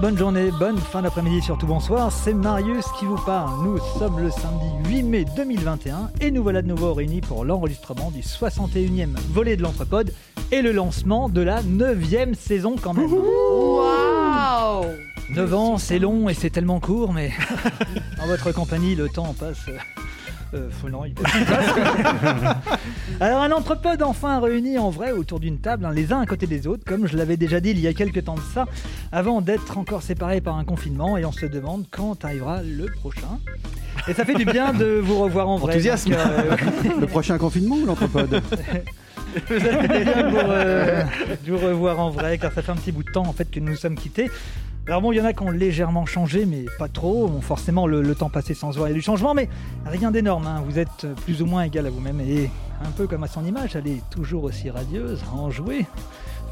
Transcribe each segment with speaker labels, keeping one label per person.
Speaker 1: bonne journée, bonne fin d'après-midi, surtout bonsoir. C'est Marius qui vous parle. Nous sommes le samedi 8 mai 2021 et nous voilà de nouveau réunis pour l'enregistrement du 61e volet de l'Entrepode et le lancement de la 9e saison quand même.
Speaker 2: Waouh
Speaker 1: 9 ans, c'est long et c'est tellement court, mais en votre compagnie, le temps passe. euh, euh, faut- non, il passe. il passe. Alors, un entrepode enfin réuni en vrai autour d'une table, hein, les uns à côté des autres, comme je l'avais déjà dit il y a quelques temps de ça, avant d'être encore séparés par un confinement, et on se demande quand arrivera le prochain. Et ça fait du bien de vous revoir en vrai.
Speaker 3: Enthousiasme.
Speaker 1: donc, euh,
Speaker 3: Le prochain confinement ou l'anthropode
Speaker 1: ça fait bien pour, euh, de vous revoir en vrai, car ça fait un petit bout de temps en fait que nous nous sommes quittés. Alors bon, il y en a qui ont légèrement changé, mais pas trop. Bon, forcément, le, le temps passé sans se voir, il y a du changement, mais rien d'énorme. hein. Vous êtes plus ou moins égal à vous-même et un peu comme à son image, elle est toujours aussi radieuse, enjouée,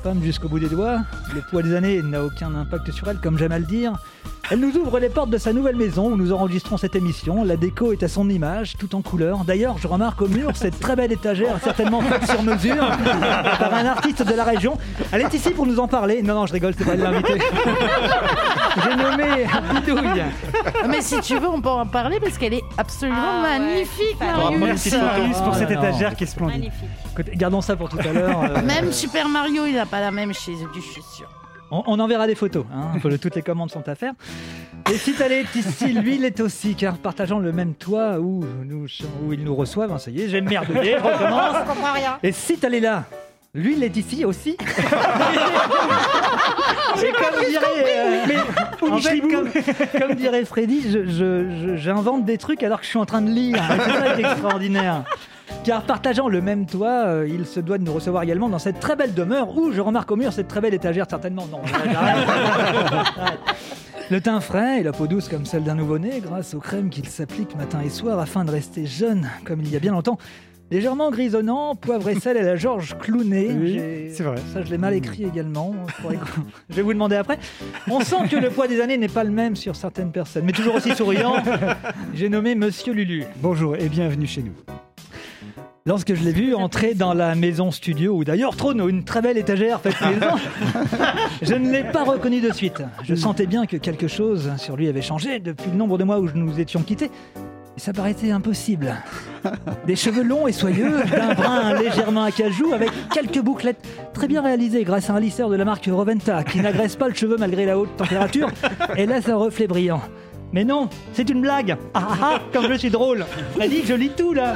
Speaker 1: femme jusqu'au bout des doigts. Le poids des années n'a aucun impact sur elle, comme j'aime à le dire. Elle nous ouvre les portes de sa nouvelle maison où nous enregistrons cette émission. La déco est à son image, tout en couleur. D'ailleurs, je remarque au mur cette très belle étagère, certainement faite sur mesure par un artiste de la région. Elle est ici pour nous en parler. Non, non, je rigole, c'est pas elle l'invité. J'ai nommé Bidouille.
Speaker 2: Ah, Mais si tu veux, on peut en parler parce qu'elle est absolument
Speaker 4: Ah ouais,
Speaker 2: magnifique,
Speaker 4: fabuleux.
Speaker 2: Marius.
Speaker 5: Merci Marius pour
Speaker 1: Ah,
Speaker 5: cette
Speaker 1: non.
Speaker 5: étagère qui est splendide.
Speaker 4: Magnifique.
Speaker 1: Écoute, Gardons ça pour tout à l'heure. euh,
Speaker 2: Même Super Mario, il n'a pas la même chez lui, je suis sûre.
Speaker 1: On, on enverra des photos, hein, faut le- toutes les commandes sont à faire. Et si elle est ici, lui, il est aussi, car partageant le même toit où, nous, où ils nous reçoivent, hein, ça y est, j'ai merdouillé, je recommence.
Speaker 4: Je comprends rien.
Speaker 1: Et si elle est là, lui, il est ici aussi.
Speaker 6: ah,
Speaker 1: Et comme dirait, euh, mais, en fait, comme, comme dirait Freddy, je- je- je- j'invente des trucs alors que je suis en train de lire. Et C'est ça qui est extraordinaire. Car partageant le même toit, euh, il se doit de nous recevoir également dans cette très belle demeure où je remarque au mur cette très belle étagère, certainement. Non, j'arrête. J'arrête. Le teint frais et la peau douce comme celle d'un nouveau-né, grâce aux crèmes qu'il s'applique matin et soir afin de rester jeune comme il y a bien longtemps. Légèrement grisonnant, poivre et sel à la Georges Clounet.
Speaker 5: Oui,
Speaker 1: J'ai-
Speaker 5: c'est vrai.
Speaker 1: Ça, je l'ai mal écrit également. Faudrait qu'on- Je vais vous demander après. On sent que le poids des années n'est pas le même sur certaines personnes, mais toujours aussi souriant. J'ai nommé Monsieur Lulu.
Speaker 5: Bonjour et bienvenue chez nous.
Speaker 1: Lorsque je l'ai vu entrer dans la maison studio, où d'ailleurs trône une très belle étagère faite maison, je ne l'ai pas reconnu de suite. Je sentais bien que quelque chose sur lui avait changé depuis le nombre de mois où nous étions quittés. Et ça paraissait impossible. Des cheveux longs et soyeux, d'un brun légèrement acajou, avec quelques bouclettes très bien réalisées grâce à un lisseur de la marque Roventa qui n'agresse pas le cheveu malgré la haute température et laisse un reflet brillant. Mais non, c'est une blague. Ah ah ah, comme je suis drôle. Vas-y, je lis tout là.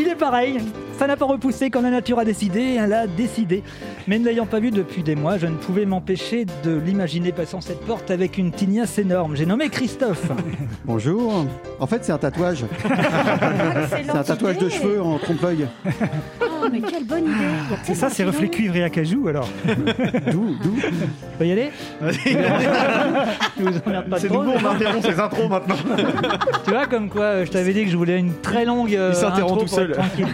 Speaker 1: Il est pareil. Ça n'a pas repoussé quand la nature a décidé, elle a décidé. Mais ne l'ayant pas vu depuis des mois, je ne pouvais m'empêcher de l'imaginer passant cette porte avec une tignasse énorme. J'ai nommé Christophe.
Speaker 3: Bonjour. En fait, c'est un tatouage. C'est un tatouage de cheveux en trompe-l'œil.
Speaker 4: Oh, mais quelle bonne idée. Il y a
Speaker 5: C'est ça, c'est reflet cuivre et acajou alors.
Speaker 3: D'où D'où
Speaker 1: On peut y aller Je vous emmerde pas
Speaker 7: C'est
Speaker 1: trop.
Speaker 7: nouveau, on interrompt ses intros maintenant.
Speaker 1: Tu vois, comme quoi, euh, je t'avais dit que je voulais une très longue. euh,
Speaker 7: Il s'interrompt
Speaker 1: intro
Speaker 7: tout
Speaker 1: pour être
Speaker 7: seul.
Speaker 1: tranquille.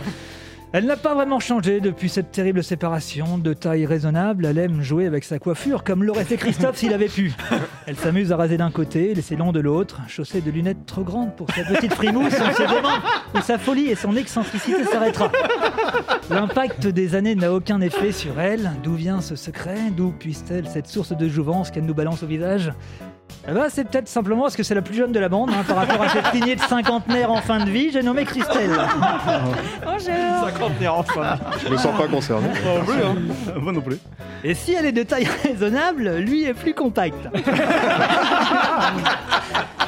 Speaker 1: Elle n'a pas vraiment changé depuis cette terrible séparation. De taille raisonnable, elle aime jouer avec sa coiffure comme l'aurait fait Christophe s'il avait pu. Elle s'amuse à raser d'un côté, laisser long de l'autre, chaussée de lunettes trop grandes pour sa petite frimousse. On se demande où sa folie et son excentricité s'arrêtera. L'impact des années n'a aucun effet sur elle. D'où vient ce secret D'où puisse-t-elle cette source de jouvence qu'elle nous balance au visage eh ben, c'est peut-être simplement parce que c'est la plus jeune de la bande hein, par rapport à cette lignée de cinquantenaires en fin de vie. J'ai nommé Christelle. Ah
Speaker 7: Je me sens pas concerné. Moi non plus. hein. Moi non plus.
Speaker 1: Et si elle est de taille raisonnable, lui est plus compact.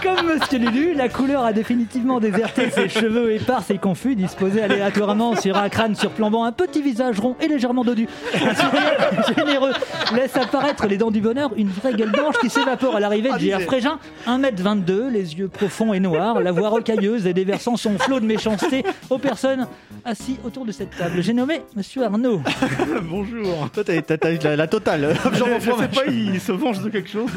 Speaker 1: Comme Monsieur Lulu, la couleur a définitivement déserté ses cheveux épars et confus, disposés aléatoirement sur un crâne surplombant un petit visage rond et légèrement dodu. Un sourire généreux laisse apparaître les dents du bonheur, une vraie gueule blanche qui s'évapore à l'arrivée de J.R. Frégin, 1m22, les yeux profonds et noirs, la voix rocailleuse et déversant son flot de méchanceté aux personnes assises autour de cette table. J'ai nommé Monsieur Arnaud.
Speaker 7: Bonjour.
Speaker 8: Toi, t'as, t'as- t'as eu la, la totale.
Speaker 7: Je sais pas, il se venge de quelque chose.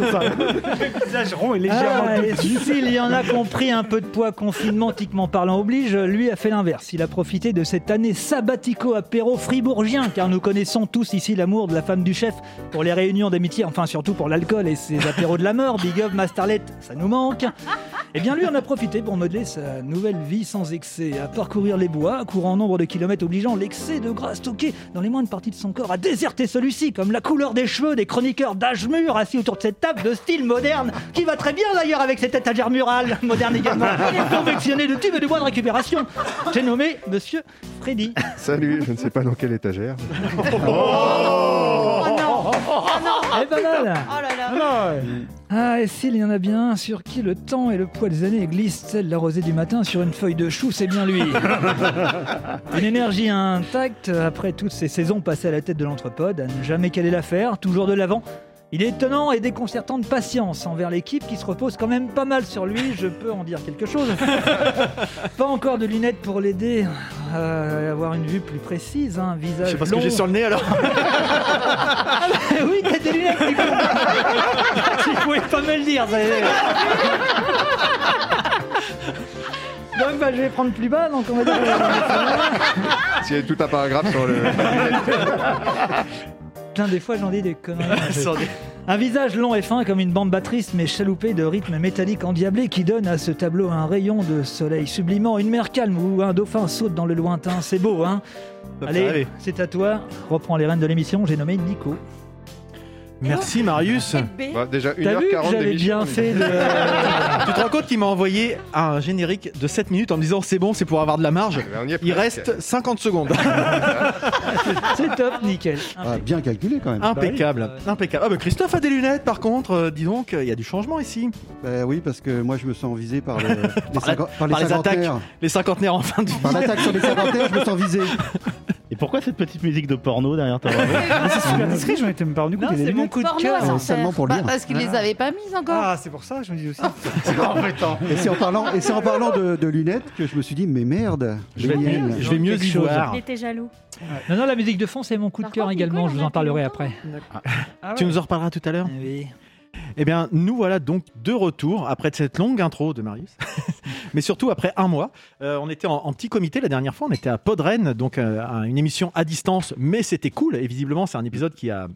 Speaker 5: Visage rond et
Speaker 1: Ah,
Speaker 5: légèrement.
Speaker 1: et
Speaker 5: petit.
Speaker 1: S'il y en a compris un peu de poids confinementiquement parlant oblige, lui a fait l'inverse. Il a profité de cette année sabbatico-apéro fribourgien, car nous connaissons tous ici l'amour de la femme du chef pour les réunions d'amitié, enfin surtout pour l'alcool et ses apéros de la mort. Big up, Masterlet, ça nous manque. Eh bien, lui en a profité pour modeler sa nouvelle vie sans excès, à parcourir les bois, courant nombre de kilomètres, obligeant l'excès de gras stocké dans les moindres parties de son corps à déserter celui-ci, comme la couleur des cheveux des chroniqueurs d'âge mûr assis autour de cette table de style moderne, qui va très bien d'ailleurs avec cette étagère murale, moderne également, confectionnée de tubes et de bois de récupération. J'ai nommé Monsieur Freddy.
Speaker 7: Salut, je ne sais pas dans quelle étagère.
Speaker 1: Oh, Eh, pas mal.
Speaker 8: Oh là là.
Speaker 1: Ah, et s'il y en a bien un sur qui le temps et le poids des années glissent tel la rosée du matin sur une feuille de chou, c'est bien lui. une énergie intacte après toutes ces saisons passées à la tête de l'entrepode, à ne jamais caler l'affaire, toujours de l'avant. Il est étonnant et déconcertant de patience envers l'équipe qui se repose quand même pas mal sur lui, je peux en dire quelque chose. pas encore de lunettes pour l'aider euh, à avoir une vue plus précise, un visage
Speaker 9: Je sais pas ce que
Speaker 1: long.
Speaker 9: j'ai sur le nez alors.
Speaker 1: Eh oui, t'as des lunettes, du coup. tu pouvais pas me le dire. ça- Donc bah, je vais prendre plus bas, donc on va dire...
Speaker 4: Ah
Speaker 7: Il y a tout un paragraphe sur le.
Speaker 1: Plein des fois j'en dis des conneries.
Speaker 9: Sans-
Speaker 1: Un visage long et fin comme une bande battrice mais chaloupé de rythmes métalliques endiablés qui donne à ce tableau un rayon de soleil sublimant, une mer calme où un dauphin saute dans le lointain. C'est beau, hein
Speaker 9: Ça me fait
Speaker 1: Allez,
Speaker 9: rêver.
Speaker 1: c'est à toi. Reprends les rênes de l'émission, j'ai nommé Nico.
Speaker 9: Merci Marius.
Speaker 8: B.
Speaker 7: Bah, déjà
Speaker 1: T'as vu que
Speaker 7: 1h40
Speaker 1: j'avais
Speaker 7: d'émission.
Speaker 1: bien
Speaker 7: mais-
Speaker 1: fait de...
Speaker 9: Tu te rends compte qu'il m'a envoyé un générique de 7 minutes en me disant c'est bon, c'est pour avoir de la marge.
Speaker 7: Mais Eh ben, on y est
Speaker 9: Il
Speaker 7: presque.
Speaker 9: reste 50 secondes.
Speaker 1: C'est top, nickel.
Speaker 3: Ah, bien calculé quand même.
Speaker 9: Impeccable. Impeccable. Ah bah Christophe a des lunettes par contre, Euh, dis donc, il y a du changement ici.
Speaker 3: Bah oui, parce que moi je me sens visé par, le- les, cinquan- par les
Speaker 9: par les attaques.
Speaker 3: cinquantenaires.
Speaker 9: Les cinquantenaires en fin de vie.
Speaker 3: Par l'attaque sur les cinquantenaires, je me sens visé.
Speaker 10: Et pourquoi cette petite musique de porno derrière toi
Speaker 5: Mais c'est super discret, j'en étais même pas rendu compte.
Speaker 1: Non,
Speaker 5: il y a
Speaker 1: c'est
Speaker 5: des
Speaker 1: mon
Speaker 5: lunettes.
Speaker 1: coup de
Speaker 8: Porno
Speaker 1: cœur.
Speaker 8: à
Speaker 3: Euh,
Speaker 8: s'en
Speaker 3: seulement
Speaker 8: faire.
Speaker 3: pour lire.
Speaker 2: Bah, parce qu'ils les avaient pas mises encore.
Speaker 5: Ah, c'est pour ça, je me dis aussi.
Speaker 3: Et c'est en parlant, et c'est en parlant de, de lunettes que je me suis dit, mais merde,
Speaker 9: Je vais,
Speaker 3: les
Speaker 9: mieux-
Speaker 3: miennes.
Speaker 9: je vais mieux y
Speaker 1: Quelque chose.
Speaker 9: voir.
Speaker 4: Il était jaloux.
Speaker 1: Non, non, la musique de fond, c'est mon coup de
Speaker 4: Par
Speaker 1: cœur
Speaker 4: contre,
Speaker 1: également,
Speaker 4: Nico,
Speaker 1: je
Speaker 4: il
Speaker 1: vous
Speaker 4: en
Speaker 1: en
Speaker 4: a
Speaker 1: parlerai
Speaker 4: depuis
Speaker 1: après.
Speaker 9: Tu nous en reparleras tout à l'heure.
Speaker 1: Eh oui.
Speaker 9: Eh bien, nous voilà donc de retour après cette longue intro de Marius, mais surtout après un mois. Euh, on était en, en petit comité la dernière fois, on était à Podren, donc euh, à une émission à distance, mais c'était cool. Et visiblement, c'est un épisode qui a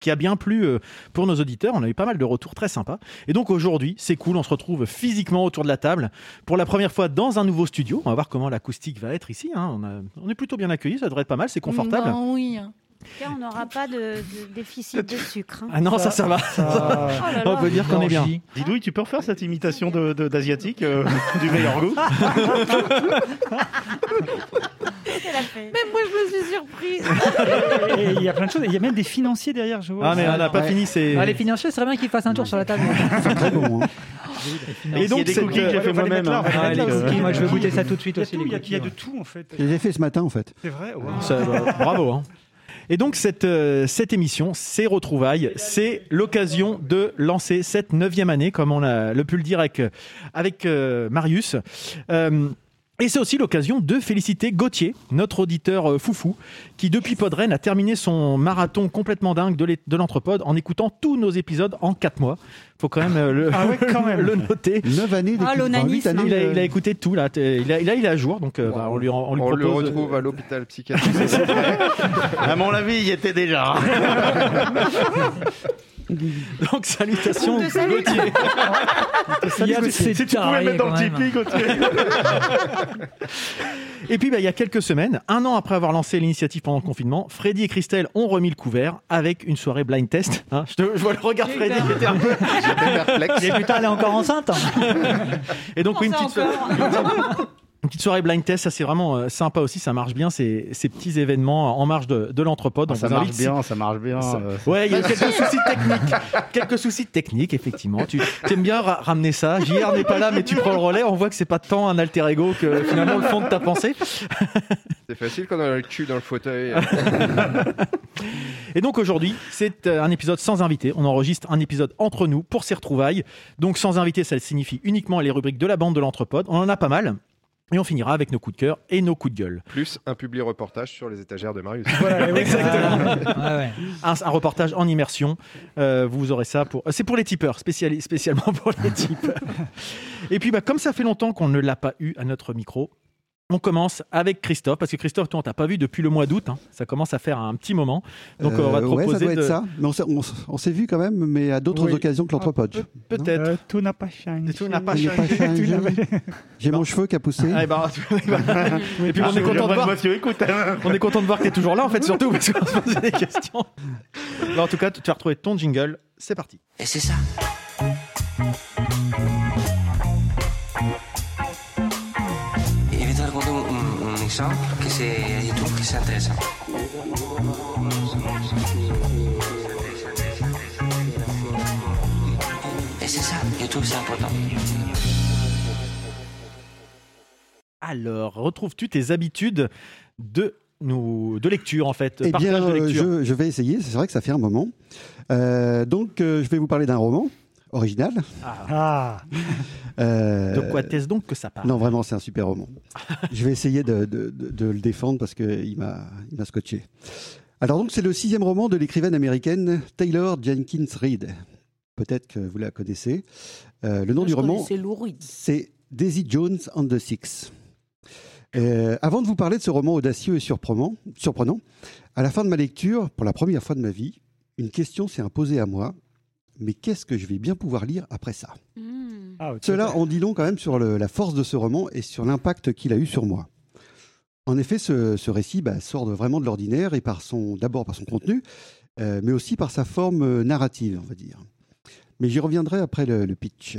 Speaker 9: qui a bien plu euh, pour nos auditeurs. On a eu pas mal de retours très sympas. Et donc aujourd'hui, c'est cool, on se retrouve physiquement autour de la table pour la première fois dans un nouveau studio. On va voir comment l'acoustique va être ici. hein. On, a- on est plutôt bien accueillis, ça devrait être pas mal, c'est confortable.
Speaker 3: Ben
Speaker 2: Non, oui. hein.
Speaker 4: Car on n'aura pas de, de déficit de sucre. hein.
Speaker 9: Ah non, ça, ça va.
Speaker 4: Oh là
Speaker 9: On
Speaker 4: là.
Speaker 9: peut dire qu'on est bien.
Speaker 1: Orgie.
Speaker 10: Didouille, tu peux refaire cette imitation de- de- d'asiatique euh, du meilleur goût
Speaker 4: Qu'est-ce qu'elle a fait
Speaker 2: Même moi, je me suis surprise.
Speaker 5: Et il y a plein de choses. Il y a même des financiers derrière, je vois.
Speaker 9: Ah mais on n'a pas
Speaker 3: Ouais.
Speaker 9: fini, c'est...
Speaker 1: Ah, les financiers, ce serait bien qu'ils fassent un tour sur la table.
Speaker 3: C'est très bon. hein.
Speaker 9: Et donc,
Speaker 10: Il y a des
Speaker 9: c'est-
Speaker 10: cookies que j'ai fait
Speaker 5: Fallait
Speaker 10: moi-même.
Speaker 5: mettre là, fallait
Speaker 10: hein.
Speaker 5: mettre là
Speaker 1: les
Speaker 5: aussi.
Speaker 1: cookies, moi, je vais
Speaker 5: Il y a
Speaker 1: goûter ça
Speaker 5: tout,
Speaker 1: tout de suite
Speaker 5: il y a
Speaker 1: aussi,
Speaker 5: tout,
Speaker 1: les
Speaker 5: Il y a- il y a de
Speaker 1: cookies,
Speaker 5: tout en fait.
Speaker 3: Je les ai fait ce matin en fait.
Speaker 5: C'est vrai. wow.
Speaker 9: Ça, bah, bravo. hein. Et donc cette, euh, cette émission, ces retrouvailles, c'est l'occasion de lancer cette neuvième année, comme on a le pu le dire avec, euh, avec euh, Marius. Euh, et c'est aussi l'occasion de féliciter Gauthier, notre auditeur euh, foufou, qui depuis Podren a terminé son marathon complètement dingue de l'é- de l'Entrepode en écoutant tous nos épisodes en 4 mois. Faut quand même euh, le,
Speaker 5: Ah ouais, quand même.
Speaker 9: le noter.
Speaker 3: 9 années d'équipe.
Speaker 8: Ah,
Speaker 3: enfin, huit
Speaker 8: l'onanisme.
Speaker 3: années euh,
Speaker 9: Il a,
Speaker 3: de-
Speaker 9: il a écouté tout là, T'es- il a, il a, il est à jour, donc euh, bah, on lui, en- on lui
Speaker 7: On le
Speaker 9: propose- euh,
Speaker 7: retrouve à l'hôpital psychiatrique.
Speaker 10: À mon avis, il y était déjà.
Speaker 9: Donc salutations
Speaker 8: On te salue.
Speaker 9: Gauthier.
Speaker 1: Il y a de ces
Speaker 10: Si tu pouvais
Speaker 1: tarés,
Speaker 10: mettre dans
Speaker 1: quand
Speaker 10: le
Speaker 1: même.
Speaker 10: Tipeee, Gauthier.
Speaker 9: Et puis, bah, il y a quelques semaines, un an après avoir lancé l'initiative pendant le confinement, Freddy et Christelle ont remis le couvert avec une soirée blind test. Hein, je, te- je vois le regard de Freddy qui était un peu.
Speaker 7: J'étais perplexe.
Speaker 1: Et putain, elle est encore enceinte. hein.
Speaker 9: Et donc, oui, une
Speaker 8: Comment
Speaker 9: petite,
Speaker 8: ça
Speaker 9: soirée,
Speaker 8: encore
Speaker 9: une petite soirée blind test, ça c'est vraiment euh, sympa aussi, ça marche bien ces, ces petits événements en marge de, de l'entrepôt. Donc,
Speaker 10: Ça
Speaker 9: vous
Speaker 10: marche
Speaker 9: invite-
Speaker 10: bien, ça marche bien.
Speaker 9: Ça-
Speaker 10: euh,
Speaker 9: Ouais, il y a eu quelques soucis techniques. Quelques soucis techniques, effectivement. Tu tu aimes bien ra- ramener ça. JR n'est pas là, mais tu prends le relais. On voit que c'est pas tant un alter ego que finalement le fond de ta pensée.
Speaker 7: C'est facile quand on a le cul dans le fauteuil. euh,
Speaker 9: Et donc aujourd'hui, c'est euh, un épisode sans invité. On enregistre un épisode entre nous pour ces retrouvailles. Donc sans invité, ça signifie uniquement les rubriques de la bande de l'entrepode. On en a pas mal. Et on finira avec nos coups de cœur et nos coups de gueule.
Speaker 7: Plus un public reportage sur les étagères de Marius.
Speaker 9: Exactement.
Speaker 1: Ah ouais.
Speaker 9: Un, un reportage en immersion. Euh, vous aurez ça pour. C'est pour les tipeurs, spéciali- spécialement pour les tipeurs. Et puis, bah, comme ça fait longtemps qu'on ne l'a pas eu à notre micro, on commence avec Christophe, parce que Christophe, toi, on t'a pas vu depuis le mois d'août. hein. Ça commence à faire un petit moment. Donc, on va te
Speaker 3: Euh, ouais,
Speaker 9: proposer
Speaker 3: ça doit
Speaker 9: de-
Speaker 3: être ça. Mais on s'est- on s- on s'est vu quand même, mais à d'autres
Speaker 5: Oui.
Speaker 3: occasions que l'anthropode.
Speaker 9: Peut-être.
Speaker 5: Euh, tout n'a pas changé.
Speaker 9: Tout n'a pas
Speaker 3: Il est pas
Speaker 9: changé.
Speaker 3: changé.
Speaker 5: l'avais.
Speaker 3: J'ai mon cheveu qui a poussé.
Speaker 9: Ah, et bah, Et
Speaker 3: Ah,
Speaker 9: puis, on est content Ah, de voir.
Speaker 10: Monsieur, écoute.
Speaker 9: On est content de voir que tu es toujours là, en fait, surtout parce qu'on se posait des questions. Mais en tout cas, tu as retrouvé ton jingle. C'est parti.
Speaker 8: Et c'est ça. Et je vais te raconter un, un- un exemple que c'est, je trouve que c'est intéressant. Et c'est ça, je trouve que c'est important.
Speaker 9: Alors, retrouves-tu tes habitudes de, nous, de lecture, en fait
Speaker 3: Eh
Speaker 9: Partage
Speaker 3: bien,
Speaker 9: de
Speaker 3: euh,
Speaker 9: lecture.
Speaker 3: je, je vais essayer. C'est vrai que ça fait un moment. Euh, donc, euh, je vais vous parler d'un roman original.
Speaker 5: Ah,
Speaker 3: Euh,
Speaker 9: De quoi est-ce donc que ça parle
Speaker 3: Non, vraiment, c'est un super roman. Je vais essayer de, de- de- de le défendre parce qu'il m'a il m'a scotché. Alors, donc, c'est le sixième roman de l'écrivaine américaine Taylor Jenkins Reid. Peut-être que vous la connaissez. Euh,
Speaker 2: Ah,
Speaker 3: le nom du roman,
Speaker 2: C'est louride.
Speaker 3: c'est Daisy Jones and the Six. Euh, avant de vous parler de ce roman audacieux et surprenant, surprenant, à la fin de ma lecture, pour la première fois de ma vie, une question s'est imposée à moi. Mais qu'est-ce que je vais bien pouvoir lire après ça
Speaker 9: Hmm.
Speaker 4: Mmh.
Speaker 5: ah, ok.
Speaker 3: cela en dit long quand même sur le- la force de ce roman et sur l'impact qu'il a eu sur moi. En effet, ce, ce récit bah, sort de- vraiment de l'ordinaire et par son d'abord par son contenu, euh, mais aussi par sa forme euh, narrative, on va dire. Mais j'y reviendrai après le, le pitch.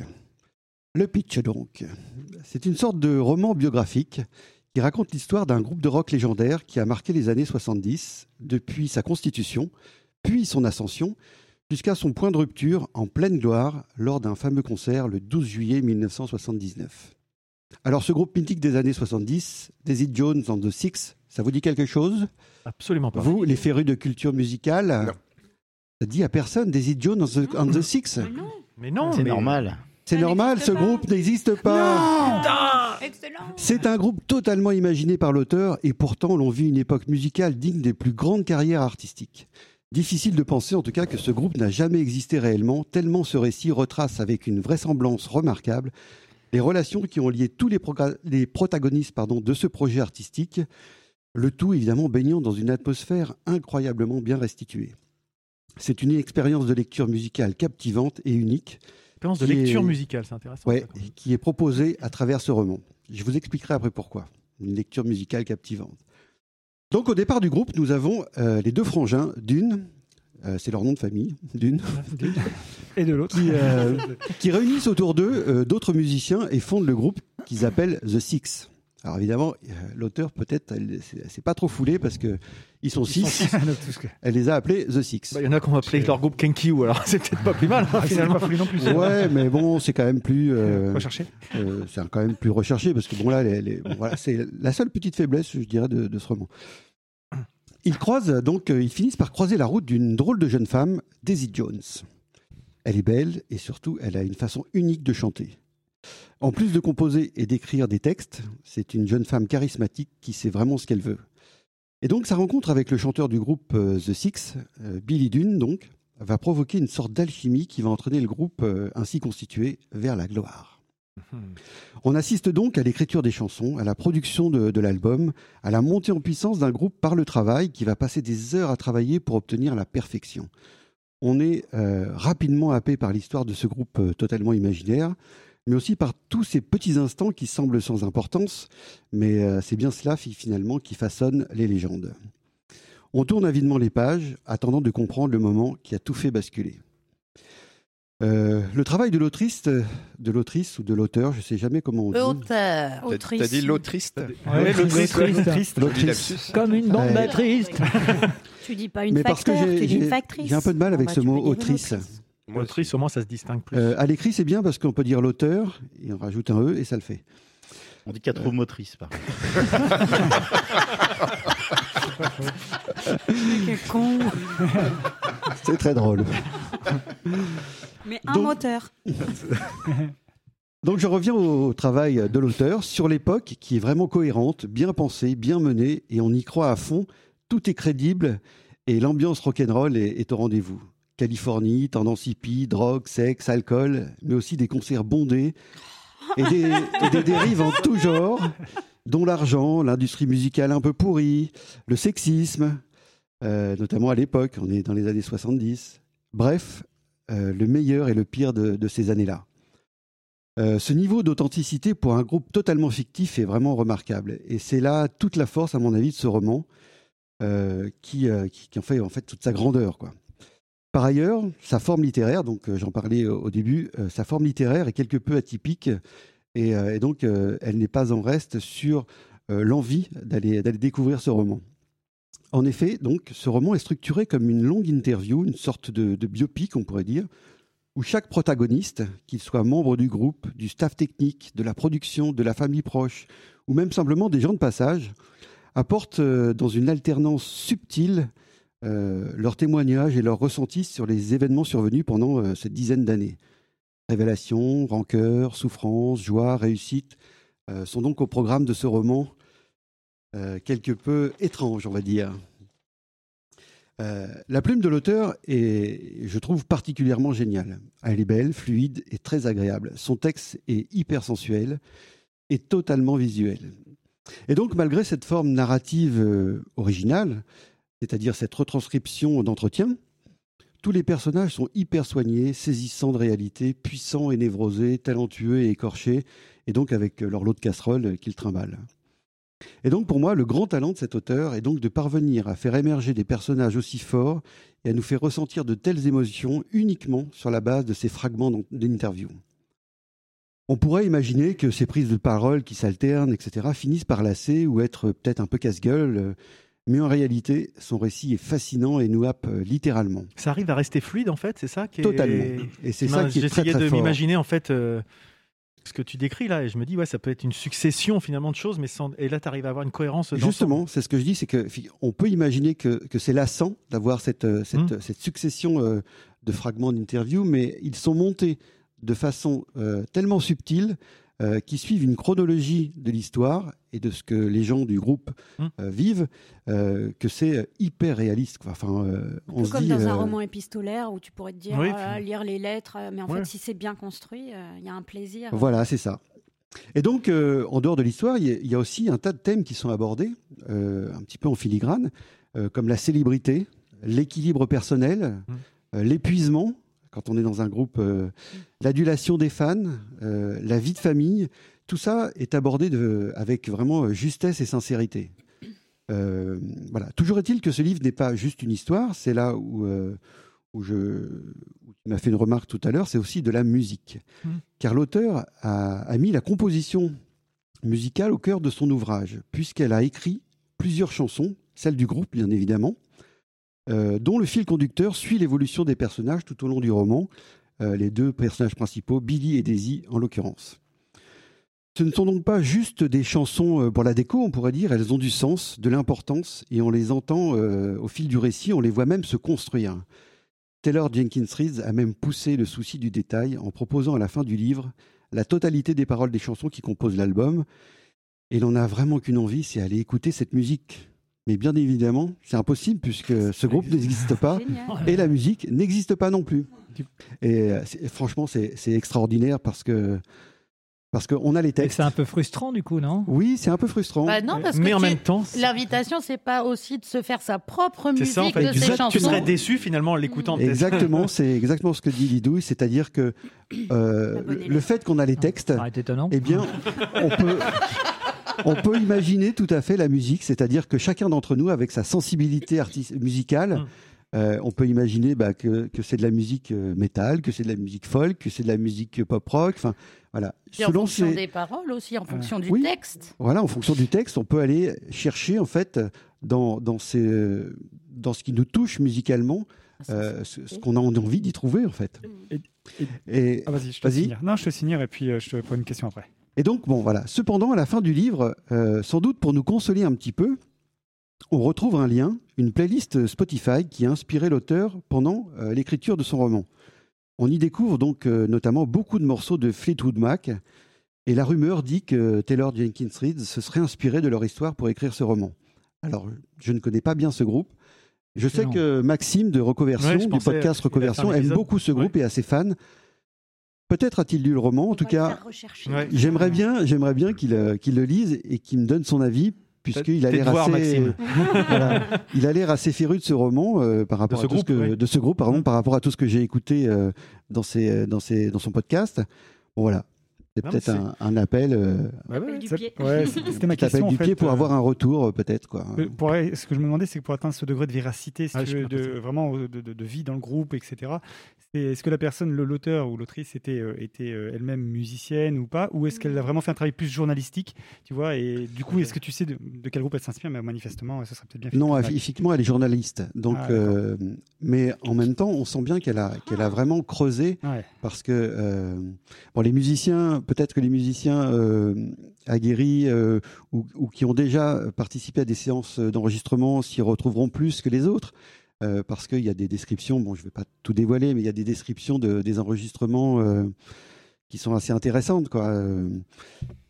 Speaker 3: Le pitch donc, c'est une sorte de roman biographique qui raconte l'histoire d'un groupe de rock légendaire qui a marqué les années 70 depuis sa constitution, puis son ascension jusqu'à son point de rupture en pleine gloire lors d'un fameux concert le 12 juillet 1979. Alors ce groupe mythique des années 70, Daisy Jones and the Six, ça vous dit quelque chose
Speaker 9: Absolument pas.
Speaker 3: Vous, les férus de culture musicale
Speaker 7: Non.
Speaker 3: Ça dit à personne Daisy Jones and the, and the Six
Speaker 4: Mais non,
Speaker 9: Mais non,
Speaker 10: C'est
Speaker 9: mais-
Speaker 10: normal.
Speaker 3: C'est
Speaker 4: Ça
Speaker 3: normal, ce
Speaker 4: n'existe pas.
Speaker 3: groupe n'existe pas
Speaker 4: excellent.
Speaker 3: C'est un groupe totalement imaginé par l'auteur et pourtant l'on vit une époque musicale digne des plus grandes carrières artistiques. Difficile de penser en tout cas que ce groupe n'a jamais existé réellement, tellement ce récit retrace avec une vraisemblance remarquable les relations qui ont lié tous les, progra- les protagonistes pardon, de ce projet artistique, le tout évidemment baignant dans une atmosphère incroyablement bien restituée. C'est une expérience de lecture musicale captivante et unique,
Speaker 9: Expérience de
Speaker 3: Qui est-
Speaker 9: lecture musicale, c'est intéressant.
Speaker 3: Ouais,
Speaker 9: ça, quand même.
Speaker 3: qui est proposé à travers ce roman. Je vous expliquerai après pourquoi. Une lecture musicale captivante. Donc au départ du groupe, nous avons euh, les deux frangins, Dune, euh, c'est leur nom de famille, Dune,
Speaker 5: Et de l'autre.
Speaker 3: qui, euh, qui réunissent autour d'eux euh, d'autres musiciens et fondent le groupe qu'ils appellent The Six. Alors évidemment, euh, l'auteur peut-être, elle, elle s'est pas trop foulée parce que ils sont six.
Speaker 5: Non, tout ce que-
Speaker 3: Elle les a appelés The Six.
Speaker 9: Bah, Il y en a qui ont appelé leur groupe Kenki ou alors c'est peut-être pas plus mal hein,
Speaker 5: Ah, c'est
Speaker 9: finalement.
Speaker 5: pas fou non plus.
Speaker 3: Ouais, mais bon, c'est quand même plus. euh,
Speaker 5: Recherché.
Speaker 3: Euh, c'est quand même plus recherché parce que bon là, les- les- bon, voilà, c'est la seule petite faiblesse, je dirais, de, de ce roman. Ils croisent donc, euh, ils finissent par croiser la route d'une drôle de jeune femme, Daisy Jones. Elle est belle et surtout, elle a une façon unique de chanter. En plus de composer et d'écrire des textes, c'est une jeune femme charismatique qui sait vraiment ce qu'elle veut. Et donc sa rencontre avec le chanteur du groupe euh, The Six, euh, Billy Dune donc, va provoquer une sorte d'alchimie qui va entraîner le groupe euh, ainsi constitué vers la gloire. On assiste donc à l'écriture des chansons, à la production de, de l'album, à la montée en puissance d'un groupe par le travail qui va passer des heures à travailler pour obtenir la perfection. On est euh, rapidement happé par l'histoire de ce groupe euh, totalement imaginaire, mais aussi par tous ces petits instants qui semblent sans importance, mais euh, c'est bien cela fi- finalement qui façonne les légendes. On tourne avidement les pages, attendant de comprendre le moment qui a tout fait basculer. Euh, le travail de l'autrice, euh, de l'autrice ou de l'auteur, je ne sais jamais comment on dit.
Speaker 2: Auteur.
Speaker 7: T'as- T'as dit l'autrice
Speaker 5: Euh, Ouais,
Speaker 9: l'autrice,
Speaker 5: l'autrice,
Speaker 9: ouais.
Speaker 5: l'autrice.
Speaker 7: Joli
Speaker 3: L'autrice.
Speaker 7: lapsus.
Speaker 1: Comme une bande
Speaker 3: Ouais.
Speaker 1: batterie.
Speaker 4: Tu dis pas une
Speaker 3: Mais parce que
Speaker 4: facteur, tu
Speaker 3: j'ai-
Speaker 4: dis une
Speaker 3: j'ai
Speaker 4: factrice.
Speaker 3: j'ai un peu de
Speaker 2: Ah
Speaker 3: mal avec
Speaker 4: Bon,
Speaker 3: ce
Speaker 4: bah, tu
Speaker 3: mot
Speaker 4: peux dire une
Speaker 3: autrice.
Speaker 7: Moi,
Speaker 9: L'autrice, au moins, ça se distingue plus.
Speaker 3: Euh, à l'écrit, c'est bien parce qu'on peut dire l'auteur, et on rajoute un E et ça le fait.
Speaker 10: On dit quatre roues motrices, par contre.
Speaker 4: Quel con.
Speaker 3: C'est très drôle.
Speaker 4: Mais un
Speaker 3: Donc-
Speaker 4: moteur.
Speaker 3: Donc je reviens au travail de l'auteur sur l'époque qui est vraiment cohérente, bien pensée, bien menée et on y croit à fond. Tout est crédible et l'ambiance rock'n'roll est, est au rendez-vous. Californie, tendance hippie, drogue, sexe, alcool, mais aussi des concerts bondés et des, et des dérives en tout genre, dont l'argent, l'industrie musicale un peu pourrie, le sexisme, euh, notamment à l'époque, on est dans les années 70. Bref, euh, le meilleur et le pire de- de ces années-là. Euh, ce niveau d'authenticité pour un groupe totalement fictif est vraiment remarquable. Et c'est là toute la force, à mon avis, de ce roman, euh, qui, euh, qui- qui en fait en fait toute sa grandeur. Quoi. Par ailleurs, sa forme littéraire, donc euh, j'en parlais au au début, euh, sa forme littéraire est quelque peu atypique, et, euh, et donc euh, elle n'est pas en reste sur euh, l'envie d'aller d'aller découvrir ce roman. En effet, donc, ce roman est structuré comme une longue interview, une sorte de, de biopic, on pourrait dire, où chaque protagoniste, qu'il soit membre du groupe, du staff technique, de la production, de la famille proche, ou même simplement des gens de passage, apporte euh, dans une alternance subtile euh, leurs témoignages et leurs ressentis sur les événements survenus pendant euh, cette dizaine d'années. Révélations, rancœur, souffrance, joie, réussite euh, sont donc au programme de ce roman euh, quelque peu étrange, on va dire. Euh, la plume de l'auteur est, je trouve, particulièrement géniale. Elle est belle, fluide et très agréable. Son texte est hyper sensuel et totalement visuel. Et donc, malgré cette forme narrative euh, originale, c'est-à-dire cette retranscription d'entretien, tous les personnages sont hyper soignés, saisissants de réalité, puissants et névrosés, talentueux et écorchés, et donc avec euh, leur lot de casseroles euh, qu'ils trimballent. Et donc pour moi, le grand talent de cet auteur est donc de parvenir à faire émerger des personnages aussi forts et à nous faire ressentir de telles émotions uniquement sur la base de ces fragments d'en- d'interview. On pourrait imaginer que ces prises de parole qui s'alternent, etc., finissent par lasser ou être peut-être un peu casse-gueule, euh, mais en réalité, son récit est fascinant et nous happe euh, littéralement.
Speaker 9: Ça arrive à rester fluide en fait, c'est ça qui est...
Speaker 3: Totalement. Et c'est ça
Speaker 9: Ben,
Speaker 3: qui est très,
Speaker 9: J'essayais
Speaker 3: très
Speaker 9: de
Speaker 3: fort.
Speaker 9: m'imaginer en fait euh, ce que tu décris là et je me dis ouais ça peut être une succession finalement de choses mais sans... et là tu arrives à avoir une cohérence dans
Speaker 3: Justement, c'est ce que je dis, c'est que fi- on peut imaginer que, que c'est lassant d'avoir cette, euh, cette, euh, cette succession euh, de fragments d'interview, mais ils sont montés de façon euh, tellement subtile euh, qu'ils suivent une chronologie de l'histoire et de ce que les gens du groupe euh, vivent, euh, que c'est euh, hyper réaliste. quoi. Enfin, euh,
Speaker 4: Un
Speaker 3: on
Speaker 4: peu
Speaker 3: se
Speaker 4: comme
Speaker 3: dit,
Speaker 4: dans un
Speaker 3: euh,
Speaker 4: roman épistolaire où tu pourrais te dire
Speaker 3: Oui,
Speaker 4: euh,
Speaker 3: puis-
Speaker 4: lire les lettres, euh, mais en
Speaker 3: Ouais.
Speaker 4: fait si c'est bien construit, euh, il y a un plaisir.
Speaker 3: Voilà, c'est ça. Et donc, euh, en dehors de l'histoire, il y, a- il y a aussi un tas de thèmes qui sont abordés, euh, un petit peu en filigrane, euh, comme la célébrité, l'équilibre personnel, euh, l'épuisement, quand on est dans un groupe, euh, l'adulation des fans, euh, la vie de famille. Tout ça est abordé de- avec vraiment euh, justesse et sincérité. Euh, voilà. Toujours est-il que ce livre n'est pas juste une histoire, c'est là où, euh, où je, où tu m'as fait une remarque tout à l'heure, c'est aussi de la musique. Car l'auteur a, a mis la composition musicale au cœur de son ouvrage, puisqu'elle a écrit plusieurs chansons, celles du groupe bien évidemment, euh, dont le fil conducteur suit l'évolution des personnages tout au long du roman, euh, les deux personnages principaux, Billy et Daisy en l'occurrence. Ce ne sont donc pas juste des chansons euh, pour la déco, on pourrait dire, elles ont du sens, de l'importance, et on les entend euh, au fil du récit, on les voit même se construire. Taylor Jenkins Reid a même poussé le souci du détail en proposant à la fin du livre la totalité des paroles des chansons qui composent l'album, et l'on n'a vraiment qu'une envie, c'est aller écouter cette musique. Mais bien évidemment, c'est impossible puisque ce groupe n'existe pas et la musique n'existe pas non plus. Et euh, c'est- franchement, c'est c'est extraordinaire parce que parce qu'on a les textes.
Speaker 1: C'est un peu frustrant du coup, non
Speaker 3: Oui, c'est un peu frustrant.
Speaker 2: Bah non, parce que tu- L'invitation, c'est pas aussi de se faire sa propre
Speaker 9: C'est
Speaker 2: musique
Speaker 9: ça en fait.
Speaker 2: de
Speaker 9: Tu,
Speaker 2: ses
Speaker 9: serais- tu
Speaker 2: chansons.
Speaker 9: serais déçu finalement en l'écoutant. peut-être.
Speaker 3: Exactement, c'est exactement ce que dit Lidouille, c'est-à-dire que euh, le fait qu'on a
Speaker 1: Ah,
Speaker 3: les textes, eh bien, on peut, on peut imaginer tout à fait la musique, c'est-à-dire que chacun d'entre nous, avec sa sensibilité artis-
Speaker 1: Hum.
Speaker 3: musicale, euh, on peut imaginer bah, que, que c'est de la musique euh, métal, que c'est de la musique folk, que c'est de la musique pop rock, enfin voilà.
Speaker 2: Puis en
Speaker 3: Selon
Speaker 2: fonction
Speaker 3: ces- Ah.
Speaker 2: des paroles aussi, en fonction du texte.
Speaker 3: voilà, en fonction du texte, on peut aller chercher en fait dans, dans, ces- dans ce qui nous touche musicalement, euh, ce, ce qu'on a envie d'y trouver en fait. Et,
Speaker 5: Ah, vas-y, je te
Speaker 3: vas-y.
Speaker 5: signale. Non, je te signale et puis euh, je te pose une question après.
Speaker 3: Et donc bon voilà. Cependant, à la fin du livre, euh, sans doute pour nous consoler un petit peu, on retrouve un lien, une playlist Spotify qui a inspiré l'auteur pendant euh, l'écriture de son roman. On y découvre donc euh, notamment beaucoup de morceaux de Fleetwood Mac, Et la rumeur dit que Taylor Jenkins Reid se serait inspiré de leur histoire pour écrire ce roman. Alors, je ne connais pas bien ce groupe. Je sais
Speaker 9: Excellent.
Speaker 3: que Maxime de Recoversion,
Speaker 9: Ouais, je
Speaker 3: du
Speaker 9: pensais,
Speaker 3: podcast
Speaker 9: il a fait un
Speaker 3: Recoversion, aime
Speaker 9: épisode.
Speaker 3: beaucoup ce groupe et a ses fans. Peut-être a-t-il lu le roman, en tout cas.
Speaker 9: Ouais.
Speaker 3: J'aimerais bien, j'aimerais bien qu'il euh, qu'il le lise et qu'il me donne son avis, puisqu'il a
Speaker 9: Tes
Speaker 3: l'air
Speaker 9: devoirs,
Speaker 3: assez,
Speaker 9: Maxime.
Speaker 3: Voilà. il a l'air assez féru de ce roman euh, par rapport
Speaker 9: ce
Speaker 3: à tout ce
Speaker 9: groupe,
Speaker 3: que-
Speaker 9: oui.
Speaker 3: de ce groupe, pardon, par rapport à tout ce que j'ai écouté euh, dans ses, euh, dans ses, dans son podcast. Bon, voilà, c'est
Speaker 9: Non, mais
Speaker 3: peut-être
Speaker 9: c'est-
Speaker 3: un, un appel, euh,
Speaker 5: Ouais, ouais,
Speaker 4: Appel du
Speaker 5: ça-
Speaker 4: pied.
Speaker 5: ouais, C'était ma
Speaker 3: un
Speaker 5: question.
Speaker 3: appel du
Speaker 5: en fait,
Speaker 3: pied pour
Speaker 5: euh,
Speaker 3: avoir un retour, euh, peut-être quoi.
Speaker 5: euh, pour- ouais, ce que je me demandais, c'est que pour atteindre ce degré de véracité, si
Speaker 9: Ah,
Speaker 5: tu
Speaker 9: je
Speaker 5: veux,
Speaker 9: suis pas
Speaker 5: de, vraiment euh, de, de- de vie dans le groupe, etc. c'est- Est-ce que la personne, le- l'auteur ou l'autrice, était, euh, était euh, elle-même musicienne ou pas Ou est-ce qu'elle a vraiment fait un travail plus journalistique Tu vois Et du coup, est-ce que tu sais de, de quel groupe elle s'inspire Mais manifestement, ça serait peut-être bien.
Speaker 3: Non,
Speaker 5: fait-
Speaker 3: effectivement, elle est journaliste. Donc,
Speaker 5: Ah, d'accord.
Speaker 3: euh, mais en même temps, on sent bien qu'elle a, qu'elle a vraiment creusé
Speaker 5: Ouais.
Speaker 3: parce que euh, bon, les musiciens, peut-être que les musiciens euh, aguerris euh, ou, ou qui ont déjà participé à des séances d'enregistrement s'y retrouveront plus que les autres. euh, parce qu'il y a des descriptions, bon, je ne vais pas tout dévoiler, mais il y a des descriptions de, des enregistrements euh, qui sont assez intéressantes. Quoi. Euh,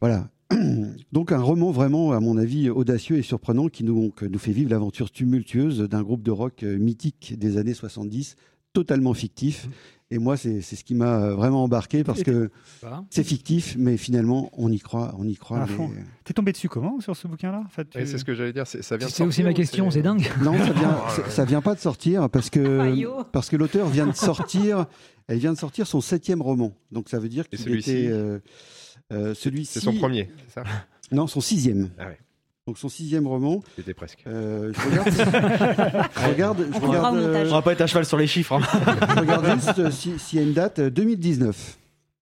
Speaker 3: voilà. Donc un roman vraiment, à mon avis, audacieux et surprenant qui nous, donc, nous fait vivre l'aventure tumultueuse d'un groupe de rock euh, mythique des années 70, totalement
Speaker 7: Mmh.
Speaker 3: fictif. Et moi, c'est c'est ce qui m'a euh, vraiment embarqué parce que
Speaker 7: bah.
Speaker 3: c'est fictif, mais finalement, on y croit, on y croit.
Speaker 5: À fond.
Speaker 3: mais-
Speaker 5: T'es tombé dessus comment sur ce bouquin-là En fait,
Speaker 7: Et
Speaker 5: tu-
Speaker 7: C'est ce que j'allais dire. C'est ça vient de
Speaker 1: C'est aussi
Speaker 7: sortir
Speaker 1: ma
Speaker 7: ou
Speaker 1: question, c'est dingue.
Speaker 3: Non, ça vient, ça- ça vient pas de sortir parce que
Speaker 4: Aïe.
Speaker 3: parce que l'auteur vient de sortir, elle vient de sortir son septième roman. Donc ça veut dire
Speaker 7: Et
Speaker 3: qu'il
Speaker 7: celui-ci
Speaker 3: était euh, euh, celui-ci.
Speaker 7: C'est son premier, c'est ça
Speaker 3: Non, son sixième.
Speaker 7: Ah ouais.
Speaker 3: Donc son sixième roman.
Speaker 7: J'étais presque.
Speaker 3: Euh, je regarde, je regarde, je
Speaker 4: On comprendra
Speaker 3: regarde,
Speaker 4: au
Speaker 3: euh,
Speaker 9: On va pas être à cheval sur les chiffres. hein.
Speaker 3: je regarde juste euh, si- s'il y a une date euh, 2019.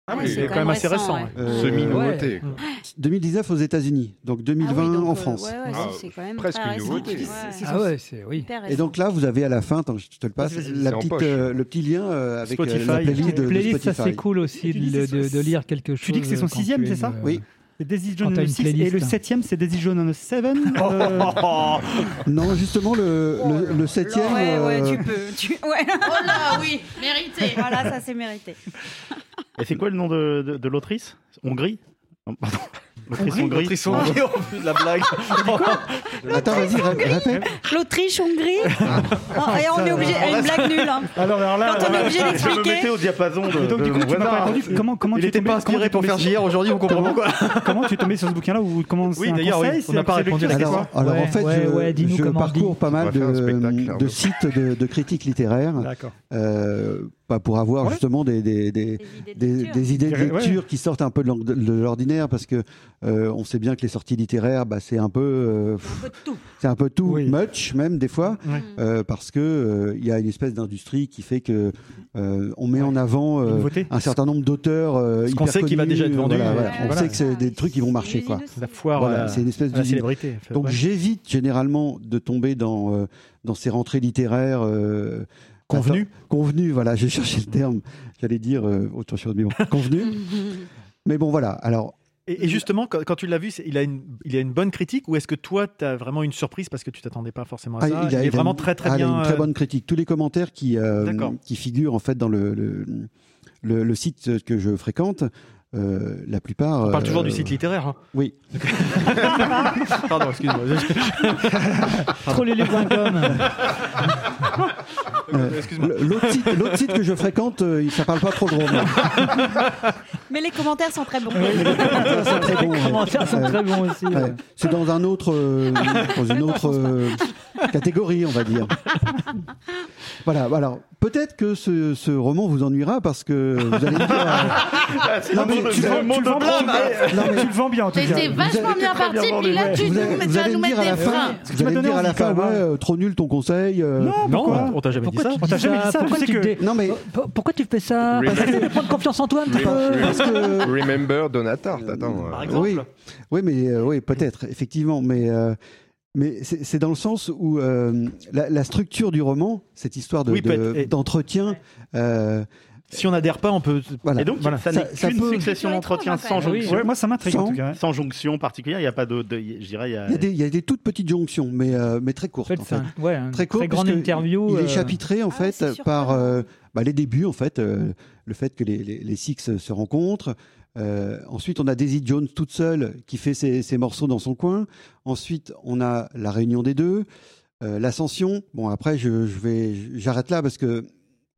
Speaker 9: Ah oui,
Speaker 4: Ouais,
Speaker 9: il
Speaker 4: c'est
Speaker 9: est quand même assez récent,
Speaker 4: ouais.
Speaker 3: Euh,
Speaker 7: Semi-nouveauté. quoi.
Speaker 3: 2019 aux États-Unis,
Speaker 4: Ah
Speaker 3: donc
Speaker 4: oui,
Speaker 3: 2020
Speaker 4: donc,
Speaker 3: en
Speaker 4: euh,
Speaker 3: France.
Speaker 4: ouais, ouais,
Speaker 7: Ah,
Speaker 4: c'est- c'est quand même
Speaker 7: presque
Speaker 4: très
Speaker 7: une
Speaker 4: récent.
Speaker 7: nouveauté.
Speaker 4: Ouais.
Speaker 1: Ah ouais, c'est oui.
Speaker 4: Hyper
Speaker 3: Et
Speaker 4: récent.
Speaker 3: donc là, vous avez à la fin, attends, je te le passe,
Speaker 5: Vas-y, vas-y.
Speaker 3: la
Speaker 7: Ah, C'est en
Speaker 3: petite,
Speaker 7: poche.
Speaker 3: euh, le petit lien euh, avec euh, la
Speaker 9: Spotify.
Speaker 3: playlist de, de
Speaker 1: Playlist, ça c'est
Speaker 3: Spotify.
Speaker 1: cool aussi
Speaker 5: Tu dis
Speaker 1: de,
Speaker 5: que c'est
Speaker 1: de-
Speaker 5: son-
Speaker 1: de lire quelque chose.
Speaker 5: Tu dis que c'est son
Speaker 1: quand tu
Speaker 5: sixième,
Speaker 1: es,
Speaker 5: c'est ça
Speaker 1: euh,
Speaker 3: Oui.
Speaker 5: C'est Daisy
Speaker 1: Quand
Speaker 5: Jones
Speaker 1: t'as
Speaker 5: le
Speaker 1: une
Speaker 5: 6 et
Speaker 1: playlist.
Speaker 5: le 7 c'est Daisy Jones 7.
Speaker 3: Non, justement le, le, le septième.
Speaker 4: Ouais, ouais,
Speaker 3: euh,
Speaker 4: tu peux. tu- ouais.
Speaker 2: Oh là, oui, mérité.
Speaker 4: voilà, ça c'est mérité.
Speaker 10: Et c'est quoi le nom de, de, de l'autrice Hongrie Non, Pardon. L'autrice
Speaker 9: Ils
Speaker 10: Hongrie.
Speaker 9: sont gris en plus de la blague.
Speaker 4: Ah,
Speaker 10: Oh,
Speaker 3: Attends, vas-y, ré- répète.
Speaker 4: L'Autriche-Hongrie. Oh, et on est obligé. Une blague nulle. hein.
Speaker 5: Alors, alors là,
Speaker 4: Quand on est obligé
Speaker 10: Je me mettais
Speaker 4: d'expliquer.
Speaker 10: au diapason de,
Speaker 5: Et donc,
Speaker 10: de
Speaker 5: du coup,
Speaker 10: mon
Speaker 5: tu m'as
Speaker 10: voisin.
Speaker 5: pas répondu. Comment, comment
Speaker 9: Il
Speaker 5: tu es
Speaker 9: était
Speaker 5: tombé-
Speaker 9: pas
Speaker 5: comment tu es
Speaker 9: inspiré pour
Speaker 5: tombé
Speaker 9: faire JR aujourd'hui, vous comprenez pourquoi.
Speaker 5: sur- Comment tu es tombé sur ce bouquin-là ou comment c'est un
Speaker 9: d'ailleurs, oui,
Speaker 5: conseil
Speaker 9: on
Speaker 5: c'est-
Speaker 9: n'a pas
Speaker 5: c'est
Speaker 9: répondu à la
Speaker 5: lecture,
Speaker 9: question.
Speaker 5: c'est
Speaker 3: Alors, alors en
Speaker 1: Ouais,
Speaker 3: fait,
Speaker 1: ouais,
Speaker 3: je,
Speaker 1: ouais, dis-nous
Speaker 3: je
Speaker 1: comment on
Speaker 3: parcours
Speaker 1: dit.
Speaker 3: pas mal
Speaker 7: On va faire un spectacle,
Speaker 3: de,
Speaker 7: Arnaud.
Speaker 3: de sites de, de critiques littéraires
Speaker 5: quoi D'accord.
Speaker 3: euh, bah, pour avoir
Speaker 5: Ouais.
Speaker 3: justement des, des, des, des, des idées de
Speaker 5: Ouais.
Speaker 3: lecture qui sortent un peu de l'ang- de l'ordinaire parce que euh, on sait bien que les sorties littéraires, bah, c'est un peu, euh, pff, c'est un peu tout
Speaker 5: Oui.
Speaker 3: much même des fois
Speaker 5: Ouais.
Speaker 3: euh, parce que euh, il y a une espèce d'industrie qui fait que euh, on met en avant euh,
Speaker 5: Une nouveauté.
Speaker 3: un certain nombre d'auteurs. euh,
Speaker 9: Ce qu'on
Speaker 3: hyper
Speaker 9: sait qui va
Speaker 3: connus,
Speaker 9: déjà être vendu,
Speaker 3: voilà,
Speaker 9: euh,
Speaker 3: voilà. On
Speaker 9: voilà.
Speaker 3: sait que c'est des trucs qui vont marcher quoi.
Speaker 9: La foire
Speaker 3: Voilà,
Speaker 9: à-
Speaker 3: c'est une espèce
Speaker 9: euh, à la
Speaker 3: d'usine.
Speaker 9: célébrité.
Speaker 3: Donc
Speaker 9: Ouais.
Speaker 3: j'évite généralement de tomber dans, euh, dans ces rentrées littéraires. euh,
Speaker 9: Convenues.
Speaker 3: attends, Convenues, voilà, j'ai cherché le terme. J'allais dire euh, autre chose, mais bon, convenues. mais bon, voilà, alors,
Speaker 9: Et, et justement, quand, quand tu l'as vu, c'est- il a, une, il a une bonne critique ou est-ce que toi, tu as vraiment une surprise parce que tu t'attendais pas forcément à
Speaker 3: ah,
Speaker 9: ça Il, est
Speaker 3: une-
Speaker 9: vraiment très très
Speaker 3: ah, il a
Speaker 9: bien.
Speaker 3: une très
Speaker 9: euh,
Speaker 3: bonne critique. Tous les commentaires qui, euh,
Speaker 9: D'accord.
Speaker 3: qui figurent en fait dans le, le, le- le site que je fréquente, euh, la plupart.
Speaker 9: On parle toujours du
Speaker 3: euh,
Speaker 9: site littéraire. hein.
Speaker 3: Oui.
Speaker 9: Pardon, excuse-moi.
Speaker 1: Trollulu.com.
Speaker 3: Euh, L'autre site, l'autre site que je fréquente, euh, il- ça parle pas trop de romans.
Speaker 4: Mais les commentaires sont très bons.
Speaker 3: Les commentaires sont très bons,
Speaker 1: Les
Speaker 3: ouais.
Speaker 1: commentaires sont
Speaker 3: Euh,
Speaker 1: très bons aussi.
Speaker 3: Ouais. C'est dans un autre, euh, dans une autre euh, catégorie, on va dire. Voilà. Alors peut-être que ce, ce roman vous ennuiera parce que vous allez me dire. euh,
Speaker 10: Non,
Speaker 3: mais
Speaker 10: mais
Speaker 3: tu
Speaker 10: c'est
Speaker 3: vas-
Speaker 10: un monde de hein. blague.
Speaker 5: Tu
Speaker 3: euh, non, mais
Speaker 5: le vends bien en tout cas.
Speaker 2: T'étais vachement bien parti, puis là, tu,
Speaker 3: vous
Speaker 2: nous,
Speaker 3: allez,
Speaker 2: tu
Speaker 3: vous
Speaker 2: vas
Speaker 3: allez
Speaker 2: nous
Speaker 3: me dire
Speaker 2: mettre
Speaker 3: à la
Speaker 2: des freins.
Speaker 3: fin.
Speaker 5: Parce que
Speaker 3: Vous
Speaker 5: tu m'as
Speaker 3: allez me
Speaker 5: donné
Speaker 3: dire à la
Speaker 5: envie,
Speaker 3: fin,
Speaker 5: quand
Speaker 3: ouais,
Speaker 5: même.
Speaker 3: euh, trop nul ton conseil. euh,
Speaker 5: Non,
Speaker 9: Non,
Speaker 5: pourquoi
Speaker 9: on t'a jamais dit
Speaker 1: Pourquoi
Speaker 9: ça.
Speaker 1: tu
Speaker 5: On t'a
Speaker 1: dis
Speaker 5: jamais
Speaker 1: ça
Speaker 5: dit ça, tu
Speaker 1: Pourquoi
Speaker 5: sais
Speaker 1: tu
Speaker 5: que-
Speaker 1: dé-
Speaker 3: Non mais
Speaker 1: P- Pourquoi tu fais ça
Speaker 7: Remake.
Speaker 1: Parce que de prendre confiance en toi un petit peu.
Speaker 3: parce que
Speaker 7: Remember Donata. Attends.
Speaker 9: Par
Speaker 7: euh,
Speaker 9: exemple.
Speaker 3: Oui, oui, mais euh, oui, peut-être, effectivement, mais. euh, mais c'est c'est dans le sens où euh, la, la structure du roman, cette histoire de-
Speaker 9: Oui, peut-être.
Speaker 3: de-
Speaker 9: Et-
Speaker 3: d'entretien, de,
Speaker 9: Si on n'adhère pas, on peut.
Speaker 3: Voilà.
Speaker 10: Et donc,
Speaker 9: Voilà.
Speaker 10: ça,
Speaker 3: Ça-
Speaker 10: n'est
Speaker 3: ça
Speaker 10: qu'une
Speaker 3: peut-
Speaker 10: succession d'entretiens sans
Speaker 5: Oui,
Speaker 10: jonction.
Speaker 5: ouais, moi ça m'intrigue en
Speaker 3: Sans-
Speaker 5: tout cas. hein.
Speaker 10: Sans jonction particulière, il n'y a pas de, de- je dirais, il y a,
Speaker 3: Il y, a des, il y a des toutes petites jonctions, mais, euh, mais très courtes.
Speaker 1: fait,
Speaker 3: en
Speaker 1: c'est
Speaker 3: fait.
Speaker 1: un- ouais, une
Speaker 3: Très court,
Speaker 1: grande
Speaker 3: puisque
Speaker 1: interview.
Speaker 3: Il est
Speaker 1: euh,
Speaker 3: chapitré en
Speaker 4: Ah ouais,
Speaker 3: fait
Speaker 4: c'est sûr.
Speaker 3: par euh, bah, les débuts en fait, euh, le fait que les, les- les six se rencontrent. Euh, ensuite, on a Daisy Jones toute seule qui fait ses, ses morceaux dans son coin. Ensuite, on a la réunion des deux, euh, l'ascension. Bon, après, je, je vais, j'arrête là parce que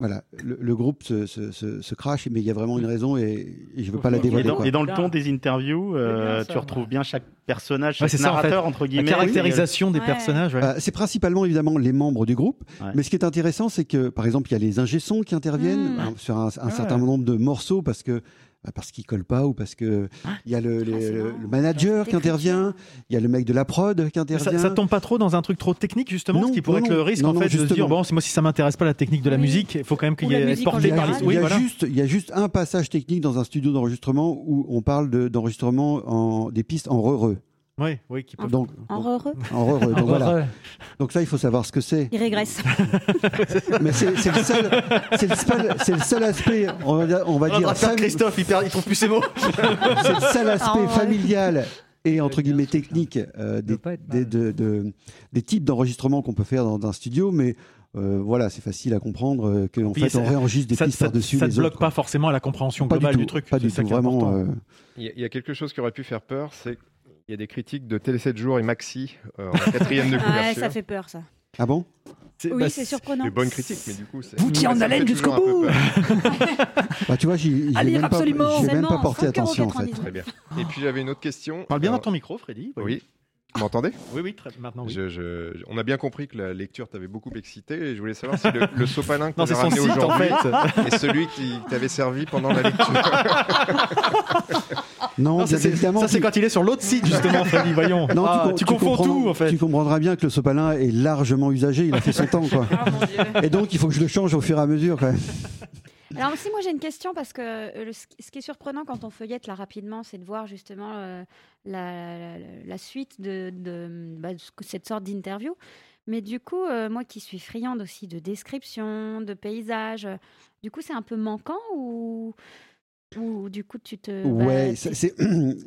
Speaker 3: voilà, le, le groupe se, se, se- se crache, mais il y a vraiment une raison et, et je veux pas la
Speaker 10: Et
Speaker 3: dévoiler.
Speaker 10: dans,
Speaker 3: quoi.
Speaker 10: et dans le ton des interviews, euh,
Speaker 1: bien ça,
Speaker 10: tu retrouves bien chaque personnage,
Speaker 9: Ouais,
Speaker 10: chaque
Speaker 9: c'est ça, en fait.
Speaker 10: narrateur, entre
Speaker 9: La
Speaker 10: guillemets.
Speaker 9: caractérisation des
Speaker 4: Ouais.
Speaker 9: personnages. ouais.
Speaker 3: Euh, c'est principalement évidemment les membres du groupe,
Speaker 10: Ouais.
Speaker 3: mais ce qui est intéressant, c'est que par exemple, il y a les ingé-sons qui interviennent
Speaker 4: Mm.
Speaker 3: hein, sur un, un certain nombre de morceaux parce que bah, parce qu'ils collent pas ou parce que il y a le, le-
Speaker 4: Ah, c'est
Speaker 3: le
Speaker 4: marrant.
Speaker 3: manager qui
Speaker 4: L'écriture.
Speaker 3: intervient, il y a le mec de la prod qui
Speaker 9: Mais
Speaker 3: intervient.
Speaker 9: Ça, ça tombe pas trop dans un truc trop technique justement,
Speaker 3: Non,
Speaker 9: ce qui pourrait
Speaker 3: non,
Speaker 9: être le
Speaker 3: non,
Speaker 9: risque
Speaker 3: non,
Speaker 9: en
Speaker 3: non,
Speaker 9: fait de se dire
Speaker 3: justement.
Speaker 9: bon, si moi si ça m'intéresse pas la technique de la
Speaker 4: Oui.
Speaker 9: musique, il faut quand même qu'il
Speaker 4: Ou
Speaker 9: y
Speaker 4: la
Speaker 9: ait
Speaker 4: musique en
Speaker 9: porté par
Speaker 4: général.
Speaker 9: les.
Speaker 3: il, y
Speaker 9: Oui,
Speaker 3: a
Speaker 9: voilà.
Speaker 3: juste, il y a juste un passage technique dans un studio d'enregistrement où on parle de- d'enregistrement en- des pistes en re-re.
Speaker 9: Oui, oui, qui peut-
Speaker 3: Donc,
Speaker 4: En
Speaker 3: donc,
Speaker 4: heureux,
Speaker 3: en re-re. Donc, voilà.
Speaker 1: heureux.
Speaker 3: Donc ça, il faut savoir ce que c'est.
Speaker 4: il régresse.
Speaker 3: Mais c'est c'est le, seul- c'est le, seul- c'est le seul aspect, on va, dire- on va
Speaker 9: Ah,
Speaker 3: dire, fam-
Speaker 7: Christophe, il, perd, il trouve plus ses mots.
Speaker 3: c'est le seul
Speaker 4: Ah
Speaker 3: aspect
Speaker 4: ouais.
Speaker 3: familial et entre
Speaker 1: Ouais, bien
Speaker 3: guillemets
Speaker 1: sûr, ça.
Speaker 3: technique euh, des,
Speaker 1: doit pas être
Speaker 3: des,
Speaker 1: mal.
Speaker 3: de- de- des types d'enregistrement qu'on peut faire dans, un studio, mais euh, voilà, c'est facile à comprendre euh, qu'en
Speaker 9: Puis
Speaker 3: fait
Speaker 9: ça-
Speaker 3: on réenregistre des
Speaker 9: ça,
Speaker 3: pistes
Speaker 9: ça-
Speaker 3: par-dessus
Speaker 9: ça
Speaker 3: les
Speaker 9: te bloque
Speaker 3: autres.
Speaker 9: pas forcément à la compréhension
Speaker 3: Pas
Speaker 9: globale
Speaker 3: du tout,
Speaker 9: du truc.
Speaker 3: pas du
Speaker 9: c'est ça
Speaker 3: tout,
Speaker 9: qui est important.
Speaker 3: vraiment. euh,
Speaker 7: Il y, a- il y a quelque chose qui aurait pu faire peur, c'est qu'il y a des critiques de Télé 7 jours et Maxi euh, en quatrième de
Speaker 4: Ouais,
Speaker 7: couverture.
Speaker 4: ça fait peur ça.
Speaker 3: Ah bon
Speaker 9: C'est-
Speaker 4: Oui,
Speaker 9: bah,
Speaker 4: c'est surprenant.
Speaker 7: Des bonnes critiques, mais du coup, c'est.
Speaker 1: Vous tiens en
Speaker 7: Ouais, ça
Speaker 1: haleine
Speaker 7: fait
Speaker 1: jusqu'au
Speaker 7: toujours un peu
Speaker 1: bout.
Speaker 7: peur.
Speaker 3: Bah tu vois, j'y j'y
Speaker 1: À
Speaker 3: ai
Speaker 1: lire
Speaker 3: même pas,
Speaker 1: absolument.
Speaker 3: j'y ai même pas
Speaker 4: Seulement,
Speaker 3: porté
Speaker 4: 5,99
Speaker 3: attention en fait.
Speaker 7: Très bien. Et puis j'avais une autre question.
Speaker 9: Parle bien dans
Speaker 7: Alors,
Speaker 9: ton micro, Freddy.
Speaker 7: Oui. Vous m'entendez
Speaker 9: oui, oui, très- maintenant oui.
Speaker 7: Je- je- On a bien compris que la lecture t'avait beaucoup excité et je voulais savoir si le, le sopalin qu'on
Speaker 9: Non,
Speaker 7: a
Speaker 9: c'est son
Speaker 7: ramené
Speaker 9: site en
Speaker 7: aujourd'hui
Speaker 9: fait.
Speaker 7: est celui qui t'avait servi pendant la lecture.
Speaker 3: Non,
Speaker 9: Non,
Speaker 3: bien
Speaker 9: ça, c'est-
Speaker 3: évidemment.
Speaker 9: ça, c'est
Speaker 3: tu-
Speaker 9: quand il est sur l'autre site justement, Freddy. Voyons.
Speaker 3: non,
Speaker 9: Ah,
Speaker 3: com-
Speaker 9: tu, confonds
Speaker 3: comprendras-
Speaker 9: tout en fait.
Speaker 3: Tu comprendras bien que le sopalin est largement usagé, il a fait son temps quoi.
Speaker 4: Ah,
Speaker 3: Et donc il faut que je le change au fur et à mesure quand même.
Speaker 4: Alors aussi, moi j'ai une question parce que euh, le- ce qui- ce qui est surprenant quand on feuillette là rapidement, c'est de voir justement euh, la, la- la- la suite de, de, bah, de ce- cette sorte d'interview. Mais du coup, euh, moi qui suis friande aussi de descriptions, de paysages, euh, du coup c'est un peu manquant ou, ou du coup tu te... bah,
Speaker 3: Ouais,
Speaker 4: t'es-
Speaker 3: c'est- c'est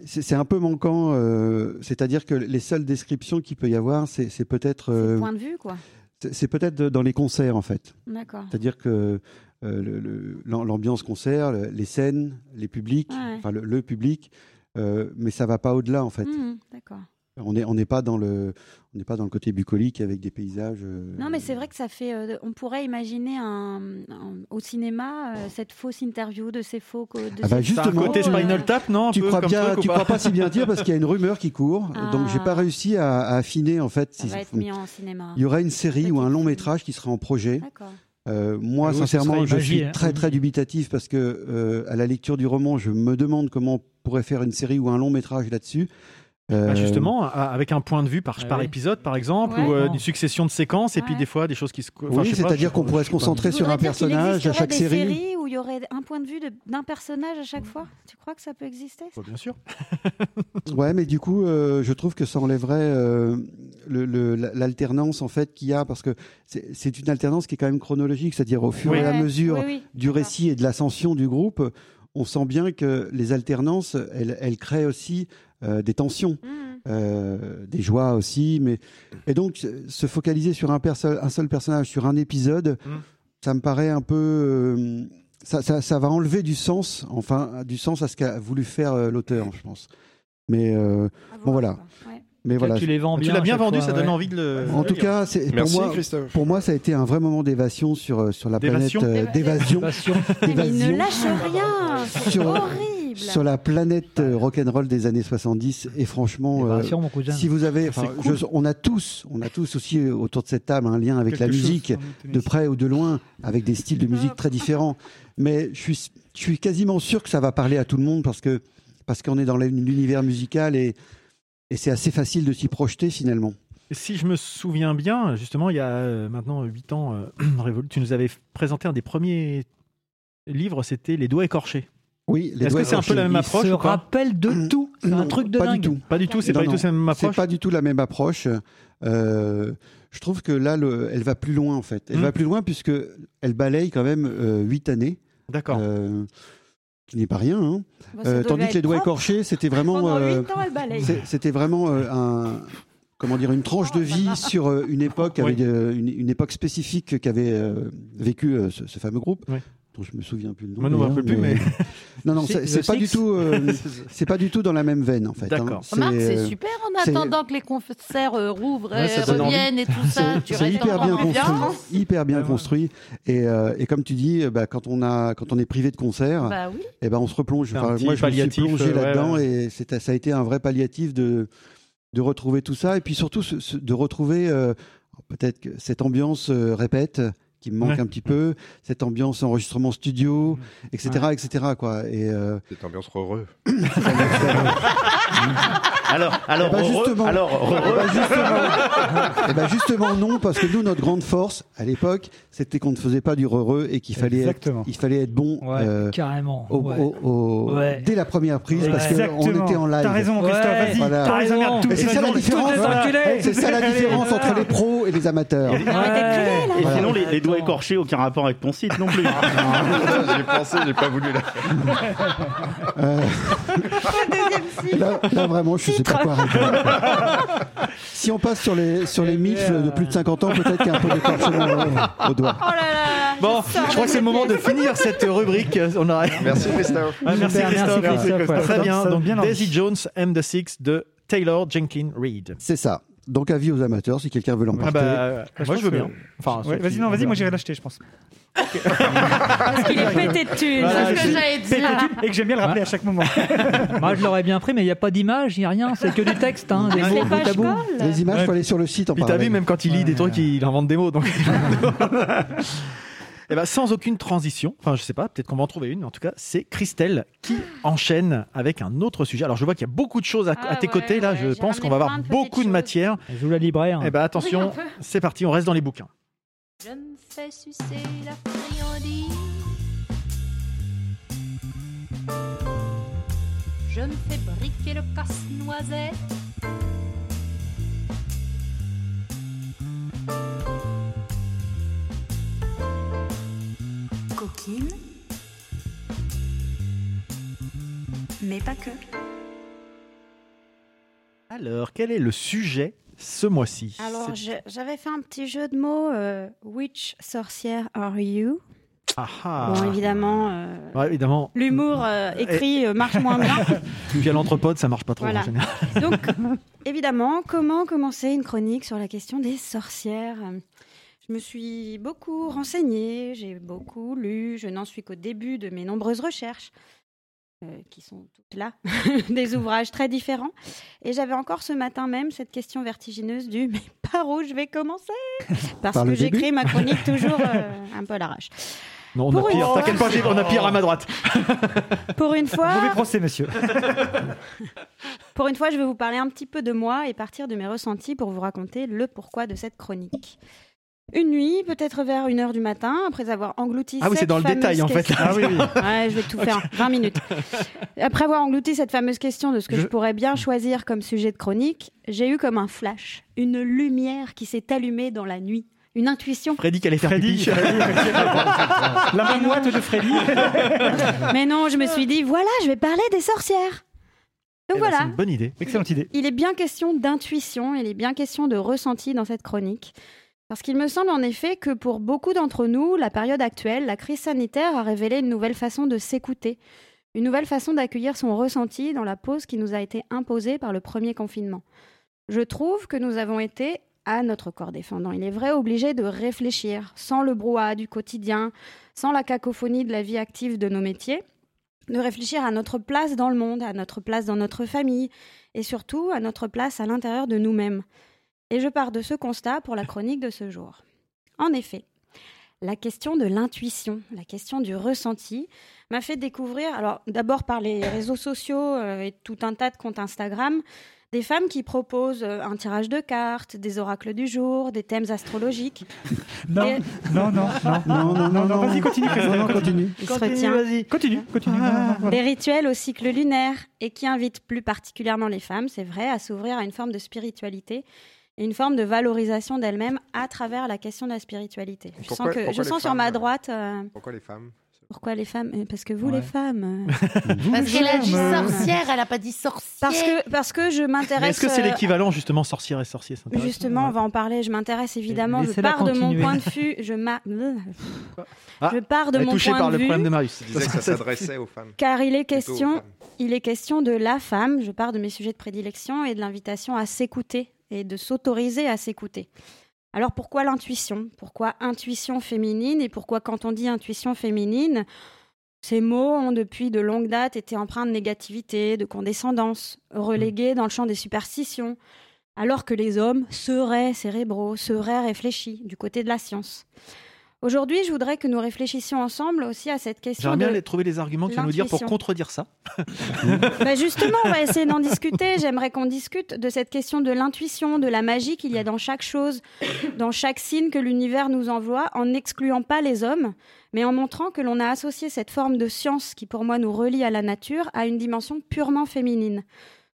Speaker 3: c'est- c'est un peu manquant. euh, C'est-à-dire que les seules descriptions qu'il peut y avoir, c'est c'est peut-être
Speaker 4: c'est le
Speaker 3: euh,
Speaker 4: point de vue quoi.
Speaker 3: c'est c'est peut-être dans les concerts en fait.
Speaker 4: D'accord.
Speaker 3: C'est-à-dire que euh, le- le- l'am- l'ambiance concert, le- les scènes, les publics,
Speaker 4: Ouais.
Speaker 3: enfin le, le public, euh, mais ça va pas au-delà en fait. Euh,
Speaker 4: Mhm, D'accord.
Speaker 3: On n'est on n'est pas dans le on n'est pas dans le côté bucolique avec des paysages. euh,
Speaker 4: Non, mais c'est vrai que ça fait. euh, on pourrait imaginer un, un- au cinéma euh, cette fausse interview de ces faux. euh, co- De ces-
Speaker 3: Ah bah,
Speaker 9: T'as un
Speaker 3: justement,
Speaker 9: côté Spinal Tap, non un
Speaker 3: Tu
Speaker 9: peu
Speaker 3: crois
Speaker 9: comme
Speaker 3: bien,
Speaker 9: truc, ou
Speaker 3: tu
Speaker 9: pas
Speaker 3: crois pas si bien dire parce qu'il y a une rumeur qui court,
Speaker 4: Ah.
Speaker 3: donc j'ai pas réussi à, à affiner en fait.
Speaker 4: ça
Speaker 3: si-
Speaker 4: va être mis en cinéma.
Speaker 3: Il y aurait une série
Speaker 4: Peut-être.
Speaker 3: ou un long métrage qui serait en projet.
Speaker 4: D'accord.
Speaker 3: Euh, moi,
Speaker 1: Ah oui, ce
Speaker 3: sincèrement,
Speaker 1: serait
Speaker 3: je
Speaker 1: imagé,
Speaker 3: suis
Speaker 1: hein.
Speaker 3: très très dubitatif parce que euh, à la lecture du roman, je me demande comment on pourrait faire une série ou un long métrage là-dessus. Euh,
Speaker 9: Bah, justement, à- avec un point de vue par,
Speaker 1: Ah
Speaker 9: par
Speaker 1: oui.
Speaker 9: épisode, par exemple,
Speaker 4: Ouais.
Speaker 9: ou euh, une succession de séquences, et puis
Speaker 4: Ouais.
Speaker 9: des fois des choses qui se. cou- enfin, je
Speaker 3: oui,
Speaker 9: sais pas,
Speaker 3: c'est-à-dire
Speaker 9: je-
Speaker 3: qu'on pourrait se
Speaker 9: je sais pas.
Speaker 3: concentrer
Speaker 4: Tu
Speaker 3: sur
Speaker 4: voudrais
Speaker 3: un
Speaker 4: dire qu'il
Speaker 3: personnage à
Speaker 4: existerait
Speaker 3: chaque
Speaker 4: des
Speaker 3: série.
Speaker 4: séries où il y aurait un point de vue de- d'un personnage à chaque fois. Tu crois que ça peut exister
Speaker 9: Bah, bien sûr.
Speaker 3: Ouais, mais du coup, euh, je trouve que ça enlèverait euh, le- le- la- l'alternance en fait qu'il y a parce que c'est c'est une alternance qui est quand même chronologique, c'est-à-dire au fur
Speaker 9: Oui.
Speaker 3: et à
Speaker 4: Ouais,
Speaker 3: mesure
Speaker 4: oui, oui,
Speaker 3: du
Speaker 4: d'accord.
Speaker 3: récit et de l'ascension du groupe, on sent bien que les alternances, elles, elles créent aussi euh, des tensions.
Speaker 4: Mhm.
Speaker 3: euh, des joies aussi, mais et donc se- se focaliser sur un, perso- un seul personnage, sur un épisode,
Speaker 9: Mm.
Speaker 3: ça me paraît un peu euh, ça, ça, ça va enlever du sens, enfin du sens à ce qu'a voulu faire euh, l'auteur, je pense. Mais euh,
Speaker 4: À voir,
Speaker 3: Bon, voilà.
Speaker 4: quoi. Ouais.
Speaker 3: mais voilà.
Speaker 1: Tu les vends bien.
Speaker 9: tu l'as bien
Speaker 1: à chaque
Speaker 9: vendu,
Speaker 1: fois,
Speaker 9: ça donne
Speaker 1: ouais.
Speaker 9: envie de le.
Speaker 3: En tout cas, c'est pour
Speaker 7: Merci
Speaker 3: moi.
Speaker 7: Christophe.
Speaker 3: Pour moi, ça a été un vrai moment d'évasion sur euh, sur la planète
Speaker 9: D'évasion
Speaker 3: euh, d'évasion
Speaker 1: Passion.
Speaker 4: Eh Mais, mais il ne
Speaker 3: d'évasion
Speaker 4: lâche rien. C'est
Speaker 3: Sur-
Speaker 4: horrible.
Speaker 3: sur la planète euh, rock'n'roll des années 70 et franchement euh,
Speaker 1: Passion, mon cousin.
Speaker 3: si vous avez enfin,
Speaker 9: C'est cool.
Speaker 3: je- on a tous on a tous aussi euh, autour de cette table un lien avec la
Speaker 5: Quelque chose
Speaker 3: musique
Speaker 5: en
Speaker 3: de
Speaker 5: Tennessee.
Speaker 3: près ou de loin, avec des styles de musique très différents. Mais je suis, je suis quasiment sûr que ça va parler à tout le monde parce que parce qu'on est dans l'univers musical et, et c'est assez facile de s'y projeter finalement.
Speaker 9: Si je me souviens bien, justement, il y a euh, maintenant 8 ans, euh, Révolte, tu nous avais f- présenté un des premiers livres, c'était Les doigts écorchés.
Speaker 3: Oui, les
Speaker 9: Est-ce
Speaker 3: doigts
Speaker 9: que c'est un peu
Speaker 3: écorchés.
Speaker 9: la même
Speaker 1: Il
Speaker 9: approche
Speaker 1: se
Speaker 9: ou pas
Speaker 1: rappelle
Speaker 9: Mm.
Speaker 1: de tout. C'est un truc de
Speaker 3: pas
Speaker 1: dingue.
Speaker 3: du tout.
Speaker 9: Pas du tout, c'est
Speaker 3: Non,
Speaker 9: pas du
Speaker 3: non,
Speaker 9: tout la même
Speaker 3: C'est
Speaker 9: approche.
Speaker 3: pas du tout la même approche. Euh, je trouve que là, le- elle va plus loin en fait. Elle
Speaker 9: Hmm.
Speaker 3: va plus loin puisque elle balaye quand même euh, huit années
Speaker 9: D'accord.
Speaker 3: euh, qui n'est pas rien. hein.
Speaker 4: Bon, Bah,
Speaker 3: Euh,
Speaker 4: ça
Speaker 3: tandis
Speaker 4: devait
Speaker 3: que les
Speaker 4: être
Speaker 3: doigts
Speaker 4: propre.
Speaker 3: écorchés, c'était vraiment,
Speaker 4: Pendant
Speaker 3: euh,
Speaker 4: 8 ans, elle balaye.
Speaker 3: c'est- c'était vraiment euh, un, comment dire, une tranche
Speaker 4: Oh,
Speaker 3: de vie sur euh, une époque,
Speaker 9: Oui.
Speaker 3: avec, euh, une, une époque spécifique qu'avait euh, vécu euh, ce, ce fameux groupe.
Speaker 9: Oui.
Speaker 3: dont je me souviens plus le nom.
Speaker 9: Moi, non, je me
Speaker 3: d'ailleurs,
Speaker 9: rappelle plus, mais-
Speaker 3: non, non,
Speaker 9: Si,
Speaker 3: c'est
Speaker 9: The
Speaker 3: c'est pas
Speaker 9: Six.
Speaker 3: du tout, euh, c'est pas du tout dans la même veine en fait.
Speaker 9: D'accord.
Speaker 2: Remarque,
Speaker 3: euh,
Speaker 2: c'est super en
Speaker 3: c'est-
Speaker 2: attendant que les concerts euh, rouvrent
Speaker 9: Ouais,
Speaker 2: et
Speaker 9: ça donne
Speaker 2: reviennent et tout ça.
Speaker 3: C'est
Speaker 2: Tu
Speaker 3: c'est
Speaker 2: restes
Speaker 3: hyper
Speaker 2: encore
Speaker 3: bien
Speaker 2: en
Speaker 3: construit,
Speaker 2: ambiance.
Speaker 3: hyper bien
Speaker 5: Ouais, ouais.
Speaker 3: construit. Et, euh, et comme tu dis, euh, bah, quand on a, quand on est privé de concert,
Speaker 2: Bah oui.
Speaker 3: eh ben on se replonge.
Speaker 9: C'est un
Speaker 3: Enfin,
Speaker 9: petit
Speaker 3: moi, je me suis
Speaker 9: palliatif,
Speaker 3: plongé
Speaker 9: euh, ouais,
Speaker 3: là-dedans et c'est- ça a été un vrai palliatif de de retrouver tout ça et puis surtout ce- ce- de retrouver euh, peut-être que cette ambiance euh, répète qui me manque
Speaker 9: Ouais.
Speaker 3: un petit peu, cette ambiance enregistrement studio, etc., etc. Quoi. Et euh,
Speaker 7: Cette ambiance heureux.
Speaker 10: Alors, alors,
Speaker 3: Eh ben,
Speaker 10: heureux,
Speaker 3: justement.
Speaker 10: alors, heureux.
Speaker 3: Bah, justement, Eh ben, justement, non, parce que nous, notre grande force à l'époque, c'était qu'on ne faisait pas du heureux et qu'il fallait, être,
Speaker 5: Exactement.
Speaker 3: il fallait être bon
Speaker 1: Ouais,
Speaker 3: euh,
Speaker 1: carrément.
Speaker 3: au-
Speaker 1: ouais.
Speaker 3: au- au-
Speaker 1: Ouais.
Speaker 3: dès la première prise, parce
Speaker 5: Exactement.
Speaker 3: qu'on était en live.
Speaker 5: T'as raison, Christophe,
Speaker 1: Ouais.
Speaker 5: vas-y.
Speaker 3: Voilà.
Speaker 5: T'as raison, merde,
Speaker 1: Mais
Speaker 5: tout
Speaker 3: c'est
Speaker 5: les
Speaker 3: ça, la
Speaker 5: gens-
Speaker 3: différence.
Speaker 5: Voilà.
Speaker 1: Enculé.
Speaker 3: C'est ça la
Speaker 5: Allez,
Speaker 3: différence
Speaker 5: voilà.
Speaker 3: entre les pros et les amateurs.
Speaker 1: Ouais.
Speaker 10: Et
Speaker 3: Voilà.
Speaker 10: sinon, les, les doigts
Speaker 1: Attends.
Speaker 10: écorchés, aucun rapport avec ton site non plus.
Speaker 7: j'ai pensé, j'ai pas voulu là.
Speaker 3: Euh, Là, là, vraiment, je sais pas quoi répondre. si on passe sur les, sur les
Speaker 1: Eh
Speaker 3: mifs
Speaker 1: bien.
Speaker 3: de plus de 50 ans, peut-être qu'il y a un peu d'écorchement au- au doigt.
Speaker 4: Oh là là.
Speaker 9: Bon,
Speaker 4: sors
Speaker 9: je crois
Speaker 4: de
Speaker 9: que c'est le moment de finir cette rubrique. euh, On aura...
Speaker 7: Merci Christophe.
Speaker 9: Ah, merci,
Speaker 1: Super, merci,
Speaker 9: Christophe.
Speaker 1: Christophe, ouais.
Speaker 9: Très bien.
Speaker 5: Ça donne
Speaker 9: Donc,
Speaker 5: bien envie.
Speaker 9: Daisy Jones and the Six de Taylor Jenkins Reid.
Speaker 3: C'est ça. Donc, avis aux amateurs, si quelqu'un veut l'emporter.
Speaker 9: Ah bah, moi, je veux
Speaker 5: que-
Speaker 9: bien. Enfin,
Speaker 5: Ouais,
Speaker 9: sauf
Speaker 5: vas-y,
Speaker 9: si-
Speaker 5: non, vas-y, moi j'irai l'acheter, je pense.
Speaker 4: Parce qu'il est pété de thunes.
Speaker 9: Voilà,
Speaker 2: C'est ce que j'allais dire.
Speaker 5: Et que j'aime bien le rappeler à chaque moment.
Speaker 1: Moi, je l'aurais bien pris, mais il n'y a pas d'image, il n'y a rien, c'est que du texte, hein, des mots
Speaker 4: Les
Speaker 1: bout à
Speaker 4: pages
Speaker 1: bout.
Speaker 4: collent.
Speaker 3: Les images, il
Speaker 9: Ouais.
Speaker 3: faut aller sur le site en
Speaker 9: Puis t'as vu,
Speaker 3: parallèle.
Speaker 9: même quand il lit des trucs, il invente des mots. Donc... Et ben, sans aucune transition, enfin je sais pas, peut-être qu'on va en trouver une, mais en tout cas, c'est Christelle qui enchaîne avec un autre sujet. Alors je vois qu'il y a beaucoup de choses à, à
Speaker 4: Ah
Speaker 9: tes
Speaker 4: ouais,
Speaker 9: côtés là,
Speaker 4: ouais,
Speaker 9: je
Speaker 4: j'ai
Speaker 9: pense qu'on va
Speaker 4: ramené
Speaker 9: avoir
Speaker 4: plein de
Speaker 9: beaucoup
Speaker 4: petites
Speaker 9: de
Speaker 4: choses.
Speaker 9: matière.
Speaker 1: Je vous la libraire.
Speaker 9: Et ben
Speaker 4: Oui, un
Speaker 9: attention,
Speaker 4: peu.
Speaker 9: c'est parti, on reste dans les bouquins.
Speaker 11: Je me fais sucer la friandise. Je me fais briquer le casse-noisette.
Speaker 6: Coquine. Mais pas que.
Speaker 9: Alors, quel est le sujet ce mois-ci
Speaker 4: Alors,
Speaker 9: C'est-
Speaker 4: je- j'avais fait un petit jeu de mots. euh, which sorcière are you
Speaker 9: Ah, ah.
Speaker 4: Bon, évidemment, euh,
Speaker 9: Ouais, évidemment.
Speaker 4: l'humour euh, écrit euh, marche moins bien.
Speaker 9: Via l'entrepôt, ça marche pas trop
Speaker 4: Voilà.
Speaker 9: en général.
Speaker 4: Donc, évidemment, comment commencer une chronique sur la question des sorcières Je me suis beaucoup renseignée, j'ai beaucoup lu, je n'en suis qu'au début de mes nombreuses recherches, euh, qui sont toutes là, des ouvrages très différents. Et j'avais encore ce matin même cette question vertigineuse du mais par où je vais commencer Parce
Speaker 3: Par le
Speaker 4: que
Speaker 3: début
Speaker 4: j'écris ma chronique toujours euh, un peu à l'arrache.
Speaker 9: Non, on a
Speaker 4: Pour une
Speaker 9: pire.
Speaker 4: fois,
Speaker 9: T'inquiète pas, j'ai- on a pire à ma droite.
Speaker 4: Pour une fois,
Speaker 5: Mauvais procès, monsieur.
Speaker 4: Pour une fois, je vais vous parler un petit peu de moi et partir de mes ressentis pour vous raconter le pourquoi de cette chronique. Une nuit, peut-être vers 1h du matin, après avoir englouti
Speaker 9: Ah oui, c'est
Speaker 4: cette
Speaker 9: dans le
Speaker 4: fameuse
Speaker 9: détail en fait.
Speaker 4: question-
Speaker 9: Ah oui, oui.
Speaker 4: Ouais, je vais tout faire, 20 minutes. Après avoir englouti cette fameuse question de ce que je,
Speaker 9: Je-
Speaker 4: pourrais bien choisir comme sujet de chronique, j'ai eu comme un flash, une lumière qui s'est allumée dans la nuit, une intuition.
Speaker 9: Freddy qui allait faire
Speaker 5: Freddy,
Speaker 9: pipi.
Speaker 5: Freddy. la mamouette de Freddy.
Speaker 4: Mais non, je me suis dit, voilà, je vais parler des sorcières. Donc
Speaker 9: Eh ben, C'est
Speaker 4: voilà,
Speaker 9: une bonne idée.
Speaker 5: Excellente idée.
Speaker 4: Il est bien question d'intuition, il est bien question de ressenti dans cette chronique. Parce qu'il me semble en effet que pour beaucoup d'entre nous, la période actuelle, la crise sanitaire a révélé une nouvelle façon de s'écouter, une nouvelle façon d'accueillir son ressenti dans la pause qui nous a été imposée par le premier confinement. Je trouve que nous avons été, à notre corps défendant, il est vrai, obligés de réfléchir, sans le brouhaha du quotidien, sans la cacophonie de la vie active de nos métiers, de réfléchir à notre place dans le monde, à notre place dans notre famille, et surtout à notre place à l'intérieur de nous-mêmes. Et je pars de ce constat pour la chronique de ce jour. En effet, la question de l'intuition, la question du ressenti, m'a fait découvrir, alors d'abord par les réseaux sociaux euh, et tout un tas de comptes Instagram, des femmes qui proposent euh, un tirage de cartes, des oracles du jour, des thèmes astrologiques.
Speaker 5: Non,
Speaker 4: Et-
Speaker 5: non, non, non.
Speaker 3: Non, non, non, non.
Speaker 5: Vas-y, continue, Christelle.
Speaker 3: Non, non, continue.
Speaker 4: Il se retient.
Speaker 5: Vas-y, continue, continue. Non, non, voilà.
Speaker 4: Des rituels au cycle lunaire et qui invitent plus particulièrement les femmes, c'est vrai, à s'ouvrir à une forme de spiritualité et une forme de valorisation d'elles-mêmes à travers la question de la spiritualité. Je
Speaker 7: Pourquoi-
Speaker 4: sens, que, je
Speaker 7: pourquoi les
Speaker 4: sens sur ma
Speaker 7: femmes
Speaker 4: droite euh,
Speaker 7: Pourquoi les femmes
Speaker 4: Pourquoi les femmes Euh, Parce que vous, les femmes. euh.
Speaker 2: Parce qu'elle a dit
Speaker 4: femmes.
Speaker 2: sorcière, elle a pas dit sorcière.
Speaker 4: Parce que, parce que je
Speaker 9: Mais
Speaker 4: m'intéresse.
Speaker 9: Est-ce que c'est
Speaker 4: euh,
Speaker 9: l'équivalent justement sorcière et sorcier c'est intéressant.
Speaker 4: Justement, on va en parler. Je m'intéresse évidemment. Je
Speaker 9: Laissez-la
Speaker 4: pars de mon
Speaker 9: continuer.
Speaker 4: point de vue. Je, m'a-
Speaker 9: Ah,
Speaker 4: je pars de
Speaker 9: elle est
Speaker 4: mon
Speaker 9: touchée
Speaker 4: point
Speaker 9: par
Speaker 4: de
Speaker 9: le
Speaker 4: vue.
Speaker 9: problème de Marius.
Speaker 7: Tu disais que ça s'adressait aux femmes.
Speaker 4: Car il est
Speaker 7: Plutôt aux
Speaker 4: question,
Speaker 7: femmes.
Speaker 4: il est question de la femme. Je pars de mes sujets de prédilection et de l'invitation à s'écouter et de s'autoriser à s'écouter. Alors pourquoi l'intuition Pourquoi intuition féminine Et pourquoi quand on dit intuition féminine, ces mots ont depuis de longues dates été empreints de négativité, de condescendance,
Speaker 9: Hmm.
Speaker 4: relégués dans le champ des superstitions, alors que les hommes seraient cérébraux, seraient réfléchis du côté de la science. Aujourd'hui, je voudrais que nous réfléchissions ensemble aussi à cette question.
Speaker 9: J'aimerais bien
Speaker 4: de-
Speaker 9: les- trouver les arguments qui vont nous dire pour
Speaker 4: l'intuition.
Speaker 9: contredire ça.
Speaker 4: Bah, justement, on va essayer d'en discuter. J'aimerais qu'on discute de cette question de l'intuition, de la magie qu'il y a dans chaque chose, dans chaque signe que l'univers nous envoie, en n'excluant pas les hommes, mais en montrant que l'on a associé cette forme de science qui, pour moi, nous relie à la nature, à une dimension purement féminine.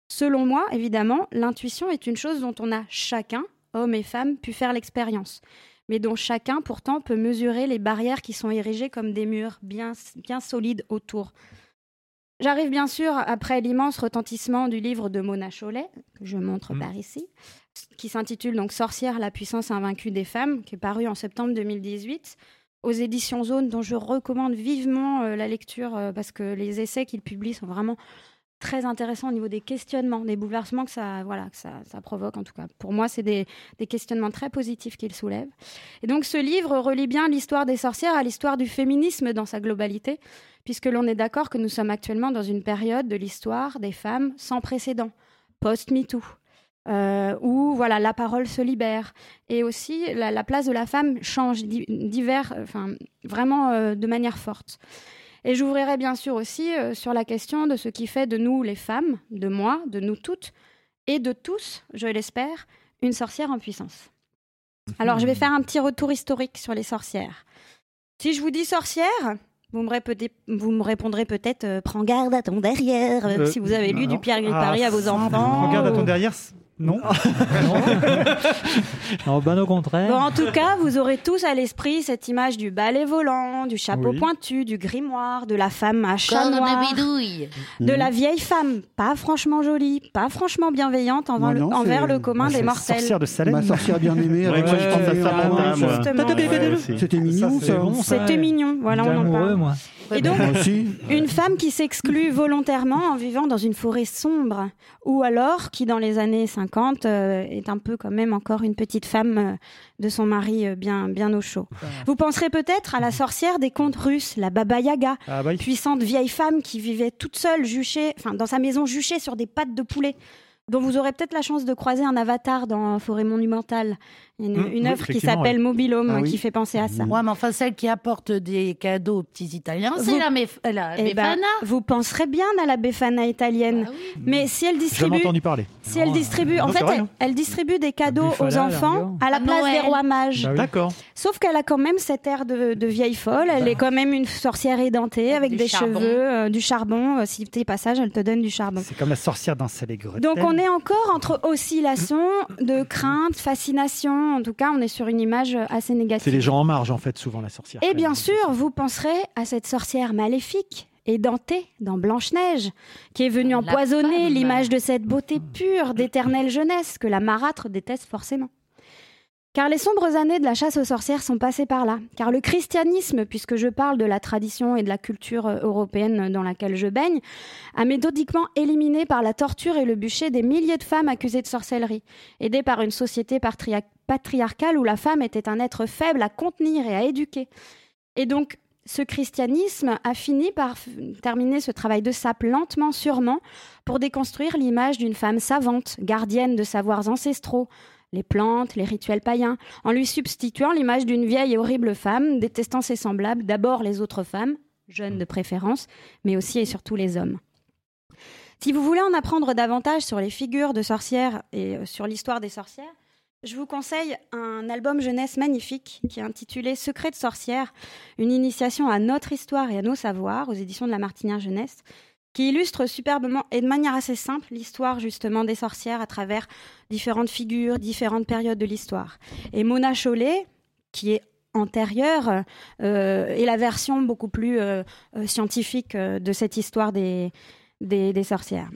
Speaker 4: Selon moi, évidemment, l'intuition est une chose dont on a chacun, hommes et femmes, pu faire l'expérience, mais dont chacun pourtant peut mesurer les barrières qui sont érigées comme des murs bien, bien solides autour. J'arrive bien sûr après l'immense retentissement du livre de Mona Chollet, que je montre
Speaker 6: Mhm.
Speaker 4: par ici, qui s'intitule donc Sorcière, la puissance invaincue des femmes, qui est paru en septembre 2018 aux éditions Zone, dont je recommande vivement euh, la lecture euh, parce que les essais qu'il publie sont vraiment très intéressants au niveau des questionnements, des bouleversements que ça, voilà, que ça, ça provoque en tout cas. Pour moi, c'est des, des questionnements très positifs qu'il soulève. Et donc ce livre relie bien l'histoire des sorcières à l'histoire du féminisme dans sa globalité, puisque l'on est d'accord que nous sommes actuellement dans une période de l'histoire des femmes sans précédent, post-MeToo. Euh, où voilà la parole se libère et aussi la, la place de la femme change di- divers, euh, enfin vraiment euh, de manière forte. Et j'ouvrirai bien sûr aussi euh, sur la question de ce qui fait de nous les femmes, de moi, de nous toutes et de tous, je l'espère, une sorcière en puissance. Alors
Speaker 5: Mhm.
Speaker 4: je vais faire un petit retour historique sur les sorcières. Si je vous dis sorcière, vous me, répétez- vous me répondrez peut-être euh, prends garde à ton derrière euh,
Speaker 5: Euh,
Speaker 4: si vous avez lu
Speaker 5: non.
Speaker 4: du Pierre
Speaker 5: Ah,
Speaker 4: Gripari à vos
Speaker 5: ça,
Speaker 4: enfants.
Speaker 5: Regarde à ton
Speaker 4: ou-
Speaker 5: derrière, c'est- non.
Speaker 1: Non, ben au contraire.
Speaker 4: Bon, en tout cas, vous aurez tous à l'esprit cette image du balai volant, du chapeau
Speaker 1: Oui.
Speaker 4: pointu, du grimoire, de la femme à chat
Speaker 2: Corne de
Speaker 4: noir,
Speaker 2: bidouille.
Speaker 4: de
Speaker 2: Mhm.
Speaker 3: Mm.
Speaker 4: la vieille femme, pas franchement jolie, pas franchement bienveillante envers,
Speaker 3: Moi,
Speaker 4: le-
Speaker 3: non, c'est-
Speaker 4: envers le commun
Speaker 3: moi,
Speaker 4: des
Speaker 3: c'est
Speaker 4: mortels.
Speaker 3: sorcière de Salem. Ma sorcière bien aimée, avec moi, je pense à Samantha, moi.
Speaker 4: euh,
Speaker 3: Justement. euh, C'était mignon, ça.
Speaker 4: C'était mignon, voilà, on en parle.
Speaker 1: moi.
Speaker 4: Et donc,
Speaker 3: Moi aussi.
Speaker 4: une femme qui s'exclut volontairement en vivant dans une forêt sombre, ou alors qui, dans les années 50, euh, est un peu quand même encore une petite femme euh, de son mari euh, bien, bien au chaud. Vous penserez peut-être à la sorcière des contes russes, la Baba Yaga,
Speaker 5: Ah bah oui.
Speaker 4: puissante vieille femme qui vivait toute seule, juchée, enfin, dans sa maison juchée sur des pattes de poulet dont vous aurez peut-être la chance de croiser un avatar dans Forêt monumentale, une,
Speaker 2: Mmh,
Speaker 4: une
Speaker 2: oui,
Speaker 4: œuvre qui
Speaker 2: effectivement,
Speaker 4: s'appelle
Speaker 2: ouais.
Speaker 4: Mobile Home,
Speaker 2: Ah oui.
Speaker 4: qui fait penser à ça.
Speaker 9: Mm.
Speaker 2: Ouais, mais enfin, celle
Speaker 9: Bah
Speaker 2: qui apporte des cadeaux aux petits Italiens,
Speaker 4: Vous-
Speaker 2: c'est la, méf- la
Speaker 4: Eh ben,
Speaker 2: Befana.
Speaker 4: vous penserez bien à la Befana italienne. Mais si elle distribue.
Speaker 9: Jamais entendu parler.
Speaker 4: Si elle distribue. En
Speaker 9: Non,
Speaker 4: fait,
Speaker 9: c'est vrai,
Speaker 4: elle,
Speaker 9: hein.
Speaker 4: elle distribue des cadeaux
Speaker 9: Bufala,
Speaker 4: aux enfants
Speaker 9: l'argot.
Speaker 4: à la
Speaker 2: À
Speaker 4: place
Speaker 2: Noël.
Speaker 4: des rois mages.
Speaker 9: Bah D'accord. Bah.
Speaker 4: Sauf qu'elle a quand même cette air de, de vieille folle. Elle est quand même une sorcière édentée avec
Speaker 5: du
Speaker 4: des
Speaker 5: charbon.
Speaker 4: cheveux, euh, du charbon. Euh, si t'es passage, elle te donne du charbon.
Speaker 5: C'est comme la sorcière dans Salé Gretel.
Speaker 4: Donc on est encore entre oscillation de crainte, fascination. En tout cas, on est sur une image assez négative.
Speaker 9: C'est les gens en marge en fait souvent la sorcière.
Speaker 4: Et Eh bien sûr, vous penserez à cette sorcière maléfique et dentée dans Blanche-Neige, qui est venue empoisonner l'image de cette beauté pure d'éternelle jeunesse que la marâtre déteste forcément. Car les sombres années de la chasse aux sorcières sont passées par là. Car le christianisme, puisque je parle de la tradition et de la culture euh, européenne dans laquelle je baigne, a méthodiquement éliminé par la torture et le bûcher des milliers de femmes accusées de sorcellerie, aidées par une société patria- patriarcale où la femme était un être faible à contenir et à éduquer. Et donc, ce christianisme a fini par f- terminer ce travail de sape lentement, sûrement, pour déconstruire l'image d'une femme savante, gardienne de savoirs ancestraux, les plantes, les rituels païens, en lui substituant l'image d'une vieille et horrible femme, détestant ses semblables, d'abord les autres femmes, jeunes de préférence, mais aussi et surtout les hommes. Si vous voulez en apprendre davantage sur les figures de sorcières et euh, sur l'histoire des sorcières, je vous conseille un album jeunesse magnifique qui est intitulé Secrets de sorcières, une initiation à notre histoire et à nos savoirs aux éditions de la Martinière Jeunesse, qui illustre superbement et de manière assez simple l'histoire justement des sorcières à travers différentes figures, différentes périodes de l'histoire. Et Mona Chollet, qui est antérieure euh, et la version beaucoup plus euh, euh, scientifique euh, de cette histoire des, des, des sorcières.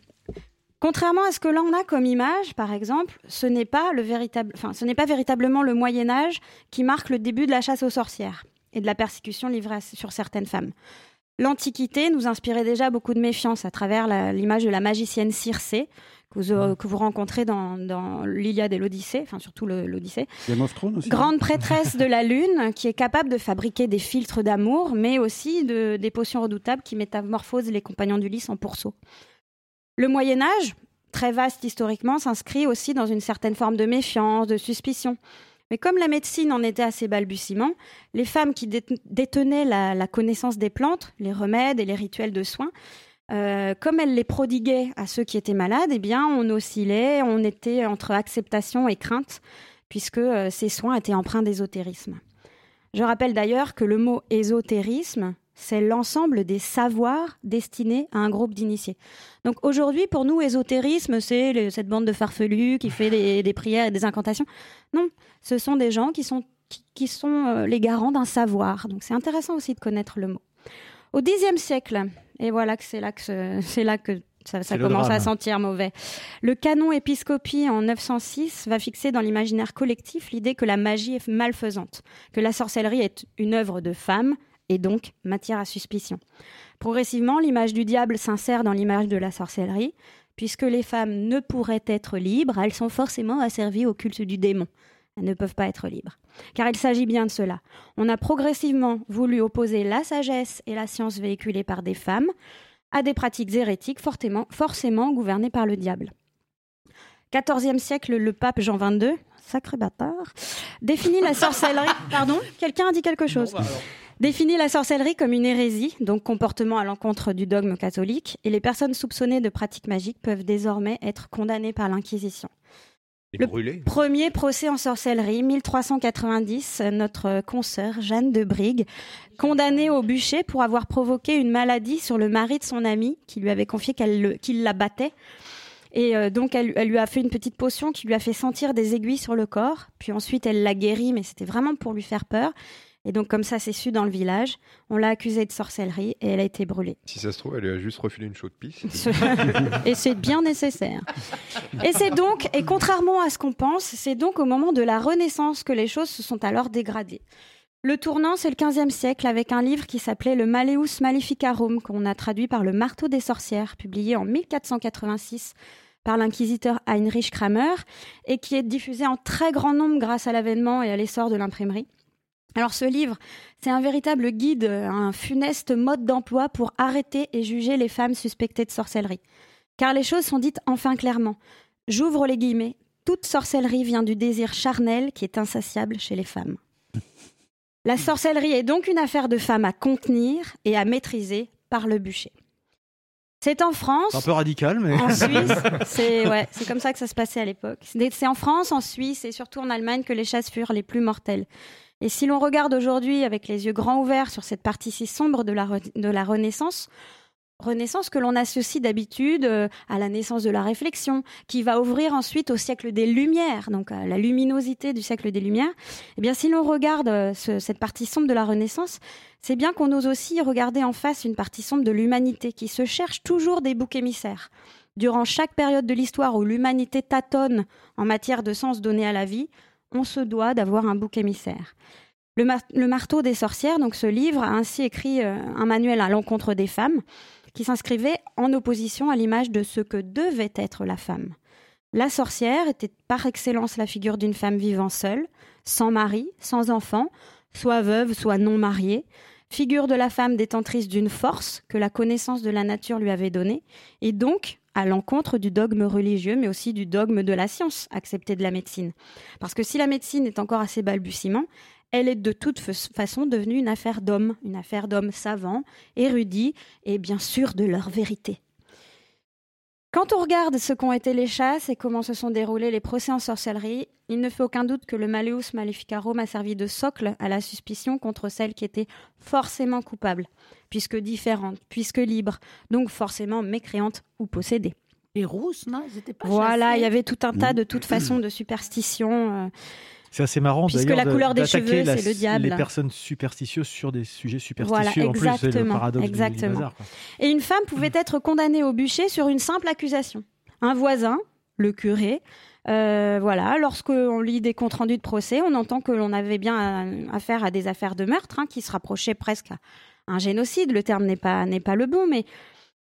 Speaker 4: Contrairement à ce que l'on a comme image, par exemple, ce n'est pas, le véritable, enfin, ce n'est pas véritablement le Moyen Âge qui marque le début de la chasse aux sorcières et de la persécution livrée à- sur certaines femmes. L'Antiquité nous inspirait déjà beaucoup de méfiance à travers la- l'image de la magicienne Circé, que vous, euh, que vous rencontrez dans, dans l'Iliade et l'Odyssée, enfin surtout le- l'Odyssée.
Speaker 3: Game of Thrones aussi.
Speaker 4: Grande prêtresse de la lune qui est capable de fabriquer des filtres d'amour, mais aussi de, des potions redoutables qui métamorphosent les compagnons d'Ulysse en pourceaux. Le Moyen Âge, très vaste historiquement, s'inscrit aussi dans une certaine forme de méfiance, de suspicion. Mais comme la médecine en était à ses balbutiements, les femmes qui dé- détenaient la, la connaissance des plantes, les remèdes et les rituels de soins, euh, comme elles les prodiguaient à ceux qui étaient malades, eh bien, on oscillait, on était entre acceptation et crainte, puisque euh, ces soins étaient empreints d'ésotérisme. Je rappelle d'ailleurs que le mot ésotérisme, c'est l'ensemble des savoirs destinés à un groupe d'initiés. Donc aujourd'hui, pour nous, ésotérisme, c'est les- cette bande de farfelus qui fait des, des prières et des incantations. Non, ce sont des gens qui sont, qui, qui sont euh, les garants d'un savoir. Donc c'est intéressant aussi de connaître le mot. Au Xe siècle, et voilà que c'est là que, ce- c'est là que ça, ça
Speaker 12: C'est le
Speaker 4: commence à
Speaker 12: drame.
Speaker 4: sentir mauvais. Le canon épiscopi en 906 va fixer dans l'imaginaire collectif l'idée que la magie est malfaisante, que la sorcellerie est une œuvre de femme et donc matière à suspicion. Progressivement, l'image du diable s'insère dans l'image de la sorcellerie, puisque les femmes ne pourraient être libres, elles sont forcément asservies au culte du démon. Elles ne peuvent pas être libres. Car il s'agit bien de cela. On a progressivement voulu opposer la sagesse et la science véhiculées par des femmes à des pratiques hérétiques fortement- forcément gouvernées par le diable. 14e siècle, le pape Jean XXII, sacré bâtard, définit la sorcellerie. Pardon Quelqu'un a dit quelque chose
Speaker 6: bah,
Speaker 4: Définit la sorcellerie comme une hérésie, donc comportement à l'encontre du dogme catholique, et les personnes soupçonnées de pratiques magiques peuvent désormais être condamnées par l'Inquisition.
Speaker 13: Il est brûlé.
Speaker 4: Premier procès en sorcellerie, 1390, euh, notre euh, consoeur Jeanne de Brigue, condamnée au bûcher pour avoir provoqué une maladie sur le mari de son amie, qui lui avait confié qu'elle le- qu'il la battait. Et euh, donc, elle, elle lui a fait une petite potion qui lui a fait sentir des aiguilles sur le corps. Puis ensuite, elle l'a guérie, mais c'était vraiment pour lui faire peur. Et donc, comme ça, c'est su dans le village. On l'a accusée de sorcellerie et elle a été brûlée.
Speaker 7: Si ça se trouve, elle lui a juste refilé une chaude pisse.
Speaker 4: et c'est bien nécessaire. Et c'est donc, et contrairement à ce qu'on pense, c'est donc au moment de la Renaissance que les choses se sont alors dégradées. Le tournant, c'est le XVe siècle avec un livre qui s'appelait Le Malleus Maleficarum, qu'on a traduit par Le Marteau des Sorcières, publié en 1486 par l'inquisiteur Heinrich Kramer, et qui est diffusé en très grand nombre grâce à l'avènement et à l'essor de l'imprimerie. Alors ce livre, c'est un véritable guide, euh, un funeste mode d'emploi pour arrêter et juger les femmes suspectées de sorcellerie. Car les choses sont dites enfin clairement. J'ouvre les guillemets. Toute sorcellerie vient du désir charnel qui est insatiable chez les femmes. La sorcellerie est donc une affaire de femmes à contenir et à maîtriser par le bûcher. C'est en France.
Speaker 9: C'est un peu radical, mais.
Speaker 4: En Suisse, c'est ouais, c'est comme ça que ça se passait à l'époque. C'est c'est en France, en Suisse et surtout en Allemagne que les chasses furent les plus mortelles. Et si l'on regarde aujourd'hui avec les yeux grands ouverts sur cette partie si sombre de la, re- de la Renaissance, Renaissance que l'on associe d'habitude euh, à la naissance de la réflexion, qui va ouvrir ensuite au siècle des Lumières, donc à la luminosité du siècle des Lumières. Eh bien, si l'on regarde euh, ce- cette partie sombre de la Renaissance, c'est bien qu'on ose aussi regarder en face une partie sombre de l'humanité, qui se cherche toujours des boucs émissaires. Durant chaque période de l'histoire où l'humanité tâtonne en matière de sens donné à la vie, on se doit d'avoir un bouc émissaire. Le, mar- le marteau des sorcières, donc ce livre, a ainsi écrit euh, un manuel à l'encontre des femmes qui s'inscrivait en opposition à l'image de ce que devait être la femme. La sorcière était par excellence la figure d'une femme vivant seule, sans mari, sans enfant, soit veuve, soit non mariée, figure de la femme détentrice d'une force que la connaissance de la nature lui avait donnée, et donc à l'encontre du dogme religieux, mais aussi du dogme de la science accepté de la médecine. Parce que si la médecine est encore à ses balbutiements, elle est de toute fa- façon devenue une affaire d'hommes, une affaire d'hommes savants, érudits et bien sûr de leur vérité. Quand on regarde ce qu'ont été les chasses et comment se sont déroulés les procès en sorcellerie, il ne fait aucun doute que le Malleus Maleficarum a servi de socle à la suspicion contre celles qui étaient forcément coupables, puisque différentes, puisque libres, donc forcément mécréantes ou possédées.
Speaker 2: Les rousses, non, elles étaient pas
Speaker 4: Voilà,
Speaker 2: chassées.
Speaker 4: il y avait tout un tas de toute façon de superstitions. euh,
Speaker 9: C'est assez marrant
Speaker 4: Puisque
Speaker 9: d'ailleurs
Speaker 4: la
Speaker 9: de-
Speaker 4: couleur des
Speaker 9: d'attaquer
Speaker 4: cheveux,
Speaker 9: la-
Speaker 4: c'est le diable.
Speaker 9: Les personnes superstitieuses sur des sujets
Speaker 4: Voilà,
Speaker 9: superstitieux. en plus, c'est le
Speaker 4: exactement.
Speaker 9: paradoxe du- du
Speaker 4: exactement.
Speaker 9: bazar, quoi.
Speaker 4: Et une femme pouvait être condamnée au bûcher sur une simple accusation. Un voisin, le curé, euh, voilà, lorsqu'on lit des comptes rendus de procès, on entend que l'on avait bien euh, affaire à des affaires de meurtre hein, qui se rapprochaient presque à un génocide. Le terme n'est pas, n'est pas le bon, mais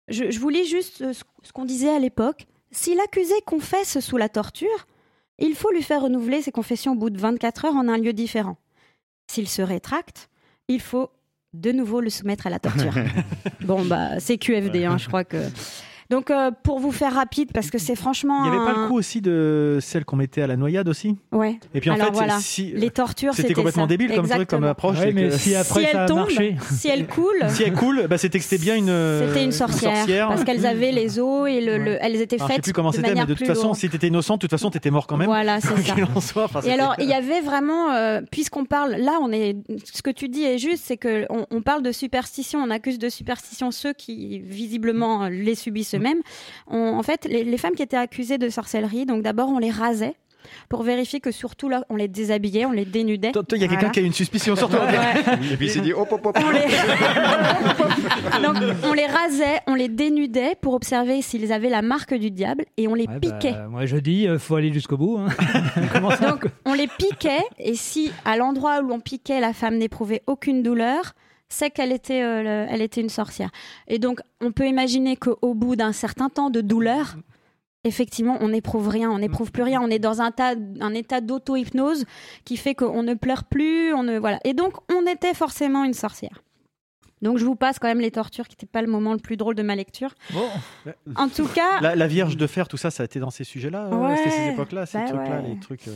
Speaker 4: je, je vous lis juste euh, ce, ce qu'on disait à l'époque. Si l'accusé confesse sous la torture, il faut lui faire renouveler ses confessions au bout de 24 heures en un lieu différent. S'il se rétracte, il faut de nouveau le soumettre à la torture. bon, bah, c'est QFD, hein, je crois que. Donc, euh, pour vous faire rapide, parce que c'est franchement.
Speaker 9: Il n'y avait pas
Speaker 4: un-
Speaker 9: le coup aussi de celle qu'on mettait à la noyade aussi
Speaker 4: Ouais.
Speaker 9: Et puis en
Speaker 4: Alors
Speaker 9: fait,
Speaker 4: voilà,
Speaker 9: si-
Speaker 4: les tortures,
Speaker 9: c'était
Speaker 4: c'était
Speaker 9: complètement
Speaker 4: ça.
Speaker 9: débile comme truc,
Speaker 4: Exactement.
Speaker 9: comme approche.
Speaker 4: Ouais,
Speaker 9: et
Speaker 4: mais
Speaker 9: que-
Speaker 4: si après Si elle ça a tombe, marché. si elle coule-
Speaker 9: si elle coule, bah, c'était que c'était bien une. euh,
Speaker 4: C'était une sorcière, parce qu'elles avaient les os et le, le- elles étaient
Speaker 9: Alors,
Speaker 4: faites
Speaker 9: je sais plus comment
Speaker 4: de
Speaker 9: c'était, mais
Speaker 4: manière
Speaker 9: de toute
Speaker 4: plus
Speaker 9: façon,
Speaker 4: lourde.
Speaker 9: si t'étais innocent, de toute façon, t'étais mort quand même.
Speaker 4: Voilà, c'est
Speaker 9: Quoi
Speaker 4: ça.
Speaker 9: qu'il en soit, enfin,
Speaker 4: Et
Speaker 9: c'était-
Speaker 4: alors, il y avait vraiment, euh, puisqu'on parle, là, on est, ce que tu dis est juste, c'est que on, on parle de superstition, on accuse de superstition ceux qui visiblement euh, les
Speaker 9: Mm.
Speaker 4: subissent eux-mêmes. On- En fait, les, les femmes qui étaient accusées de sorcellerie, donc d'abord on les rasait pour vérifier que surtout là, on les déshabillait, on les dénudait.
Speaker 9: Il y a quelqu'un
Speaker 4: Voilà.
Speaker 9: qui a une suspicion sur toi.
Speaker 7: Et puis il s'est dit hop, hop, hop.
Speaker 4: Ah, Donc, on les rasait, on les dénudait pour observer s'ils avaient la marque du diable et on les piquait.
Speaker 1: Bah, moi je dis, euh, faut aller jusqu'au bout. hein.
Speaker 4: Donc, on les piquait, et si à l'endroit où on piquait, la femme n'éprouvait aucune douleur, c'est qu'elle était, euh, le- elle était une sorcière. Et donc, on peut imaginer qu'au bout d'un certain temps de douleur, effectivement, on n'éprouve rien, on n'éprouve plus rien, on est dans un, tas, un état d'auto-hypnose qui fait qu'on ne pleure plus, on ne voilà. Et donc, on était forcément une sorcière. Donc, je vous passe quand même les tortures, qui n'était pas le moment le plus drôle de ma lecture. En tout cas,
Speaker 9: La, la Vierge de Fer, tout ça, ça a été dans ces sujets-là, euh,
Speaker 4: Ouais.
Speaker 9: c'était ces époques-là, ces
Speaker 4: Bah
Speaker 9: trucs-là,
Speaker 4: ouais.
Speaker 9: les trucs. euh,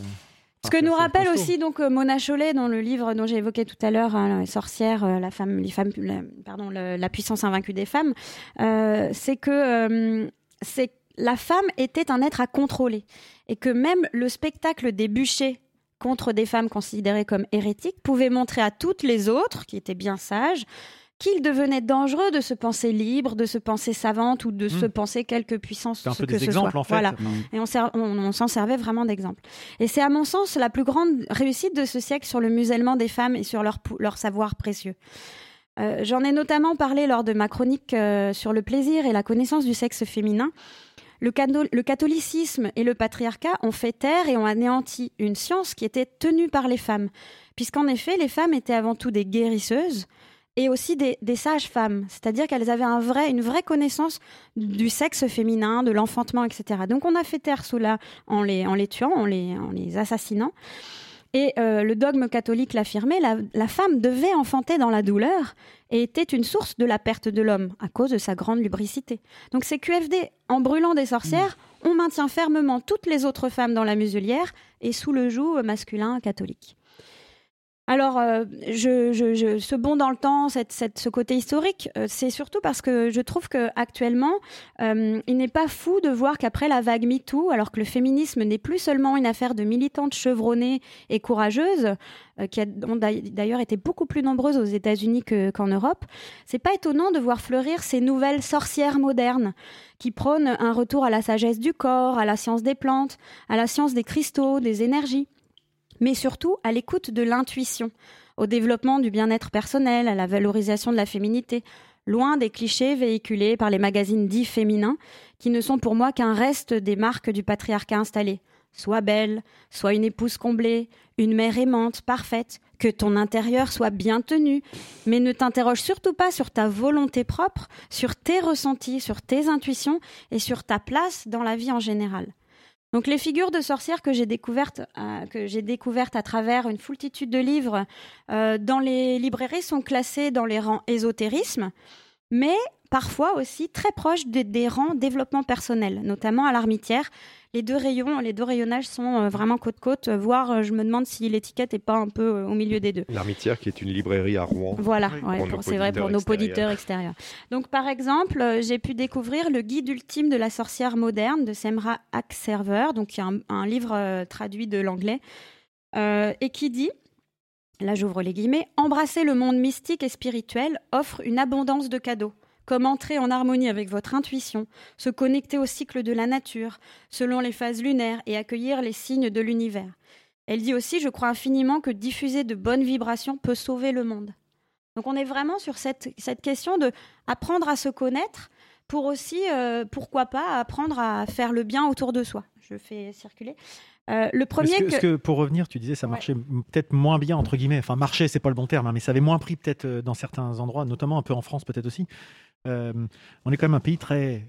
Speaker 4: Ce que nous rappelle aussi donc euh, Mona Chollet dans le livre dont j'ai évoqué tout à l'heure, hein, la sorcière, euh, la femme, les femmes, la, pardon, le- la puissance invaincue des femmes, euh, c'est que euh, c'est la femme était un être à contrôler et que même le spectacle des bûchers contre des femmes considérées comme hérétiques pouvait montrer à toutes les autres qui étaient bien sages qu'il devenait dangereux de se penser libre, de se penser savante ou de se penser quelque puissance
Speaker 9: C'était Hmm. un
Speaker 4: ce
Speaker 9: peu
Speaker 4: que
Speaker 9: des
Speaker 4: ce
Speaker 9: exemples,
Speaker 4: soit.
Speaker 9: en fait.
Speaker 4: Voilà.
Speaker 9: Mm.
Speaker 4: Et on ser- on- on s'en servait vraiment d'exemple. Et c'est à mon sens la plus grande réussite de ce siècle sur le musellement des femmes et sur leur, pou- leur savoir précieux. Euh, J'en ai notamment parlé lors de ma chronique euh, sur le plaisir et la connaissance du sexe féminin. Le, cano- le catholicisme et le patriarcat ont fait taire et ont anéanti une science qui était tenue par les femmes, puisqu'en effet, les femmes étaient avant tout des guérisseuses et aussi des, des sages-femmes, c'est-à-dire qu'elles avaient un vrai, une vraie connaissance du sexe féminin, de l'enfantement, etc. Donc on a fait taire Soula en les, en les tuant, en les, en les assassinant. Et euh, le dogme catholique l'affirmait, la, la femme devait enfanter dans la douleur et était une source de la perte de l'homme à cause de sa grande lubricité. Donc ces QFD, en brûlant des sorcières, on maintient fermement toutes les autres femmes dans la muselière et sous le joug masculin catholique. Alors, euh, je, je- je- ce bond dans le temps, cette- cette- ce côté historique, euh, c'est surtout parce que je trouve que actuellement, euh, il n'est pas fou de voir qu'après la vague MeToo, alors que le féminisme n'est plus seulement une affaire de militantes chevronnées et courageuses, euh, qui a- ont d'ail- d'ailleurs été beaucoup plus nombreuses aux États-Unis que- qu'en Europe, c'est pas étonnant de voir fleurir ces nouvelles sorcières modernes qui prônent un retour à la sagesse du corps, à la science des plantes, à la science des cristaux, des énergies mais surtout à l'écoute de l'intuition, au développement du bien-être personnel, à la valorisation de la féminité, loin des clichés véhiculés par les magazines dits féminins, qui ne sont pour moi qu'un reste des marques du patriarcat installé. Sois belle, sois une épouse comblée, une mère aimante, parfaite, que ton intérieur soit bien tenu, mais ne t'interroge surtout pas sur ta volonté propre, sur tes ressentis, sur tes intuitions et sur ta place dans la vie en général. Donc les figures de sorcières que j'ai découvertes, euh, que j'ai découvertes à travers une foultitude de livres euh, dans les librairies sont classées dans les rangs ésotérisme, mais parfois aussi très proches des- des rangs développement personnel, notamment à l'armitière. Les deux rayons, les deux rayonnages sont euh, vraiment côte côte, euh, voire euh, je me demande si l'étiquette est pas un peu euh, au milieu des deux.
Speaker 7: L'armitière qui est une librairie à Rouen.
Speaker 4: Voilà, ouais,
Speaker 7: Pour
Speaker 4: pour-
Speaker 7: nos
Speaker 4: c'est vrai pour
Speaker 7: auditeurs
Speaker 4: nos
Speaker 7: extérieurs.
Speaker 4: auditeurs extérieurs. Donc, par exemple, euh, j'ai pu découvrir le guide ultime de la sorcière moderne de Semra Akserver, donc qui est un, un livre euh, traduit de l'anglais, euh, et qui dit. Là, j'ouvre les guillemets. Embrasser le monde mystique et spirituel offre une abondance de cadeaux. Comme entrer en harmonie avec votre intuition, se connecter au cycle de la nature, selon les phases lunaires et accueillir les signes de l'univers. Elle dit aussi Je crois infiniment que diffuser de bonnes vibrations peut sauver le monde. Donc on est vraiment sur cette, cette question de apprendre à se connaître pour aussi, euh, pourquoi pas, apprendre à faire le bien autour de soi. Je fais circuler. Euh, le premier
Speaker 9: Parce que,
Speaker 4: que-
Speaker 9: parce que pour revenir, tu disais ça marchait m- peut-être moins bien entre guillemets. Enfin, marcher, c'est pas le bon terme, hein, mais ça avait moins pris peut-être euh, dans certains endroits, notamment un peu en France peut-être aussi. Euh, on est quand même un pays très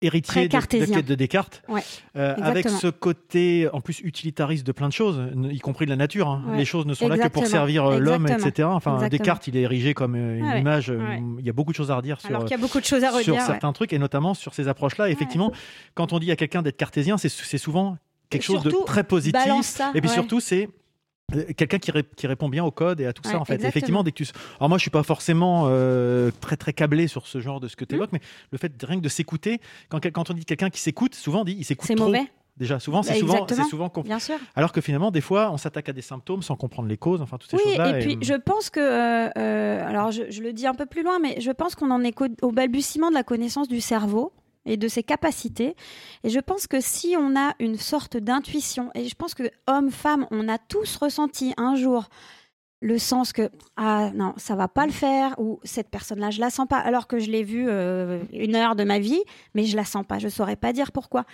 Speaker 9: héritier
Speaker 4: Très
Speaker 9: de- de,
Speaker 4: cartésien.
Speaker 9: de, Descartes,
Speaker 4: Ouais,
Speaker 9: Euh, avec
Speaker 4: exactement.
Speaker 9: ce côté en plus utilitariste de plein de choses, n- y compris de la nature. hein.
Speaker 4: Ouais.
Speaker 9: Les choses ne sont là que pour
Speaker 4: Exactement.
Speaker 9: servir euh, l'homme,
Speaker 4: Exactement.
Speaker 9: etc. Enfin,
Speaker 4: Exactement.
Speaker 9: Descartes, il est érigé comme euh, une
Speaker 4: Ah ouais.
Speaker 9: image. euh,
Speaker 4: Ouais.
Speaker 9: Il y a beaucoup de choses à redire sur, euh,
Speaker 4: Alors qu'il y a beaucoup de choses à
Speaker 9: sur
Speaker 4: redire, ouais.
Speaker 9: certains trucs et notamment sur ces approches-là. Effectivement, quand on dit à quelqu'un d'être cartésien, c'est c'est souvent quelque
Speaker 4: Et
Speaker 9: chose de
Speaker 4: surtout,
Speaker 9: très positif.
Speaker 4: balance ça,
Speaker 9: et puis
Speaker 4: ouais.
Speaker 9: surtout, c'est euh, quelqu'un qui, ré- qui répond bien au code et à tout
Speaker 4: Ouais,
Speaker 9: ça en fait
Speaker 4: exactement.
Speaker 9: effectivement dès que tu s- alors moi je suis pas forcément euh, très très câblé sur ce genre de ce que tu
Speaker 4: Mmh.
Speaker 9: évoques mais le fait de- rien que de s'écouter quand, quel- quand on dit quelqu'un qui s'écoute souvent on dit il s'écoute
Speaker 4: C'est
Speaker 9: trop.
Speaker 4: mauvais.
Speaker 9: déjà souvent c'est
Speaker 4: Bah,
Speaker 9: souvent
Speaker 4: exactement.
Speaker 9: c'est souvent conf-
Speaker 4: Bien sûr.
Speaker 9: alors que finalement des fois on s'attaque à des symptômes sans comprendre les causes enfin toutes ces
Speaker 4: Oui,
Speaker 9: choses là
Speaker 4: et puis je pense que, euh, euh, alors je, je le dis un peu plus loin, mais je pense qu'on en est qu'au- au balbutiement de la connaissance du cerveau et de ses capacités. Et je pense que si on a une sorte d'intuition, et je pense que hommes, femmes, on a tous ressenti un jour le sens que ah non ça va pas le faire ou cette personne là je la sens pas alors que je l'ai vue euh, une heure de ma vie mais je la sens pas je saurais pas dire pourquoi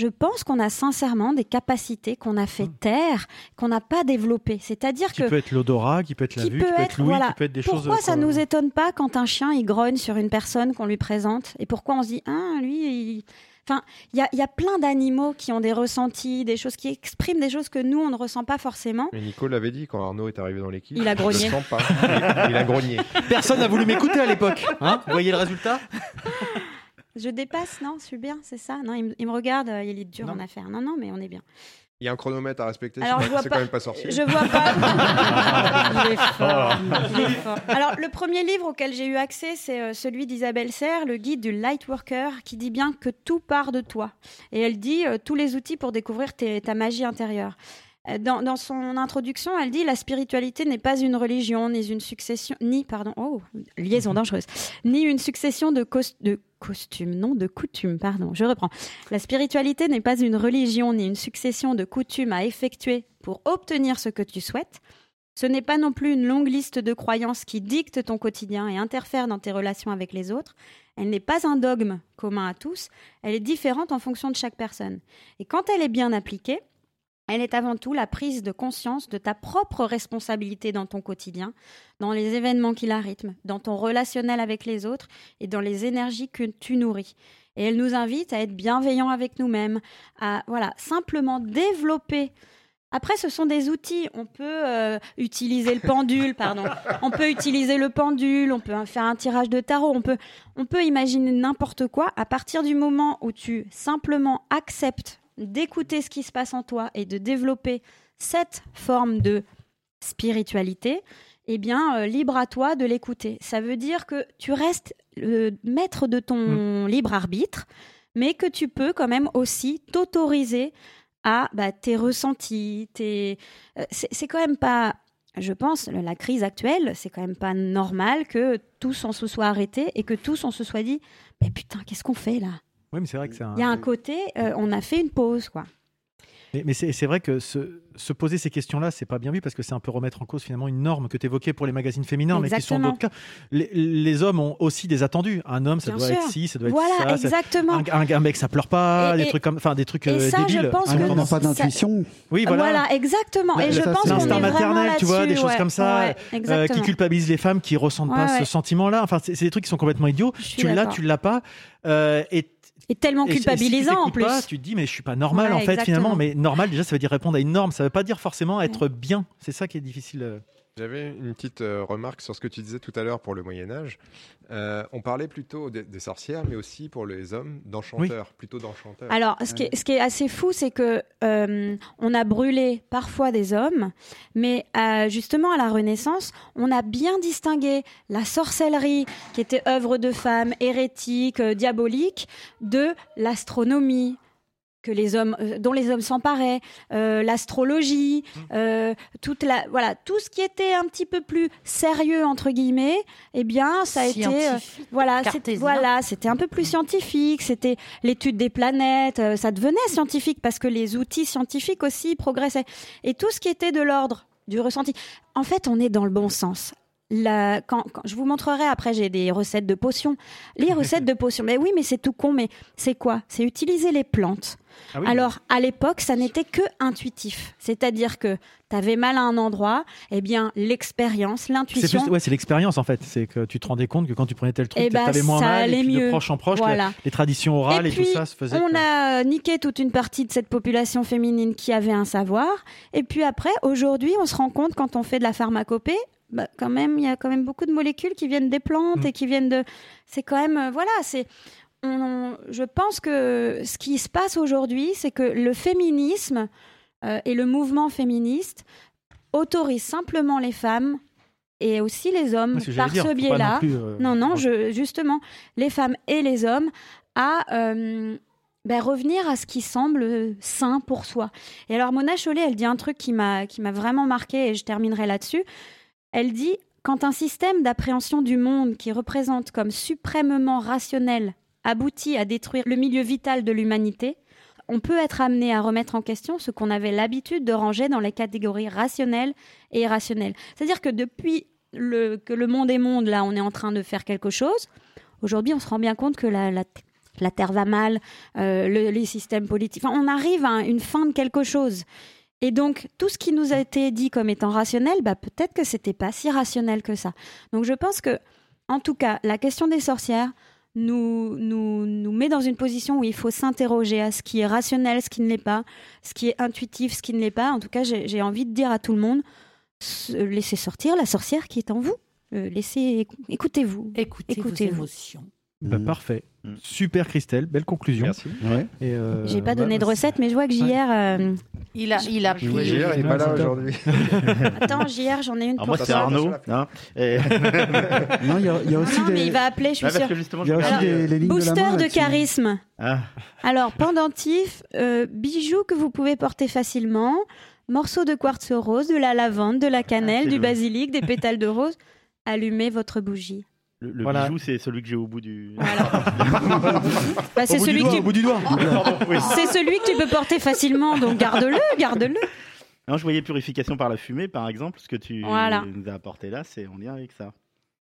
Speaker 4: je pense qu'on a sincèrement des capacités qu'on a fait taire qu'on n'a pas développées c'est-à-dire
Speaker 9: Mmh. qui
Speaker 4: que
Speaker 9: peut être l'odorat qui peut être la
Speaker 4: qui
Speaker 9: vue
Speaker 4: peut
Speaker 9: qui peut être
Speaker 4: être,
Speaker 9: l'ouïe
Speaker 4: voilà.
Speaker 9: qui peut être des choses euh,
Speaker 4: pourquoi ça
Speaker 9: qu'on-
Speaker 4: nous étonne pas quand un chien il grogne sur une personne qu'on lui présente et pourquoi on se dit ah lui il... enfin il y a, il y a plein d'animaux qui ont des ressentis des choses qui expriment des choses que nous on ne ressent pas forcément
Speaker 7: Mais Nico l'avait dit quand Arnaud est arrivé dans l'équipe.
Speaker 4: Il a grogné.
Speaker 7: Je sens pas. Il, il a grogné.
Speaker 9: Personne n'a voulu m'écouter à l'époque. Hein Vous voyez le résultat
Speaker 4: je dépasse non je suis bien c'est ça non il, me- il me regarde euh, il est dur
Speaker 7: Non.
Speaker 4: en affaire non non mais on est bien
Speaker 7: Il y a un chronomètre à respecter.
Speaker 4: Alors,
Speaker 7: sinon
Speaker 4: je vois
Speaker 7: c'est
Speaker 4: pas-
Speaker 7: quand même pas sorcier.
Speaker 4: je vois pas. Il est fort,
Speaker 7: Oh.
Speaker 4: il est fort. Alors, le premier livre auquel j'ai eu accès, c'est euh, celui d'Isabelle Serre, le guide du light worker, qui dit bien que tout part de toi. Et elle dit euh, tous les outils pour découvrir tes- ta magie intérieure. Euh, Dans, dans son introduction, elle dit la spiritualité n'est pas une religion, ni une succession, ni pardon, oh, liaison dangereuse, ni une succession de, cos- de costumes, non de coutumes, pardon. Je reprends. La spiritualité n'est pas une religion, ni une succession de coutumes à effectuer pour obtenir ce que tu souhaites. Ce n'est pas non plus une longue liste de croyances qui dicte ton quotidien et interfère dans tes relations avec les autres. Elle n'est pas un dogme commun à tous, elle est différente en fonction de chaque personne. Et quand elle est bien appliquée, elle est avant tout la prise de conscience de ta propre responsabilité dans ton quotidien, dans les événements qui la rythment, dans ton relationnel avec les autres et dans les énergies que tu nourris. Et elle nous invite à être bienveillants avec nous-mêmes, à voilà, simplement développer après, ce sont des outils. On peut euh, utiliser le pendule, pardon. On peut utiliser le pendule, on peut faire un tirage de tarot, on peut, on peut imaginer n'importe quoi. À partir du moment où tu simplement acceptes d'écouter ce qui se passe en toi et de développer cette forme de spiritualité, eh bien, euh, libre à toi de l'écouter. Ça veut dire que tu restes le maître de ton libre arbitre, mais que tu peux quand même aussi t'autoriser à bah, tes ressentis, tes... euh, c'est c'est quand même pas... Je pense, le- la crise actuelle, c'est quand même pas normal que tous on se soit arrêté et que tous on se soit dit « Mais putain, qu'est-ce qu'on fait là
Speaker 9: Oui, Ah, mais c'est vrai que c'est ?» un.
Speaker 4: Il y a un côté, euh, on a fait une pause, quoi.
Speaker 9: Mais, mais c'est c'est vrai que se, se poser ces questions-là, c'est pas bien vu parce que c'est un peu remettre en cause finalement une norme que tu évoquais pour les magazines féminins, mais qui sont
Speaker 4: Exactement.
Speaker 9: d'autres cas. Les, les hommes ont aussi des attendus. Un homme, ça
Speaker 4: Bien
Speaker 9: doit
Speaker 4: sûr.
Speaker 9: être ci, ça doit
Speaker 4: Voilà,
Speaker 9: être ça. ça-
Speaker 4: exactement.
Speaker 9: Un, un- un mec, ça pleure pas,
Speaker 4: Et-
Speaker 9: des
Speaker 4: et-
Speaker 9: trucs comme, enfin, des trucs
Speaker 4: et
Speaker 9: euh,
Speaker 4: ça, je
Speaker 9: débiles.
Speaker 4: pense
Speaker 9: Un
Speaker 4: que
Speaker 9: homme
Speaker 4: n'a
Speaker 9: dans-
Speaker 4: pas d'intuition.
Speaker 9: Oui, voilà.
Speaker 4: exactement. Et
Speaker 9: Bah,
Speaker 4: je
Speaker 9: ça,
Speaker 4: pense
Speaker 9: c'est
Speaker 4: qu'on
Speaker 9: l'instinct
Speaker 4: est vraiment
Speaker 9: maternel,
Speaker 4: là
Speaker 9: tu vois, des choses comme ça, euh, qui culpabilisent les femmes qui ressentent
Speaker 4: Ouais,
Speaker 9: pas
Speaker 4: ouais.
Speaker 9: ce sentiment-là. Enfin, c'est c'est des trucs qui sont complètement idiots. Tu l'as,
Speaker 4: d'accord.
Speaker 9: tu l'as pas. euh, et
Speaker 4: Et tellement
Speaker 9: et- et si-
Speaker 4: culpabilisant
Speaker 9: si
Speaker 4: en
Speaker 9: t'écoutes
Speaker 4: plus.
Speaker 9: pas, tu te dis mais je suis pas normal
Speaker 4: Ouais,
Speaker 9: en fait finalement.
Speaker 4: exactement.
Speaker 9: Mais normal déjà ça veut dire répondre à une norme. Ça veut pas dire forcément être bien. C'est ça qui est difficile. euh.
Speaker 7: J'avais une petite euh, remarque sur ce que tu disais tout à l'heure pour le Moyen Âge. Euh, on parlait plutôt des, des sorcières, mais aussi pour les hommes d'enchanteurs, plutôt d'enchanteurs.
Speaker 4: Alors, ce qui, est, ce qui est assez fou, c'est que euh, on a brûlé parfois des hommes, mais euh, justement à la Renaissance, on a bien distingué la sorcellerie, qui était œuvre de femmes hérétiques, euh, diaboliques, de l'astronomie, que les hommes, euh, dont les hommes s'emparaient, euh, l'astrologie, euh, toute la, voilà, tout ce qui était un petit peu plus sérieux entre guillemets, eh bien, ça a été, euh,
Speaker 2: Scientifique,
Speaker 4: voilà, c'était,
Speaker 2: cartésien.
Speaker 4: voilà, c'était un peu plus scientifique, c'était l'étude des planètes, euh, ça devenait scientifique parce que les outils scientifiques aussi progressaient et tout ce qui était de l'ordre du ressenti. En fait, on est dans le bon sens. La- quand, quand- je vous montrerai après, j'ai des recettes de potions. Les recettes de potions, mais oui, mais c'est tout con, mais c'est quoi C'est utiliser les plantes.
Speaker 12: Ah oui.
Speaker 4: Alors, à l'époque, ça n'était que intuitif. C'est-à-dire que tu avais mal à un endroit, eh bien, l'expérience,
Speaker 9: C'est
Speaker 4: l'intuition.
Speaker 9: plus, ouais, c'est l'expérience en fait. C'est que tu te rendais compte que quand tu prenais tel truc,
Speaker 4: Eh
Speaker 9: tu
Speaker 4: ben,
Speaker 9: t'avais moins
Speaker 4: ça
Speaker 9: mal, et
Speaker 4: allait
Speaker 9: puis de
Speaker 4: mieux.
Speaker 9: proche en proche,
Speaker 4: Voilà.
Speaker 9: la- les traditions orales et,
Speaker 4: puis,
Speaker 9: tout ça se faisait.
Speaker 4: On
Speaker 9: que-
Speaker 4: a euh, niqué toute une partie de cette population féminine qui avait un savoir. Et puis après, aujourd'hui, on se rend compte quand on fait de la pharmacopée, bah, quand même, il y a quand même beaucoup de molécules qui viennent des
Speaker 9: Mm.
Speaker 4: plantes et qui viennent de. C'est quand même, euh, voilà, c'est. on- on- je pense que ce qui se passe aujourd'hui, c'est que le féminisme euh, et le mouvement féministe autorisent simplement les femmes et aussi les hommes
Speaker 12: Ah, C'est ce que
Speaker 4: par
Speaker 12: j'allais dire,
Speaker 4: ce
Speaker 12: faut pas non
Speaker 4: biais-là.
Speaker 12: plus, euh,
Speaker 4: non, non, je, justement, les femmes et les hommes à euh, ben, revenir à ce qui semble euh, sain pour soi. Et alors Mona Chollet, elle dit un truc qui m'a qui m'a vraiment marqué et je terminerai là-dessus. Elle dit quand un système d'appréhension du monde qui représente comme suprêmement rationnel aboutit à détruire le milieu vital de l'humanité, on peut être amené à remettre en question ce qu'on avait l'habitude de ranger dans les catégories rationnelles et irrationnelles. C'est-à-dire que depuis le, que le monde est monde, là, on est en train de faire quelque chose. Aujourd'hui, on se rend bien compte que la, la, la Terre va mal, euh, le- les systèmes politiques. Enfin, on arrive à une fin de quelque chose. Et donc, tout ce qui nous a été dit comme étant rationnel, bah, peut-être que c'était pas si rationnel que ça. Donc, je pense que, en tout cas, la question des sorcières nous, nous, nous met dans une position où il faut s'interroger à ce qui est rationnel, ce qui ne l'est pas, ce qui est intuitif, ce qui ne l'est pas. En tout cas, j'ai j'ai envie de dire à tout le monde, s- laissez sortir la sorcière qui est en vous. Euh, laissez, éc- écoutez-vous. Écoutez,
Speaker 2: vos
Speaker 4: émotions.
Speaker 9: Bah, Parfait. Super Christelle, belle conclusion. euh, bah, Merci.
Speaker 4: J'ai
Speaker 3: Euh,
Speaker 4: pas donné de
Speaker 3: bah,
Speaker 4: recette, mais je vois que JR. euh,
Speaker 2: Il a, il a
Speaker 7: Je vous jure, il est pas là aujourd'hui.
Speaker 4: Attends, JR, j'en ai une
Speaker 10: Alors
Speaker 4: pour
Speaker 10: moi,
Speaker 4: toi.
Speaker 10: c'est Arnaud. hein, et-
Speaker 3: Non, il y a, il y a aussi
Speaker 4: Non,
Speaker 3: des-
Speaker 4: mais il va appeler, je suis
Speaker 10: Ouais, Bah,
Speaker 4: sûre.
Speaker 10: parce que justement,
Speaker 3: Il y a
Speaker 10: je
Speaker 3: aussi
Speaker 10: regardais,
Speaker 3: des-
Speaker 10: euh,
Speaker 3: les lignes de la
Speaker 4: Booster
Speaker 3: main
Speaker 4: de,
Speaker 3: là-dessus.
Speaker 4: charisme.
Speaker 10: Ah.
Speaker 4: Alors, pendentif, euh, bijoux que vous pouvez porter facilement, morceaux de quartz rose, de la lavande, de la cannelle,
Speaker 10: Ah, c'est
Speaker 4: du
Speaker 10: le-
Speaker 4: basilic, des pétales de rose. Allumez votre bougie.
Speaker 10: Le, le
Speaker 9: Voilà.
Speaker 10: bijou, c'est celui que j'ai au bout du.
Speaker 3: Ah,
Speaker 4: Bah, c'est
Speaker 10: Au bout du
Speaker 4: celui
Speaker 10: doigt,
Speaker 4: que tu-
Speaker 10: au bout du doigt. Pardon, oui.
Speaker 4: C'est celui que tu peux porter facilement, donc garde-le, garde-le.
Speaker 10: Non, je voyais purification par la fumée, par exemple. Ce que tu
Speaker 4: Voilà.
Speaker 10: nous as apporté là, c'est en lien avec ça.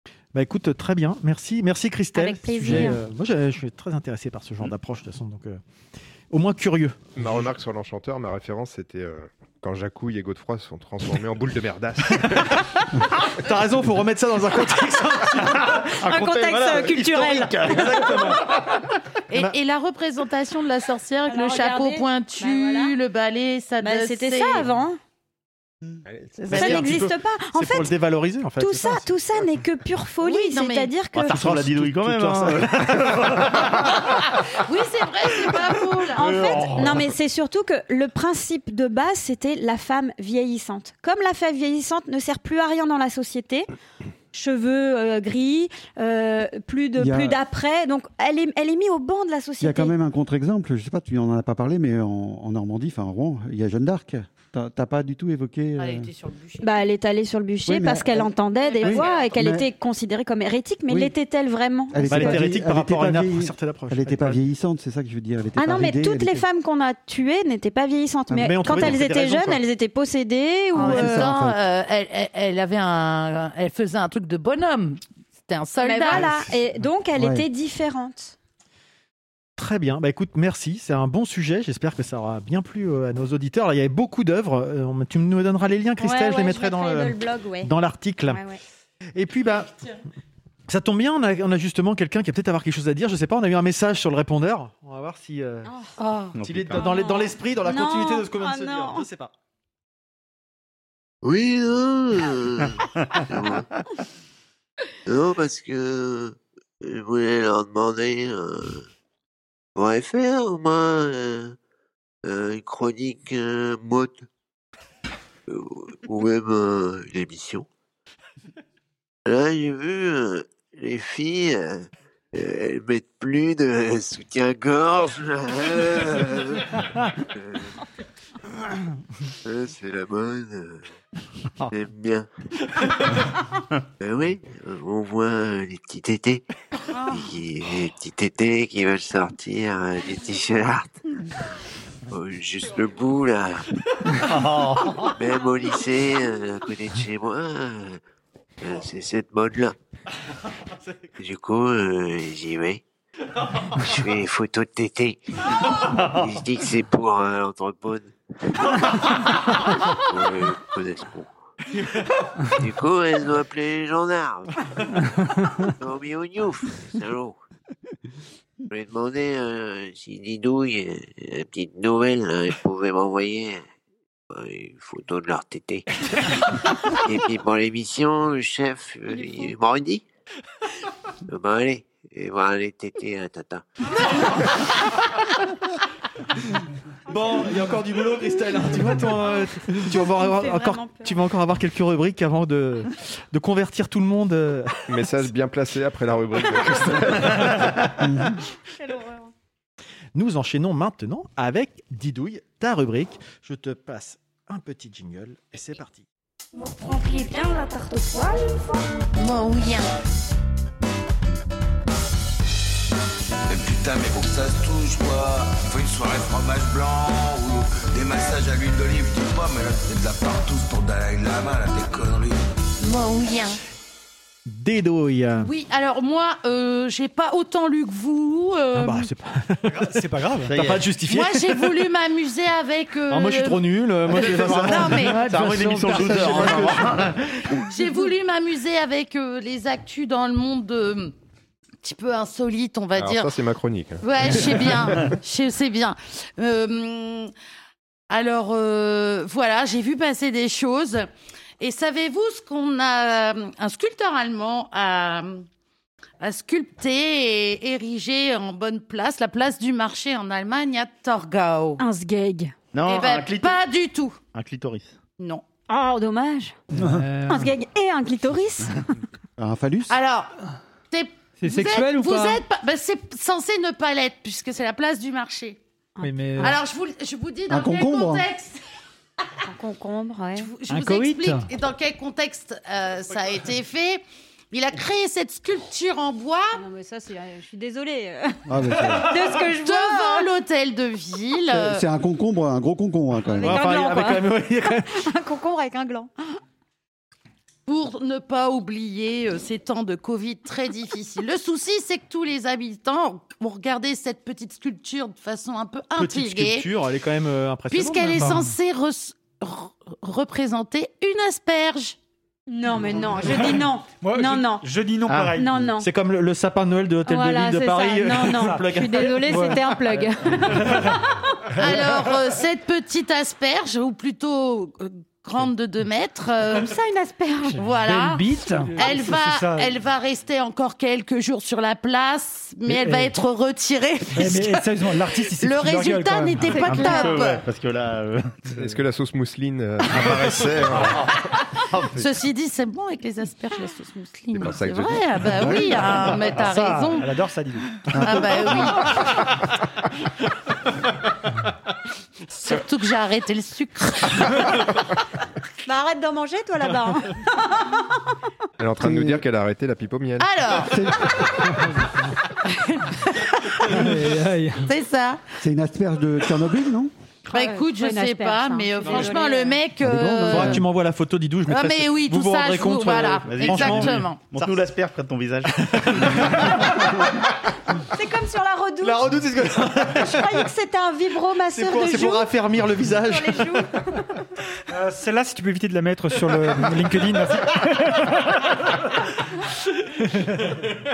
Speaker 9: Bah écoute, très bien. Merci, merci Christelle.
Speaker 10: Avec
Speaker 9: Ce
Speaker 10: plaisir.
Speaker 9: euh, moi, je, je suis très intéressé par ce
Speaker 10: Hmm.
Speaker 9: genre d'approche de toute façon, donc euh, au moins curieux.
Speaker 7: Ma remarque sur l'enchanteur, ma référence, c'était euh, quand Jacouille et Godefroy sont transformés en boules de merdasse.
Speaker 9: T'as raison, faut remettre ça dans un contexte.
Speaker 2: Un contexte,
Speaker 9: voilà,
Speaker 2: euh, culturel.
Speaker 9: historique, Exactement.
Speaker 3: Eh
Speaker 2: Et,
Speaker 3: ben-
Speaker 2: et la représentation de la sorcière avec
Speaker 4: Alors,
Speaker 2: le chapeau
Speaker 4: regardez.
Speaker 2: pointu, le balai, ça
Speaker 4: Bah,
Speaker 2: de-
Speaker 4: c'était
Speaker 2: c'est-
Speaker 4: ça avant.
Speaker 2: Ça
Speaker 9: C'est un petit
Speaker 4: n'existe
Speaker 9: peu-
Speaker 4: pas. En
Speaker 9: c'est
Speaker 4: fait,
Speaker 9: pour le dévaloriser en fait.
Speaker 4: tout
Speaker 9: c'est
Speaker 4: ça, tout ça n'est que pure folie.
Speaker 2: non, mais-
Speaker 4: C'est-à-dire que
Speaker 10: Ah, ça ressemble à Didouille quand même. hein.
Speaker 2: Oui, c'est vrai, c'est pas faux. là.
Speaker 4: En
Speaker 3: oh.
Speaker 4: fait, non, mais c'est surtout que le principe de base, c'était la femme vieillissante. Comme la femme vieillissante ne sert plus à rien dans la société, cheveux euh, gris, euh, plus de
Speaker 3: Il y a-
Speaker 4: plus d'après, donc elle est, elle est mise au banc de la
Speaker 3: Il y a
Speaker 4: société.
Speaker 3: quand même un contre-exemple. Je sais pas, tu en as pas parlé, mais en, en Normandie, enfin en Rouen, il y a Jeanne d'Arc. T'as t'as pas du tout évoqué.
Speaker 2: Ah,
Speaker 3: euh,
Speaker 4: Bah, elle est allée sur le bûcher
Speaker 3: Oui, mais
Speaker 4: parce qu'elle
Speaker 3: elle-
Speaker 4: entendait des
Speaker 3: Oui,
Speaker 4: voix et qu'elle
Speaker 3: mais-
Speaker 4: était considérée comme hérétique, mais
Speaker 3: Oui.
Speaker 4: l'était-elle vraiment
Speaker 3: Elle
Speaker 9: Bah, elle était
Speaker 3: pas
Speaker 9: hérétique
Speaker 3: vieilli- elle
Speaker 9: par
Speaker 3: était
Speaker 9: rapport à
Speaker 3: pas
Speaker 9: une
Speaker 3: vieilli-
Speaker 9: certaine approche.
Speaker 3: Elle n'était pas vieillissante, c'est ça que je veux dire. Elle était
Speaker 4: Ah
Speaker 3: pas
Speaker 4: non, mais
Speaker 3: ridée,
Speaker 4: toutes
Speaker 3: elle
Speaker 4: les
Speaker 3: était- Ah,
Speaker 4: femmes qu'on a tuées n'étaient pas vieillissantes. Mais,
Speaker 3: Mais on
Speaker 4: quand
Speaker 3: trouvait dans
Speaker 4: elles
Speaker 3: ces
Speaker 4: étaient
Speaker 3: raisons,
Speaker 4: jeunes,
Speaker 3: quoi.
Speaker 4: elles étaient
Speaker 3: Ah,
Speaker 4: possédées ou.
Speaker 2: En même
Speaker 4: euh,
Speaker 2: temps, euh, elle, elle- elle avait un, elle faisait un truc de bonhomme. C'était un soldat.
Speaker 4: Mais Ben, voilà, et donc elle
Speaker 9: Ouais.
Speaker 4: était différente.
Speaker 9: Très bien. Bah écoute, merci. C'est un bon sujet. J'espère que ça aura bien plu euh, à nos auditeurs. Là, il y avait beaucoup d'œuvres. Euh, on- tu nous donneras les liens, Christelle.
Speaker 4: Ouais,
Speaker 9: je
Speaker 4: ouais,
Speaker 9: les mettrai dans le,
Speaker 4: mettrai blog, ouais.
Speaker 9: dans l'article.
Speaker 4: Ouais, ouais.
Speaker 9: Et puis bah. Ça tombe bien, on a, on a justement quelqu'un qui a peut-être avoir quelque chose à dire. Je sais pas, on a eu un message sur le répondeur. On va voir si, euh, s'il est dans les- dans l'esprit, dans, la
Speaker 12: Non.
Speaker 9: continuité de ce qu'on vient de
Speaker 12: Oh
Speaker 9: se dire.
Speaker 12: non.
Speaker 9: Je sais pas.
Speaker 13: Oui, euh, euh, non, parce que euh, je voulais leur demander, euh, pourrait faire hein, au moins euh, euh, une chronique euh, mode Euh, ou même euh, une émission. Là, j'ai vu euh, les filles euh, euh, elles mettent plus de soutien-gorge. Euh, euh, c'est la bonne. euh, J'aime bien. Ben oui, on voit euh, les petits tétés. qui- Les petits tétés qui veulent sortir euh, des t-shirts. Oh, Juste le bout, là. Même au lycée, euh, à côté de chez moi, euh, euh, c'est cette mode-là. Du coup, euh, j'y vais. Je fais les photos de tété. Et je dis que c'est pour euh, l'entrepôt. Euh, connaissent-moi. Du coup, elles ont appelé les gendarmes. Ils m'ont mis au gnouf, salaud. Je lui ai demandé euh, si Didouille, euh, la petite nouvelle, euh, elle pouvait m'envoyer euh, une photo de leur tété. Et puis pour l'émission, le chef, euh, il m'a dit euh, Bah allez, il va aller téter à euh, Tata.
Speaker 9: Bon, il y a encore du boulot, Christelle. hein. Tu, vois, ton, euh, tu vas avoir-
Speaker 12: Ça me
Speaker 9: avoir
Speaker 12: fait
Speaker 9: encore,
Speaker 12: vraiment peur.
Speaker 9: tu vas encore avoir quelques rubriques avant de, de convertir tout le monde. euh.
Speaker 7: Message bien placé après la rubrique de Christelle.
Speaker 9: Nous enchaînons maintenant avec Didouille, ta rubrique. Je te passe un petit jingle et c'est parti.
Speaker 6: Remplis bien la tarte au poil une fois. Moi, oui.
Speaker 2: hein.
Speaker 14: Mais putain, mais pour que ça se touche, quoi. Faut une soirée fromage blanc ou des massages à l'huile d'olive, dis-moi, mais là, c'est de la partouze pour Dalai Lama, là, des conneries.
Speaker 2: Moi, oui.
Speaker 9: Didouille.
Speaker 2: Oui, alors moi, euh, j'ai pas autant lu que vous. euh,
Speaker 9: Ah bah, c'est pas...
Speaker 5: C'est pas grave.
Speaker 9: T'as pas à te justifier.
Speaker 2: moi, j'ai voulu m'amuser avec. euh,
Speaker 9: Ah, moi, je suis trop nul. euh, Moi, je fais pas ça.
Speaker 2: Non, mais-
Speaker 9: Ça rend une émission de
Speaker 2: Personne,
Speaker 9: 12 heures,
Speaker 2: je sais
Speaker 9: hein,
Speaker 2: pas
Speaker 9: vraiment.
Speaker 2: J'ai voulu m'amuser avec euh, les actus dans le monde euh, un petit peu insolite, on va
Speaker 7: Alors
Speaker 2: dire.
Speaker 7: ça, c'est ma chronique. hein.
Speaker 2: Ouais, je sais bien. Je sais bien. Euh, alors, euh, voilà, j'ai vu passer des choses. Et savez-vous ce qu'on a Un sculpteur allemand a, a sculpté et érigé en bonne place, la place du marché en Allemagne à Torgau.
Speaker 4: Un sgeg.
Speaker 10: Non,
Speaker 2: Eh ben,
Speaker 10: un clito-
Speaker 2: pas du tout.
Speaker 10: Un clitoris.
Speaker 2: Non.
Speaker 4: Oh, dommage.
Speaker 9: Euh,
Speaker 3: Euh,
Speaker 4: Un sgeg et un clitoris.
Speaker 2: Ah.
Speaker 3: Un phallus
Speaker 2: Alors, c'est
Speaker 3: C'est
Speaker 2: vous
Speaker 3: sexuel
Speaker 2: êtes-
Speaker 3: ou pas
Speaker 2: Vous êtes pas- bah, c'est censé ne pas l'être puisque c'est la place du marché.
Speaker 1: Oui, mais...
Speaker 6: euh,
Speaker 3: Euh,
Speaker 2: Alors je vous je vous dis dans
Speaker 1: Un
Speaker 2: quel
Speaker 1: concombre.
Speaker 2: contexte.
Speaker 4: Un concombre, ouais.
Speaker 2: Je
Speaker 1: Un
Speaker 2: vous
Speaker 1: coït.
Speaker 2: explique dans quel contexte euh, ça a été fait. Il a créé cette sculpture en bois.
Speaker 4: Ah Non, mais ça, c'est. Je suis désolée.
Speaker 3: Ah, mais c'est-
Speaker 4: De ce que je
Speaker 2: devant l'hôtel de ville. euh,
Speaker 3: C'est un concombre, un gros concombre hein, quand même.
Speaker 2: Avec un gland, quoi.
Speaker 4: un concombre avec un gland.
Speaker 2: pour ne pas oublier euh, ces temps de Covid très difficiles. Le souci, c'est que tous les habitants ont regardé cette petite sculpture de façon un peu
Speaker 9: Petite
Speaker 2: intriguée,
Speaker 9: sculpture, elle est quand même euh, impressionnante.
Speaker 2: puisqu'elle est
Speaker 9: même.
Speaker 2: censée re- re- représenter une asperge.
Speaker 4: Non, mais non, je dis non. non, non.
Speaker 9: Je dis non
Speaker 4: Ah. pareil. Non, non.
Speaker 9: C'est comme le, le sapin de Noël de l'hôtel
Speaker 4: Voilà,
Speaker 9: de ville de
Speaker 4: c'est
Speaker 9: Paris.
Speaker 4: ça. Non,
Speaker 9: euh,
Speaker 4: non.
Speaker 9: plug.
Speaker 4: Je suis désolée,
Speaker 9: Ouais.
Speaker 4: c'était un plug.
Speaker 2: Alors, euh, cette petite asperge, ou plutôt euh, grande de 2 mètres. Comme
Speaker 4: ça, une asperge.
Speaker 1: Belle
Speaker 2: Voilà.
Speaker 1: bite. Ah,
Speaker 2: Elle
Speaker 1: C'est-
Speaker 2: va,
Speaker 1: c'est ça.
Speaker 2: elle va rester encore quelques jours sur la place, mais
Speaker 1: Mais
Speaker 2: elle va
Speaker 1: elle-
Speaker 2: être retirée.
Speaker 1: Eh, mais,
Speaker 2: puisque
Speaker 1: eh, sérieusement, l'artiste, il s'est
Speaker 2: le
Speaker 1: foutu de leur gueule, Ah, quand
Speaker 2: résultat
Speaker 1: même.
Speaker 2: n'était pas
Speaker 1: Un petit
Speaker 2: top.
Speaker 1: peu, ouais.
Speaker 10: Parce que là. euh,
Speaker 7: Est-ce que la sauce mousseline euh, apparaissait hein
Speaker 2: Ceci dit, c'est bon avec les asperges, la sauce mousseline.
Speaker 7: pour ça
Speaker 2: C'est
Speaker 7: que je
Speaker 2: vrai,
Speaker 7: dis.
Speaker 2: ah bah oui, ah, mais t'as
Speaker 5: Ça,
Speaker 2: raison.
Speaker 5: Elle adore ça, dis donc.
Speaker 2: Ah bah oui. Surtout que j'ai arrêté le sucre.
Speaker 4: Bah, arrête d'en manger, toi, là-bas. hein.
Speaker 7: Elle est en train de nous dire qu'elle a arrêté la pipe au miel.
Speaker 2: Alors, c'est ça.
Speaker 3: C'est une asperge de
Speaker 9: Ah,
Speaker 3: Tchernobyl, non
Speaker 2: Bah écoute, je
Speaker 4: Ouais, une
Speaker 2: sais
Speaker 4: asperge,
Speaker 2: pas,
Speaker 4: hein.
Speaker 2: mais euh,
Speaker 4: Non,
Speaker 2: franchement,
Speaker 4: désolé.
Speaker 2: le mec.
Speaker 9: Elle est grande, hein.
Speaker 2: euh,
Speaker 9: Faudra que tu m'envois la photo d'Idou, je
Speaker 2: Ah,
Speaker 9: mettrai
Speaker 2: mais
Speaker 9: ça.
Speaker 2: oui,
Speaker 9: vous
Speaker 2: tout
Speaker 9: vous
Speaker 2: ça,
Speaker 9: rendrez
Speaker 2: je
Speaker 9: compte. euh,
Speaker 2: vous- voilà,
Speaker 9: Vas-y.
Speaker 2: exactement.
Speaker 10: Montre-nous l'asperge près de ton visage.
Speaker 4: C'est comme sur la redoute.
Speaker 9: La redoute, c'est ce que-
Speaker 4: Je croyais que c'était un
Speaker 9: C'est
Speaker 4: vibromasseur
Speaker 9: pour,
Speaker 4: de
Speaker 9: c'est
Speaker 4: joues.
Speaker 9: pour raffermir le visage.
Speaker 5: Euh, Celle-là, si tu peux éviter de la mettre sur le LinkedIn. merci.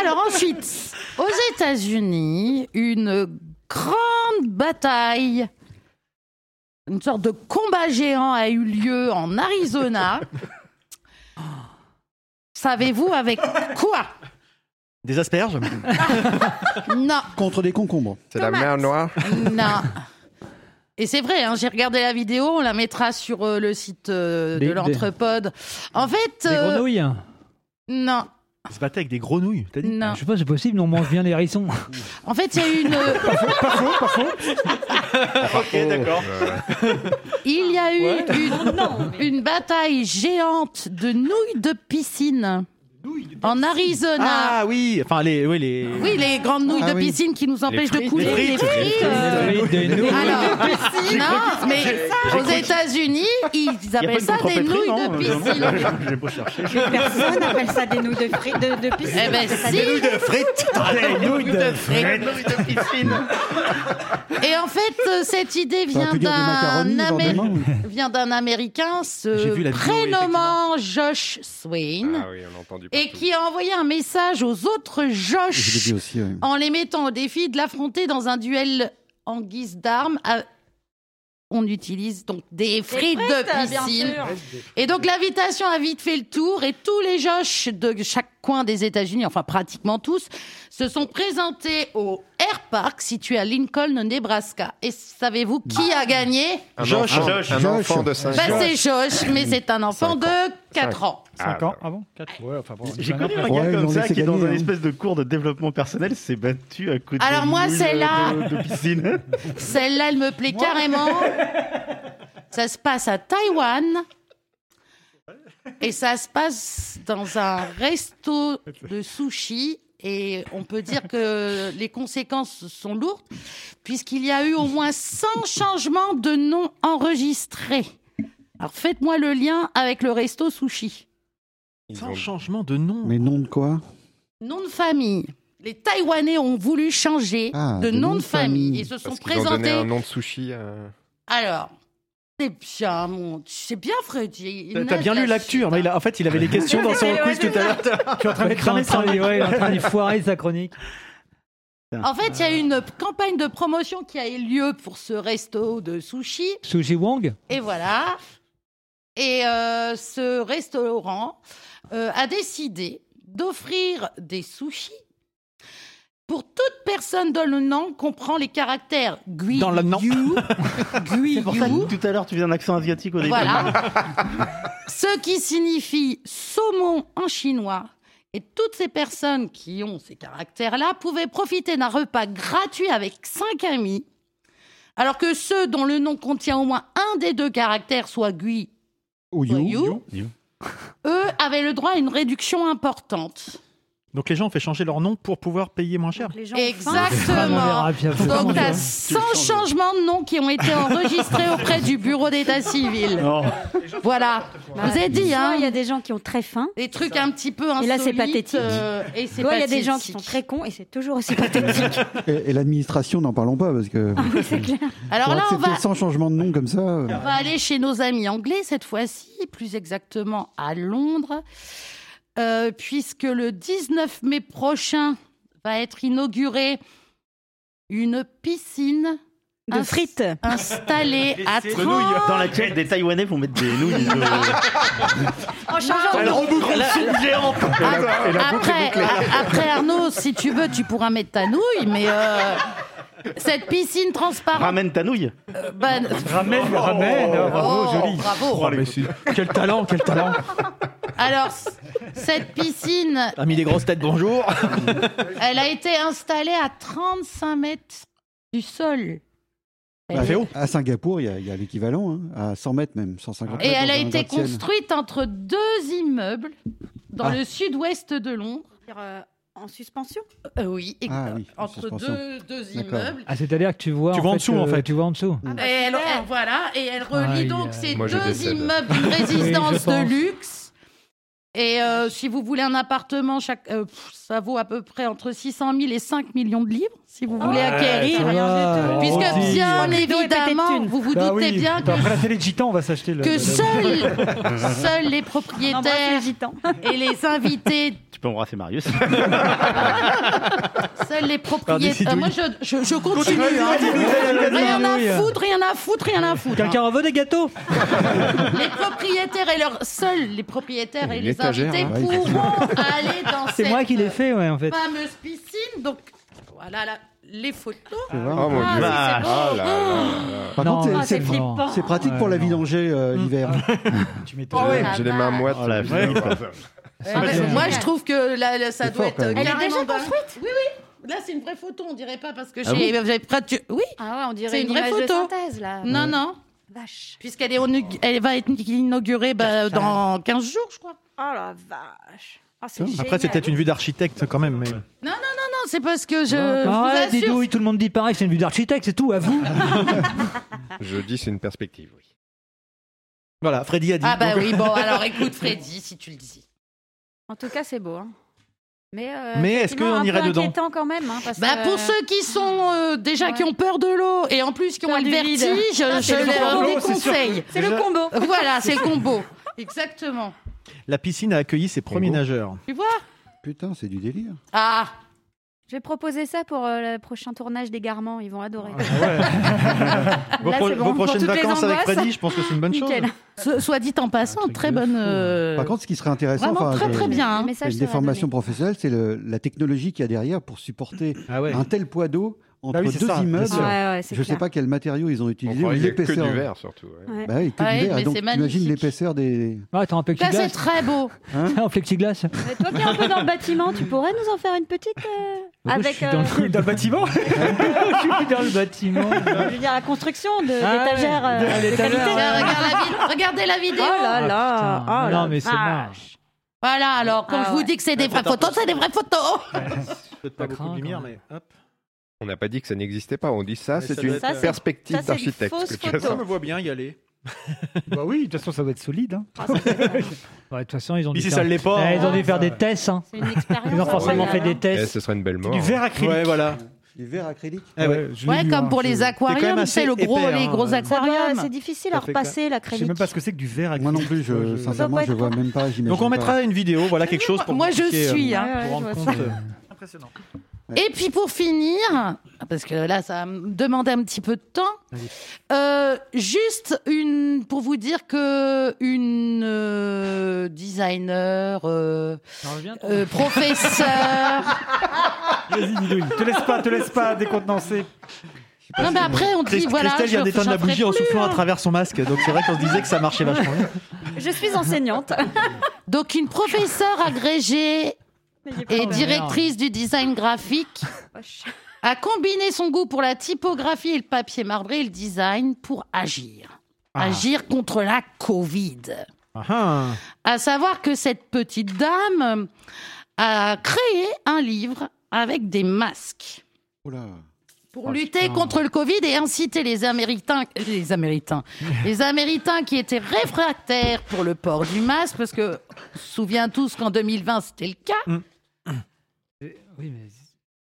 Speaker 2: Alors ensuite, aux États-Unis, une grande bataille, une sorte de combat géant a eu lieu en Arizona. Savez-vous avec quoi
Speaker 9: Des asperges
Speaker 2: Non,
Speaker 3: Contre des concombres.
Speaker 7: C'est la mer noire.
Speaker 2: non. Et c'est vrai, hein, j'ai regardé la vidéo, on la mettra sur euh, le site euh,
Speaker 1: Des-
Speaker 2: de
Speaker 1: des-
Speaker 2: l'entrepode. En fait,
Speaker 1: Des
Speaker 2: euh,
Speaker 1: grenouilles.
Speaker 2: non,
Speaker 9: Il se battait avec des grenouilles, t'as dit
Speaker 1: Je sais pas, c'est possible, mais on mange bien les hérissons.
Speaker 2: En fait, il y a eu une.
Speaker 9: ok, d'accord.
Speaker 2: Il y a eu une, une bataille géante de nouilles de piscine. En Arizona.
Speaker 9: Ah oui, enfin les, oui, les.
Speaker 2: Oui, les grandes nouilles
Speaker 9: Ah
Speaker 2: de
Speaker 9: oui.
Speaker 2: piscine qui nous empêchent de
Speaker 9: frites.
Speaker 2: couler.
Speaker 9: Les frites. Les frites.
Speaker 4: euh,
Speaker 9: Les frites, des nouilles.
Speaker 2: Alors,
Speaker 9: J'ai
Speaker 2: non,
Speaker 9: cru que- j'ai-
Speaker 2: mais
Speaker 9: j'ai
Speaker 2: aux
Speaker 9: cru que-
Speaker 2: États-Unis, ils appellent ça des nouilles
Speaker 9: hein.
Speaker 2: de piscine.
Speaker 10: J'ai beau chercher.
Speaker 12: Personne n'appelle ça des nouilles de, frites, de, de piscine.
Speaker 2: Eh
Speaker 12: On
Speaker 2: ben,
Speaker 12: appelle ça
Speaker 2: si.
Speaker 12: des nouilles de
Speaker 9: frites.
Speaker 6: Ah,
Speaker 12: Des nouilles de frites.
Speaker 2: Et en fait, euh, cette idée
Speaker 12: Ça aurait
Speaker 2: vient
Speaker 12: pu dire des
Speaker 2: d'un
Speaker 12: macaronis,
Speaker 2: Amé-
Speaker 12: éventuellement,
Speaker 2: vient d'un Américain
Speaker 12: J'ai
Speaker 2: se
Speaker 12: vu la vidéo,
Speaker 2: prénommant Josh Swain
Speaker 7: Ah oui, on a entendu.
Speaker 2: et qui a envoyé un message aux autres
Speaker 3: Je l'ai
Speaker 2: Josh
Speaker 3: vu aussi. ouais.
Speaker 2: en les mettant au défi de l'affronter dans un duel en guise d'armes. à- On utilise donc des frites, de
Speaker 12: frites, bien
Speaker 2: piscine.
Speaker 12: sûr.
Speaker 2: Et donc l'invitation a vite fait le tour et tous les Josh de chaque coin des États-Unis, enfin pratiquement tous, se sont présentés au Air Park situé à Lincoln, au Nebraska. Et savez-vous qui a gagné
Speaker 7: Un enfant,
Speaker 10: Josh.
Speaker 7: un
Speaker 10: Josh.
Speaker 7: enfant de 5
Speaker 2: Bah,
Speaker 7: ans.
Speaker 2: c'est Josh, mais c'est un enfant de 4 ans.
Speaker 5: 5
Speaker 9: Ah
Speaker 5: ans
Speaker 9: bah.
Speaker 5: avant 4 Ouais, enfin bon.
Speaker 10: J'ai connu un
Speaker 5: après.
Speaker 10: gars
Speaker 5: Ouais, ils
Speaker 10: comme
Speaker 5: l'ont
Speaker 10: ça
Speaker 5: laissé
Speaker 10: qui, dans
Speaker 5: gagner,
Speaker 10: un
Speaker 5: hein.
Speaker 10: espèce de cours de développement personnel, s'est battu à côté
Speaker 2: Alors moi, celle-là-
Speaker 10: euh, de, de piscine.
Speaker 2: Celle-là, elle me plaît carrément.
Speaker 6: Ah,
Speaker 2: Ça se passe à Taïwan. Et ça se passe dans un resto de sushi. Et on peut dire que les conséquences sont lourdes, puisqu'il y a eu au moins 100 changements de nom enregistrés. Alors faites-moi le lien avec le resto sushi.
Speaker 9: Sans changement de nom.
Speaker 3: Mais nom de quoi
Speaker 2: Nom de famille. Les Taïwanais ont voulu changer
Speaker 7: Ah,
Speaker 2: de nom de famille. Ils se sont
Speaker 7: Parce qu'ils ont donné
Speaker 2: présentés.
Speaker 7: un nom de sushi. à-
Speaker 2: Alors, c'est bien, mon... c'est bien, Freddy. Il
Speaker 9: T'as-
Speaker 2: nage
Speaker 9: T'as bien
Speaker 2: la-
Speaker 9: lu l'actu, hein, mais il a- en fait il avait les questions dans son
Speaker 2: Ouais,
Speaker 9: quiz
Speaker 2: c'est
Speaker 9: tout à
Speaker 2: ça.
Speaker 9: l'heure.
Speaker 1: Tu es en train de cramer son lit, ouais, il est en train de foirer sa chronique.
Speaker 2: En fait, il y a une campagne de promotion qui a eu lieu pour ce resto de sushi.
Speaker 1: Suji Wong
Speaker 2: Et voilà. Et euh, ce restaurant euh, a décidé d'offrir des sushis pour toute personne dont le nom comprend les caractères Gui,
Speaker 10: Dans le nom.
Speaker 2: Yu, Gui,
Speaker 10: C'est pour ça
Speaker 2: Yu.
Speaker 10: que tout à l'heure, tu faisais un accent asiatique au début.
Speaker 2: Voilà. Ce qui signifie saumon en chinois. Et toutes ces personnes qui ont ces caractères-là pouvaient profiter d'un repas gratuit avec cinq amis, alors que ceux dont le nom contient au moins un des deux caractères, soit Gui,
Speaker 3: Ou
Speaker 2: You. eux avaient le droit à une réduction importante.
Speaker 9: Donc les gens ont fait changer leur nom pour pouvoir payer moins cher.
Speaker 2: Exactement. Donc, t'as 100 changements de noms qui ont été enregistrés auprès du bureau d'état civil. Voilà.
Speaker 4: Bah,
Speaker 2: Vous avez dit,
Speaker 4: soit
Speaker 2: hein.
Speaker 4: Il y a des gens qui ont très faim.
Speaker 2: Des trucs un petit peu
Speaker 4: Et là, c'est
Speaker 2: insolites,
Speaker 4: pathétique.
Speaker 2: euh, et c'est
Speaker 4: Soit il y a des gens qui
Speaker 2: pathétique.
Speaker 4: sont très cons et c'est toujours aussi pathétique.
Speaker 3: Et, et l'administration, n'en parlons pas parce que.
Speaker 2: Alors
Speaker 3: Pour
Speaker 2: là, on
Speaker 3: accepter
Speaker 2: va, Ah,
Speaker 3: 100 changements de nom comme ça. euh,
Speaker 10: Ah.
Speaker 2: on va aller chez nos amis anglais cette fois-ci, plus exactement à Londres, euh, puisque le 19 mai prochain va être inaugurée une piscine
Speaker 10: De
Speaker 2: ins-
Speaker 10: frites.
Speaker 2: installée à 30
Speaker 10: Dans laquelle des Taïwanais vont mettre des nouilles.
Speaker 2: En changeant
Speaker 10: Elle
Speaker 2: de-
Speaker 10: reboucle une soupe géante.
Speaker 2: Après,
Speaker 10: Elle a boucle
Speaker 2: après,
Speaker 10: bouclée.
Speaker 2: a- après, Arnaud, si tu veux, tu pourras mettre ta nouille, mais euh, cette piscine transparente.
Speaker 10: Ramène ta nouille.
Speaker 2: euh, bah,
Speaker 5: Ramène, ramène.
Speaker 2: Oh,
Speaker 5: bravo, joli.
Speaker 2: bravo.
Speaker 5: Oh, mais si.
Speaker 9: Quel talent, quel talent.
Speaker 2: Alors, c- cette piscine,
Speaker 9: A mis des grosses têtes, bonjour.
Speaker 2: elle a été installée à 35 mètres du sol. Elle
Speaker 1: Ah,
Speaker 3: bah,
Speaker 2: est-
Speaker 3: à Singapour, il y a, il y a l'équivalent, hein, à 100 mètres même, 150
Speaker 2: Et
Speaker 3: mètres
Speaker 2: elle
Speaker 3: dans
Speaker 2: a
Speaker 3: un
Speaker 2: été
Speaker 3: gratte-ciel.
Speaker 2: construite entre deux immeubles dans
Speaker 3: Ah.
Speaker 2: le sud-ouest de Londres.
Speaker 4: euh,
Speaker 2: Euh,
Speaker 4: en suspension
Speaker 2: Oui, ex-
Speaker 1: Ah oui, en
Speaker 2: entre
Speaker 1: suspension.
Speaker 2: deux, deux
Speaker 1: D'accord.
Speaker 2: immeubles. Ah, bah,
Speaker 1: Ah, c'est-à-dire que tu vois.
Speaker 9: Tu vois en
Speaker 1: fait,
Speaker 9: dessous, en
Speaker 1: euh,
Speaker 9: fait.
Speaker 1: Tu vois en dessous.
Speaker 2: Et elle, elle- voilà, et elle relie
Speaker 1: Aïe,
Speaker 2: donc
Speaker 1: aïe.
Speaker 2: ces
Speaker 1: Moi, je
Speaker 2: deux
Speaker 1: décède.
Speaker 2: immeubles d'une
Speaker 1: Oui, je
Speaker 2: résidence de
Speaker 1: pense.
Speaker 2: luxe. Et euh, si vous voulez un appartement, chaque, euh, pff, ça vaut à peu près entre 600 000 et 5 millions de livres, si vous voulez
Speaker 5: Ouais,
Speaker 2: acquérir.
Speaker 5: ça va,
Speaker 9: Oh,
Speaker 2: Puisque
Speaker 5: Rosie.
Speaker 2: bien
Speaker 5: Le
Speaker 4: rideau est pété de
Speaker 2: évidemment,
Speaker 4: thunes.
Speaker 2: vous vous
Speaker 5: Bah
Speaker 2: doutez
Speaker 5: oui.
Speaker 2: bien que
Speaker 5: Bah, Après la télé de Gitan, on va s'acheter le.
Speaker 2: que seuls seuls les propriétaires et les invités,
Speaker 10: Tu peux embrasser Marius.
Speaker 2: seuls les
Speaker 10: Pardon,
Speaker 2: propriétaires.
Speaker 10: c'est
Speaker 2: moi, je, je, je continue. hein.
Speaker 1: continue, continue.
Speaker 2: Rien
Speaker 1: Oui.
Speaker 2: à foutre, rien à foutre, rien à foutre. hein.
Speaker 1: Quelqu'un en veut des gâteaux
Speaker 2: Les propriétaires et leurs seuls les propriétaires et
Speaker 1: Une
Speaker 2: les
Speaker 1: étagère,
Speaker 15: hein,
Speaker 2: invités
Speaker 1: là.
Speaker 2: pourront aller dans
Speaker 1: C'est
Speaker 2: cette
Speaker 1: moi qui l'ai fait, ouais, en fait.
Speaker 2: fameuse piscine. Donc voilà là, les photos.
Speaker 3: Tu vois
Speaker 2: Ah, si, c'est beau.
Speaker 3: Par
Speaker 1: Non,
Speaker 3: contre, c'est-
Speaker 1: ah,
Speaker 3: c'est
Speaker 1: c'est flippant.
Speaker 2: Mm.
Speaker 3: c'est pratique pour la vie d'Angers euh, l'hiver. hein.
Speaker 5: Tu
Speaker 2: m'étonnes. Oh, ouais.
Speaker 7: J'ai les mains moites.
Speaker 10: la
Speaker 7: évidemment.
Speaker 2: Ah ouais,
Speaker 15: bien.
Speaker 2: moi, je trouve que là, là, ça
Speaker 15: C'est fort,
Speaker 2: doit être.
Speaker 15: quand même. Elle est
Speaker 2: carrément
Speaker 15: déjà
Speaker 2: dingue.
Speaker 15: construite
Speaker 2: Oui, oui. Là, c'est une vraie photo, on dirait pas parce que
Speaker 15: Ah
Speaker 2: j'ai.
Speaker 15: bon
Speaker 2: j'avais pas de- Oui.
Speaker 4: Ah ouais, on dirait
Speaker 2: C'est
Speaker 4: une
Speaker 2: une, vraie
Speaker 4: image de
Speaker 2: photo.
Speaker 4: synthèse, là.
Speaker 2: Non,
Speaker 4: Ah Ouais.
Speaker 2: non.
Speaker 4: Vache.
Speaker 2: Puisqu'elle est onu- elle va être inaugurée bah, dans 15 jours, je crois.
Speaker 4: Oh la vache. Ah, c'est
Speaker 9: Après, c'est
Speaker 4: génial.
Speaker 9: peut-être une vue d'architecte quand même. Mais...
Speaker 2: Non, non, non, non, c'est parce que je. je vous
Speaker 1: Ah ouais, dis
Speaker 2: assure,
Speaker 1: donc, tout le monde dit pareil, c'est une vue d'architecte, c'est tout, à vous.
Speaker 7: Je dis c'est une perspective, oui.
Speaker 9: Voilà, Freddy a dit.
Speaker 2: Ah bah
Speaker 9: donc-
Speaker 2: oui, bon, alors écoute Freddy, si tu le dis.
Speaker 4: En tout cas, c'est beau. hein. Mais, euh,
Speaker 9: Mais est-ce
Speaker 4: effectivement,
Speaker 9: qu'on
Speaker 4: un
Speaker 9: irait
Speaker 4: peu
Speaker 9: dedans
Speaker 4: inquiétant quand même. hein, parce
Speaker 2: Bah,
Speaker 4: que-
Speaker 2: pour ceux qui sont euh, déjà qui ont peur de l'eau et en plus qui ont le
Speaker 4: du vide.
Speaker 2: vertige,
Speaker 4: Ah,
Speaker 2: je
Speaker 4: c'est le
Speaker 2: leur
Speaker 4: combo, c'est sûr.
Speaker 2: déconseille.
Speaker 4: C'est le combo.
Speaker 2: Voilà, c'est le combo. Exactement.
Speaker 9: La piscine a accueilli ses premiers nageurs.
Speaker 2: Tu vois
Speaker 3: Putain, c'est du délire.
Speaker 2: Ah
Speaker 4: Je vais proposer ça pour euh, le prochain tournage d'Égarement. Ils vont adorer.
Speaker 9: Ah Vos,
Speaker 4: Là,
Speaker 9: pro-
Speaker 4: c'est bon,
Speaker 9: vos
Speaker 4: pour
Speaker 9: prochaines
Speaker 4: toutes les
Speaker 9: vacances avec
Speaker 4: angoisses.
Speaker 9: Freddy, je pense que c'est une bonne chose.
Speaker 4: Nickel.
Speaker 2: So- soit dit en passant, très bonne. euh,
Speaker 3: Par contre, ce qui serait intéressant,
Speaker 2: Vraiment
Speaker 3: enfin,
Speaker 2: très,
Speaker 3: je-
Speaker 2: très bien, hein. Le message
Speaker 3: une
Speaker 2: sera
Speaker 3: déformation professionnelle, c'est le- la technologie qu'il y a derrière pour supporter
Speaker 2: Ah
Speaker 3: un tel poids d'eau
Speaker 2: Bah
Speaker 3: entre
Speaker 9: Ah oui, c'est
Speaker 3: deux
Speaker 9: ça, bien
Speaker 3: immeubles.
Speaker 9: sûr. Ouais, ouais,
Speaker 3: je
Speaker 9: c'est
Speaker 3: ne sais
Speaker 9: clair.
Speaker 3: pas quel matériau ils ont utilisé, ou
Speaker 7: croyait que
Speaker 3: l'épaisseur.
Speaker 7: du verre, surtout, ouais.
Speaker 4: Ouais.
Speaker 3: Bah oui, que
Speaker 2: Ouais,
Speaker 3: du verre.
Speaker 2: mais
Speaker 3: Donc,
Speaker 2: c'est
Speaker 3: imagine
Speaker 2: magnifique.
Speaker 3: l'épaisseur des.
Speaker 1: Ouais, Ah, t'as un
Speaker 2: Ça, c'est très beau.
Speaker 1: En plexiglas
Speaker 4: Mais toi qui es un peu dans le bâtiment, tu pourrais nous en faire une petite euh,
Speaker 1: Ah,
Speaker 4: avec.
Speaker 1: Je suis dans
Speaker 4: euh,
Speaker 1: le, dans le bâtiment Je suis dans le bâtiment.
Speaker 4: Je veux dire, la construction de
Speaker 1: Ah
Speaker 4: l'étagère
Speaker 1: ouais, de l'étagère.
Speaker 2: Tiens, regarde la vid- regardez la vidéo.
Speaker 4: Oh là là,
Speaker 1: Ah, putain. oh là Non, mais c'est là. marrant.
Speaker 2: Voilà, alors quand
Speaker 4: Ah
Speaker 2: je vous
Speaker 4: ouais.
Speaker 2: dis que c'est des vraies photos, c'est des vraies photos.
Speaker 9: Peut-être pas beaucoup de lumière, mais hop.
Speaker 7: On n'a pas dit que ça n'existait pas, on dit ça,
Speaker 9: Mais
Speaker 7: c'est
Speaker 9: ça
Speaker 7: une
Speaker 9: doit être- euh, Ça, c'est-
Speaker 7: perspective
Speaker 9: ça, c'est une
Speaker 7: d'architecte. que
Speaker 9: fausse
Speaker 7: tu as
Speaker 9: photo.
Speaker 7: ça.
Speaker 9: Je me vois bien y aller.
Speaker 5: bah oui, de toute façon, ça doit être solide. hein.
Speaker 2: Ah,
Speaker 1: Ouais, de toute façon, ils ont
Speaker 5: Puis
Speaker 1: dû
Speaker 5: si
Speaker 1: faire,
Speaker 5: ça l'est pas,
Speaker 1: Ouais, ils ont
Speaker 5: hein,
Speaker 1: dû faire
Speaker 5: ça-
Speaker 1: des tests. hein.
Speaker 4: C'est une expérience.
Speaker 1: Ils ont forcément
Speaker 4: incroyable,
Speaker 1: fait des
Speaker 4: hein.
Speaker 1: tests.
Speaker 7: Eh, ce serait une belle mort.
Speaker 5: Du verre acrylique.
Speaker 9: Ouais, voilà.
Speaker 3: Du verre acrylique
Speaker 9: Eh ouais, je l'ai
Speaker 2: Ouais,
Speaker 9: vu,
Speaker 2: comme
Speaker 9: hein,
Speaker 2: pour
Speaker 9: je-
Speaker 2: les
Speaker 9: C'est quand
Speaker 2: aquariums,
Speaker 9: même
Speaker 2: c'est le
Speaker 9: assez
Speaker 2: gros,
Speaker 9: épais,
Speaker 2: les
Speaker 9: hein.
Speaker 2: gros aquariums.
Speaker 4: C'est difficile à
Speaker 9: Ça fait
Speaker 4: repasser la
Speaker 5: Je sais
Speaker 4: crédit.
Speaker 5: même pas ce que c'est que du verre acrylique.
Speaker 3: Moi non plus, je, sincèrement, je vois même pas. j'imagine
Speaker 9: Donc on mettra
Speaker 3: pas.
Speaker 9: une vidéo, voilà quelque chose pour
Speaker 2: Moi,
Speaker 9: que
Speaker 2: je
Speaker 9: vous puissiez,
Speaker 2: suis,
Speaker 9: euh,
Speaker 2: hein.
Speaker 9: vous rendre
Speaker 2: Ouais, je
Speaker 9: compte,
Speaker 2: vois
Speaker 9: euh,
Speaker 5: Impressionnant.
Speaker 2: Et puis pour finir, parce que là, ça va me demander un petit peu de temps, euh, juste une pour vous dire que une euh, designer, euh, euh, professeur.
Speaker 5: euh, Vas-y, Didouille, te laisse pas, te laisse pas décontenancer.
Speaker 2: Non, mais après, on dit
Speaker 9: Christ-
Speaker 2: voilà.
Speaker 9: Christelle vient
Speaker 2: je-
Speaker 9: d'éteindre
Speaker 2: j'en
Speaker 9: la
Speaker 2: ferai
Speaker 9: bougie en
Speaker 2: plus,
Speaker 9: soufflant
Speaker 2: hein.
Speaker 9: à travers son masque, donc c'est vrai qu'on se disait que ça marchait vachement bien.
Speaker 4: Je suis enseignante.
Speaker 2: Donc une professeure agrégée et
Speaker 4: peur.
Speaker 2: directrice du design graphique a combiné son goût pour la typographie et le papier marbré et le design pour agir.
Speaker 9: Ah.
Speaker 2: Agir contre la Covid.
Speaker 9: Ah, ah.
Speaker 2: À savoir que cette petite dame a créé un livre avec des masques
Speaker 3: Oula. Oh,
Speaker 2: pour
Speaker 3: Ah,
Speaker 2: lutter contre le Covid et inciter les Américains, les Américains, les Américains qui étaient réfractaires pour le port du masque, parce que on se souvient tous qu'en 2020 c'était le cas.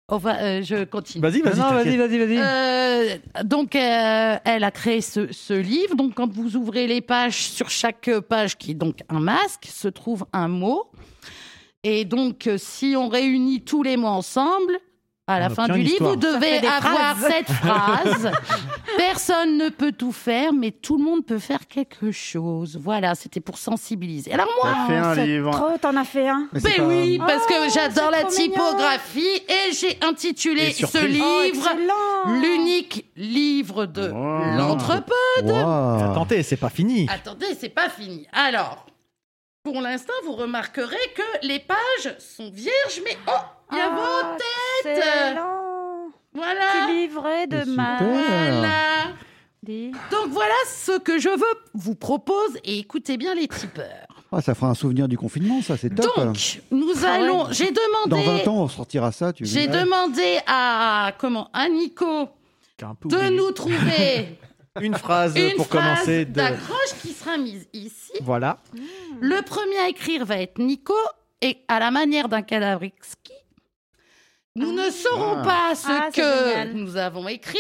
Speaker 2: Enfin, euh, je continue.
Speaker 9: Vas-y, vas-y,
Speaker 1: Non, non, vas-y,
Speaker 9: t'inquiète.
Speaker 1: vas-y, vas-y.
Speaker 2: Euh, donc, euh, elle a créé ce, ce livre. Donc, quand vous ouvrez les pages, sur chaque page qui est donc un masque, se trouve un mot. Et donc, euh, si on réunit tous les mots ensemble, à la
Speaker 15: On
Speaker 2: fin
Speaker 15: obtient
Speaker 2: du
Speaker 15: une
Speaker 2: livre,
Speaker 15: histoire.
Speaker 2: vous
Speaker 15: Ça fait
Speaker 2: devez
Speaker 15: des
Speaker 2: avoir
Speaker 15: phrases.
Speaker 2: cette phrase. Personne ne peut tout faire, mais tout le monde peut faire quelque chose. Voilà, c'était pour sensibiliser. Alors moi,
Speaker 10: T'as fait un
Speaker 2: cette-
Speaker 10: livre.
Speaker 4: Oh, t'en as fait un.
Speaker 2: ben oui, parce que
Speaker 4: Oh, c'est
Speaker 2: j'adore la
Speaker 4: trop mignon.
Speaker 2: typographie et j'ai intitulé
Speaker 9: Et
Speaker 2: ce
Speaker 9: surprise.
Speaker 1: Oh,
Speaker 2: livre l'unique livre de l'entrepôt.
Speaker 9: Wow. Attendez, c'est pas fini.
Speaker 2: Attendez, c'est pas fini. Alors, pour l'instant, vous remarquerez que les pages sont vierges, mais oh, il y a
Speaker 4: Ah,
Speaker 2: vos têtes. Voilà.
Speaker 4: Livré de ma.
Speaker 2: Voilà.
Speaker 4: Dis.
Speaker 2: Donc voilà ce que je veux vous propose et écoutez bien les tipeurs.
Speaker 3: Ah, ça fera un souvenir du confinement, ça, c'est top.
Speaker 2: Donc,
Speaker 4: Ah
Speaker 2: Nous allons, j'ai
Speaker 3: Dans
Speaker 2: demandé
Speaker 3: 20 ans, on sortira ça. tu
Speaker 2: J'ai
Speaker 3: verras.
Speaker 2: demandé à comment à Nico de nous trouver
Speaker 9: Une phrase
Speaker 2: une
Speaker 9: pour
Speaker 2: phrase
Speaker 9: commencer. De...
Speaker 2: d'accroche qui sera mise ici.
Speaker 9: Voilà.
Speaker 2: Hmm. Le premier à écrire va être Nico et à la manière d'un cadavre exquis, nous ne saurons
Speaker 15: Ah.
Speaker 2: pas ce
Speaker 15: Ah, c'est
Speaker 2: que
Speaker 15: génial.
Speaker 2: nous avons écrit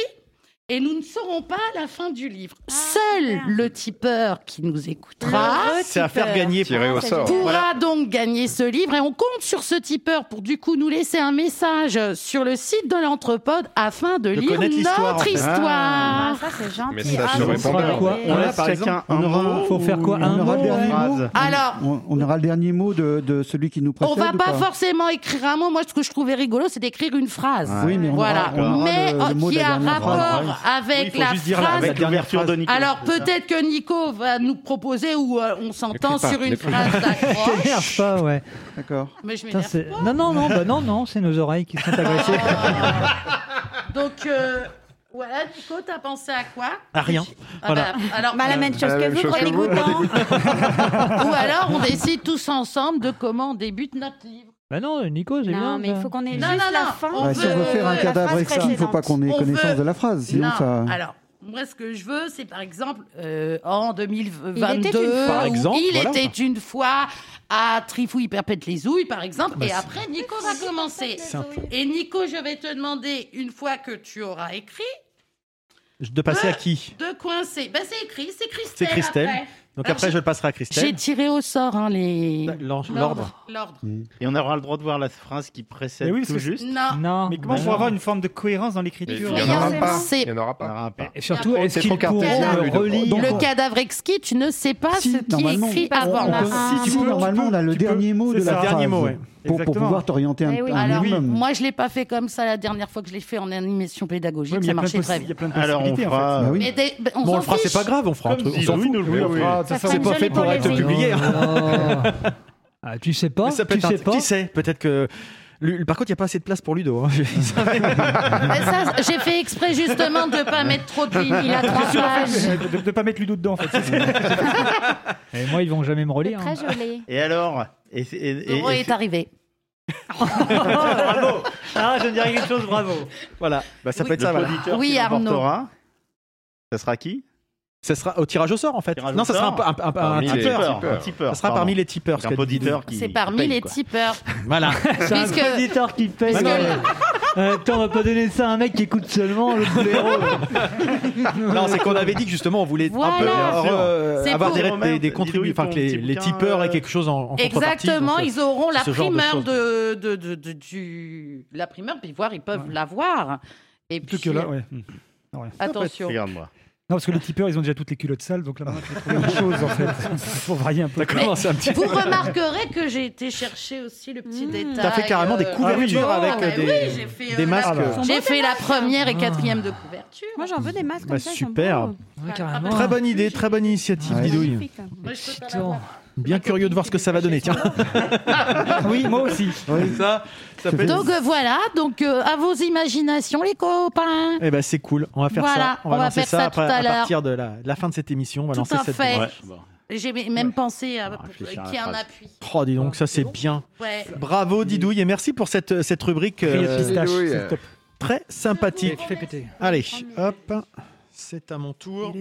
Speaker 2: et nous ne saurons pas la fin du livre.
Speaker 4: Ah.
Speaker 15: Ah,
Speaker 2: Seul le tipeur qui nous écoutera
Speaker 9: C'est à faire gagner.
Speaker 7: Tiré au sort.
Speaker 2: pourra
Speaker 9: Voilà.
Speaker 2: donc gagner ce livre et on compte sur ce tipeur pour du coup nous laisser un message sur le site de l'entrepode afin de,
Speaker 9: De
Speaker 2: lire
Speaker 9: connaître
Speaker 2: notre
Speaker 9: l'histoire, en
Speaker 2: histoire.
Speaker 9: fait.
Speaker 4: Ah, ça, c'est gentil.
Speaker 7: Mais ça
Speaker 4: Ah,
Speaker 7: se
Speaker 4: non,
Speaker 7: répond
Speaker 4: c'est
Speaker 7: pas.
Speaker 4: vrai.
Speaker 10: On
Speaker 3: Là,
Speaker 10: laisse
Speaker 3: par
Speaker 10: chacun
Speaker 3: on
Speaker 10: un
Speaker 3: aura-
Speaker 10: mot.
Speaker 1: Faut faire quoi
Speaker 3: on
Speaker 1: Un
Speaker 3: aura le
Speaker 1: mot,
Speaker 3: dernier
Speaker 1: ouais.
Speaker 3: mot
Speaker 2: Alors-
Speaker 3: on, on aura le dernier mot de, de celui qui nous précède.
Speaker 2: On va
Speaker 3: ou
Speaker 2: pas, forcément écrire un mot. Moi, ce que je trouvais rigolo, c'est d'écrire une phrase.
Speaker 3: Oui, mais on aura-
Speaker 2: voilà.
Speaker 3: on aura
Speaker 2: mais
Speaker 3: le- le
Speaker 2: euh,
Speaker 3: mot
Speaker 2: qui
Speaker 3: de la
Speaker 2: a
Speaker 3: dernière
Speaker 2: rapport
Speaker 3: phrase.
Speaker 2: l'ouverture
Speaker 10: Oui,
Speaker 2: avec
Speaker 10: faut
Speaker 2: la
Speaker 10: juste
Speaker 2: phrase.
Speaker 10: dire la- avec l'ouverture de Nico.
Speaker 2: Alors
Speaker 10: C'est ça.
Speaker 2: peut-être que Nico va nous proposer ou euh, on s'entend sur une phrase d'accroche.
Speaker 1: T'énerve pas, ouais.
Speaker 15: D'accord.
Speaker 2: Mais je
Speaker 1: Putain,
Speaker 2: m'énerve
Speaker 1: c'est- Non, non, non, bah non, non, c'est nos oreilles qui sont agressées.
Speaker 2: Donc euh, voilà, Nico, t'as pensé à quoi
Speaker 1: À rien.
Speaker 2: Ah
Speaker 1: Voilà.
Speaker 2: bah, alors,
Speaker 4: Bah, la même chose que vous, prenez goûtant.
Speaker 2: Ou alors on décide tous ensemble de comment on débute notre livre.
Speaker 1: Bah non, Nico, j'ai
Speaker 4: Non,
Speaker 1: bien.
Speaker 4: mais il faut qu'on ait
Speaker 2: Non,
Speaker 4: juste
Speaker 2: non,
Speaker 4: la
Speaker 2: non,
Speaker 4: fin.
Speaker 2: on
Speaker 3: Bah, si on veut faire un
Speaker 2: la
Speaker 3: cadavre
Speaker 4: phrase
Speaker 3: exquis, il faut pas qu'on ait
Speaker 2: On
Speaker 3: connaissance
Speaker 2: veut-
Speaker 3: de la phrase, sinon
Speaker 2: Non,
Speaker 3: ça.
Speaker 2: Alors, moi, ce que je veux, c'est par exemple, euh, en 2022,
Speaker 4: Il était une fois. Par
Speaker 2: ou
Speaker 4: exemple,
Speaker 2: il
Speaker 4: voilà.
Speaker 2: était une fois à Trifouille perpète les ouilles, par exemple,
Speaker 4: Bah,
Speaker 2: et
Speaker 4: c'est-
Speaker 2: après, Nico va commencer. Et Nico, je vais te demander, une fois que tu auras écrit,
Speaker 9: De passer à qui
Speaker 2: de coincer. Ben, c'est écrit, c'est Christelle.
Speaker 9: C'est Christelle.
Speaker 2: après.
Speaker 9: Donc
Speaker 2: Alors,
Speaker 9: après, je le passerai à Christelle.
Speaker 2: tiré au sort hein, les.
Speaker 10: L'ordre.
Speaker 2: L'ordre.
Speaker 10: Et on aura le droit de voir la phrase qui précède
Speaker 5: Mais oui,
Speaker 10: tout
Speaker 5: parce que-
Speaker 10: juste.
Speaker 2: Non.
Speaker 5: Mais comment on va avoir une forme de cohérence dans l'écriture
Speaker 10: Il y en aura
Speaker 2: Forcément, pas. c'est- Il y
Speaker 5: en
Speaker 7: aura
Speaker 10: pas.
Speaker 5: Et
Speaker 2: surtout,
Speaker 1: est-ce qu'ils
Speaker 2: cadavre- le
Speaker 5: Donc,
Speaker 2: cadavre exquis, tu ne sais pas ce qui est
Speaker 3: normalement,
Speaker 2: écrit
Speaker 3: on-
Speaker 2: avant.
Speaker 3: on peut- si, normalement, on a le dernier mot
Speaker 5: c'est
Speaker 3: de la
Speaker 5: ça.
Speaker 3: phrase.
Speaker 5: Dernier mot, ouais.
Speaker 3: pour, pour
Speaker 5: Exactement.
Speaker 3: pouvoir t'orienter un,
Speaker 2: Eh oui.
Speaker 3: un
Speaker 2: Alors,
Speaker 3: minimum.
Speaker 2: moi, je l'ai pas fait comme ça la dernière fois que je l'ai fait en animation pédagogique.
Speaker 3: Ouais, mais il y
Speaker 2: ça
Speaker 3: a plein de
Speaker 2: marchait très
Speaker 3: possi-
Speaker 2: bien.
Speaker 3: il y a plein de Alors, on possibilités, en fera- fait. Bah oui.
Speaker 2: Mais des- bah,
Speaker 9: Bon, on
Speaker 2: s'en
Speaker 9: le fera, c'est
Speaker 2: fiche.
Speaker 9: pas grave, on fera un truc. On s'en fout.
Speaker 1: nous, oui,
Speaker 9: on
Speaker 1: oui.
Speaker 9: fera, de
Speaker 1: Ça
Speaker 9: toute façon,
Speaker 1: fera
Speaker 9: C'est
Speaker 1: une
Speaker 9: pas
Speaker 1: jolie
Speaker 9: fait pour être
Speaker 1: poésie.
Speaker 9: publié. hein.
Speaker 1: Non. Ah, tu sais pas,
Speaker 9: Mais ça peut
Speaker 1: tu
Speaker 9: être
Speaker 1: sais
Speaker 9: un-
Speaker 1: pas.
Speaker 9: Qui sait Peut-être que. Lu- Par contre, il n'y a pas assez de place pour Ludo. hein.
Speaker 2: Mais ça, Ah, j'ai fait exprès justement de pas mettre trop de lignes. Il a trois
Speaker 5: Sur la
Speaker 2: pages.
Speaker 5: feuille, de ne pas mettre Ludo dedans. En fait.
Speaker 1: Et moi, ils vont jamais me relire. hein.
Speaker 2: Très joli.
Speaker 10: Et alors et, et- et-
Speaker 2: Doro
Speaker 10: et-
Speaker 2: est arrivé.
Speaker 5: bravo. Ah, je vais dire quelque chose, bravo.
Speaker 9: Voilà. Bah, ça peut
Speaker 10: Oui.
Speaker 9: être ça.
Speaker 10: Notre
Speaker 9: Voilà.
Speaker 10: auditeur Oui, qui Arnaud. l'emportera. Ça sera qui
Speaker 9: Ça sera au tirage au sort en fait.
Speaker 10: Tirage
Speaker 9: non,
Speaker 10: au
Speaker 9: ça sera un,
Speaker 10: sort.
Speaker 9: un- un- un
Speaker 10: Parmi les
Speaker 9: tipeur.
Speaker 10: tipeurs. Un tipeur,
Speaker 9: Ça sera
Speaker 10: pardon.
Speaker 9: parmi les tipeurs.
Speaker 10: C'est un auditeur qui-
Speaker 2: C'est parmi les tipeurs.
Speaker 9: Voilà.
Speaker 1: C'est un
Speaker 2: Puisque-
Speaker 1: auditeur qui paye.
Speaker 2: Puisque-
Speaker 1: ouais. Euh, Attends, on va pas donner ça à un mec qui écoute seulement le blaireau.
Speaker 9: Non, c'est qu'on avait dit que justement on voulait un peu
Speaker 2: Voilà.
Speaker 9: euh, euh,
Speaker 2: C'est
Speaker 9: avoir
Speaker 2: pour-
Speaker 9: des,
Speaker 2: Romain,
Speaker 9: des, des
Speaker 2: dis-nous,
Speaker 9: contribu-
Speaker 2: ils
Speaker 9: enfin que
Speaker 2: font
Speaker 9: les,
Speaker 2: un petit
Speaker 9: les
Speaker 2: bouquin,
Speaker 9: tipeurs aient
Speaker 2: euh,
Speaker 9: quelque chose en, en contrepartie.
Speaker 2: Exactement,
Speaker 9: donc, euh,
Speaker 2: ils auront la
Speaker 9: ce genre de
Speaker 2: primeur
Speaker 9: choses.
Speaker 2: de, de, de- de- du la primeur puis voir ils peuvent la voir. Et puis euh,
Speaker 5: que là, ouais. Ah ouais.
Speaker 2: attention.
Speaker 10: Regarde-moi.
Speaker 5: Non, parce que les tipeurs, ils ont déjà toutes les culottes sales, donc là, maintenant, il faut trouver autre chose, en fait. Pour varier un peu.
Speaker 2: Mais
Speaker 9: bah,
Speaker 2: vous remarquerez que j'ai été chercher aussi le
Speaker 9: Hmm.
Speaker 2: petit détail.
Speaker 5: T'as fait carrément des
Speaker 2: euh,
Speaker 5: couvertures
Speaker 2: ah oui,
Speaker 5: avec,
Speaker 2: mais
Speaker 5: euh, des-
Speaker 2: oui, j'ai fait,
Speaker 9: des
Speaker 2: euh,
Speaker 9: masques.
Speaker 2: la-
Speaker 9: Ah bah.
Speaker 2: J'ai fait la première et quatrième de couverture.
Speaker 4: Moi, j'en veux des masques
Speaker 9: Bah,
Speaker 4: comme ça. ils sont
Speaker 9: super.
Speaker 4: beaux.
Speaker 2: Ah, bah,
Speaker 9: Très bonne idée, très bonne initiative, Didouille. Bien curieux de voir ce que ça va donner. Tiens.
Speaker 5: oui, moi aussi.
Speaker 9: Ça, ça peut être-
Speaker 2: Donc euh, voilà, donc euh, à vos imaginations les copains.
Speaker 9: Eh ben c'est cool, on va faire
Speaker 2: Voilà,
Speaker 9: ça. On va
Speaker 2: on va
Speaker 9: lancer
Speaker 2: faire
Speaker 9: ça,
Speaker 2: ça
Speaker 9: après,
Speaker 2: tout à
Speaker 9: à,
Speaker 2: l'heure.
Speaker 9: partir de la, de la fin de cette émission. On va
Speaker 2: Tout
Speaker 9: lancer
Speaker 2: à
Speaker 9: cette.
Speaker 2: fait. J'ai même pensé
Speaker 9: Ah,
Speaker 2: à
Speaker 9: réfléchir à la
Speaker 2: qui en
Speaker 9: phrase.
Speaker 2: appui.
Speaker 9: Oh, dis donc, ça c'est bien.
Speaker 2: Ouais.
Speaker 9: Bravo Didouille et merci pour cette, cette rubrique
Speaker 5: Rien Mmh. de
Speaker 9: euh,
Speaker 5: pistache, c'est top.
Speaker 9: très sympathique.
Speaker 1: Fais péter.
Speaker 9: Allez, hop, c'est à mon tour.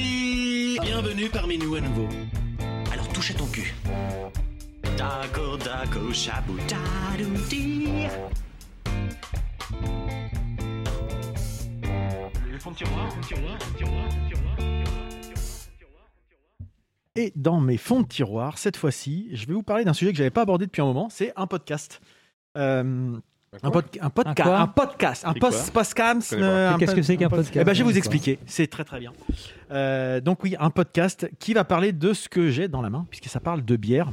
Speaker 16: Et bienvenue parmi nous à nouveau. Alors touche à ton cul. Dago, dago, chabou, dadoudi.
Speaker 9: Et dans mes fonds de tiroir, cette fois-ci, je vais vous parler d'un sujet que j'avais pas abordé depuis un moment, c'est un podcast. Euh, un, podca- un podca-
Speaker 1: Un quoi
Speaker 9: un podcast, un
Speaker 1: C'est quoi
Speaker 9: post postcams,
Speaker 1: Je connais pas.
Speaker 9: euh, un
Speaker 1: Qu'est-ce
Speaker 9: pod-
Speaker 1: que c'est qu'un
Speaker 9: un pod-
Speaker 1: podcast
Speaker 9: Eh ben, je vais
Speaker 1: Je
Speaker 9: vous
Speaker 1: sais pas.
Speaker 9: expliquer. C'est très très bien. Euh, donc oui, un podcast qui va parler de ce que j'ai dans la main, puisque ça parle de bière.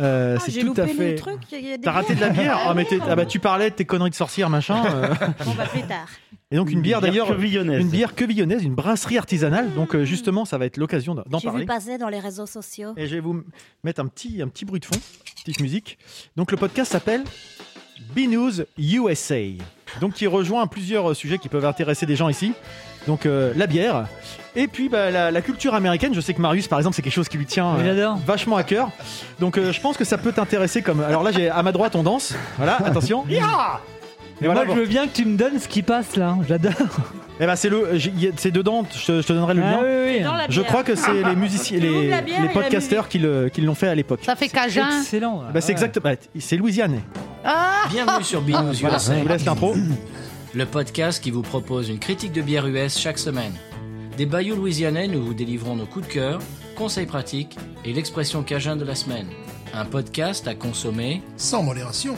Speaker 9: Euh,
Speaker 4: Ah,
Speaker 9: c'est
Speaker 4: j'ai
Speaker 9: tout
Speaker 4: loupé
Speaker 9: à
Speaker 4: le
Speaker 9: fait.
Speaker 4: truc, il y a des
Speaker 9: T'as raté de la
Speaker 4: bières.
Speaker 9: bière
Speaker 4: Ah,
Speaker 9: Ah, mais
Speaker 4: oui,
Speaker 9: t'es- ah, bah,
Speaker 4: pardon.
Speaker 9: tu parlais de tes conneries de sorcière, machin. euh.
Speaker 4: On va bah, plus tard.
Speaker 9: Et donc une bière
Speaker 10: bière
Speaker 9: d'ailleurs,
Speaker 10: quevillonaise.
Speaker 9: une bière quevillonaise, une brasserie artisanale. Donc euh, justement, ça va être l'occasion d'en
Speaker 17: J'ai
Speaker 9: parler.
Speaker 17: vu passer dans les réseaux sociaux.
Speaker 9: Et je vais vous mettre un petit, un petit bruit de fond, petite musique. Donc le podcast s'appelle B-News USA. Donc qui rejoint plusieurs euh, sujets qui peuvent intéresser des gens ici. Donc euh, la bière. Et puis bah, la, la culture américaine. Je sais que Marius, par exemple, c'est quelque chose qui lui tient euh, vachement à cœur. Donc euh, je pense que ça peut t'intéresser comme... Alors là, j'ai à ma droite, on danse. Voilà, attention. Hiya Et voilà,
Speaker 1: Moi,
Speaker 9: bon.
Speaker 1: je veux bien que tu me donnes ce qui passe là. J'adore.
Speaker 9: Eh ben c'est le, j'ai- il y a- c'est dedans. Je te, je te donnerai le
Speaker 1: Ah
Speaker 9: lien.
Speaker 1: oui, oui. C'est dans la
Speaker 9: Je
Speaker 1: bière.
Speaker 9: crois que c'est les musiciens,
Speaker 1: Tu ouvres
Speaker 9: les,
Speaker 1: la bière
Speaker 9: les
Speaker 1: et la
Speaker 9: podcasters qui, le- qui l'ont fait à l'époque.
Speaker 2: Ça fait cajun. excellent.
Speaker 1: Ah
Speaker 9: Bah, c'est exact. bah, c'est Louisiane.
Speaker 2: Ah
Speaker 16: Bienvenue sur Binous
Speaker 9: Voilà,
Speaker 16: USA.
Speaker 9: je vous laisse l'intro.
Speaker 16: Le podcast qui vous propose une critique de bière US chaque semaine. Des bayous louisianais, nous vous délivrons nos coups de cœur, conseils pratiques et l'expression cajun de la semaine. Un podcast à consommer sans modération.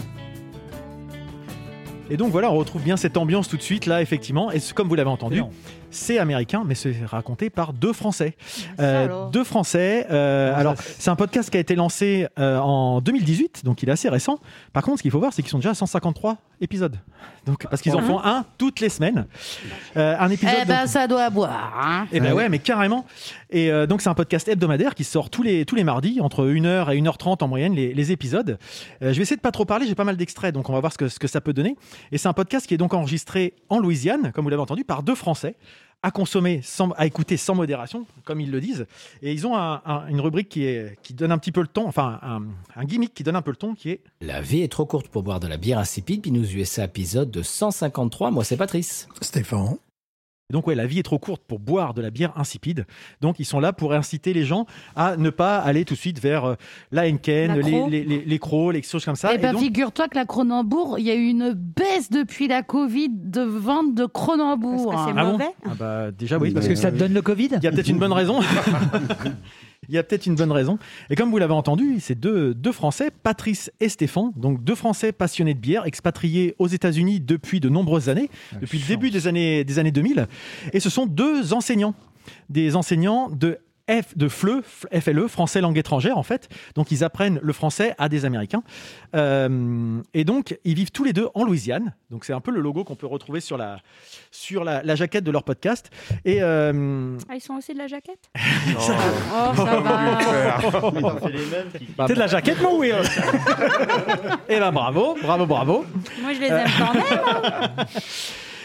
Speaker 9: Et donc voilà, on retrouve bien cette ambiance tout de suite là, effectivement. Et c'est- comme vous l'avez entendu, c'est américain, mais c'est raconté par deux Français. Euh,
Speaker 15: alors.
Speaker 9: deux Français. euh, alors, c'est un podcast qui a été lancé euh, en 2018, donc il est assez récent. Par contre, ce qu'il faut voir, c'est qu'ils sont déjà à 153 épisodes. Donc, parce qu'ils en
Speaker 2: Mhm.
Speaker 9: font un toutes les semaines. Euh, un épisode.
Speaker 2: eh ben,
Speaker 9: donc-
Speaker 2: ça doit boire. Hein.
Speaker 9: eh ben ouais, mais carrément. Et euh, donc c'est un podcast hebdomadaire qui sort tous les, tous les mardis, entre 1h et 1h30 en moyenne, les, les épisodes. Euh, je vais essayer de pas trop parler, j'ai pas mal d'extraits, donc on va voir ce que, ce que ça peut donner. Et c'est un podcast qui est donc enregistré en Louisiane, comme vous l'avez entendu, par deux Français, à consommer, sans, à écouter sans modération, comme ils le disent. Et ils ont un- un- une rubrique qui, est, qui donne un petit peu le ton, enfin un, un gimmick qui donne un peu le ton, qui est...
Speaker 16: La vie est trop courte pour boire de la bière insipide, Binous USA, épisode de 153. Moi, c'est Patrice.
Speaker 9: Stéphane. Donc ouais, la vie est trop courte pour boire de la bière insipide. Donc ils sont là pour inciter les gens à ne pas aller tout de suite vers euh, la Henken, les,
Speaker 2: L'accro.
Speaker 9: les, les, les crocs, les choses comme ça.
Speaker 2: eh
Speaker 9: Et
Speaker 2: ben,
Speaker 9: donc-
Speaker 2: figure-toi que la Cronenbourg, il y a eu une baisse depuis la Covid de vente de Cronenbourg.
Speaker 9: Ah bon Ah bah, Déjà oui,
Speaker 1: Parce que ça te donne le Covid
Speaker 9: Il y a peut-être une bonne raison. Il y a peut-être une bonne raison. Et comme vous l'avez entendu, c'est deux, deux Français, Patrice et Stéphane, donc deux Français passionnés de bière, expatriés aux États-Unis depuis de nombreuses années, depuis le début des années, des années 2000. Et ce sont deux enseignants, des enseignants de F, de FLE, FLE, français langue étrangère en fait. Donc ils apprennent le français à des Américains. Euh, et donc ils vivent tous les deux en Louisiane. Donc c'est un peu le logo qu'on peut retrouver sur la, sur la, la jaquette de leur podcast. Et euh,
Speaker 4: Ah, ils sont aussi de la jaquette
Speaker 9: ça va.
Speaker 10: C'est les mêmes qui.
Speaker 9: T'es de la jaquette, mon Will Eh ben bravo, bravo, bravo.
Speaker 4: Moi, je les
Speaker 9: Euh.
Speaker 4: aime quand même.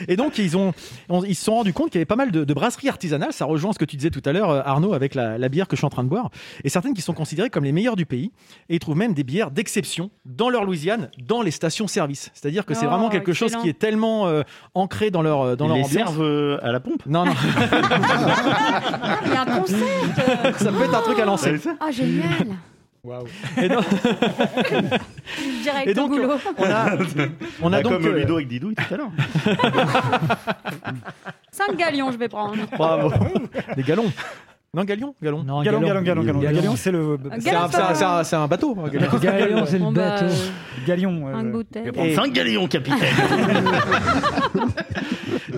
Speaker 9: Et donc, ils, ont, on- ils se sont rendus compte qu'il y avait pas mal de, de brasseries artisanales. Ça rejoint ce que tu disais tout à l'heure, euh, Arnaud, avec la, la bière que je suis en train de boire. Et certaines qui sont considérées comme les meilleures du pays. Et ils trouvent même des bières d'exception dans leur Louisiane, dans les stations-service. C'est-à-dire que c'est
Speaker 10: Oh,
Speaker 9: vraiment quelque chose
Speaker 10: excellent.
Speaker 9: qui est tellement euh, ancré dans leur, euh, dans leur
Speaker 10: les
Speaker 9: ambiance.
Speaker 10: servent euh, à la pompe
Speaker 9: Non, non.
Speaker 4: Il y a un concert
Speaker 9: Ça peut être un truc à lancer.
Speaker 4: Ah, génial
Speaker 9: Et donc-
Speaker 4: Direct
Speaker 9: Et donc,
Speaker 4: au boulot.
Speaker 9: on a- on a
Speaker 10: Bah,
Speaker 9: donc,
Speaker 10: comme
Speaker 9: euh,
Speaker 10: Ludo avec Didouille tout à l'heure.
Speaker 4: 5 gallons, je vais prendre.
Speaker 9: Bravo. Des galons. Non, galion, galon.
Speaker 1: Non,
Speaker 5: Galon, galon, galon, galon. Galon, c'est le.
Speaker 4: Un
Speaker 9: C'est un- c'est un- c'est un- c'est un bateau. un galion.
Speaker 1: Gaillon, c'est le
Speaker 4: Bon, bah,
Speaker 1: bateau.
Speaker 4: euh,
Speaker 5: Galion.
Speaker 4: Un bouteille.
Speaker 9: Et-
Speaker 10: capitaine.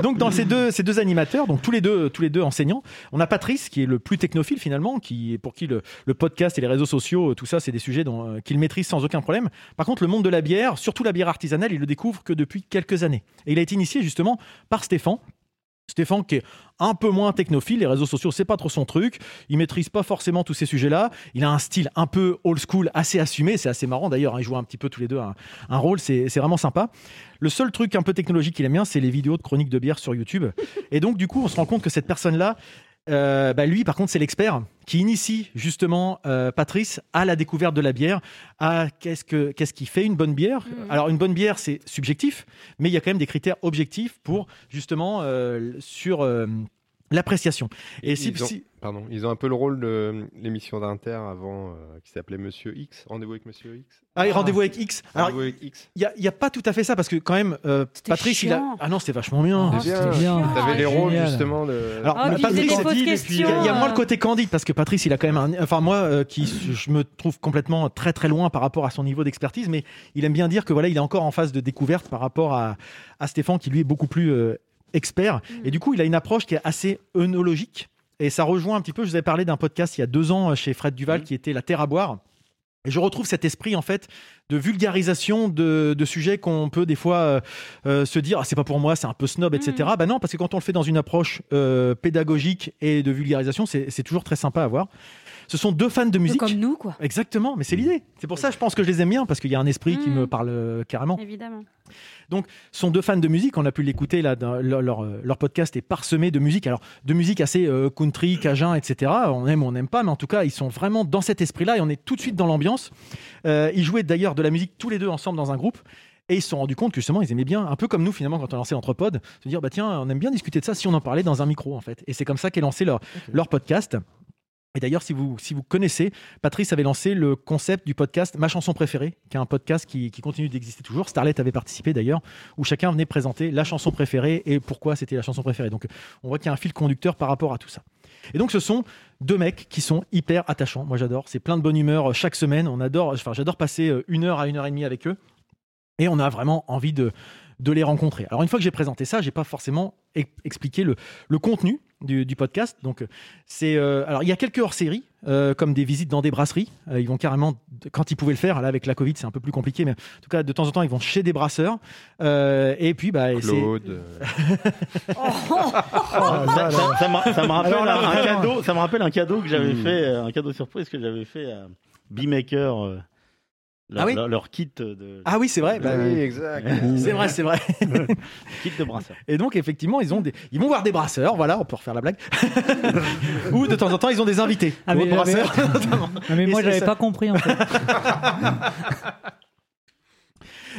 Speaker 9: donc dans ces deux, ces deux animateurs, donc tous les deux, tous les deux enseignants, on a Patrice qui est le plus technophile finalement, qui pour qui le, le podcast et les réseaux sociaux, tout ça, c'est des sujets dont, euh, qu'il maîtrise sans aucun problème. Par contre, le monde de la bière, surtout la bière artisanale, il le découvre que depuis quelques années. Et il a été initié justement par Stéphane. Stéphane qui est un peu moins technophile, les réseaux sociaux c'est pas trop son truc, il maîtrise pas forcément tous ces sujets-là, il a un style un peu old school, assez assumé, c'est assez marrant d'ailleurs, hein, ils jouent un petit peu tous les deux un, un rôle, c'est c'est vraiment sympa. Le seul truc un peu technologique qu'il aime bien c'est les vidéos de chroniques de bière sur YouTube, et donc du coup on se rend compte que cette personne-là, euh, bah, lui par contre c'est l'expert qui initie justement euh, Patrice à la découverte de la bière, à qu'est-ce que- qu'est-ce qui fait une bonne bière. Alors une bonne bière c'est subjectif, mais il y a quand même des critères objectifs pour justement euh, sur euh, l'appréciation. Et si,
Speaker 7: ils ont,
Speaker 9: si-
Speaker 7: pardon, ils ont un peu le rôle de euh, l'émission d'Inter avant euh, qui s'appelait Monsieur X, Rendez-vous avec Monsieur X.
Speaker 9: Ah, et rendez-vous avec X. Alors,
Speaker 7: Rendez-vous avec X.
Speaker 9: il n'y a, pas tout à fait ça parce que quand même, euh, Patrice, il a.
Speaker 7: chiant.
Speaker 9: Ah non, c'était vachement bien.
Speaker 7: Ah, C'était c'était bien. bien. T'avais les rôles, Génial. justement, de-
Speaker 9: Alors,
Speaker 7: Ah,
Speaker 9: mais
Speaker 7: puis il faisait
Speaker 9: Patrice,
Speaker 7: des fausses
Speaker 9: il y a- il y a
Speaker 7: questions,
Speaker 9: moins le
Speaker 7: euh.
Speaker 9: côté candide parce que Patrice, il a quand même un. Enfin, moi, euh, qui je me trouve complètement très très loin par rapport à son niveau d'expertise, mais il aime bien dire que voilà, il est encore en phase de découverte par rapport à, à Stéphane qui lui est beaucoup plus euh, expert.
Speaker 7: Mm.
Speaker 9: Et du coup, il a une approche qui est assez œnologique. Et ça rejoint un petit peu, je vous avais parlé d'un podcast il y a deux ans euh, chez Fred
Speaker 7: Mm.
Speaker 9: Duval qui était La Terre à boire. Et je retrouve cet esprit en fait de vulgarisation de, de sujets qu'on peut des fois euh, euh, se dire ah, c'est pas pour moi, c'est un peu snob, etc.
Speaker 4: Mm.
Speaker 9: Bah non, parce que quand on le fait dans une approche euh, pédagogique et de vulgarisation, c'est c'est toujours très sympa à voir. Ce sont deux fans de musique.
Speaker 4: comme nous, quoi.
Speaker 9: Exactement, mais c'est l'idée. C'est pour ça je pense que je les aime bien, parce qu'il y a un esprit qui
Speaker 4: Mm.
Speaker 9: me parle euh, carrément.
Speaker 4: Évidemment.
Speaker 9: Donc, sont deux fans de musique. On a pu l'écouter là. dans- Leur, leur, leur podcast est parsemé de musique. Alors, de musique assez euh, country, cajun, etc. On aime ou on n'aime pas, mais en tout cas, ils sont vraiment dans cet esprit-là et on est tout de suite dans l'ambiance. Euh, ils jouaient d'ailleurs de la musique tous les deux ensemble dans un groupe. Et ils se sont rendus compte que justement, ils aimaient bien, un peu comme nous finalement, quand on lançait l'entrepode, se dire, bah tiens, on aime bien discuter de ça si on en parlait dans un micro, en fait. Et c'est comme ça qu'est lancé leur, leur podcast. Et d'ailleurs, si vous, si vous connaissez, Patrice avait lancé le concept du podcast Ma chanson préférée, qui est un podcast qui, qui continue d'exister toujours. Starlet avait participé d'ailleurs, où chacun venait présenter la chanson préférée et pourquoi c'était la chanson préférée. Donc on voit qu'il y a un fil conducteur par rapport à tout ça. Et donc ce sont deux mecs qui sont hyper attachants. Moi j'adore, c'est plein de bonne humeur euh, chaque semaine. On adore, enfin j'adore passer euh, une heure à une heure et demie avec eux. Et on a vraiment envie de, de les rencontrer. Alors une fois que j'ai présenté ça, j'ai pas forcément e- expliqué le, le contenu du, du podcast. Donc euh, c'est euh, alors il y a quelques hors-séries euh, comme des visites dans des brasseries. Euh, ils vont carrément quand ils pouvaient le faire. Là avec la Covid c'est un peu plus compliqué, mais en tout cas de temps en temps ils vont chez des brasseurs. Euh, et puis bah c'est-
Speaker 7: Claude.
Speaker 10: ça, ça- ça me, ça me rappelle
Speaker 9: Alors là,
Speaker 10: un- un
Speaker 9: vraiment.
Speaker 10: cadeau, ça me rappelle un cadeau que j'avais
Speaker 9: Hmm.
Speaker 10: fait, euh, un cadeau surprise que j'avais fait à Beemaker, euh, leur,
Speaker 9: Ah oui
Speaker 10: leur- leur kit
Speaker 1: euh,
Speaker 10: de.
Speaker 9: Ah oui, c'est vrai. bah oui. C'est vrai, c'est vrai.
Speaker 10: kit de brasseur.
Speaker 9: Et donc, effectivement, ils, ont des... ils vont voir des brasseurs, voilà, on peut refaire la blague. Ou de temps en temps, ils ont des invités.
Speaker 1: Ah, mais
Speaker 9: D'autres
Speaker 1: j'avais-
Speaker 9: brasseurs, notamment.
Speaker 1: Non, mais
Speaker 9: Et
Speaker 1: moi,
Speaker 9: c'est-
Speaker 1: j'avais
Speaker 9: ça-
Speaker 1: pas compris en fait.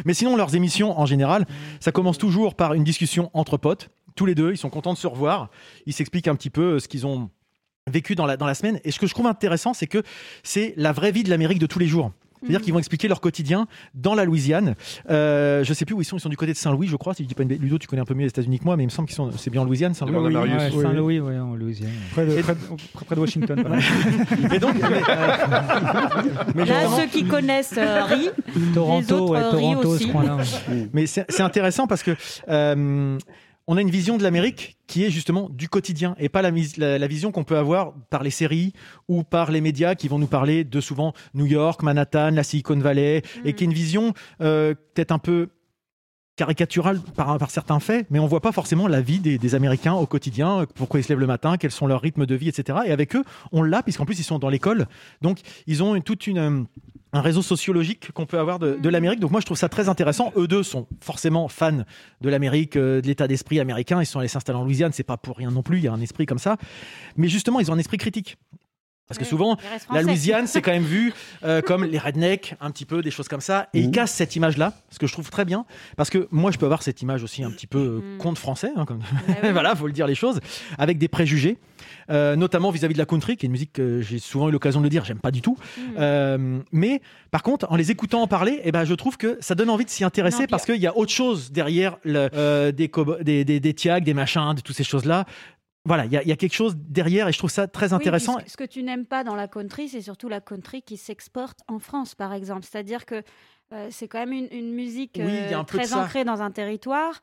Speaker 9: Mais sinon, leurs émissions, en général, ça commence toujours par une discussion entre potes. Tous les deux, ils sont contents de se revoir. Ils s'expliquent un petit peu euh, ce qu'ils ont vécu dans la, dans la semaine. Et ce que je trouve intéressant, c'est que c'est la vraie vie de l'Amérique de tous les jours. C'est-à-dire
Speaker 10: Mhm.
Speaker 9: qu'ils vont expliquer leur quotidien dans la Louisiane. Euh, je sais plus où ils sont. Ils sont du côté de Saint-Louis, je crois. Si je dis pas une bêtise. Ludo, tu connais un peu mieux les États-Unis que moi, mais il me semble qu'ils sont. C'est bien en Louisiane, Saint-Louis.
Speaker 1: Demande à Oui, Marius. ouais, Saint-Louis, ouais, en Louisiane.
Speaker 5: Près de, près de- près de Washington. pardon.
Speaker 9: Et donc, mais- mais
Speaker 12: Là,
Speaker 9: justement-
Speaker 12: ceux qui connaissent euh, rient. les autres euh, rient aussi.
Speaker 9: Mais c'est c'est intéressant parce que euh, on a une vision de l'Amérique qui est justement du quotidien et pas la, mis- la- la vision qu'on peut avoir par les séries ou par les médias qui vont nous parler de souvent New York, Manhattan, la Silicon Valley
Speaker 12: Mm.
Speaker 9: et qui est une vision euh, peut-être un peu caricatural par, par certains faits, mais on voit pas forcément la vie des, des Américains au quotidien, euh, pourquoi ils se lèvent le matin, quels sont leurs rythmes de vie, etc. Et avec eux, on l'a, puisqu'en plus ils sont dans l'école. Donc ils ont une- toute une... euh, un réseau sociologique qu'on peut avoir de,
Speaker 10: Mhm.
Speaker 9: de l'Amérique. Donc moi, je trouve ça très intéressant. Eux deux sont forcément fans de l'Amérique, euh, de l'état d'esprit américain. Ils sont allés s'installer en Louisiane. C'est pas pour rien non plus. Il y a un esprit comme ça. Mais justement, ils ont un esprit critique. Parce que souvent,
Speaker 10: ils restent
Speaker 9: la
Speaker 10: français.
Speaker 9: Louisiane, c'est quand même vu euh, comme les rednecks, un petit peu, des choses comme ça. Et ils cassent cette image-là, ce que je trouve très bien. Parce que moi, je peux avoir cette image aussi un petit peu
Speaker 4: Mhm.
Speaker 9: euh, conte français, hein, comme...
Speaker 4: Ah
Speaker 9: voilà, faut le dire les choses, avec des préjugés, euh, notamment vis-à-vis de la country, qui est une musique que j'ai souvent eu l'occasion de le dire, j'aime pas du tout.
Speaker 4: Mhm.
Speaker 9: Euh, mais par contre, en les écoutant en parler, eh ben, je trouve que ça donne envie de s'y intéresser parce qu'il y a autre chose derrière le- euh, des, cow- des, des, des tiags, des machins, de toutes ces choses-là. Voilà, il y, a- il y a quelque chose derrière et je trouve ça très
Speaker 4: Oui,
Speaker 9: intéressant.
Speaker 4: puis ce, ce que tu n'aimes pas dans la country, c'est surtout la country qui s'exporte en France, par exemple. C'est-à-dire que euh, c'est quand même une, une musique
Speaker 9: Oui, il y a
Speaker 4: euh,
Speaker 9: un peu de
Speaker 4: très
Speaker 9: ça.
Speaker 4: ancrée dans un territoire.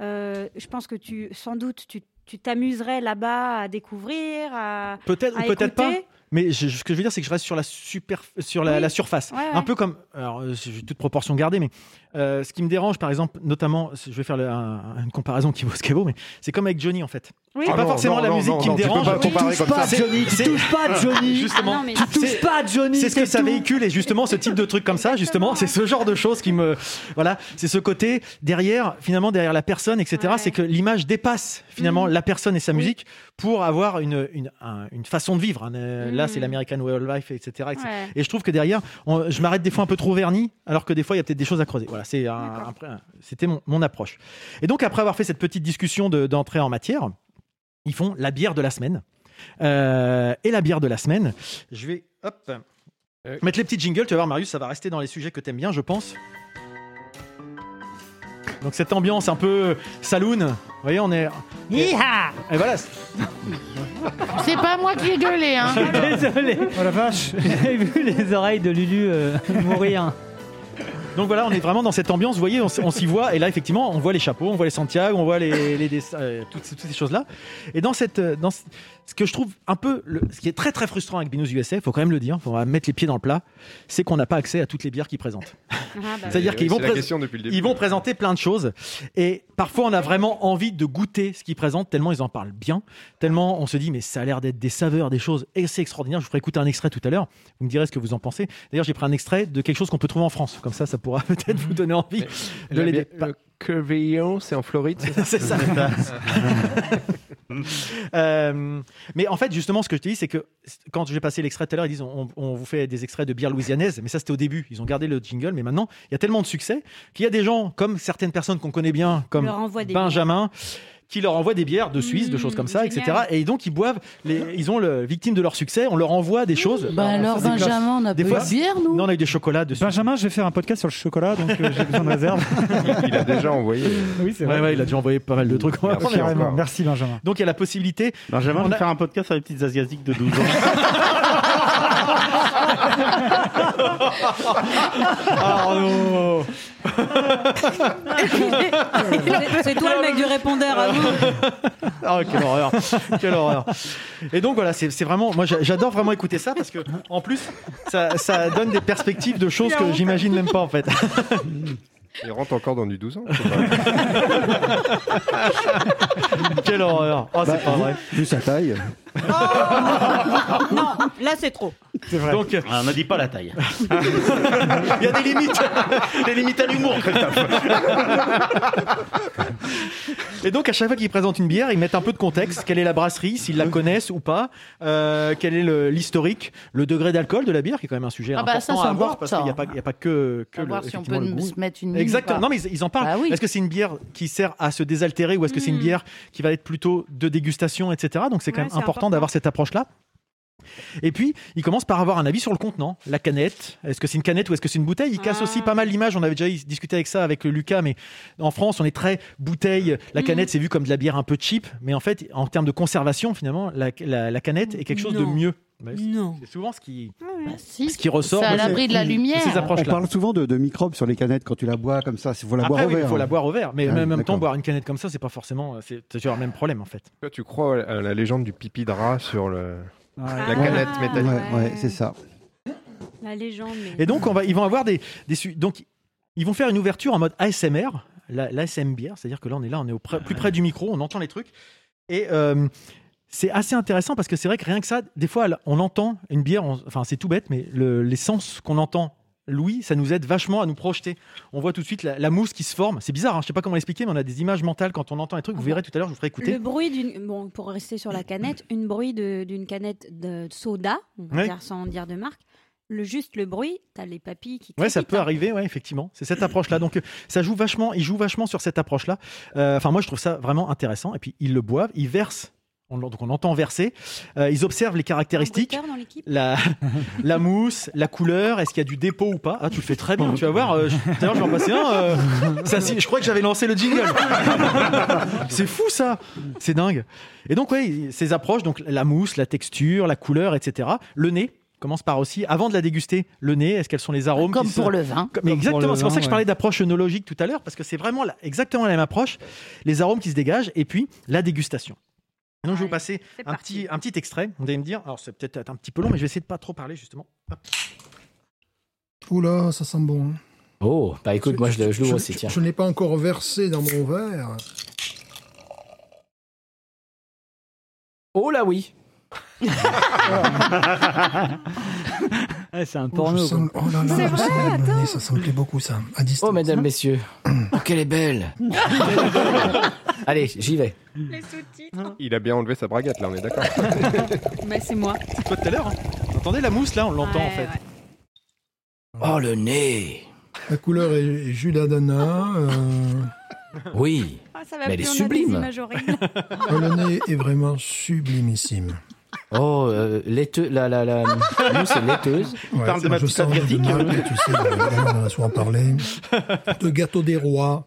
Speaker 4: Euh, je pense que tu, sans doute, tu tu t'amuserais là-bas à découvrir, à
Speaker 9: Peut-être ou
Speaker 4: à
Speaker 9: peut-être pas.
Speaker 4: écouter.
Speaker 9: Mais je- ce que je veux dire, c'est que je reste sur la, super, sur la,
Speaker 4: Oui.
Speaker 9: la surface.
Speaker 4: Ouais, ouais.
Speaker 9: Un peu comme. Alors, euh, c'est- toute proportion gardée, mais euh, ce qui me dérange, par exemple, notamment, c'est- je vais faire le- un- une comparaison qui vaut ce qu'elle vaut, mais c'est comme avec Johnny, en fait.
Speaker 1: Oui.
Speaker 9: C'est
Speaker 1: Ah
Speaker 9: pas
Speaker 1: non,
Speaker 9: forcément
Speaker 1: non,
Speaker 9: la
Speaker 1: non,
Speaker 9: musique
Speaker 1: non,
Speaker 9: qui me
Speaker 1: non, tu peux
Speaker 9: dérange.
Speaker 1: pas comparer Tu touches comme pas ça. à Johnny, tu
Speaker 9: C'est-
Speaker 1: touches pas à Johnny.
Speaker 9: Justement.
Speaker 1: Ah non, mais Tu touches
Speaker 9: c'est-
Speaker 1: pas à Johnny,
Speaker 9: C'est ce que
Speaker 1: c'est
Speaker 9: ça
Speaker 1: tout.
Speaker 9: véhicule, et justement, ce type de truc comme ça, justement, c'est ce genre de choses qui me. Voilà, c'est ce côté derrière, finalement, derrière la personne, etc. C'est que l'image dépasse, finalement, la personne et sa musique pour avoir une, une, un- une façon de vivre. hein. Euh, Là, c'est l'American Way of Life, etc. etc.
Speaker 10: Ouais.
Speaker 9: Et je trouve que derrière, on- je m'arrête des fois un peu trop verni, alors que des fois, il y a peut-être des choses à creuser. Voilà, c'est un- un pré- un- c'était mon, mon approche. Et donc, après avoir fait cette petite discussion de- d'entrée en matière, ils font la bière de la semaine. Euh, et la bière de la semaine, je vais hop,
Speaker 7: Euh,
Speaker 9: mettre les petits jingles. Tu vas voir, Marius, ça va rester dans les sujets que t'aimes bien, je pense. Donc, cette ambiance un peu euh, saloon, vous voyez, on est. Et,
Speaker 2: Yeeha
Speaker 9: et voilà,
Speaker 2: C'est pas moi qui ai gueulé, hein.
Speaker 1: Désolé. Oh la vache. J'ai vu les oreilles de Lulu euh, mourir.
Speaker 9: Donc voilà, on est vraiment dans cette ambiance. Vous voyez, on, s- on s'y voit. Et là, effectivement, on voit les chapeaux, on voit les Santiago, on voit les, les dessins, euh, toutes, ces- toutes ces choses-là. Et dans cette, euh, dans ce ce que je trouve un peu, le- ce qui est très très frustrant avec Binous USA, faut quand même le dire, faut mettre les pieds dans le plat, c'est qu'on n'a pas accès à toutes les bières qu'ils présentent.
Speaker 6: Ah
Speaker 4: Ah, bah,
Speaker 6: bah
Speaker 9: C'est-à-dire
Speaker 7: Et
Speaker 9: qu'ils
Speaker 7: oui,
Speaker 9: vont,
Speaker 7: c'est la
Speaker 9: pré-
Speaker 7: question depuis le début.
Speaker 9: ils vont présenter plein de choses. Et parfois, on a vraiment envie de goûter ce qu'ils présentent, tellement ils en parlent bien, tellement on se dit, mais ça a l'air d'être des saveurs, des choses, et c'est extraordinaire. Je vous ferai écouter un extrait tout à l'heure, vous me direz ce que vous en pensez. D'ailleurs, j'ai pris un extrait de quelque chose qu'on peut trouver en France, comme ça, ça pourra peut-être vous donner envie de
Speaker 15: la
Speaker 9: les
Speaker 15: bière- le Curvillon, c'est en Floride, c'est ça
Speaker 9: c'est ça. Euh, mais en fait, justement, ce que je te dis, c'est que c- quand j'ai passé l'extrait tout à l'heure, ils disent on, on vous fait des extraits de bière louisianaise, mais ça c'était au début. Ils ont gardé le jingle, mais maintenant, il y a tellement de succès qu'il y a des gens, comme certaines personnes qu'on connaît bien, comme
Speaker 10: Leur envoient des
Speaker 9: Benjamin, qui leur envoient des bières
Speaker 2: Mmh,
Speaker 9: de Suisse, de choses comme ça, etc.
Speaker 10: génial.
Speaker 9: Et donc, ils boivent, les, ils ont le victime de leur succès, on leur envoie des choses.
Speaker 2: Bah alors,
Speaker 9: ça, c'est classe.
Speaker 2: Benjamin, on a
Speaker 9: Des
Speaker 2: pas
Speaker 9: fois,
Speaker 2: eu de bière, nous
Speaker 9: Non, on a eu des chocolats de
Speaker 5: Benjamin, je vais faire un podcast sur le chocolat, donc euh, j'ai besoin de réserve.
Speaker 9: Il a déjà envoyé.
Speaker 5: Oui, c'est
Speaker 9: Ouais,
Speaker 5: vrai.
Speaker 9: ouais, il a déjà envoyé pas mal de trucs.
Speaker 5: Merci,
Speaker 9: On est
Speaker 5: vraiment.
Speaker 9: encore.
Speaker 5: Merci, Benjamin.
Speaker 9: Donc, il y a la possibilité.
Speaker 10: Benjamin,
Speaker 9: On
Speaker 10: je
Speaker 9: a-
Speaker 10: vais faire un podcast sur les petites asiatiques de 12 ans.
Speaker 9: Arnaud
Speaker 12: C'est toi le mec du répondeur à vous.
Speaker 9: Ah, quelle horreur Quelle horreur Et donc voilà, c'est c'est vraiment. Moi, j'a- j'adore vraiment écouter ça parce que, en plus, ça, ça donne des perspectives de choses que j'imagine même pas en fait.
Speaker 7: Il rentre encore dans du 12 ans.
Speaker 9: Quelle horreur Oh, c'est pas vrai
Speaker 3: Vu sa taille.
Speaker 12: Non,
Speaker 9: Ah,
Speaker 12: là c'est trop.
Speaker 9: Donc,
Speaker 10: Ah, on ne dit pas la taille.
Speaker 9: Il y a des limites, des limites à l'humour, Et donc, à chaque fois qu'ils présentent une bière, ils mettent un peu de contexte. Quelle est la brasserie, s'ils la connaissent ou pas euh, Quel est le- l'historique Le degré d'alcool de la bière, qui est quand même un sujet
Speaker 2: Ah bah, ça,
Speaker 9: important
Speaker 2: c'est
Speaker 9: à avoir,
Speaker 2: important.
Speaker 9: parce qu'il n'y a, pas- il y a pas que, que
Speaker 2: À voir si on peut
Speaker 9: effectivement, le
Speaker 2: nous
Speaker 9: goût.
Speaker 2: se mettre
Speaker 12: Mmh.
Speaker 2: une mine ou
Speaker 9: Exactement.
Speaker 2: pas.
Speaker 9: Non, mais ils, ils en parlent.
Speaker 2: Bah oui.
Speaker 9: Est-ce que c'est une bière qui sert à se désaltérer ou est-ce que c'est une bière qui va être plutôt de dégustation, etc. Donc, c'est
Speaker 12: Mmh.
Speaker 9: quand
Speaker 12: Ouais,
Speaker 9: même
Speaker 12: c'est
Speaker 9: important
Speaker 12: important.
Speaker 9: d'avoir cette approche-là. Et puis, il commence par avoir un avis sur le contenant, la canette. Est-ce que c'est une canette ou est-ce que c'est une bouteille Il casse
Speaker 12: Ah.
Speaker 9: aussi pas mal l'image. On avait déjà discuté avec ça avec le Lucas, mais en France, on est très bouteille.
Speaker 12: Mmh.
Speaker 9: La canette, c'est vu comme de la bière un peu cheap, mais en fait, en termes de conservation, finalement, la, la- la canette est quelque chose de
Speaker 12: Non.
Speaker 9: mieux. Bah, c'est-
Speaker 12: Non.
Speaker 9: C'est souvent ce qui.
Speaker 2: Ah Si.
Speaker 9: Ce qui ressort,
Speaker 2: C'est à
Speaker 9: oui,
Speaker 2: l'abri de la lumière.
Speaker 9: ces approches-là.
Speaker 3: On parle souvent de, de microbes sur les canettes quand tu la bois comme ça. Il faut la
Speaker 9: Après,
Speaker 3: boire
Speaker 9: oui,
Speaker 3: au verre.
Speaker 9: il faut la boire au verre, mais
Speaker 3: Ah,
Speaker 9: en même temps,
Speaker 3: d'accord.
Speaker 9: boire une canette comme ça, c'est pas forcément. C'est toujours le même problème en fait.
Speaker 7: Toi, tu crois à la légende du pipi de rat sur le...
Speaker 9: Ah,
Speaker 7: la canette métallique
Speaker 3: Ouais, ouais, c'est ça.
Speaker 4: La légende. mais-
Speaker 9: Et donc, on va, ils vont avoir des, des su- donc ils vont faire une ouverture en mode ASMR, la- l'ASM bière, c'est-à-dire que là on est là, on est au près- plus près du micro, on entend les trucs. Et euh, c'est assez intéressant parce que c'est vrai que rien que ça, des fois on entend une bière, on- enfin c'est tout bête, mais le- les sens qu'on entend. Louis, ça nous aide vachement à nous projeter. On voit tout de suite la, la mousse qui se forme. C'est bizarre, hein, je sais pas comment l'expliquer, mais on a des images mentales quand on entend un truc. Vous verrez tout à l'heure, je vous ferai écouter.
Speaker 4: Le bruit d'une. Bon, pour rester sur la canette, une bruit de- d'une canette de soda, on va
Speaker 9: Ouais.
Speaker 4: dire sans dire de marque. Le, juste le bruit, t'as les papilles qui. hein.
Speaker 9: Ouais, ça peut arriver, ouais, effectivement. C'est cette approche-là. Donc, euh, ça joue vachement, ils jouent vachement sur cette approche-là. Euh, Enfin, moi, je trouve ça vraiment intéressant. Et puis, ils le boivent, ils versent. On, l'en- donc, on entend verser. Euh, ils observent les caractéristiques,
Speaker 4: dans l'équipe
Speaker 9: la, la mousse, la couleur, est-ce qu'il y a du dépôt ou pas. Ah, tu le fais très bien. Tu vas voir, euh, je- tout à l'heure, je vais en passer un. euh, ça, si- je crois que j'avais lancé le jingle. Ah, C'est fou, ça. C'est dingue. Et donc, ouais, ces approches, donc la mousse, la texture, la couleur, etc. Le nez commence par aussi, avant de la déguster, le nez, est-ce qu'elles sont les arômes
Speaker 2: Comme
Speaker 9: qui
Speaker 2: pour
Speaker 9: sont-
Speaker 2: le vin.
Speaker 9: mais exactement,
Speaker 2: le
Speaker 9: c'est pour
Speaker 2: vin,
Speaker 9: ça que je
Speaker 2: ouais.
Speaker 9: parlais d'approche œnologique tout à l'heure, parce que c'est vraiment la- exactement la même approche, les arômes qui se dégagent, et puis la dégustation. Donc je vais vous passer un petit, un petit extrait, vous allez me dire, alors c'est peut-être un petit peu long, mais je vais essayer de pas trop parler justement. Hop.
Speaker 17: Oula, ça sent bon. hein.
Speaker 16: Oh, bah écoute, moi je le- je l'ouvre aussi, tiens.
Speaker 17: Je n'ai pas encore versé dans mon verre.
Speaker 16: Oh là oui Eh,
Speaker 1: C'est un
Speaker 17: Je
Speaker 1: porno.
Speaker 17: sens-
Speaker 1: quoi.
Speaker 17: Oh là là, ça sent le nez, ça sent plaît beaucoup ça. À distance.
Speaker 16: Oh, mesdames, messieurs. Oh, qu'elle est belle Allez, j'y vais.
Speaker 12: Les sous-titres.
Speaker 7: Il a bien enlevé sa braguette, là, on est d'accord.
Speaker 12: Mais c'est moi.
Speaker 9: Toi tout à l'heure, hein. vous entendez la mousse là, on l'entend en
Speaker 12: Ouais,
Speaker 9: fait.
Speaker 12: ouais.
Speaker 16: Oh le nez
Speaker 17: La couleur est- est jus d'ananas. euh,
Speaker 16: Oui,
Speaker 12: Ah, ça
Speaker 16: mais elle est sublime.
Speaker 17: oh, le nez est vraiment sublimissime.
Speaker 16: Oh, euh, laiteux, la, la, la mousse est laiteuse.
Speaker 17: Ouais, moi, je sens de Marc, tu sais, évidemment, on en a souvent parlé. De gâteau des rois.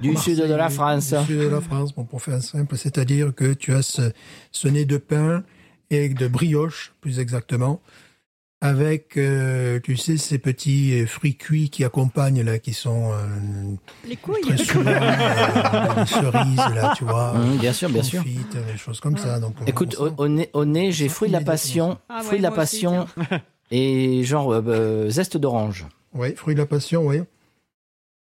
Speaker 16: Du sud de la France.
Speaker 17: Du sud de la France, bon, pour faire simple, c'est-à-dire que tu as ce, ce nez de pain et de brioche, plus exactement, avec, euh, tu sais, ces petits euh, fruits cuits qui accompagnent, là, qui sont euh,
Speaker 12: Les couilles.
Speaker 17: très souvent euh, les cerises, là, tu vois.
Speaker 16: Mmh, bien sûr, bien sûr.
Speaker 17: confites, euh, des choses comme ça. Donc, on-
Speaker 16: Écoute, au, au nez, au nez, j'ai fruit de la passion,
Speaker 17: Ah ouais,
Speaker 16: fruit de la
Speaker 17: moi aussi,
Speaker 16: passion et genre euh, euh, zeste d'orange.
Speaker 17: Oui, fruits de la passion, oui.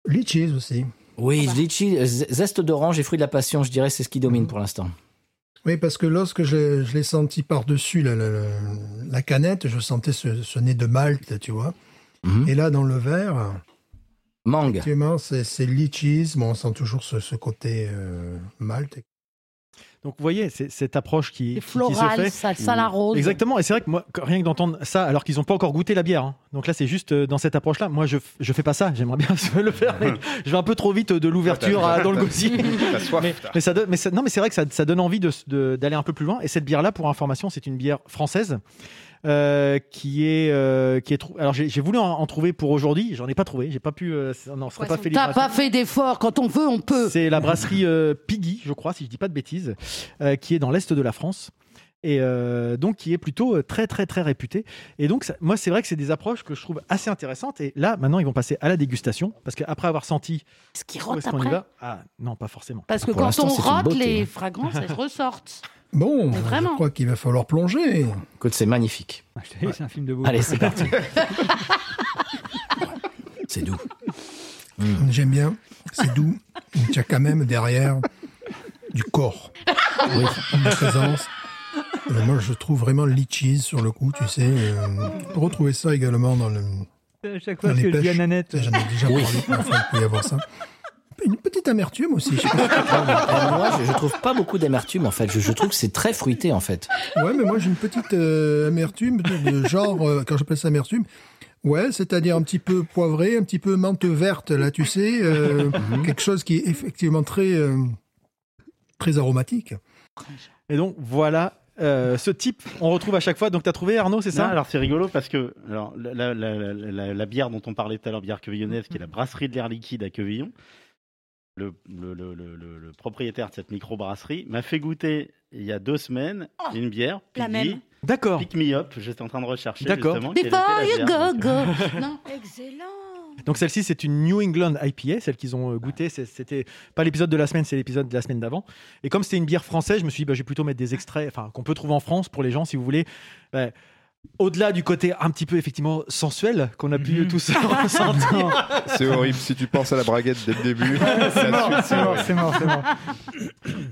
Speaker 17: Litchis aussi. Ah
Speaker 16: Oui,
Speaker 17: bah.
Speaker 16: litchi, euh, z- zeste d'orange et fruit de la passion, je dirais, c'est ce qui domine pour l'instant.
Speaker 17: Oui, parce que lorsque je, je l'ai senti par-dessus la, la- la- la canette, je sentais ce, ce nez de Malte, tu vois. Et là, dans le verre.
Speaker 16: Mhm. Mangue.
Speaker 17: Effectivement, c'est c'est litchis. Bon, on sent toujours ce, ce côté euh, Malte.
Speaker 9: Donc vous voyez, c'est cette approche qui, qui- qui
Speaker 2: floral,
Speaker 9: se fait.
Speaker 2: ça sent la rose.
Speaker 9: Exactement, et c'est vrai que moi, que- rien que d'entendre ça, alors qu'ils n'ont pas encore goûté la bière, hein. donc là c'est juste euh, dans cette approche-là, moi je, f- je fais pas ça, j'aimerais bien le faire, mais je vais un peu trop vite euh, de l'ouverture à- dans le gosier.
Speaker 7: T'as soif, t'as.
Speaker 9: Mais, ça donne- mais ça- non, mais c'est vrai que ça, ça donne envie de- de- d'aller un peu plus loin. Et cette bière-là, pour information, c'est une bière française euh, qui est euh, qui est. trou- Alors j'ai j'ai voulu en, en trouver pour aujourd'hui, j'en ai pas trouvé, j'ai pas pu. euh, c'est- non, ce serait pas fait.
Speaker 2: T'as pas fait d'effort, quand on veut, on peut.
Speaker 9: C'est la brasserie euh, Piggy, je crois, si je dis pas de bêtises, euh, qui est dans l'est de la France. et euh, donc qui est plutôt euh, très très très réputé. Et donc ça- moi c'est vrai que c'est des approches que je trouve assez intéressantes. Et là maintenant ils vont passer à la dégustation parce qu'après avoir senti
Speaker 2: ce qui
Speaker 9: où
Speaker 2: rote
Speaker 9: est-ce qu'on y
Speaker 2: après
Speaker 9: va, ah non pas forcément.
Speaker 2: Parce que
Speaker 9: Pour
Speaker 2: quand
Speaker 9: l'instant,
Speaker 2: on
Speaker 9: c'est une
Speaker 2: rote,
Speaker 9: beauté,
Speaker 2: les
Speaker 9: hein.
Speaker 2: fragrances, elles ressortent.
Speaker 17: Bon,
Speaker 2: Mais vraiment.
Speaker 17: je crois qu'il va falloir plonger.
Speaker 16: Écoute, c'est magnifique.
Speaker 1: C'est un film de beau.
Speaker 16: Allez, c'est parti.
Speaker 17: C'est doux. Mm. J'aime bien. C'est doux. Il y a quand même derrière du corps.
Speaker 16: Oui.
Speaker 17: Une présence. Euh, moi, je trouve vraiment litchis sur le coup, tu sais. euh, retrouver ça également dans le.
Speaker 1: À chaque fois
Speaker 17: Dans
Speaker 1: que
Speaker 17: les
Speaker 1: je dis à
Speaker 17: pêches.
Speaker 1: Nanette.
Speaker 17: J'en ai déjà parlé, enfin, il peut y avoir ça. Une petite amertume aussi. Je sais pas.
Speaker 18: Alors, moi, je, je trouve pas beaucoup d'amertume en fait. Je, je trouve que c'est très fruité en fait.
Speaker 17: Ouais, mais moi j'ai une petite euh, amertume, de, de genre, euh, quand j'appelle ça amertume, ouais, c'est-à-dire un petit peu poivré, un petit peu menthe verte, là, tu sais, euh,
Speaker 18: Mhm.
Speaker 17: quelque chose qui est effectivement très, euh, très aromatique.
Speaker 9: Et donc voilà euh, ce type on retrouve à chaque fois. Donc t'as trouvé Arnaud c'est ça
Speaker 10: Non, alors c'est rigolo parce que alors, la, la- la- la- la bière dont on parlait tout à l'heure, bière quevillonaise, qui est la brasserie de l'air liquide à Quevillon, le, le- le- le- le- le propriétaire de cette microbrasserie m'a fait goûter il y a deux semaines une bière.
Speaker 4: la
Speaker 10: Piggy,
Speaker 4: même.
Speaker 9: D'accord.
Speaker 10: Pick me up, j'étais en train de rechercher.
Speaker 9: D'accord.
Speaker 10: justement, quelle était
Speaker 2: Before
Speaker 10: la
Speaker 2: you go,
Speaker 10: bière, donc,
Speaker 2: go. Non.
Speaker 9: Donc celle-ci, c'est une New England IPA, celle qu'ils ont euh, goûtée. C'est- C'était pas l'épisode de la semaine, c'est l'épisode de la semaine d'avant. Et comme c'était une bière française, je me suis dit, bah, je vais plutôt mettre des extraits, enfin, qu'on peut trouver en France pour les gens, si vous voulez. Ouais. au-delà du côté un petit peu effectivement sensuel qu'on a pu tous ressentir.
Speaker 7: C'est horrible si tu penses à la braguette dès le début.
Speaker 9: C'est mort,
Speaker 7: la suite,
Speaker 9: c'est mort,
Speaker 7: horrible.
Speaker 9: c'est mort, c'est mort.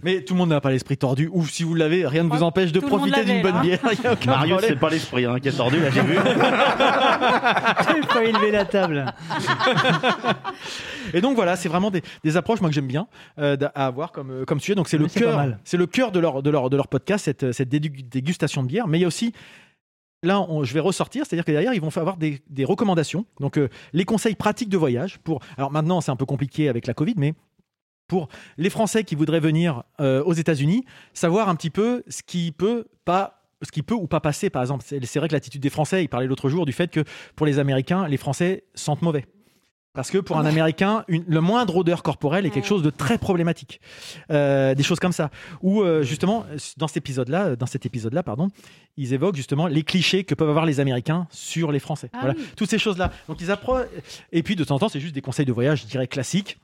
Speaker 9: Mais tout le monde n'a pas l'esprit tordu, ou si vous l'avez, rien ne vous empêche de
Speaker 10: tout le monde
Speaker 9: profiter d'une
Speaker 10: l'avait, hein.
Speaker 9: bonne
Speaker 10: là.
Speaker 9: bière. Il y a aucun
Speaker 10: Marius,
Speaker 9: problème.
Speaker 10: c'est pas l'esprit hein, qui est tordu, là j'ai vu.
Speaker 1: J'ai pas élevé la table.
Speaker 9: Et donc voilà, c'est vraiment des, des approches moi que j'aime bien euh, d'a- à avoir comme euh, comme sujet. Donc c'est le
Speaker 1: Ah, c'est pas
Speaker 9: cœur,
Speaker 1: mal.
Speaker 9: c'est le cœur de leur de leur de leur podcast cette cette dédu- dégustation de bière. Mais il y a aussi Là, on- je vais ressortir, c'est-à-dire que derrière, ils vont faire avoir des, des recommandations. Donc, euh, les conseils pratiques de voyage pour. Alors maintenant, c'est un peu compliqué avec la Covid, mais pour les Français qui voudraient venir euh, aux États-Unis, savoir un petit peu ce qui peut pas ce qui peut ou pas passer, par exemple. C'est c'est vrai que l'attitude des Français, il parlait l'autre jour du fait que pour les Américains, les Français sentent mauvais. Parce que pour un Américain, une- le moindre odeur corporelle est quelque chose de très problématique. Euh, des choses comme ça. Ou euh, justement, dans cet épisode-là, euh, dans cet épisode-là, pardon, ils évoquent justement les clichés que peuvent avoir les Américains sur les Français.
Speaker 1: Ah
Speaker 9: voilà,
Speaker 1: oui.
Speaker 9: toutes ces choses-là. Donc ils approchent. Et puis de temps en temps, c'est juste des conseils de voyage, je dirais classiques.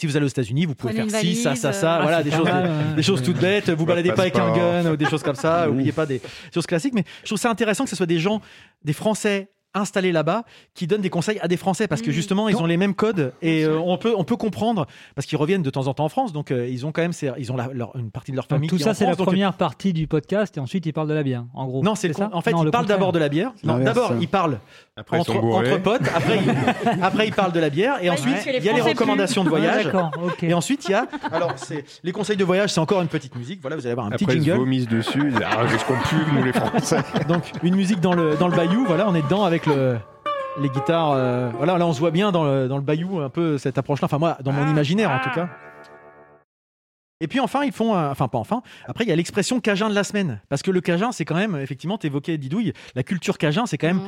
Speaker 9: Si vous allez aux États-Unis, vous pouvez
Speaker 1: Prenez
Speaker 9: faire
Speaker 1: une
Speaker 9: ci, ça,
Speaker 1: valise,
Speaker 9: ça, ça,
Speaker 1: euh,
Speaker 9: voilà,
Speaker 1: ah,
Speaker 9: des
Speaker 1: c'est
Speaker 9: choses,
Speaker 1: pas mal,
Speaker 9: des-
Speaker 1: ouais.
Speaker 9: des choses toutes bêtes. Vous
Speaker 1: Bah,
Speaker 9: baladez pas avec un
Speaker 1: passeport.
Speaker 9: gun ou des choses comme ça. Oubliez pas des choses classiques. Mais je trouve ça intéressant que ce soit des gens, des Français installés là-bas, qui donnent des conseils à des Français parce que
Speaker 1: Mm.
Speaker 9: justement ils ont les mêmes codes et euh, on peut on peut comprendre parce qu'ils reviennent de temps en temps en France, donc euh, ils ont quand même ces- ils ont la- leur- une partie de leur famille.
Speaker 1: Tout
Speaker 9: qui est
Speaker 1: ça,
Speaker 9: en
Speaker 1: c'est la
Speaker 9: France, donc, euh,
Speaker 1: première partie du podcast et ensuite il parle de la bière, en gros.
Speaker 9: non, c'est le con-
Speaker 1: ça
Speaker 9: En fait,
Speaker 1: Non,
Speaker 9: il
Speaker 1: le
Speaker 9: parle
Speaker 1: contraire.
Speaker 9: d'abord de la bière. Non,
Speaker 1: l'inverse.
Speaker 9: d'abord, il parle
Speaker 1: Après, ils
Speaker 9: entre,
Speaker 1: sont bourrés.
Speaker 9: entre potes. Après, il, après, il parle de la bière. Et
Speaker 1: Ouais,
Speaker 9: ensuite,
Speaker 1: parce que les
Speaker 9: il y a les
Speaker 1: Français
Speaker 9: recommandations
Speaker 1: puent.
Speaker 9: de voyage.
Speaker 1: Ouais, d'accord,
Speaker 9: Et ensuite, il y a. Alors, c'est les conseils de voyage, c'est encore une petite musique. Voilà, vous allez avoir un petit
Speaker 7: Après, ils se
Speaker 9: jingle.
Speaker 7: vomissent dessus. ils disent, Ah, qu'est-ce qu'on pue, nous les Français.
Speaker 9: Donc, une musique dans le, dans le bayou. Voilà, on est dedans avec le. Les guitares, euh, voilà, là on se voit bien dans le, dans le bayou un peu cette approche-là. Enfin moi, dans
Speaker 1: Ah.
Speaker 9: mon imaginaire en tout cas. Et puis enfin, ils font, un- enfin pas enfin, après il y a l'expression cajun de la semaine. Parce que le cajun, c'est quand même, effectivement, t'évoquais Didouille, la culture cajun, c'est quand même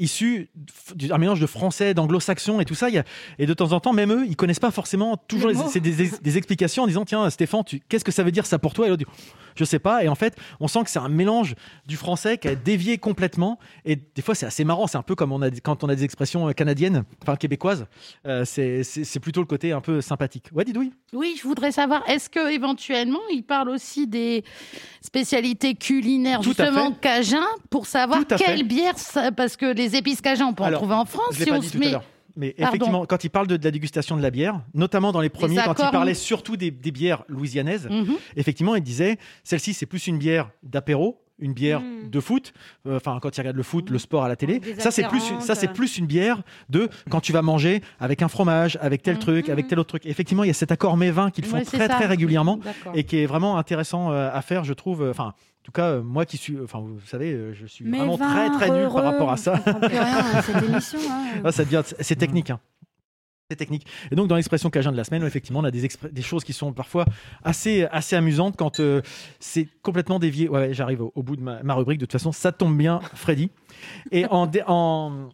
Speaker 9: issu d'un mélange de français, d'anglo-saxon et tout ça. Il y a- et de temps en temps, même eux, ils connaissent pas forcément toujours les,
Speaker 1: mots.
Speaker 9: c'est des, des explications en disant Tiens, Stéphane, tu, qu'est-ce que ça veut dire ça pour toi Et l'autre dit Je sais pas. Et en fait, on sent que c'est un mélange du français qui a dévié complètement. Et des fois, c'est assez marrant. C'est un peu comme on a, quand on a des expressions euh, canadiennes, enfin québécoises. Euh, c'est, c'est- c'est plutôt le côté un peu sympathique. Ouais, Didouille
Speaker 2: Oui, je voudrais savoir, est-ce que éventuellement il parle aussi des spécialités culinaires
Speaker 9: Tout à
Speaker 2: justement
Speaker 9: fait.
Speaker 2: cajun pour savoir
Speaker 9: Tout à fait.
Speaker 2: quelle bière, ça- parce que les épices cajun on peut
Speaker 9: Alors,
Speaker 2: en trouver en France
Speaker 9: je l'ai
Speaker 2: si
Speaker 9: pas
Speaker 2: on
Speaker 9: dit
Speaker 2: se
Speaker 9: tout
Speaker 2: met.
Speaker 9: à l'heure. Mais
Speaker 2: Pardon.
Speaker 9: effectivement, quand il parle de, de la dégustation de la bière, notamment dans les premiers, quand il
Speaker 2: accords,
Speaker 9: parlait
Speaker 2: oui.
Speaker 9: surtout des, des bières louisianaises,
Speaker 2: Mhm.
Speaker 9: effectivement, il disait celle-ci, c'est plus une bière d'apéro, une bière de foot. Euh, Enfin, quand il regarde le foot, le sport à la télé,
Speaker 1: Des
Speaker 9: ça c'est plus, une- ça c'est plus une bière de quand tu vas manger avec un fromage, avec
Speaker 2: Mhm.
Speaker 9: tel truc, avec tel autre truc. Effectivement, il y a cet accord mai vin qu'ils font
Speaker 1: Ouais, c'est
Speaker 9: très
Speaker 1: ça.
Speaker 9: très régulièrement
Speaker 1: D'accord.
Speaker 9: et qui est vraiment intéressant euh, à faire, je trouve. Enfin, en tout cas, euh, moi qui suis, enfin, vous savez, euh, je suis
Speaker 1: Mes
Speaker 9: vraiment
Speaker 1: vins
Speaker 9: très très nul par
Speaker 1: heureux.
Speaker 9: rapport à ça.
Speaker 1: On comprend plus rien à cette émission,
Speaker 9: Ah, ça devient, c'est- c'est technique. hein. C'est technique. Et donc, dans l'expression cajun de la semaine, effectivement, on a des, expr- des choses qui sont parfois assez, assez amusantes quand euh, c'est complètement dévié. Ouais, ouais, j'arrive au, au bout de ma, ma rubrique. De toute façon, ça tombe bien, Freddy. Et en, dé- en,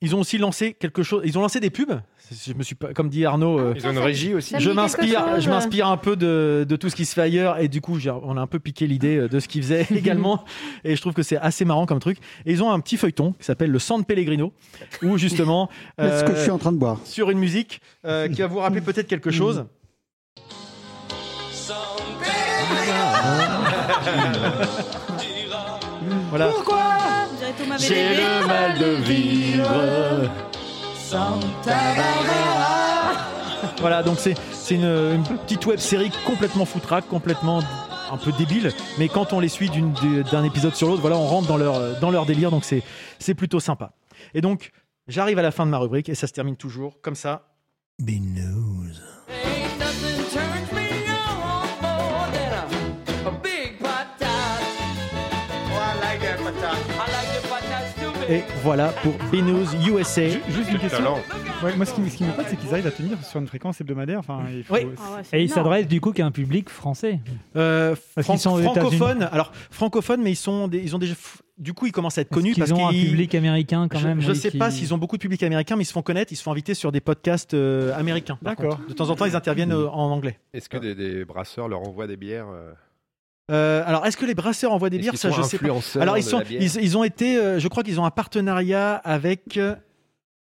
Speaker 9: Ils ont aussi lancé quelque chose. Ils ont lancé des pubs. Je me suis, pas- comme dit Arnaud, euh,
Speaker 15: Ils ont une régie aussi. Ça me
Speaker 9: Je
Speaker 15: dit quelque
Speaker 9: m'inspire,
Speaker 15: chose.
Speaker 9: je m'inspire un peu de, de tout ce qui se fait ailleurs et du coup, j'ai- on a un peu piqué l'idée euh, de ce qu'ils faisaient également. Et je trouve que c'est assez marrant comme truc. Et ils ont un petit feuilleton qui s'appelle le San Pellegrino, où justement,
Speaker 3: Mais ce que je suis en train de boire.
Speaker 9: sur une musique euh, qui va vous rappeler peut-être quelque chose. Voilà.
Speaker 6: Pourquoi Je dirais Thomas
Speaker 9: J'ai
Speaker 6: Bédé.
Speaker 9: le mal de vivre
Speaker 6: sans
Speaker 9: Voilà, donc c'est c'est une, une petite web série complètement foutraque, complètement un peu débile, mais quand on les suit d'une- du- d'un épisode sur l'autre, voilà, on rentre dans leur, dans leur délire, donc c'est c'est plutôt sympa. Et donc, j'arrive à la fin de ma rubrique et ça se termine toujours comme ça. Et voilà pour B-News USA.
Speaker 5: Juste une question. Ouais, moi, ce qui, me- ce qui m'épate, c'est qu'ils arrivent à tenir sur une fréquence hebdomadaire. Enfin, il faut-
Speaker 9: Ah
Speaker 1: Et ils s'adressent du coup qu'à un public français.
Speaker 9: Euh,
Speaker 1: Parce
Speaker 9: fran-
Speaker 1: qu'ils sont aux
Speaker 9: francophones,
Speaker 1: États-Unis.
Speaker 9: alors francophones, mais ils, sont des- ils ont déjà. Du coup, ils commencent à être connus
Speaker 1: qu'ils
Speaker 9: parce
Speaker 1: ont un
Speaker 9: qu'ils-
Speaker 1: public américain quand
Speaker 9: Je-
Speaker 1: même.
Speaker 9: Je ne
Speaker 1: oui,
Speaker 9: sais
Speaker 1: qui-
Speaker 9: pas s'ils ont beaucoup de public américain, mais ils se font connaître, ils se font inviter sur des podcasts euh, américains. par
Speaker 7: D'accord.
Speaker 9: contre. De temps en temps, ils interviennent euh, en anglais.
Speaker 7: Est-ce que des, des brasseurs leur envoient des bières euh,
Speaker 9: Euh, alors, est-ce que les brasseurs envoient des
Speaker 7: Est-ce
Speaker 9: bières
Speaker 7: qu'ils
Speaker 9: Ça,
Speaker 7: sont
Speaker 9: je sais pas.
Speaker 7: influenceurs
Speaker 9: Alors, ils,
Speaker 7: de
Speaker 9: sont,
Speaker 7: la bière
Speaker 9: ils, ils ont été, euh, je crois qu'ils ont un partenariat avec, euh,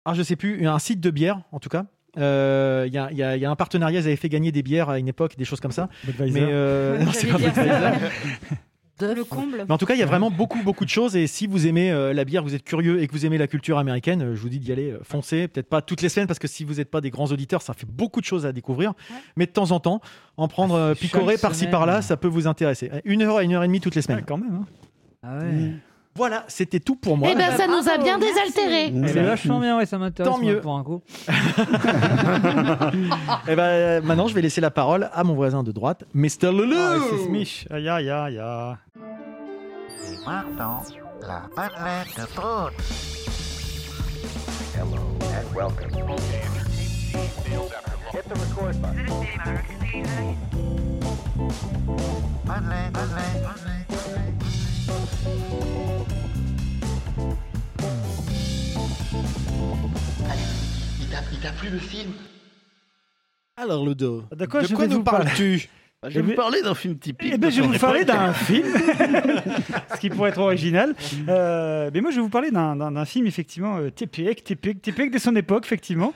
Speaker 9: ah, je sais plus, un site de bière, en tout cas. Euh, Il y, a- il y a- il y a un partenariat, ils avaient fait gagner des bières à une époque, des choses comme ça. Mais euh, non, c'est pas Budweiser.
Speaker 2: Le comble.
Speaker 9: Mais en tout cas, il y a vraiment beaucoup, beaucoup de choses. Et si vous aimez euh, la bière, vous êtes curieux et que vous aimez la culture américaine, euh, je vous dis d'y aller, euh, foncez. Peut-être pas toutes les semaines, parce que si vous n'êtes pas des grands auditeurs, ça fait beaucoup de choses à découvrir. Mais de temps en temps, en prendre, euh, picorer
Speaker 5: chaque
Speaker 9: par-ci
Speaker 5: semaine.
Speaker 9: par-là, ça peut vous intéresser. Euh, Une heure à une heure et demie toutes les semaines.
Speaker 5: quand même. hein.
Speaker 1: Ah
Speaker 9: Mm. Voilà, c'était tout pour moi.
Speaker 2: Eh ben, ça nous a bien désaltérés.
Speaker 9: Eh
Speaker 1: C'est
Speaker 9: ben,
Speaker 1: vachement bien, ouais, ça m'intéresse.
Speaker 9: Tant
Speaker 1: moi,
Speaker 9: mieux.
Speaker 1: Pour un coup.
Speaker 9: eh ben, euh, maintenant, je vais laisser la parole à mon voisin de droite, Mr. Loulou.
Speaker 5: Ah,
Speaker 1: Oh,
Speaker 5: c'est Smith. Aïe, aïe, aïe, aïe.
Speaker 19: Maintenant, la parlette de Prout. Hello and welcome. Hit the record button. Parlette, parlette, parlette, parlette. Allez, il t'a- il t'a plu le film
Speaker 9: Alors, le dos.
Speaker 5: Ah,
Speaker 19: De quoi je vais
Speaker 9: nous
Speaker 19: vous parler
Speaker 9: parles-tu
Speaker 10: Bah, je vais
Speaker 5: Eh
Speaker 10: vous
Speaker 5: ben-
Speaker 10: parler d'un film typique.
Speaker 5: Eh ben,
Speaker 10: de
Speaker 5: je vais
Speaker 10: son
Speaker 5: vous parler
Speaker 10: époque.
Speaker 5: d'un film, ce qui pourrait être original. Euh, mais moi, je vais vous parler d'un- d'un d'un film, effectivement, euh, typique, typique, typique de son époque, effectivement.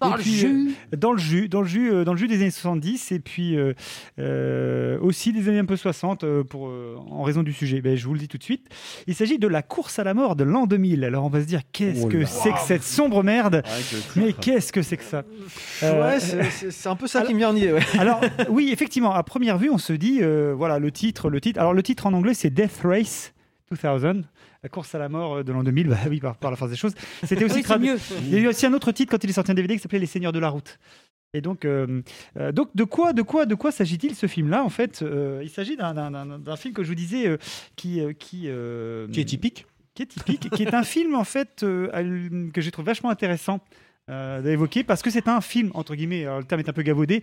Speaker 2: Dans le jus.
Speaker 5: euh, dans le jus, dans le jus, euh, dans le jus des années 70, et puis euh, euh, aussi des années un peu 60, euh, pour, euh, en raison du sujet. Ben, je vous le dis tout de suite. Il s'agit de La course à la mort de l'an 2000. Alors, on va se dire, qu'est-ce
Speaker 9: Oh
Speaker 5: que
Speaker 9: là.
Speaker 5: c'est que cette sombre merde Mais qu'est-ce que c'est que ça Euh,
Speaker 9: Ouais, c'est- c'est c'est un peu
Speaker 1: Ah,
Speaker 9: ça qui me vient en idée. ouais.
Speaker 5: alors oui, effectivement, à première vue, on se dit, euh, voilà, le titre, le titre. Alors le titre en anglais, c'est Death Race 2000. La course à la mort euh, de l'an 2000, bah oui, par, par la force des choses. C'était aussi
Speaker 2: Oui, c'est
Speaker 5: traduit-
Speaker 2: mieux.
Speaker 5: Il y a eu aussi un autre titre quand il est sorti en DVD qui s'appelait Les Seigneurs de la route. Et donc, euh, euh, donc de quoi, de quoi, de quoi s'agit-il ce film-là En fait, Euh, il s'agit d'un- d'un d'un- d'un film que je vous disais euh, qui, euh, qui, euh,
Speaker 9: Qui est typique.
Speaker 5: qui est typique, qui est un film en fait euh, à l- que j'ai trouvé vachement intéressant euh, d'évoquer parce que c'est un film entre guillemets, alors le terme est un peu gavaudé,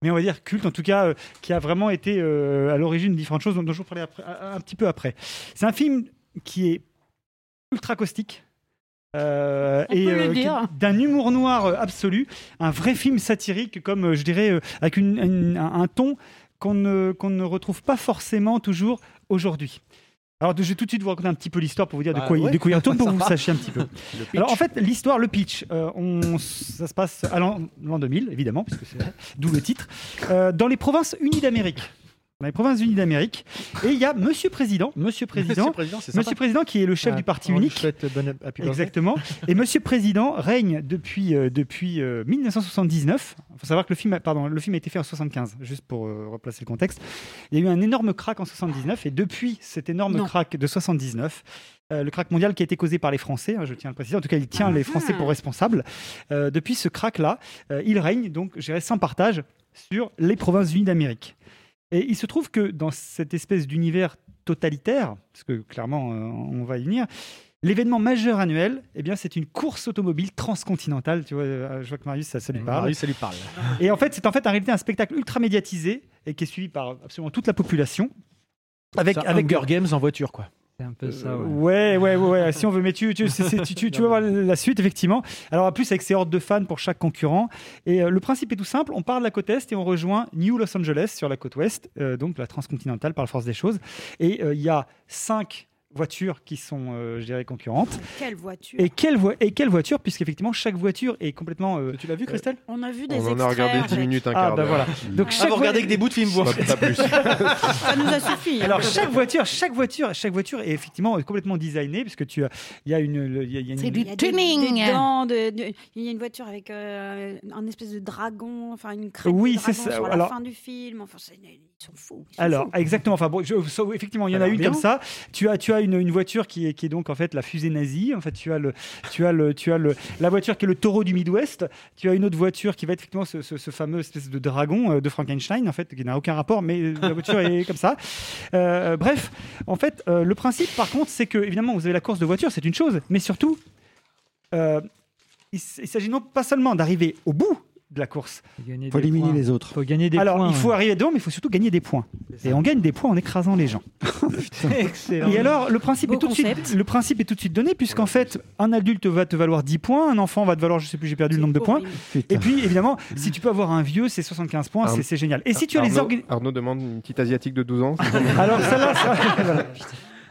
Speaker 5: mais on va dire culte en tout cas, euh, qui a vraiment été euh, à l'origine de différentes choses dont, dont je vous parlerai après- un un petit peu après. C'est un film qui est ultra caustique. euh,
Speaker 2: On peut le
Speaker 5: qui-
Speaker 2: dire.
Speaker 5: d'un humour noir euh, absolu, un vrai film satirique, comme euh, je dirais, euh, avec une- une- un un ton qu'on ne, qu'on ne retrouve pas forcément toujours aujourd'hui. Alors, je vais tout de suite vous raconter un petit peu l'histoire pour vous dire
Speaker 9: Bah,
Speaker 5: de quoi, il-
Speaker 9: ouais.
Speaker 5: de quoi il retourne, pour que vous
Speaker 9: Ça va.
Speaker 5: sachiez un petit peu.
Speaker 9: Le pitch.
Speaker 5: Alors, en fait, l'histoire, le pitch, euh, on, ça se passe à l'an l'an 2000, évidemment, puisque c'est vrai, d'où le titre, euh, dans les provinces unies d'Amérique. Dans les provinces unies d'Amérique. Et il y a Monsieur Président, Monsieur Président,
Speaker 9: Monsieur Président, c'est sympa.
Speaker 5: Monsieur Président qui est le chef
Speaker 9: Ah,
Speaker 5: du parti
Speaker 9: on lui
Speaker 5: unique.
Speaker 9: souhaite bonne happy birthday.
Speaker 5: Exactement. Et Monsieur Président règne depuis, euh, depuis euh, 1979. Il faut savoir que le film, a, pardon, le film a été fait en 75, juste pour euh, replacer le contexte. Il y a eu un énorme crack en 79 et depuis cet énorme
Speaker 9: Non.
Speaker 5: crack de 79, euh, le crack mondial qui a été causé par les Français, hein, je tiens à le préciser, en tout cas il tient les Français pour responsables. Euh, depuis ce crack-là, euh, il règne donc, je dirais, sans partage sur les provinces unies d'Amérique. Et il se trouve que dans cette espèce d'univers totalitaire, parce que clairement euh, on va y venir, l'événement majeur annuel, eh bien c'est une course automobile transcontinentale. Tu vois, euh, je vois que Marius ça, ça lui parle.
Speaker 9: Marius, ça lui parle.
Speaker 5: Et en fait, c'est en fait en réalité un spectacle ultra médiatisé et qui est suivi par absolument toute la population. Avec,
Speaker 9: C'est un
Speaker 5: avec
Speaker 9: Hunger Games en voiture, quoi.
Speaker 1: C'est un peu ça. ouais.
Speaker 5: Euh, Ouais, ouais, ouais, ouais. Si on veut, mais tu, tu, c'est- c'est- tu, tu- tu vas voir la suite, effectivement. Alors, en plus, avec ses hordes de fans pour chaque concurrent. Et euh, le principe est tout simple on part de la côte est et on rejoint New Los Angeles sur la côte ouest, euh, donc la transcontinentale par la force des choses. Et euh, il y a cinq voitures qui sont, euh, je dirais, concurrentes.
Speaker 12: Quelle voiture
Speaker 5: Et quelle, voi- et quelle voiture, puisqu'effectivement, chaque voiture est complètement. euh, tu l'as vu,
Speaker 12: Christelle On a vu
Speaker 9: Oh,
Speaker 12: des
Speaker 5: On en
Speaker 12: extraits.
Speaker 5: a regardé dix
Speaker 12: Jacques.
Speaker 5: minutes, un quart Ah, bah d'heure. voilà. Donc, chaque
Speaker 9: vous regardez
Speaker 5: fois-
Speaker 9: que des bouts de films, vous. en
Speaker 5: Pas-
Speaker 9: fait.
Speaker 5: pas plus.
Speaker 12: Ça nous a suffi.
Speaker 5: Alors chaque voiture, chaque voiture, chaque voiture est effectivement complètement designée puisque tu as, il y a une, le- il y a- il y a une-
Speaker 4: Il y a des- des dents, de- de- il y a une voiture avec euh, un espèce de dragon, enfin une crête
Speaker 5: Oui,
Speaker 4: de dragon
Speaker 5: c'est ça.
Speaker 4: sur la
Speaker 5: Alors-
Speaker 4: fin du film. Enfin, c'est- ils sont fous. ils sont
Speaker 5: Alors
Speaker 4: fous.
Speaker 5: exactement. Enfin bon, je- sauf- effectivement, il y en
Speaker 4: Ça
Speaker 5: a
Speaker 4: a l'air
Speaker 5: une
Speaker 4: bien.
Speaker 5: comme ça. Tu as, tu as une, une voiture qui est, qui est donc en fait la fusée nazie. En fait, tu as le, tu as le, tu as le, la voiture qui est le taureau du Midwest. Tu as une autre voiture qui va être effectivement ce, ce- ce fameux espèce de dragon euh, de Frankenstein en fait qui n'a aucun rapport, mais euh, la voiture est comme ça. Euh, bref, en fait, euh, le principe par contre, c'est que évidemment vous avez la course de voiture, c'est une chose, mais surtout euh, il s- il s'agit non pas seulement d'arriver au bout de la course.
Speaker 1: Il
Speaker 3: Faut éliminer les autres.
Speaker 1: Faut gagner des
Speaker 5: Alors,
Speaker 1: points.
Speaker 5: il faut arriver dedans, mais il faut surtout gagner des points. Et on gagne des points en écrasant les gens.
Speaker 1: Excellent.
Speaker 5: Et alors, le principe,
Speaker 1: Beau
Speaker 5: est tout de suite,
Speaker 1: concept.
Speaker 5: le principe est tout de suite donné, puisqu'en fait, un adulte va te valoir 10 points, un enfant va te valoir, je sais plus, j'ai perdu le nombre de points. Et puis, évidemment, si tu peux avoir un vieux, c'est 75 points, c'est- c'est génial. Et si tu as les
Speaker 7: Ah, Arnaud-
Speaker 5: organes.
Speaker 7: Arnaud demande une petite asiatique de 12 ans.
Speaker 5: Alors, celle-là, ça- voilà.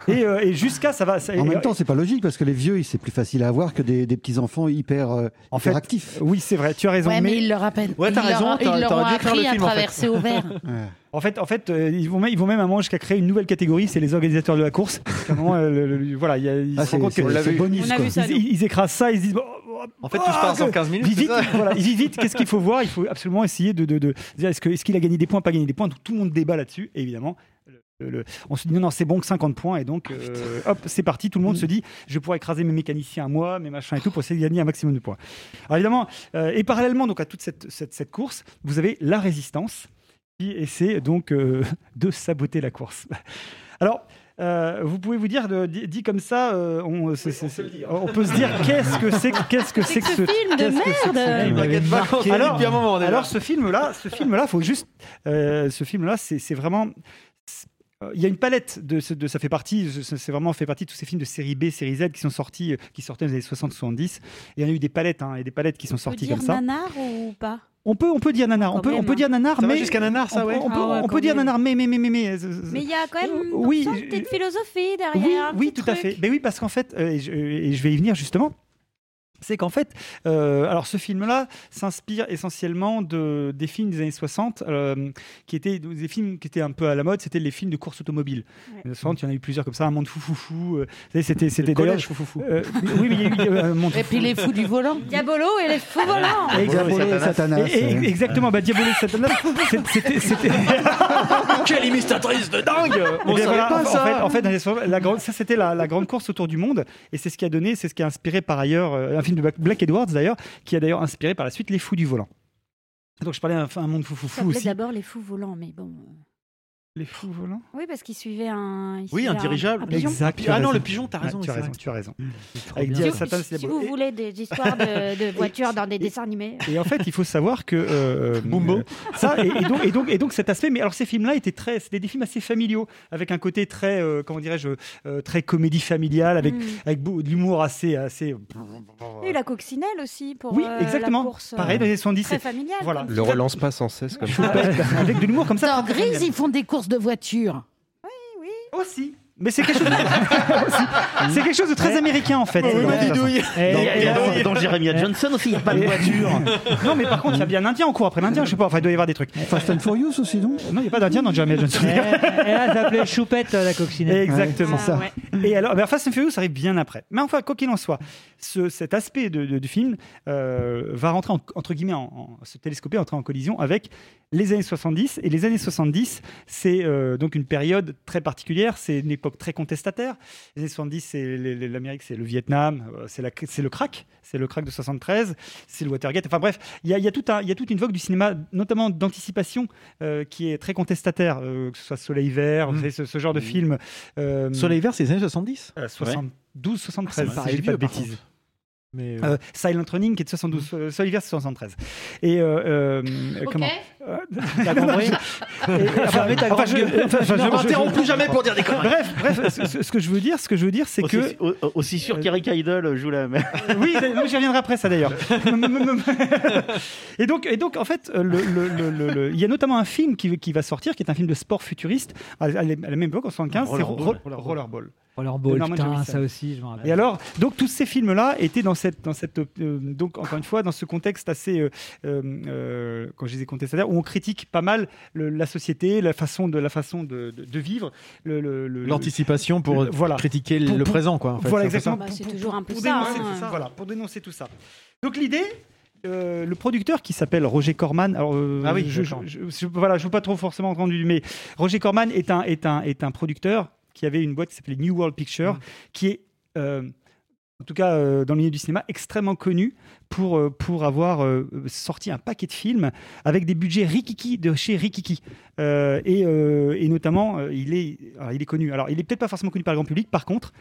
Speaker 5: Et, euh, et jusqu'à ça va. ça-
Speaker 3: En
Speaker 5: et- euh,
Speaker 3: même temps, c'est pas logique parce que les vieux, c'est plus facile à avoir que des, des petits enfants hyper, euh,
Speaker 5: En fait,
Speaker 3: hyper actifs.
Speaker 5: Oui, c'est vrai, tu as raison.
Speaker 2: Ouais, mais, ils le rappellent.
Speaker 5: Ouais, t'as
Speaker 2: Ils leur-
Speaker 5: raison, t'aurais-
Speaker 2: Ils leur
Speaker 5: t'aurais
Speaker 2: ont
Speaker 5: dû faire le
Speaker 2: appris à
Speaker 5: film, en fait.
Speaker 2: traverser au vert.
Speaker 5: En fait, en fait euh, ils, vont même, ils vont même à un moment jusqu'à créer une nouvelle catégorie, c'est les organisateurs de la course. Parce qu'à un moment, euh, le- le- voilà, il y a- ils
Speaker 3: Ah,
Speaker 5: se rendent
Speaker 3: c'est-
Speaker 5: compte que
Speaker 3: c'est- On l'a c'est vu. bonus,
Speaker 5: ils,
Speaker 3: quoi.
Speaker 5: ils- ils- ils écrasent ça, ils se disent. Ah,
Speaker 9: En fait, tout se passe en 15 minutes,
Speaker 5: Vite,
Speaker 9: c'est ça
Speaker 5: voilà, ils disent vite, qu'est-ce qu'il faut voir Il faut absolument essayer de, de- de dire est-ce que- est-ce qu'il a gagné des points, pas gagné des points. Donc, tout le monde débat là-dessus, et évidemment. le- le- on se dit non, non, c'est bon que 50 points, et donc euh, hop, c'est parti. Tout le monde se dit je pourrais écraser mes mécaniciens à moi, mes machins et tout, pour essayer de gagner un maximum de points. Alors évidemment, euh, et parallèlement donc à toute cette, cette- cette course, vous avez la résistance qui essaie donc euh, de saboter la course. Alors. euh, vous pouvez vous dire, de- dit dit comme ça, euh, on, c'est- c'est- on peut se dire qu'est-ce que c'est que- qu'est-ce que c'est que ce
Speaker 2: film de
Speaker 5: qu'est-ce que c'est que ce
Speaker 2: merde
Speaker 5: film
Speaker 9: T'inquiète pas, on s'est dit depuis un moment, on est là.
Speaker 5: alors ce film-là, ce film-là, faut juste, euh, ce film-là, c'est c'est vraiment euh, il y a une palette de, ce- de- ça fait partie c'est c'est vraiment fait partie de tous ces films de série B série Z qui sont sortis euh, qui sortaient dans les années 60 70 il y en a eu des palettes hein, et des palettes qui sont
Speaker 4: On peut
Speaker 5: sorties
Speaker 4: dire
Speaker 5: comme ça
Speaker 4: nanar ou pas
Speaker 5: on peut on peut dire nanar on
Speaker 4: Quand
Speaker 5: peut on
Speaker 4: même,
Speaker 5: peut
Speaker 4: hein.
Speaker 5: dire nanar
Speaker 4: Ça va
Speaker 5: mais
Speaker 4: jusqu'à nanar, ça,
Speaker 5: on peut-
Speaker 4: ouais.
Speaker 5: on peut,
Speaker 4: Ah ouais,
Speaker 5: on
Speaker 4: quand
Speaker 5: peut dire
Speaker 4: même.
Speaker 5: nanar mais mais mais mais mais euh, euh,
Speaker 4: Mais il y a quand même
Speaker 5: Oui,
Speaker 4: une sorte
Speaker 5: je-
Speaker 4: peut-être de philosophie derrière.
Speaker 5: oui,
Speaker 4: un
Speaker 5: oui
Speaker 4: petit
Speaker 5: tout à
Speaker 4: truc.
Speaker 5: fait. Ben oui, parce qu'en fait, euh, et, je, et je vais y venir justement. C'est qu'en fait, euh, alors ce film-là s'inspire essentiellement de, des films des années 60, euh, qui étaient des films qui étaient un peu à la mode, c'était les films de course automobile.
Speaker 4: Ouais.
Speaker 5: Les années 60, il y en a eu plusieurs comme ça, Un monde foufoufou. Euh, vous savez, c'était c'était
Speaker 9: collège
Speaker 5: d'ailleurs- Euh, oui, mais il y a eu euh, Un monde
Speaker 2: Et puis
Speaker 5: foufoufou.
Speaker 2: les fous du volant.
Speaker 4: Diabolo et les faux volants.
Speaker 5: Exactement.
Speaker 3: Diabolo et Satanas.
Speaker 5: Et- et- exactement, bah, Diabolo et Satanas, c'est- c'était- c'était.
Speaker 9: Quelle imitatrice de dingue
Speaker 5: Eh
Speaker 9: On
Speaker 5: bien,
Speaker 9: savait
Speaker 5: voilà,
Speaker 9: pas
Speaker 5: en,
Speaker 9: ça.
Speaker 5: en fait, en fait, dans les soirées, la grande, ça c'était la, la grande course autour du monde, et c'est ce qui a donné, c'est ce qui a inspiré par ailleurs euh, un film de Black Edwards d'ailleurs, qui a d'ailleurs inspiré par la suite Les Fous du volant. Donc je parlais un, un monde fou
Speaker 4: Ça
Speaker 5: fou fou
Speaker 4: s'appelait
Speaker 5: aussi.
Speaker 4: d'abord les fous volants, mais bon. euh,
Speaker 5: Les fous volants.
Speaker 4: Oui, parce qu'ils suivaient un. ils
Speaker 9: Oui,
Speaker 4: suivaient
Speaker 9: un dirigeable.
Speaker 4: un pigeon.
Speaker 5: Exact. tu as
Speaker 9: Ah non,
Speaker 5: raison.
Speaker 9: le pigeon, t'as
Speaker 5: Ouais,
Speaker 9: raison,
Speaker 5: tu as
Speaker 9: c'est
Speaker 5: raison.
Speaker 9: vrai.
Speaker 5: Tu as raison.
Speaker 9: trop
Speaker 5: Avec
Speaker 9: bien.
Speaker 5: Diane
Speaker 9: Si-
Speaker 5: Satan, c'est
Speaker 4: Si
Speaker 5: la-
Speaker 4: vous
Speaker 5: et-
Speaker 4: voulez des histoires de, de voitures dans des dessins animés.
Speaker 5: Et en fait, il faut savoir que euh, euh, ça et, et donc, et donc et donc cet aspect. Mais alors ces films-là étaient très, c'était des films assez familiaux, avec un côté très, euh, comment dirais-je, euh, très comédie familiale, avec
Speaker 4: Mm.
Speaker 5: avec beau- de l'humour assez assez.
Speaker 4: Il y a eu la coccinelle aussi pour
Speaker 5: Oui,
Speaker 4: euh,
Speaker 5: exactement.
Speaker 4: la course. euh,
Speaker 5: Pareil, dans les 70,
Speaker 4: Très
Speaker 5: c'est-
Speaker 4: familiale.
Speaker 5: voilà.
Speaker 4: comme
Speaker 7: Le relance pas sans cesse comme ça.
Speaker 5: avec de l'humour comme ça.
Speaker 2: Dans Grise, ils font des courses de voitures.
Speaker 5: Aussi. Mais c'est quelque chose. de... c'est quelque chose de très américain en fait.
Speaker 10: Oui,
Speaker 5: cette
Speaker 10: ma
Speaker 5: façon.
Speaker 10: didouille.
Speaker 5: Et-
Speaker 10: Dans-
Speaker 5: et-
Speaker 10: dans-
Speaker 5: et-
Speaker 10: dans Jeremiah
Speaker 5: et-
Speaker 10: Johnson aussi, il y a pas de
Speaker 5: et-
Speaker 10: voiture.
Speaker 5: non, mais par contre, il y a bien un Indien en cours après l'Indien. Je sais pas. Enfin, il doit y avoir des trucs.
Speaker 3: Fast and Furious aussi, non
Speaker 5: Non, il n'y a pas d'Indien dans Jeremiah Johnson.
Speaker 1: Eh, Elle a appelé Choupette euh, la coccinelle.
Speaker 5: Exactement.
Speaker 1: C'est ça.
Speaker 5: Et alors, ben, Fast and Furious arrive bien après. Mais enfin, quoi qu'il en soit, ce- cet aspect de- de- du film euh, va rentrer en- entre guillemets, en, en- se télescoper, entrer en collision avec les années 70. Et les années 70, c'est euh, donc une période très particulière. C'est une époque très contestataire. Les années 70, c'est les- les- l'Amérique, c'est le Vietnam, euh, c'est la- c'est le crack, c'est le crack de 73, c'est le Watergate. Enfin bref, il y a, il y a tout un- il y a toute une vogue du cinéma, notamment d'anticipation, euh, qui est très contestataire, euh, que ce soit Soleil Vert, vous savez, ce, ce genre de film. euh,
Speaker 9: Soleil vert, c'est les années 70
Speaker 5: euh, 72, 73,
Speaker 9: Ah, ça me
Speaker 5: si je dis pas de
Speaker 9: paraît vieux, par
Speaker 5: bêtises.
Speaker 9: contre. Mais
Speaker 5: Euh, Silent Running qui est de 72, euh, Soleil Vert c'est 73. Et euh, euh,
Speaker 2: Ok.
Speaker 5: comment
Speaker 6: Bah,
Speaker 5: T'as compris
Speaker 1: Et- enfin, mais t'as-
Speaker 5: Enfin, je-
Speaker 1: enfin,
Speaker 5: enfin,
Speaker 1: non,
Speaker 5: je
Speaker 1: je-
Speaker 5: m'interromps plus jamais pour dire des
Speaker 1: conneries.
Speaker 5: Bref, bref, ce- ce- ce que je veux dire, ce que je veux dire, c'est
Speaker 10: Aussi-
Speaker 5: que Euh,
Speaker 10: au- au- aussi sûr qu'Eric Idle joue la même.
Speaker 5: oui, non, mais j'y reviendrai après ça d'ailleurs. et donc, et donc, en fait, euh, le- le- le- le- le- il y a notamment un film qui, qui va sortir, qui est un film de sport futuriste à, à la même époque en 75,
Speaker 10: Oh,
Speaker 5: c'est Ro-
Speaker 1: Rollerball.
Speaker 5: Ro- Rollerball.
Speaker 1: Rollerball,
Speaker 5: De Norman
Speaker 1: putain,
Speaker 5: Jewison.
Speaker 1: ça aussi, je m'en rappelle.
Speaker 5: Et alors, donc tous ces films-là étaient dans cette, dans cette, euh, donc encore une fois, dans ce contexte assez, euh, euh, euh, quand je disais contestataire, où on critique pas mal le- la société, la façon de, la façon de, de- de vivre, le- le- le-
Speaker 9: L'anticipation pour
Speaker 5: le- voilà.
Speaker 9: critiquer le-
Speaker 5: Pour-
Speaker 9: le
Speaker 5: pour-
Speaker 9: présent, quoi. en fait.
Speaker 5: voilà,
Speaker 9: C'est
Speaker 5: exactement.
Speaker 9: un peu ça.
Speaker 4: Bah,
Speaker 5: Pour-
Speaker 4: c'est
Speaker 5: pour-
Speaker 4: toujours un peu
Speaker 5: pour
Speaker 4: ça,
Speaker 5: dénoncer
Speaker 4: hein.
Speaker 5: tout ça, Voilà, pour dénoncer tout ça. Donc l'idée. euh, le producteur qui s'appelle Roger Corman, alors euh,
Speaker 9: Ah oui,
Speaker 5: je,
Speaker 9: d'accord.
Speaker 5: je- je- voilà, je ne veux pas trop forcément entendu, mais Roger Corman est un, est un, est un producteur qui avait une boîte qui s'appelait New World
Speaker 9: Mm.
Speaker 5: Pictures, qui est euh, en tout cas euh, dans le milieu du cinéma, extrêmement connu pour, euh, pour avoir euh, sorti un paquet de films avec des budgets rikiki de chez rikiki. Euh, et, euh, et notamment, euh, il, est, alors, il est connu. Alors, il est peut-être pas forcément connu par le grand public, par contre.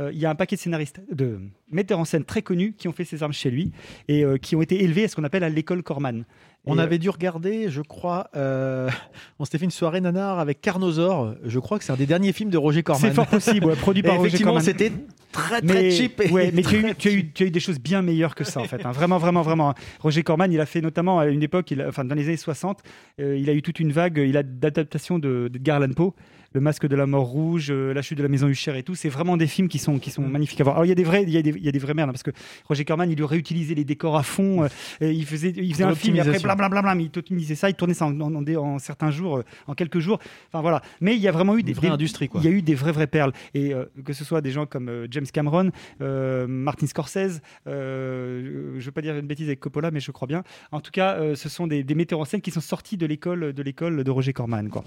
Speaker 5: euh, Il y a un paquet de scénaristes, de metteurs en scène très connus qui ont fait ses armes chez lui et euh, qui ont été élevés à ce qu'on appelle à l'école Corman.
Speaker 9: On
Speaker 5: Et, euh,
Speaker 9: avait dû regarder, je crois, euh, on s'était fait une soirée nanar avec Carnosaur. Je crois que c'est un des derniers films de Roger Corman.
Speaker 5: C'est fort possible, ouais, produit par
Speaker 9: Et
Speaker 5: Roger
Speaker 9: effectivement,
Speaker 5: Corman.
Speaker 9: c'était très très
Speaker 5: mais,
Speaker 9: cheap. et
Speaker 5: ouais, mais tu as, eu,
Speaker 9: très-
Speaker 5: tu as eu- tu as eu des choses bien meilleures que ça, en fait. hein. Vraiment, vraiment, vraiment. Roger Corman, il a fait notamment à une époque, il a- enfin, dans les années 60, euh, il a eu toute une vague euh, il a d'adaptations de, de Garland Poe. Le masque de la mort rouge, euh, la chute de la maison Huchère et tout, c'est vraiment des films qui sont, qui
Speaker 9: Mm.
Speaker 5: sont magnifiques à voir. Alors il y a des vrais, il y a des, il y a des vrais merdes, hein, parce que Roger Corman, il lui réutilisait les décors à fond, euh, et il faisait, il faisait un film, et après
Speaker 9: L'optimisation.
Speaker 5: blablabla, mais il optimisait ça, il tournait ça en, en- en- en certains jours, euh, en quelques jours. Enfin voilà. Mais il y a vraiment eu des,
Speaker 9: vraie
Speaker 5: des-
Speaker 9: industrie, quoi.
Speaker 5: il y a eu des vraies vraies perles et euh, que ce soit des gens comme euh, James Cameron, euh, Martin Scorsese, euh, je veux pas dire une bêtise avec Coppola mais je crois bien. En tout cas, euh, ce sont des, des metteurs en scène qui sont sortis de l'école de l'école de Roger Corman quoi.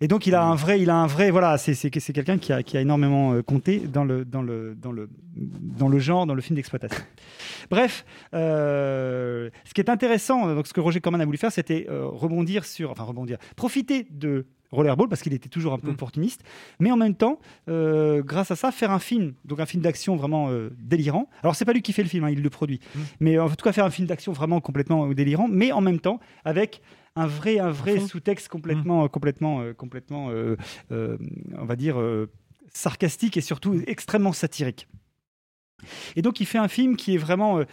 Speaker 5: Et donc il a un vrai il a un vrai voilà, c'est c'est c'est quelqu'un qui a qui a énormément euh, compté dans le dans le dans le dans le genre, dans le film d'exploitation. Bref, euh, ce qui est intéressant, euh, donc ce que Roger Corman a voulu faire, c'était euh, rebondir sur, enfin rebondir, profiter de Rollerball parce qu'il était toujours un peu opportuniste, mais en même temps, euh, grâce à ça, faire un film, donc un film d'action vraiment euh, délirant. Alors c'est pas lui qui fait le film, hein, il le produit, mais en tout cas faire un film d'action vraiment complètement euh, délirant, mais en même temps avec un vrai, un vrai sous-texte complètement, euh, complètement, euh, complètement, euh, euh, on va dire. euh, sarcastique et surtout extrêmement satirique. Et donc, il fait un film qui est vraiment. euh,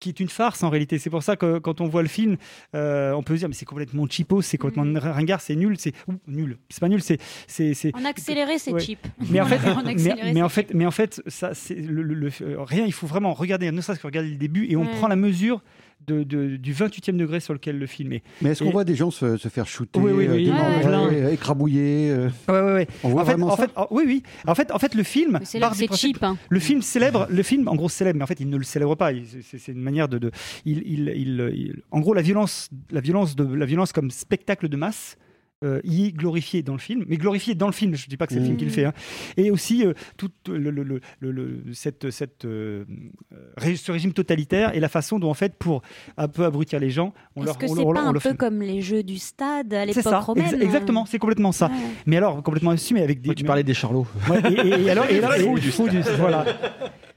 Speaker 5: qui est une farce en réalité. C'est pour ça que quand on voit le film, euh, on peut se dire mais c'est complètement cheapo, c'est complètement
Speaker 4: Mm.
Speaker 5: ringard, c'est nul, c'est Ouh, nul. C'est pas nul, c'est c'est c'est.
Speaker 4: En accéléré, c'est
Speaker 5: Ouais.
Speaker 4: cheap.
Speaker 5: Mais en fait,
Speaker 4: En
Speaker 5: mais-
Speaker 4: accéléré,
Speaker 5: mais,
Speaker 4: c'est
Speaker 5: en fait, mais en fait, ça c'est le, le- le- euh, rien. Il faut vraiment regarder, ne serait-ce que regarder le début et on
Speaker 4: Ouais.
Speaker 5: prend la mesure de, de- du 28e degré sur lequel le film est.
Speaker 3: Mais est-ce qu'on
Speaker 5: Et-
Speaker 3: voit des gens se, se faire shooter,
Speaker 5: Oui, oui, oui,
Speaker 3: euh,
Speaker 5: il y en a
Speaker 3: démembrer, écrabouiller euh,
Speaker 5: Ouais, ouais, ouais.
Speaker 3: On voit
Speaker 5: en fait,
Speaker 3: vraiment
Speaker 5: en
Speaker 3: ça
Speaker 5: fait, en- oui, oui. En fait, en fait, le film.
Speaker 4: c'est là
Speaker 5: part
Speaker 4: que
Speaker 5: du
Speaker 4: c'est
Speaker 5: principe-
Speaker 4: cheap, hein.
Speaker 5: Le film célèbre, le film, en gros, célèbre, mais en fait, il ne le célèbre pas. Il- c'est- C'est c'est une manière de. de- il, il- il- il- en gros, la violence, la violence de, la violence comme spectacle de masse. euh, y est glorifiée dans le film, mais glorifiée dans le film, je ne dis pas que c'est le
Speaker 4: Mmh.
Speaker 5: film qui le fait, hein. et aussi euh, tout le, le- le- le- le- cette, cette, euh, ré- ce régime totalitaire et la façon dont en fait pour un peu abrutir les gens, on
Speaker 4: Est-ce
Speaker 5: leur
Speaker 4: que
Speaker 5: on
Speaker 4: c'est
Speaker 5: leur-
Speaker 4: pas
Speaker 5: on
Speaker 4: un
Speaker 5: leur fait-
Speaker 4: peu comme les jeux du stade à
Speaker 5: c'est
Speaker 4: l'époque
Speaker 5: ça,
Speaker 4: romaine hein
Speaker 5: exa- exactement, c'est complètement ça. Mais alors, complètement assumé avec des. tu parlais
Speaker 9: des charlots.
Speaker 5: et, et- et alors, et alors-
Speaker 9: Des fous
Speaker 5: et-
Speaker 9: du
Speaker 5: fous du-
Speaker 9: stade.
Speaker 5: voilà.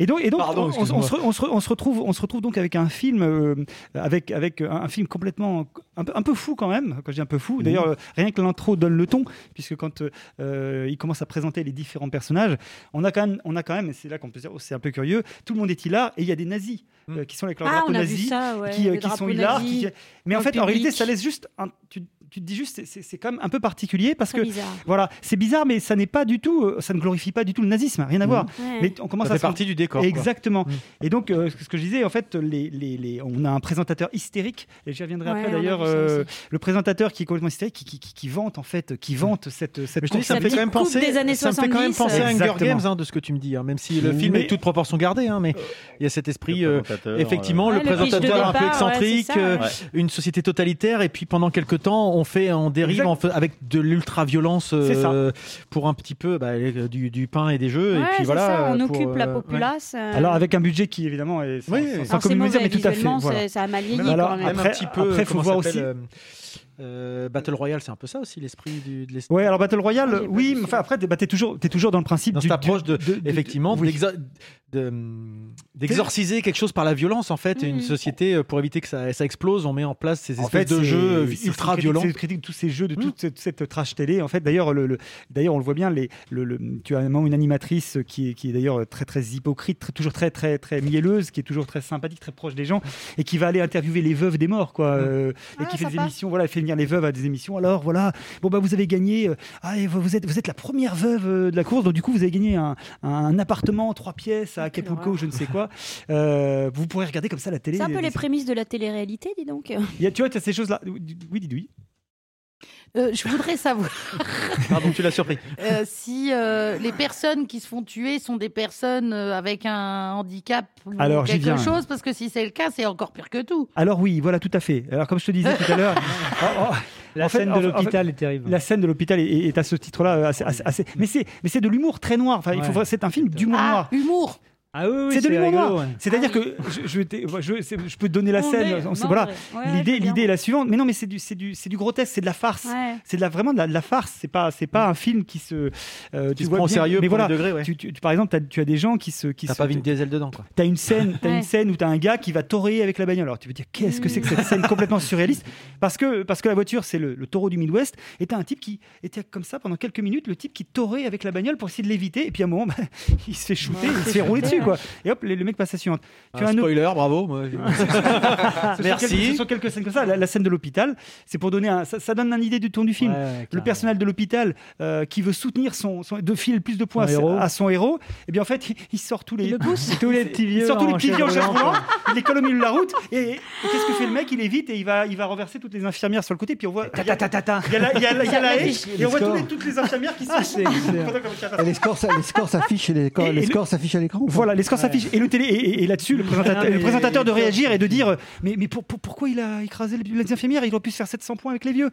Speaker 5: Et donc, et donc
Speaker 9: Pardon,
Speaker 5: on, on- on se,
Speaker 9: excuse-moi.
Speaker 5: re- on se re- on se retrouve, on se retrouve donc avec un film, euh, avec avec un, un film complètement un peu, un peu fou quand même. Quand je dis un peu fou, d'ailleurs,
Speaker 9: Mmh.
Speaker 5: euh, rien que l'intro donne le ton, puisque quand euh, euh, il commence à présenter les différents personnages, on a quand même, on a quand même, et c'est là qu'on peut se dire, oh, c'est un peu curieux. Tout le monde est hilar et il y a des nazis
Speaker 9: Mmh.
Speaker 5: euh, qui sont avec leurs
Speaker 4: Ah,
Speaker 5: drapeaux
Speaker 4: on a vu
Speaker 5: nazis,
Speaker 4: ça, ouais,
Speaker 5: qui, euh,
Speaker 4: les
Speaker 5: qui sont
Speaker 4: drapeaux
Speaker 5: hilars.
Speaker 4: nazis
Speaker 5: qui- Mais en
Speaker 4: dans
Speaker 5: fait,
Speaker 4: le
Speaker 5: en réalité,
Speaker 4: public.
Speaker 5: ça laisse juste un- tu, tu te dis juste, c'est- c'est c'est quand même un peu particulier parce
Speaker 4: Très
Speaker 5: que
Speaker 4: bizarre.
Speaker 5: voilà, c'est bizarre, mais ça n'est pas du tout, euh, ça ne glorifie pas du tout le nazisme, rien à voir.
Speaker 9: Ouais.
Speaker 5: Mais on commence
Speaker 9: Mmh. Ça
Speaker 5: à
Speaker 9: fait partie du décor, quoi. Mmh.
Speaker 5: Exactement. Et donc, euh, ce que je disais, en fait, les, les- les- on a un présentateur hystérique, et j'y reviendrai
Speaker 9: Ouais,
Speaker 5: après
Speaker 9: on a
Speaker 5: d'ailleurs,
Speaker 9: vu ça
Speaker 5: euh, le présentateur qui est complètement hystérique, qui, qui- qui- qui vante en fait, qui vante cette, cette
Speaker 9: Mmh. Mais je te dis, ça me fait
Speaker 5: course.
Speaker 9: quand même penser, ça me fait quand même penser à Hunger Games hein, de ce que tu me dis, hein, même si le film
Speaker 5: Mais-
Speaker 9: est toute proportion gardée, hein, mais il y a cet esprit, euh,
Speaker 10: présentateur,
Speaker 9: effectivement,
Speaker 10: euh,
Speaker 9: le
Speaker 10: Ouais, le pitch de
Speaker 9: présentateur un peu
Speaker 10: départ, ouais,
Speaker 9: excentrique,
Speaker 10: c'est ça,
Speaker 9: euh,
Speaker 10: ouais.
Speaker 9: une société totalitaire, et puis pendant quelques temps, on fait, on dérive
Speaker 5: Exact.
Speaker 9: en fait- avec de l'ultra-violence euh,
Speaker 5: C'est
Speaker 9: pour un petit peu bah, les- du, du pain et des jeux,
Speaker 4: Ouais,
Speaker 9: et
Speaker 4: c'est
Speaker 9: puis voilà.
Speaker 4: ça, on
Speaker 9: euh, pour,
Speaker 4: occupe la
Speaker 9: euh, ouais.
Speaker 4: populace. euh,
Speaker 5: Alors avec un budget qui évidemment est sans, sans
Speaker 4: Alors, c'est
Speaker 5: commune mesure,
Speaker 4: mauvais
Speaker 5: mais tout à fait.
Speaker 4: visuellement,
Speaker 5: voilà.
Speaker 4: c'est- ça a mal vieilli
Speaker 5: Alors,
Speaker 4: quand même.
Speaker 5: Après,
Speaker 9: un petit peu, euh,
Speaker 5: après, faut
Speaker 9: comment
Speaker 5: voir
Speaker 9: s'appelle,
Speaker 5: aussi.
Speaker 9: euh, Euh, Battle Royale, c'est un peu ça aussi l'esprit du- de l'esprit.
Speaker 5: Ouais, alors Battle Royale, oui, mais enfin après, t'es bah, t'es toujours, t'es toujours dans le principe
Speaker 9: dans
Speaker 5: du,
Speaker 9: cette approche de, effectivement
Speaker 5: oui.
Speaker 9: d'exor- de- d'exorciser quelque chose par la violence en fait et
Speaker 4: Mm.
Speaker 9: une société euh, pour éviter que ça, ça explose on met en place ces espèces de
Speaker 5: c'est-
Speaker 9: jeux euh,
Speaker 5: c'est- c'est
Speaker 9: ultra
Speaker 5: critique-
Speaker 9: violents Mmh.
Speaker 5: C'est critique de tous ces jeux, de toute cette, cette trash télé. En fait, d'ailleurs, le, le- d'ailleurs, on le voit bien. Les, le, le- tu as vraiment une animatrice qui est, qui est d'ailleurs très très hypocrite, très- toujours très très très mielleuse, qui est toujours très sympathique, très proche des gens, et qui va aller interviewer les veuves des morts, quoi,
Speaker 9: Mmh.
Speaker 5: euh,
Speaker 4: Ah,
Speaker 5: et qui fait des émissions. Voilà, elle fait venir les veuves à des émissions. Alors voilà, bon bah vous avez gagné. euh, ah, et vous vous êtes vous êtes la première veuve euh, de la course, donc du coup vous avez gagné un, un appartement, trois pièces à Acapulco, je ne sais quoi. Euh, vous pourrez regarder comme ça la télé.
Speaker 4: C'est un peu
Speaker 5: des-
Speaker 4: les prémices de la télé-réalité, dis donc.
Speaker 5: Il y a, tu vois, tu as ces choses-là. Oui, dis- Oui, dis oui.
Speaker 2: Euh, je voudrais savoir
Speaker 9: pardon tu l'as surpris
Speaker 2: euh, si euh, les personnes qui se font tuer sont des personnes euh, avec un handicap ou
Speaker 5: Alors, j'y
Speaker 2: quelque
Speaker 5: viens.
Speaker 2: chose, parce que si c'est le cas, c'est encore pire que tout.
Speaker 5: Alors oui, voilà, tout à fait. Alors comme je te disais tout à l'heure, oh,
Speaker 1: La scène de l'hôpital est terrible.
Speaker 5: La scène de l'hôpital est, est- est à ce titre-là euh, assez, assez- assez- Mais c'est, mais c'est de l'humour très noir. Enfin, il faut
Speaker 1: Ouais.
Speaker 5: voir- c'est un film d'humour noir.
Speaker 2: Humour.
Speaker 1: Ah oui, oui,
Speaker 5: c'est de l'humour
Speaker 1: rigolo,
Speaker 5: noir.
Speaker 1: ouais. Ah Oh,
Speaker 5: C'est-à-dire que je, je, t'ai- je- c'est- je peux te donner la
Speaker 1: On
Speaker 5: scène.
Speaker 1: est
Speaker 5: on sait- voilà.
Speaker 1: marre. Ouais,
Speaker 5: l'idée,
Speaker 1: c'est bien.
Speaker 5: l'idée est la suivante. Mais non, mais c'est du, c'est du, c'est du grotesque, c'est de la farce.
Speaker 1: Ouais.
Speaker 5: C'est de la, vraiment de la, de la farce. C'est pas, c'est pas un film qui se, euh,
Speaker 9: se prend au sérieux
Speaker 5: Mais
Speaker 9: pour
Speaker 5: voilà,
Speaker 9: les degrés, ouais.
Speaker 5: tu, tu- tu- par exemple, t'as- tu as des gens qui se, qui
Speaker 9: t'as
Speaker 5: se-
Speaker 9: pas Vin Diesel dedans quoi
Speaker 5: T'as une scène, t'as
Speaker 9: Ouais.
Speaker 5: une scène où t'as un gars qui va toréer avec la bagnole. Alors tu veux dire qu'est-ce que c'est que cette scène complètement surréaliste Parce que parce que la voiture c'est le, le taureau du Midwest. Et t'as un type qui était comme ça pendant quelques minutes, le type qui torait avec la bagnole pour essayer de l'éviter. Et puis à un moment, bah, il se fait shooter,
Speaker 9: Ouais,
Speaker 5: il se
Speaker 9: c'est
Speaker 5: fait rouler
Speaker 9: shooté,
Speaker 5: dessus quoi.
Speaker 9: ouais.
Speaker 5: Et hop, le, le mec passe à la suivante.
Speaker 9: Un
Speaker 5: autre-
Speaker 9: spoiler bravo moi.
Speaker 5: ce
Speaker 9: Merci.
Speaker 5: Sont quelques, ce sont quelques scènes comme ça. La, la scène de l'hôpital, c'est pour donner un, ça, ça donne une idée du ton du film. le personnel de l'hôpital euh, qui veut soutenir son, son de filer le plus de points
Speaker 1: Son
Speaker 5: à-
Speaker 1: héros.
Speaker 5: à, son héros, et bien en fait, il, il sort tous les,
Speaker 1: Tous les petits vieux
Speaker 5: Il sort tous les
Speaker 1: en
Speaker 5: petits
Speaker 1: chaise
Speaker 5: vieux en chaise
Speaker 1: roulante,
Speaker 5: roulante, il les colle au milieu de la route, et, et qu'est-ce que fait le mec Il évite et il va, il va renverser toutes les infirmières sur le côté, puis on voit. Il y a il y a la- il y a la il y a la haie, et on voit tous les- toutes les infirmières qui se
Speaker 1: c'est excellent.
Speaker 3: Et les scores, ça- les scores s'affichent et les,
Speaker 5: Et- et
Speaker 3: les
Speaker 5: le-
Speaker 3: scores s'affichent à l'écran.
Speaker 5: Voilà, les scores s'affichent. Et le télé, et, et- et là-dessus, le présentateur,
Speaker 1: Ah, mais-
Speaker 5: le présentateur de réagir et de dire euh, Mais, mais pour- pour- pourquoi il a écrasé les, les infirmières Il aurait pu se faire 700 points avec les vieux.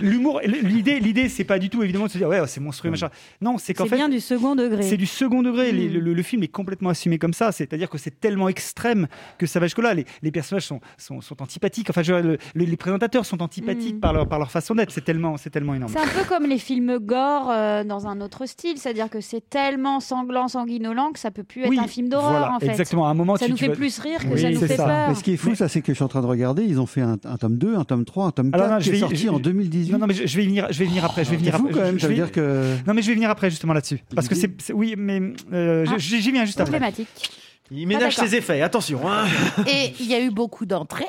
Speaker 5: L'humour, l'idée, l'idée, c'est pas du tout évidemment de se dire Ouais, c'est monstrueux, machin. Non, c'est qu'en
Speaker 4: C'est
Speaker 5: fait.
Speaker 4: bien du second degré. Hmm.
Speaker 5: C'est du second degré. Les- Le, le film est complètement assumé comme ça. C'est-à-dire que c'est tellement extrême que ça va jusque-là. Les, les personnages sont, sont, sont antipathiques. Enfin, je veux dire, le- les présentateurs sont antipathiques
Speaker 4: Mm.
Speaker 5: par, leur, par leur façon d'être. C'est tellement, c'est tellement énorme.
Speaker 4: C'est un peu comme les films gore euh, dans un autre style, c'est-à-dire que c'est tellement sanglant, sanguinolent que ça peut plus être
Speaker 5: Oui,
Speaker 4: un film d'horreur
Speaker 5: voilà,
Speaker 4: en fait.
Speaker 5: exactement. À un moment,
Speaker 4: ça
Speaker 5: tu-
Speaker 4: nous
Speaker 5: tu
Speaker 4: fait
Speaker 5: vas-
Speaker 4: plus rire que
Speaker 5: Oui,
Speaker 4: ça nous
Speaker 5: c'est
Speaker 4: fait
Speaker 5: ça.
Speaker 4: peur.
Speaker 3: Mais ce qui est fou, ça, c'est que je suis en train de regarder, ils ont fait un, un tome 2, un tome 3, un tome 4
Speaker 5: Alors non,
Speaker 3: qui
Speaker 5: je
Speaker 3: est
Speaker 5: vais
Speaker 3: sorti
Speaker 5: je-
Speaker 3: en 2018.
Speaker 5: Non, non, mais je, je vais y venir. Je vais y venir après. Je vais
Speaker 3: Oh,
Speaker 5: venir
Speaker 3: t'es fou
Speaker 5: après.
Speaker 3: quand
Speaker 5: je-
Speaker 3: même,
Speaker 5: je
Speaker 3: ça veut
Speaker 5: vais-
Speaker 3: dire que-
Speaker 5: Non, mais je vais venir après justement là-dessus. Parce que c'est, c'est- oui, mais euh, je-
Speaker 2: Ah.
Speaker 5: j'y viens juste après.
Speaker 4: Problématique.
Speaker 9: il
Speaker 2: ménage
Speaker 9: ménage
Speaker 2: d'accord. ses
Speaker 9: ses effets attention hein.
Speaker 2: Et il y a eu beaucoup d'entrées.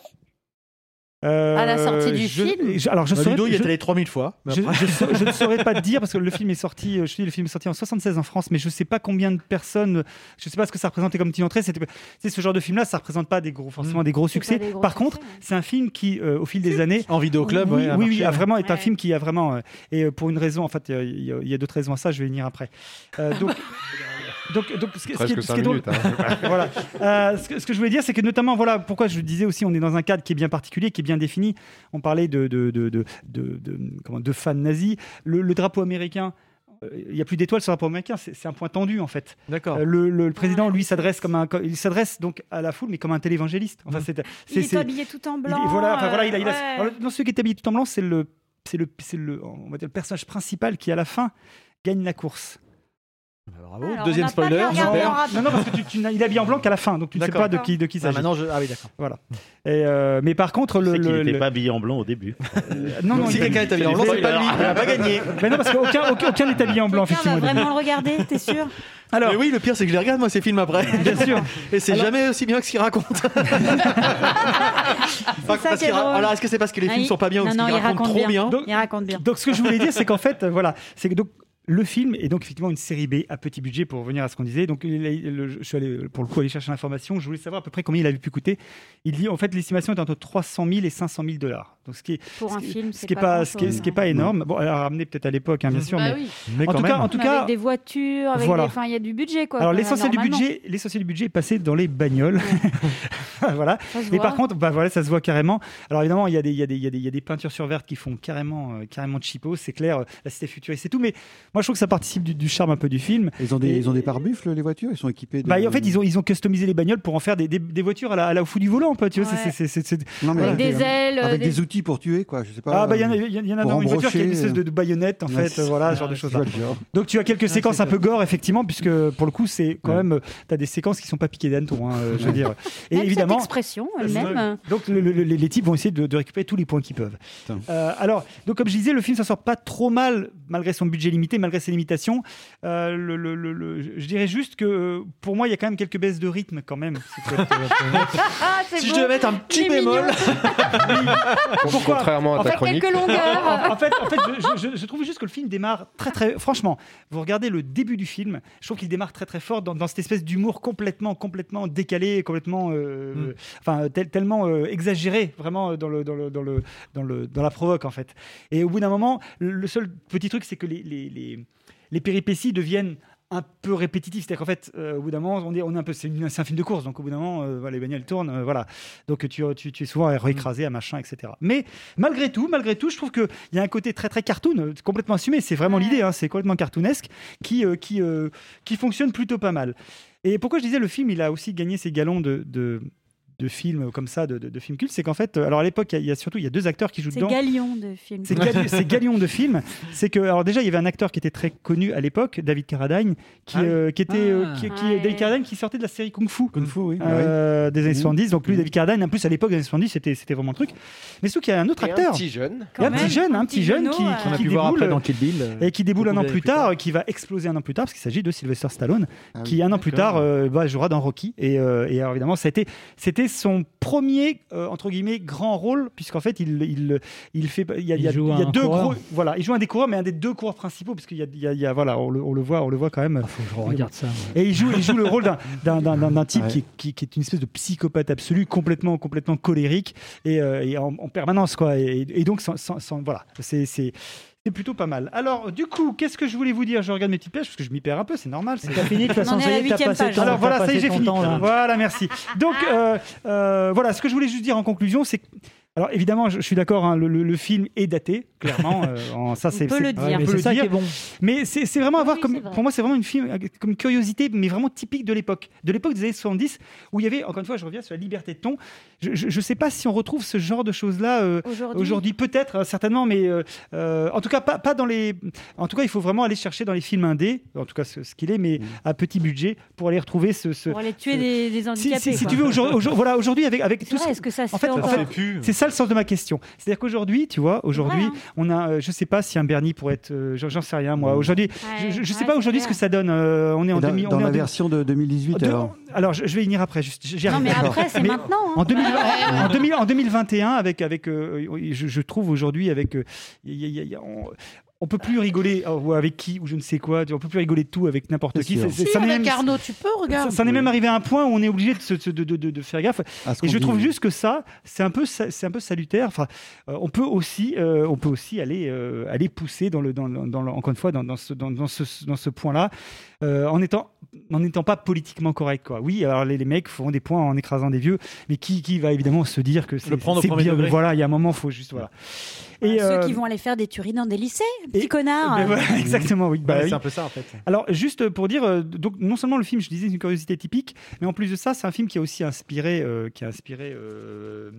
Speaker 5: Euh,
Speaker 2: À la sortie du
Speaker 5: je-
Speaker 2: film
Speaker 5: je- Alors je
Speaker 9: Bah,
Speaker 5: saurais-
Speaker 9: Ludo, il y est
Speaker 5: je-
Speaker 9: allé 3000 fois, mais
Speaker 5: Je,
Speaker 9: après-
Speaker 5: je sa- je ne saurais pas te dire parce que le film est sorti. euh, Je te dis, le film est sorti en 76 en France, mais je ne sais pas combien de personnes. euh, Je ne sais pas ce que ça représentait comme petite entrée. C'était, c'est ce genre de film-là, ça représente pas des gros, forcément des gros
Speaker 9: C'est pas
Speaker 5: succès.
Speaker 9: des gros
Speaker 5: Par contre, c'est un film qui, euh, au fil des années,
Speaker 9: En vidéoclub,
Speaker 5: oui,
Speaker 9: ouais,
Speaker 5: oui,
Speaker 9: a marché,
Speaker 5: oui, a
Speaker 9: ouais.
Speaker 5: vraiment est un film qui a vraiment euh, et euh, pour une raison. En fait, euh, il y a- il y a, d'autres raisons à ça. Je vais y venir après. Euh, donc. Donc, donc, ce, qui- ce qui est-
Speaker 7: Presque
Speaker 5: ce
Speaker 7: cinq
Speaker 5: qui est drôle-
Speaker 7: minutes, hein.
Speaker 5: voilà. Euh, ce, que, ce que je voulais dire, c'est que notamment, voilà pourquoi je disais aussi, on est dans un cadre qui est bien particulier, qui est bien défini. On parlait de, de, de, de, de- de- comment, de fans nazis. Le, le drapeau américain, euh, il n'y a plus d'étoiles sur le drapeau américain, c'est c'est un point tendu en fait.
Speaker 9: D'accord.
Speaker 5: Euh, le, le- le président, lui, s'adresse comme un, comme- il s'adresse donc à la foule, mais comme un télévangéliste. Enfin, c'est-
Speaker 4: Il
Speaker 5: c'est-
Speaker 4: est,
Speaker 5: c'est-
Speaker 4: habillé tout en
Speaker 5: il est-
Speaker 4: blanc.
Speaker 5: voilà, enfin, voilà,
Speaker 4: euh,
Speaker 5: il a, il a-
Speaker 4: ouais.
Speaker 5: Alors, dans celui qui est habillé tout en blanc, c'est le, c'est le, c'est le, on va dire le personnage principal qui à la fin gagne la course.
Speaker 9: bravo deuxième spoiler super.
Speaker 5: Non, non, parce que tu, tu n'as- il est habillé en blanc à la fin, donc tu ne sais
Speaker 9: D'accord.
Speaker 5: pas de qui, de qui
Speaker 9: Ah,
Speaker 5: s'agit.
Speaker 9: maintenant, je- ah oui, d'accord.
Speaker 5: Voilà. Et, euh, mais par contre, le.
Speaker 10: C'est qu'il
Speaker 5: le-
Speaker 10: n'était
Speaker 5: le-
Speaker 10: pas habillé en blanc au début.
Speaker 5: Non, non,
Speaker 9: Si
Speaker 5: il-
Speaker 9: quelqu'un est habillé en blanc, c'est pas lui, il a pas gagné.
Speaker 5: Mais non, parce qu'aucun aucun, aucun n'est habillé en blanc,
Speaker 4: Quelqu'un va
Speaker 5: effectivement. au début.
Speaker 4: vraiment le regarder, t'es sûr
Speaker 5: Alors,
Speaker 9: Mais oui, le pire, c'est que je les regarde, moi, ces films après. Bien sûr. Et c'est
Speaker 5: Alors-
Speaker 9: jamais aussi bien que ce qu'ils racontent. Parce
Speaker 4: ça qui est
Speaker 9: qu'il ra-
Speaker 4: drôle.
Speaker 9: Alors, est-ce que c'est parce que les
Speaker 4: Ah,
Speaker 9: films
Speaker 4: il-
Speaker 9: sont pas bien
Speaker 4: non,
Speaker 9: ou parce
Speaker 4: non,
Speaker 9: qu'ils
Speaker 4: il
Speaker 9: racontent
Speaker 4: raconte
Speaker 9: trop bien,
Speaker 4: bien. Il raconte bien.
Speaker 5: Donc, ce que je voulais dire, c'est qu'en fait, euh, voilà, c'est que donc. Le film est donc effectivement une série B à petit budget pour revenir à ce qu'on disait. Donc, il a- le- je suis allé pour le coup aller chercher l'information. Je voulais savoir à peu près combien il avait pu coûter. Il dit en fait l'estimation est entre 300 000 et 500 000 dollars. Donc, ce qui est,
Speaker 4: Pour
Speaker 5: ce
Speaker 4: un
Speaker 5: qui-
Speaker 4: film,
Speaker 5: ce
Speaker 4: c'est
Speaker 5: qui est
Speaker 4: pas
Speaker 5: pas,
Speaker 4: grand
Speaker 5: ce qui est, ce qui
Speaker 4: chose,
Speaker 5: est
Speaker 4: hein.
Speaker 5: pas énorme. Bon, alors ramené peut-être à l'époque, hein, bien sûr.
Speaker 4: Bah
Speaker 5: mais
Speaker 4: oui.
Speaker 9: Mais
Speaker 5: en
Speaker 9: quand
Speaker 5: tout cas,
Speaker 9: même.
Speaker 5: en tout
Speaker 4: Mais
Speaker 5: cas,
Speaker 4: avec des voitures, avec
Speaker 5: voilà.
Speaker 4: des- enfin, il y a du budget quoi.
Speaker 5: Alors
Speaker 4: Enfin,
Speaker 5: l'essentiel du
Speaker 4: normalement.
Speaker 5: budget, l'essentiel du budget est passé dans les bagnoles. voilà.
Speaker 4: Ça se
Speaker 5: Mais
Speaker 4: voit.
Speaker 5: par contre, bah voilà, ça se voit carrément. Alors évidemment, il y a des, il y a des, il y a des, il y a des peintures sur verte qui font carrément, euh, carrément cheapo. C'est clair, euh, la cité futuriste et tout. Mais moi, je trouve que ça participe du, du charme un peu du film.
Speaker 3: Ils ont des,
Speaker 5: Et-
Speaker 3: ils ont des pare-buffles, les voitures Ils sont équipés de.
Speaker 5: Bah, en fait, ils ont, ils ont customisé les bagnoles pour en faire des, des, des voitures à la, à la fou du volant, un peu, tu vois. c'est- c'est- c'est- c'est-
Speaker 3: Non, mais
Speaker 5: voilà.
Speaker 1: euh,
Speaker 3: avec des ailes, Avec des outils outils pour tuer, quoi. Je sais pas. euh,
Speaker 5: Ah bah il y en a, il y en a
Speaker 3: pour
Speaker 5: dans une voiture qui a une
Speaker 3: embrocher,
Speaker 5: espèce de, de baïonnette en
Speaker 3: Ouais,
Speaker 5: fait,
Speaker 3: c'est-
Speaker 5: euh, voilà,
Speaker 3: ouais,
Speaker 5: ce genre de
Speaker 3: je
Speaker 5: choses.
Speaker 3: vois le genre.
Speaker 5: Donc tu as quelques
Speaker 3: Ah,
Speaker 5: séquences
Speaker 3: c'est
Speaker 5: un peu
Speaker 3: ça.
Speaker 5: gore effectivement, puisque pour le coup c'est quand
Speaker 3: Ouais.
Speaker 5: même, tu as des séquences qui sont pas piquées d'hanneton, hein, euh, je veux dire. Et
Speaker 4: Même cette
Speaker 5: évidemment,
Speaker 4: expression elle-même.
Speaker 5: donc le- le- le- les types vont essayer de, de récupérer tous les points qu'ils peuvent. Euh, alors, donc comme je disais, le film s'en sort pas trop mal malgré son budget limité, malgré ses limitations. Euh, le- le- le- le- je dirais juste que euh, pour moi, il y a quand même quelques baisses de rythme quand même. C'est peut-être, euh,
Speaker 4: Ah, c'est
Speaker 9: Si je
Speaker 4: beau.
Speaker 9: devais mettre un
Speaker 4: Il
Speaker 9: petit
Speaker 4: est
Speaker 9: bémol.
Speaker 4: mignon.
Speaker 5: Pourquoi
Speaker 15: Contrairement à
Speaker 5: En
Speaker 15: ta
Speaker 5: fait,
Speaker 15: chronique.
Speaker 4: quelques longueurs.
Speaker 5: En fait, en fait je, je- je- je trouve juste que le film démarre très très. Franchement, vous regardez le début du film, je trouve qu'il démarre très très fort dans, dans cette espèce d'humour complètement complètement décalé, complètement, euh, euh, enfin tel- tellement euh, exagéré, vraiment euh, dans le dans le dans le dans le dans la provoque en fait. Et au bout d'un moment, le- le seul petit truc, c'est que les les, les les péripéties deviennent un peu répétitives. c'est-à-dire qu'en fait, euh, au bout d'un moment, on est, on est un peu, c'est, une- c'est un film de course, donc au bout d'un moment, euh, voilà, les bagnoles tournent, euh, voilà. Donc tu, tu, tu es souvent réécrasé à machin, etc. Mais malgré tout, malgré tout, je trouve qu'il y a un côté très très cartoon, euh, complètement assumé. C'est vraiment l'idée, hein, c'est complètement cartoonesque, qui euh, qui euh, qui fonctionne plutôt pas mal. Et pourquoi je disais le film, il a aussi gagné ses galons de, de de films comme ça, de, de, de films cultes, c'est qu'en fait, euh, alors à l'époque, il y a- il y, a surtout il y a deux acteurs qui jouent
Speaker 4: C'est
Speaker 5: dedans.
Speaker 4: Galion de film.
Speaker 5: C'est Gali- c'est Galion de film. C'est que, alors déjà, il y avait un acteur qui était très connu à l'époque, David Carradine, qui, euh, qui était,
Speaker 1: Ah.
Speaker 5: euh, qui, qui-
Speaker 4: Ouais.
Speaker 5: David Carradine qui sortait de la série Kung Fu,
Speaker 3: Ah
Speaker 5: euh,
Speaker 3: oui.
Speaker 5: des années
Speaker 3: Mhm.
Speaker 5: 70. Donc lui, David Carradine, en plus à l'époque des années 70, c'était, c'était vraiment le truc. Mais surtout qu'il y a un autre
Speaker 15: Et un
Speaker 5: acteur.
Speaker 15: petit jeune.
Speaker 5: Il y a un
Speaker 15: Quand
Speaker 5: petit
Speaker 15: même,
Speaker 5: jeune,
Speaker 15: un
Speaker 5: un
Speaker 15: petit
Speaker 5: petit jeune
Speaker 15: jeuneau,
Speaker 5: qui, qui-
Speaker 15: ouais. On a
Speaker 5: qui
Speaker 15: pu voir
Speaker 5: déboule,
Speaker 15: après dans Kill Bill, euh,
Speaker 5: et qui déboule
Speaker 15: beaucoup
Speaker 5: un an
Speaker 15: d'années
Speaker 5: plus
Speaker 15: plus
Speaker 5: tard, qui va exploser un an plus tard, parce qu'il s'agit de Sylvester Stallone,
Speaker 3: Ah
Speaker 5: qui
Speaker 3: oui,
Speaker 5: un an plus
Speaker 3: d'accord.
Speaker 5: tard euh, bah, jouera dans Rocky. Et, euh, et alors, évidemment, ça a été- c'était son premier euh, entre guillemets grand rôle, puisqu'en fait, il, il, il fait, il y a, il y a-
Speaker 1: Il joue
Speaker 5: il y a
Speaker 1: un
Speaker 5: deux
Speaker 1: coureur.
Speaker 5: gros, voilà, il joue un des coureurs, mais un des deux coureurs principaux, parce qu'il y a, il y a- il y a- voilà, on le, on le voit, on le voit quand même.
Speaker 1: regarde ça,
Speaker 5: Et il joue, il joue le rôle d'un- d'un- d'un d'un- d'un type
Speaker 1: Ouais.
Speaker 5: qui, qui- qui est une espèce de psychopathe absolu, complètement, complètement colérique et, euh, et en, en permanence quoi. Et, et donc, sans- sans- sans- voilà, c'est c'est- c'est plutôt pas mal. Alors, du coup, qu'est-ce que je voulais vous dire Je regarde mes petites pages parce que je m'y perds un peu, c'est normal. c'est-
Speaker 1: T'as fini, de toute façon, On en est ça y à est, la t'as huitième passé page. ton-
Speaker 5: Alors
Speaker 1: t'as
Speaker 5: voilà, ça y
Speaker 1: passé
Speaker 5: est, j'ai
Speaker 1: ton
Speaker 5: fini.
Speaker 1: temps, là. Ah.
Speaker 5: Voilà, merci. Donc, euh, euh, voilà, ce que je voulais juste dire en conclusion, c'est que. Alors évidemment, je, je suis d'accord, hein, le, le- le film est daté, clairement. euh, en- ça,
Speaker 1: On
Speaker 5: c'est
Speaker 1: peut
Speaker 5: c'est-
Speaker 1: le dire. Ouais, mais
Speaker 5: on peut
Speaker 1: c'est
Speaker 5: le
Speaker 1: ça qui
Speaker 5: dire.
Speaker 1: est bon.
Speaker 5: Mais c'est c'est vraiment à voir comme,
Speaker 1: Ah c'est vrai.
Speaker 5: pour moi, c'est vraiment une film euh, comme curiosité, mais vraiment typique de l'époque, de l'époque des années 70, où il y avait, encore une fois, je reviens sur la liberté de ton. Je ne sais pas si on retrouve ce genre de choses-là euh,
Speaker 1: Aujourd'hui.
Speaker 5: aujourd'hui, peut-être, euh, certainement, mais euh, euh, en tout cas, pas, pas dans les. En tout cas, il faut vraiment aller chercher dans les films indés, en tout cas ce, ce qu'il est,
Speaker 1: Mmh.
Speaker 5: mais à petit budget, pour aller retrouver ce. ce-
Speaker 4: Pour aller
Speaker 5: ce-
Speaker 4: tuer des, des
Speaker 5: si,
Speaker 4: handicapés.
Speaker 5: si- si
Speaker 4: quoi.
Speaker 5: tu veux, aujourd'hui, aujourd'hui- voilà, aujourd'hui, avec, avec
Speaker 4: C'est
Speaker 5: tout
Speaker 4: vrai,
Speaker 5: ce-
Speaker 4: est-ce que ça se
Speaker 5: en fait,
Speaker 4: fait
Speaker 5: en
Speaker 4: encore
Speaker 5: fait, c'est ça le sens de ma question. C'est-à-dire qu'aujourd'hui, tu vois, aujourd'hui, on a, euh, je sais pas si un Bernie pourrait être, euh, j'en j'en sais rien moi. Aujourd'hui, je- je, je sais pas aujourd'hui ce que ça donne. euh, on est en
Speaker 3: dans,
Speaker 5: 2000, on
Speaker 3: dans
Speaker 5: est en
Speaker 3: la
Speaker 5: 2000.
Speaker 3: version de 2018,
Speaker 5: De-
Speaker 3: alors.
Speaker 5: Alors, je, je vais y venir après. Juste, j'y
Speaker 3: Non,
Speaker 5: arrive.
Speaker 3: mais
Speaker 5: D'accord.
Speaker 3: après, c'est maintenant, hein.
Speaker 5: En, 2000 en- en 2000 en 2021, avec, avec euh, je, je trouve aujourd'hui, avec. euh, y- y- y- y- on, on peut plus rigoler euh, ou avec qui ou je ne sais quoi. On peut plus rigoler de tout avec n'importe qui. C'est- c'est-
Speaker 2: Si,
Speaker 5: ça en est
Speaker 2: avec
Speaker 5: même-
Speaker 2: Arnaud, tu peux,
Speaker 5: ça,
Speaker 2: regarde.
Speaker 5: ça en est même arrivé à un point où on est obligé de, se- de, de- de- de faire gaffe.
Speaker 3: À ce
Speaker 5: Et
Speaker 3: qu'on
Speaker 5: je
Speaker 3: dit,
Speaker 5: trouve
Speaker 3: oui.
Speaker 5: juste que ça, c'est un peu, sa- c'est un peu salutaire. Enfin, euh, on peut aussi, euh, on peut aussi aller, euh, aller pousser dans le, dans, le- dans le- encore une fois, dans, dans ce, dans, dans ce, dans ce point-là, euh, en étant, en n'étant pas politiquement correct, quoi. Oui, alors les, les mecs font des points en écrasant des vieux, mais qui, qui va évidemment se dire que c'est,
Speaker 9: Le prendre au
Speaker 5: c'est
Speaker 9: premier
Speaker 5: bien.
Speaker 9: degré.
Speaker 5: Voilà, il y a un moment, faut juste, voilà. Et,
Speaker 12: Ceux
Speaker 5: euh,
Speaker 12: qui vont aller faire des tueries dans des lycées, petit connard.
Speaker 2: Ah.
Speaker 5: ben voilà, exactement, oui. Bah
Speaker 9: Ouais,
Speaker 5: oui.
Speaker 9: C'est un peu ça en fait.
Speaker 5: Alors, juste pour dire, euh, donc non seulement le film, je disais, c'est une curiosité typique, mais en plus de ça, c'est un film qui a aussi inspiré, euh, qui a inspiré. euh, euh,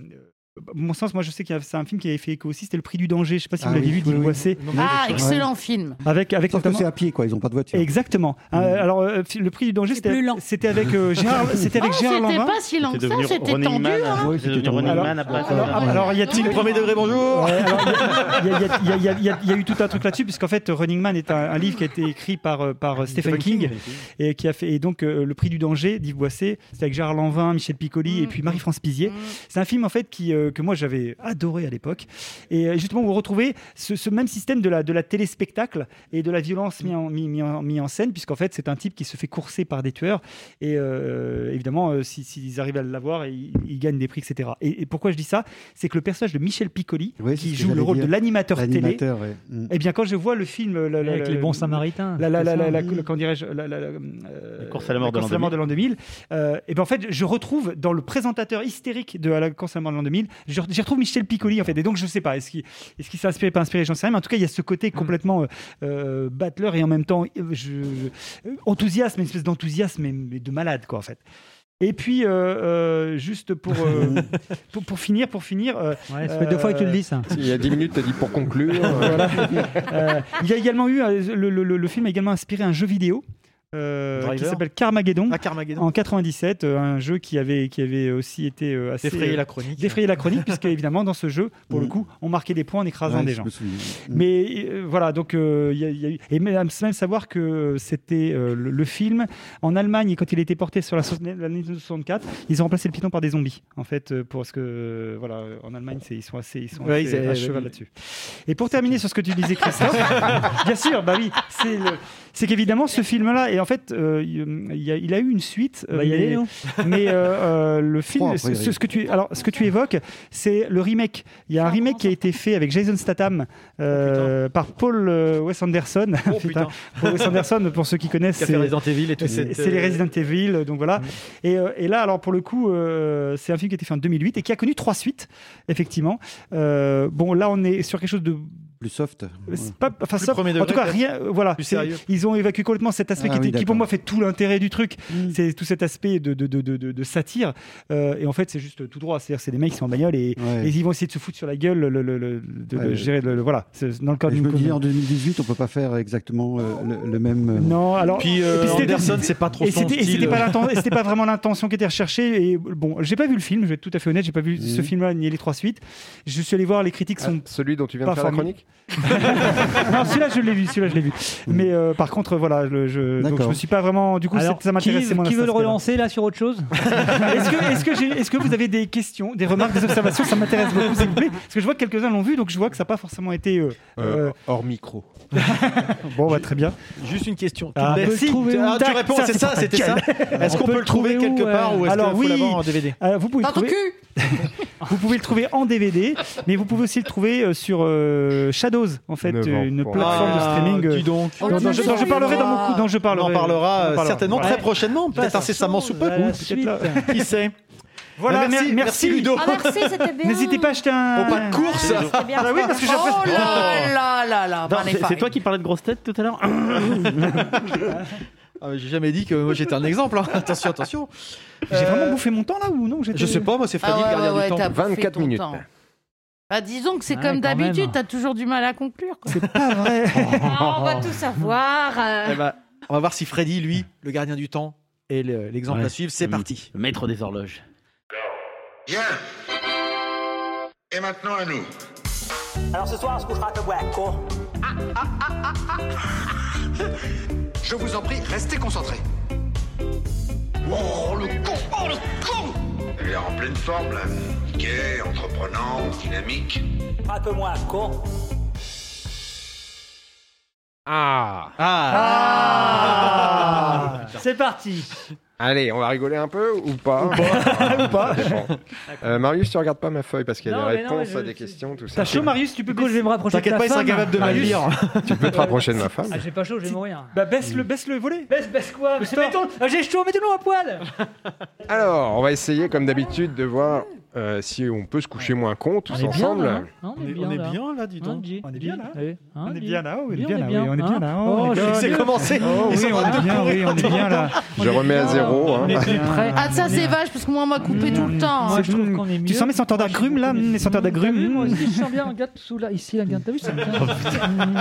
Speaker 5: mon sens, moi, je sais qu'il y a- c'est un film qui avait fait écho aussi, c'était Le Prix du danger. Je sais pas si
Speaker 3: Ah
Speaker 5: vous l'avez
Speaker 3: oui,
Speaker 5: vu, Ah,
Speaker 3: oui,
Speaker 5: Dean
Speaker 3: oui.
Speaker 5: Boissé.
Speaker 2: Ah, excellent film.
Speaker 5: Avec, avec
Speaker 3: Sauf que
Speaker 5: notamment-
Speaker 3: c'est à pied, quoi. Ils n'ont pas de voiture.
Speaker 5: Exactement. Euh, alors, euh, fi- le prix du danger, c'était c'était avec euh, Gérard, c'était avec
Speaker 2: Ah,
Speaker 5: Gérard
Speaker 2: c'était
Speaker 5: Lanvin.
Speaker 2: pas si lent que C'était ça, devenu c'était Running tendu, Man, hein. hein.
Speaker 10: Ouais, c'était devenu Running
Speaker 5: Alors-
Speaker 10: Man après ça.
Speaker 5: alors- Alors, il y a
Speaker 9: Team premier degré, bonjour.
Speaker 5: Ouais, alors, il y a- il y a- il y a- il y a- il y a eu tout un truc là-dessus, puisqu'en fait, Running Man est un, un livre qui a été écrit par, euh, par euh, Stephen King, et qui a fait et donc euh, Le Prix du Danger d'Yves Boisset. C'est avec Gérard Lanvin, Michel Piccoli et puis Marie-France Pizier. C'est un film en fait qui, euh, que moi j'avais adoré à l'époque. Et euh, justement, vous retrouvez ce, ce même système de la, de la télé-spectacle et de la violence mis en, mis, mis en, mis en scène, puisqu'en fait, c'est un type qui se fait courser par des tueurs. Et euh, évidemment, euh, si- s'ils arrivent à l'avoir, ils, ils gagnent des prix, etc. Et, et pourquoi je dis ça C'est que le personnage de Michel Piccoli, qui joue le rôle de l'animateur télé,
Speaker 3: Mm.
Speaker 5: eh bien, quand je vois le film euh, la- la-
Speaker 1: Avec
Speaker 5: la-
Speaker 1: les bons Samaritains,
Speaker 5: la, la,
Speaker 1: c'est
Speaker 5: la,
Speaker 1: ça,
Speaker 5: la, la-
Speaker 1: oui.
Speaker 5: la- comment dirais-je, la, la- la, euh,
Speaker 10: course à la mort de l'an
Speaker 5: course 2000. euh, et ben en fait, je retrouve dans le présentateur hystérique de la course à la mort de l'an 2000, je- j'y retrouve Michel Piccoli en fait. Et donc, je sais pas, est-ce qu'il est-ce qu'il s'est inspiré, pas inspiré, j'en sais rien. Mais en tout cas, il y a ce
Speaker 1: Mmh.
Speaker 5: côté complètement euh, euh, battleur et en même temps euh, je- je- euh, enthousiasme, une espèce d'enthousiasme mais, mais de malade quoi en fait. Et puis, euh, euh, juste pour, euh, pour, pour finir, pour finir. euh,
Speaker 1: Ouais, ça fait deux fois que tu le dis, ça.
Speaker 5: euh,
Speaker 1: Il y a dix minutes, t'as dit pour conclure.
Speaker 5: Voilà. Euh, il y a également eu. euh, Le, le- le- le film a également inspiré un jeu vidéo. euh, qui
Speaker 9: Driver
Speaker 5: s'appelle Carmageddon,
Speaker 9: Carmageddon.
Speaker 5: en 97, euh, un jeu qui avait, qui avait aussi été euh, assez
Speaker 9: Défrayer la chronique.
Speaker 5: défrayer la chronique, puisque évidemment dans ce jeu, pour le coup, on marquait des points en écrasant
Speaker 3: Ouais,
Speaker 5: des
Speaker 3: je
Speaker 5: gens.
Speaker 3: me
Speaker 1: Mm.
Speaker 3: souviens.
Speaker 5: Mais euh, voilà, donc euh, il y a- il y a eu- et même, même savoir que c'était euh, le, le film en Allemagne quand il était porté sur la so- l'année 64, ils ont remplacé le python par des zombies en fait euh, parce que euh, voilà en Allemagne c'est- ils sont assez ils sont
Speaker 9: Ouais,
Speaker 5: assez
Speaker 9: ils-
Speaker 5: à
Speaker 9: euh,
Speaker 5: cheval
Speaker 9: oui.
Speaker 5: là-dessus. Et pour terminer sur ce que tu disais Christophe, bien sûr, bah oui, c'est le- c'est qu'évidemment ce film-là et en fait euh, il y a, il a eu une suite, euh,
Speaker 1: On va y
Speaker 5: mais-
Speaker 1: aller, non
Speaker 5: mais euh, euh, le
Speaker 1: Trois,
Speaker 5: film,
Speaker 1: a
Speaker 5: ce,
Speaker 1: priori.
Speaker 5: ce- ce que tu, alors, ce que tu évoques, c'est le remake. Il y
Speaker 9: Ah,
Speaker 5: a un remake qui a été fait avec Jason Statham
Speaker 9: Oh,
Speaker 5: euh, par Paul euh, Wes Anderson. Putain. Paul Wes Anderson, pour ceux qui connaissent,
Speaker 9: Qui a fait Resident Evil et Mm. tout,
Speaker 5: C'est
Speaker 9: cette,
Speaker 5: c'est les
Speaker 9: euh,
Speaker 5: Resident Evil, donc voilà. Et, euh, et là, alors pour le coup, euh, c'est un film qui a été fait en 2008 et qui a connu trois suites, effectivement. Euh, bon, là, on est sur quelque chose de
Speaker 3: Plus soft.
Speaker 5: c'est pas, enfin,
Speaker 9: Plus
Speaker 5: ça,
Speaker 9: premier
Speaker 5: en
Speaker 9: degré,
Speaker 5: tout cas,
Speaker 9: peut-être.
Speaker 5: rien. euh, Voilà,
Speaker 9: Plus
Speaker 5: c'est-
Speaker 9: sérieux.
Speaker 5: ils ont évacué complètement cet aspect
Speaker 3: Ah
Speaker 5: qui,
Speaker 3: oui,
Speaker 5: était- qui,
Speaker 3: d'accord.
Speaker 5: pour moi, fait tout l'intérêt du truc.
Speaker 7: Mm.
Speaker 5: C'est tout cet aspect de, de, de, de, de- de satire. Euh, et en fait, c'est juste tout droit. C'est-à-dire, c'est des mecs qui sont en bagnole et, et ils vont essayer de se foutre sur la gueule. Le, le, le- le- de-
Speaker 3: Ouais,
Speaker 5: de
Speaker 3: ouais.
Speaker 5: gérer le- le- voilà, c'est dans le cadre
Speaker 3: Et je
Speaker 5: d'une
Speaker 3: me disais
Speaker 5: commune.
Speaker 3: en 2018, on peut pas faire exactement euh, le, le même. euh,
Speaker 5: Non, alors.
Speaker 9: Puis, euh,
Speaker 5: et c'était-
Speaker 9: Anderson, c'est pas trop
Speaker 5: et
Speaker 9: son
Speaker 5: c'était- et
Speaker 9: style.
Speaker 5: c'était pas l'inten- et c'était pas vraiment l'intention qui était recherchée. Et bon, j'ai pas vu le film, je vais être tout à fait honnête, j'ai pas
Speaker 7: Mm.
Speaker 5: vu ce film-là ni les trois suites. Je suis allé voir, les critiques sont.
Speaker 7: Ah, celui dont tu viens de
Speaker 5: pas
Speaker 7: faire la
Speaker 5: formidables.
Speaker 7: chronique
Speaker 5: non, celui-là je l'ai vu, celui-là je l'ai vu.
Speaker 7: Mm.
Speaker 5: Mais euh, par contre, voilà, le- je, donc
Speaker 1: D'accord.
Speaker 5: je me suis pas vraiment. Du coup,
Speaker 1: Alors,
Speaker 5: c'est- ça m'intéressait
Speaker 1: qui,
Speaker 5: moins.
Speaker 1: qui
Speaker 5: dans
Speaker 1: veut le
Speaker 5: cet aspect-là.
Speaker 1: relancer là sur autre chose
Speaker 5: Est-ce que, est-ce que j'ai- est-ce que vous avez des questions, des remarques, des observations Ça m'intéresse beaucoup, s'il vous plaît. Parce que je vois que quelques-uns l'ont vu, donc je vois que ça n'a pas forcément été. euh, euh,
Speaker 7: Hors micro.
Speaker 5: bon, bah, très bien.
Speaker 9: Juste une question.
Speaker 5: Ah,
Speaker 9: Toute
Speaker 5: on peut le trouver
Speaker 9: bête.
Speaker 5: où
Speaker 9: Ah, tu
Speaker 5: Tac,
Speaker 9: réponds,
Speaker 5: ça,
Speaker 9: c'est
Speaker 5: c'est
Speaker 9: ça,
Speaker 5: pas
Speaker 9: c'était
Speaker 5: quel.
Speaker 9: ça. Est-ce qu'on peut le trouver quelque part ou est-ce qu'il
Speaker 5: Alors,
Speaker 9: faut
Speaker 5: oui.
Speaker 9: l'avoir en DVD
Speaker 5: Alors, vous pouvez le
Speaker 9: Dans ton
Speaker 5: trouver. vous pouvez le trouver en DVD, mais vous pouvez aussi le trouver euh, sur euh, Shadows, en fait,
Speaker 9: Neuf ans
Speaker 5: euh, une
Speaker 9: pour
Speaker 5: plateforme de
Speaker 9: moi.
Speaker 5: streaming. euh,
Speaker 9: Ah, Dis donc.
Speaker 5: dont- dont je, dont je parlerai dans mon coup. Dont je
Speaker 9: On
Speaker 5: parlerai.
Speaker 9: en parlera
Speaker 5: On en
Speaker 9: euh, certainement
Speaker 5: Voilà.
Speaker 9: très prochainement, peut-être
Speaker 5: Passons
Speaker 9: incessamment sous peu.
Speaker 5: à la
Speaker 9: Ou
Speaker 5: suite.
Speaker 9: peut-être là. Qui sait
Speaker 5: Voilà,
Speaker 9: Mais
Speaker 5: merci, merci
Speaker 9: Ludo.
Speaker 2: Ah, merci, c'était bien.
Speaker 5: N'hésitez pas à acheter un.
Speaker 9: Oh, pas de course.
Speaker 2: C'était bien.
Speaker 5: Ah bah oui, parce que j'ai
Speaker 2: Oh
Speaker 5: l'impression-
Speaker 2: là là là là,
Speaker 10: Non,
Speaker 2: ben, les
Speaker 10: c'est- C'est
Speaker 2: farines.
Speaker 10: toi qui parlais de grosse tête tout à l'heure
Speaker 9: Ah, mais J'ai jamais dit que moi j'étais un exemple. hein. Attention, attention. Euh,
Speaker 5: J'ai vraiment bouffé mon temps là ou non
Speaker 9: Je sais pas, moi c'est
Speaker 2: Ah
Speaker 9: Freddy
Speaker 2: ouais,
Speaker 9: le gardien
Speaker 2: ouais,
Speaker 9: du
Speaker 2: ouais, t'as
Speaker 9: temps.
Speaker 2: bouffé ton temps. Bah, disons que c'est
Speaker 9: Ouais,
Speaker 2: comme
Speaker 9: quand même.
Speaker 2: d'habitude, t'as toujours du mal à conclure. quoi. Ah,
Speaker 4: Ah, on va tout savoir. euh.
Speaker 9: Eh ben, on va voir si Freddy, lui, le gardien du temps, est le- l'exemple
Speaker 10: Ouais.
Speaker 9: à suivre. C'est parti.
Speaker 10: Maître des horloges.
Speaker 14: Et maintenant à nous.
Speaker 20: Alors ce soir, on se couchera comme Wack, trop.
Speaker 14: Je vous en prie, restez concentrés. Oh, le con Oh, le con Il est en pleine forme, là. Gai, entreprenant, dynamique.
Speaker 20: Un peu moins, con.
Speaker 7: Ah.
Speaker 1: Ah.
Speaker 5: Ah,
Speaker 1: C'est parti.
Speaker 7: Allez, on va rigoler un peu ou pas Ou
Speaker 5: pas.
Speaker 7: Euh, Marius, tu regardes pas ma feuille parce qu'il y a
Speaker 1: Non,
Speaker 7: des
Speaker 1: mais non, mais
Speaker 7: réponses
Speaker 1: je-
Speaker 7: à des questions, tout ça.
Speaker 5: T'as chaud, Marius Tu peux
Speaker 1: Hugo, je vais me rapprocher de
Speaker 9: T'inquiète
Speaker 1: ta
Speaker 9: pas, il sera
Speaker 1: femme.
Speaker 9: capable de me le dire.
Speaker 7: Tu peux te rapprocher de ma femme.
Speaker 1: Ah, j'ai pas chaud, je vais mourir.
Speaker 5: Bah baisse le, baisse le volet.
Speaker 1: Baisse, baisse quoi
Speaker 5: Baisse-toi.
Speaker 1: Mets ton- Ah, J'ai chaud, mettez-le à poil
Speaker 7: Alors, on va essayer, comme d'habitude, de voir euh, si on peut se coucher moins con tous
Speaker 1: On est bien,
Speaker 7: ensemble.
Speaker 1: là, hein Hein,
Speaker 9: On est- on est
Speaker 5: Ah,
Speaker 9: bien,
Speaker 5: bah,
Speaker 9: là, dis
Speaker 1: Hein,
Speaker 9: donc.
Speaker 1: dis-
Speaker 9: On est
Speaker 1: dis-
Speaker 9: bien, là.
Speaker 1: allez, hein,
Speaker 5: On est
Speaker 1: dis.
Speaker 5: bien là, oui, on est
Speaker 1: Oui,
Speaker 5: bien là, oui, on est bien
Speaker 1: hein.
Speaker 5: là.
Speaker 1: Oh,
Speaker 5: on est
Speaker 1: je
Speaker 5: bien.
Speaker 1: sais commencer.
Speaker 5: Oh,
Speaker 1: Ils
Speaker 5: oui,
Speaker 1: sont
Speaker 5: on
Speaker 1: en train
Speaker 5: est
Speaker 1: de
Speaker 5: bien,
Speaker 1: courir
Speaker 5: oui, on est bien là.
Speaker 7: Je remets à zéro. hein.
Speaker 2: Ah, ça c'est vache, parce que moi on m'a coupé tout le temps. hein.
Speaker 5: C'est- Tu sens mes senteurs d'agrumes là Les senteurs d'agrumes
Speaker 1: Moi aussi, je sens bien, regarde sous là, ici, là, regarde, t'as vu ça me fait- Hum,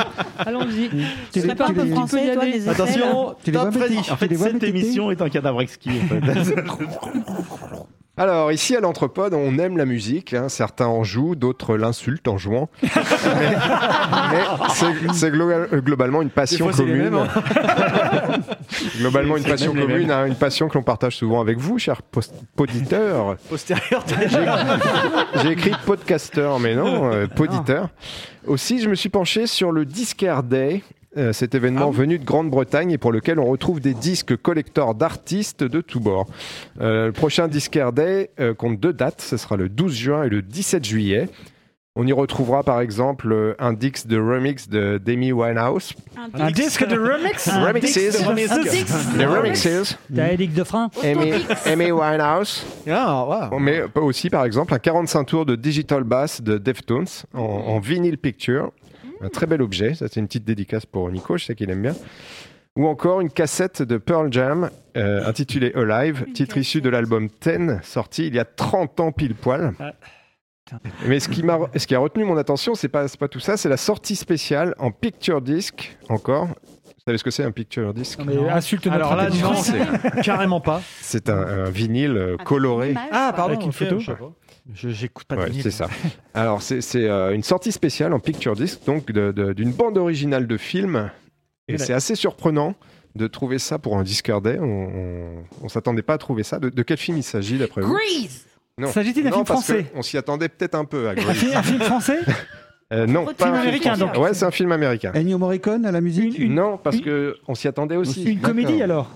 Speaker 1: Allons-y.
Speaker 3: Tu
Speaker 1: serais
Speaker 3: les- tu les-
Speaker 1: français,
Speaker 3: tu
Speaker 1: toi,
Speaker 3: les-
Speaker 1: les
Speaker 9: Attention,
Speaker 3: Tu les vois,
Speaker 9: top
Speaker 3: Mété-
Speaker 9: Freddy.
Speaker 3: tu
Speaker 10: En fait,
Speaker 3: les vois,
Speaker 10: cette
Speaker 3: Mété-
Speaker 10: émission est un cadavre exquis. en fait.
Speaker 7: Alors, ici à l'Anthropode, on aime la musique. hein. Certains en jouent, d'autres l'insultent en jouant. mais mais c'est- c'est glo- euh, globalement une passion
Speaker 9: Des fois, c'est les
Speaker 7: commune.
Speaker 9: mêmes, hein.
Speaker 7: globalement une
Speaker 9: C'est
Speaker 7: passion
Speaker 9: même les
Speaker 7: commune, hein, une passion que l'on partage souvent avec vous, chers post- poditeurs.
Speaker 9: Postérieur, t'as-
Speaker 7: J'ai écrit podcasteur, mais non, euh, poditeur. Aussi, je me suis penché sur le Discard Day. euh, cet événement venu de Grande-Bretagne et pour lequel on retrouve des disques collecteurs d'artistes de tous bords. Euh, le prochain Discard Day euh, compte deux dates, ce sera le 12 juin et le 17 juillet. On y retrouvera par exemple euh, un disque de remix de Demi Winehouse.
Speaker 5: Un disque de remix
Speaker 7: Un Remixes. disque de remix. Les remixes.
Speaker 1: T'as Elix de frein
Speaker 7: Amy, Amy Winehouse. Mais aussi, par exemple, un 45 tours de Digital Bass de Deftones en, en vinyle picture. Un très bel objet. Ça, c'est une petite dédicace pour Nico. Je sais qu'il aime bien. Ou encore une cassette de Pearl Jam euh, intitulée Alive, titre issu de l'album Ten, sorti il y a 30 ans pile poil. Mais ce qui, m'a, ce qui a retenu mon attention, c'est pas, c'est pas tout ça, c'est la sortie spéciale en picture disc, encore. Vous savez ce que c'est un picture disc
Speaker 5: mais Non. insulte notre
Speaker 9: Alors là, non,
Speaker 5: intelligence.
Speaker 9: c'est- carrément
Speaker 7: Bah
Speaker 9: pas.
Speaker 7: C'est un, un vinyle euh, coloré.
Speaker 9: Ah, pardon,
Speaker 5: Avec une
Speaker 9: ok,
Speaker 5: photo
Speaker 9: je sais pas. Je- J'écoute pas de
Speaker 7: Ouais,
Speaker 9: vinyle.
Speaker 7: c'est ça. Alors, c'est c'est, euh, une sortie spéciale en picture disc, donc de- de- d'une bande originale de film. Et
Speaker 9: Mais là-
Speaker 7: c'est assez surprenant de trouver ça pour un Discard Day. On, on- on s'attendait pas à trouver ça. De, de quel film il s'agit, d'après vous
Speaker 2: Grease
Speaker 7: Non.
Speaker 5: S'agit-il d'un
Speaker 7: Non,
Speaker 5: film
Speaker 7: parce que
Speaker 5: français
Speaker 7: On s'y attendait peut-être un peu à
Speaker 5: Un
Speaker 7: Grease.
Speaker 5: film, un film français
Speaker 7: Euh, non,
Speaker 5: Autre
Speaker 7: pas
Speaker 5: film
Speaker 7: un film
Speaker 5: américain,
Speaker 7: français.
Speaker 5: donc.
Speaker 7: Ouais, c'est un film américain.
Speaker 3: Ennio Morricone à la musique
Speaker 7: non, parce que on s'y attendait aussi.
Speaker 5: Une comédie
Speaker 7: D'accord.
Speaker 5: alors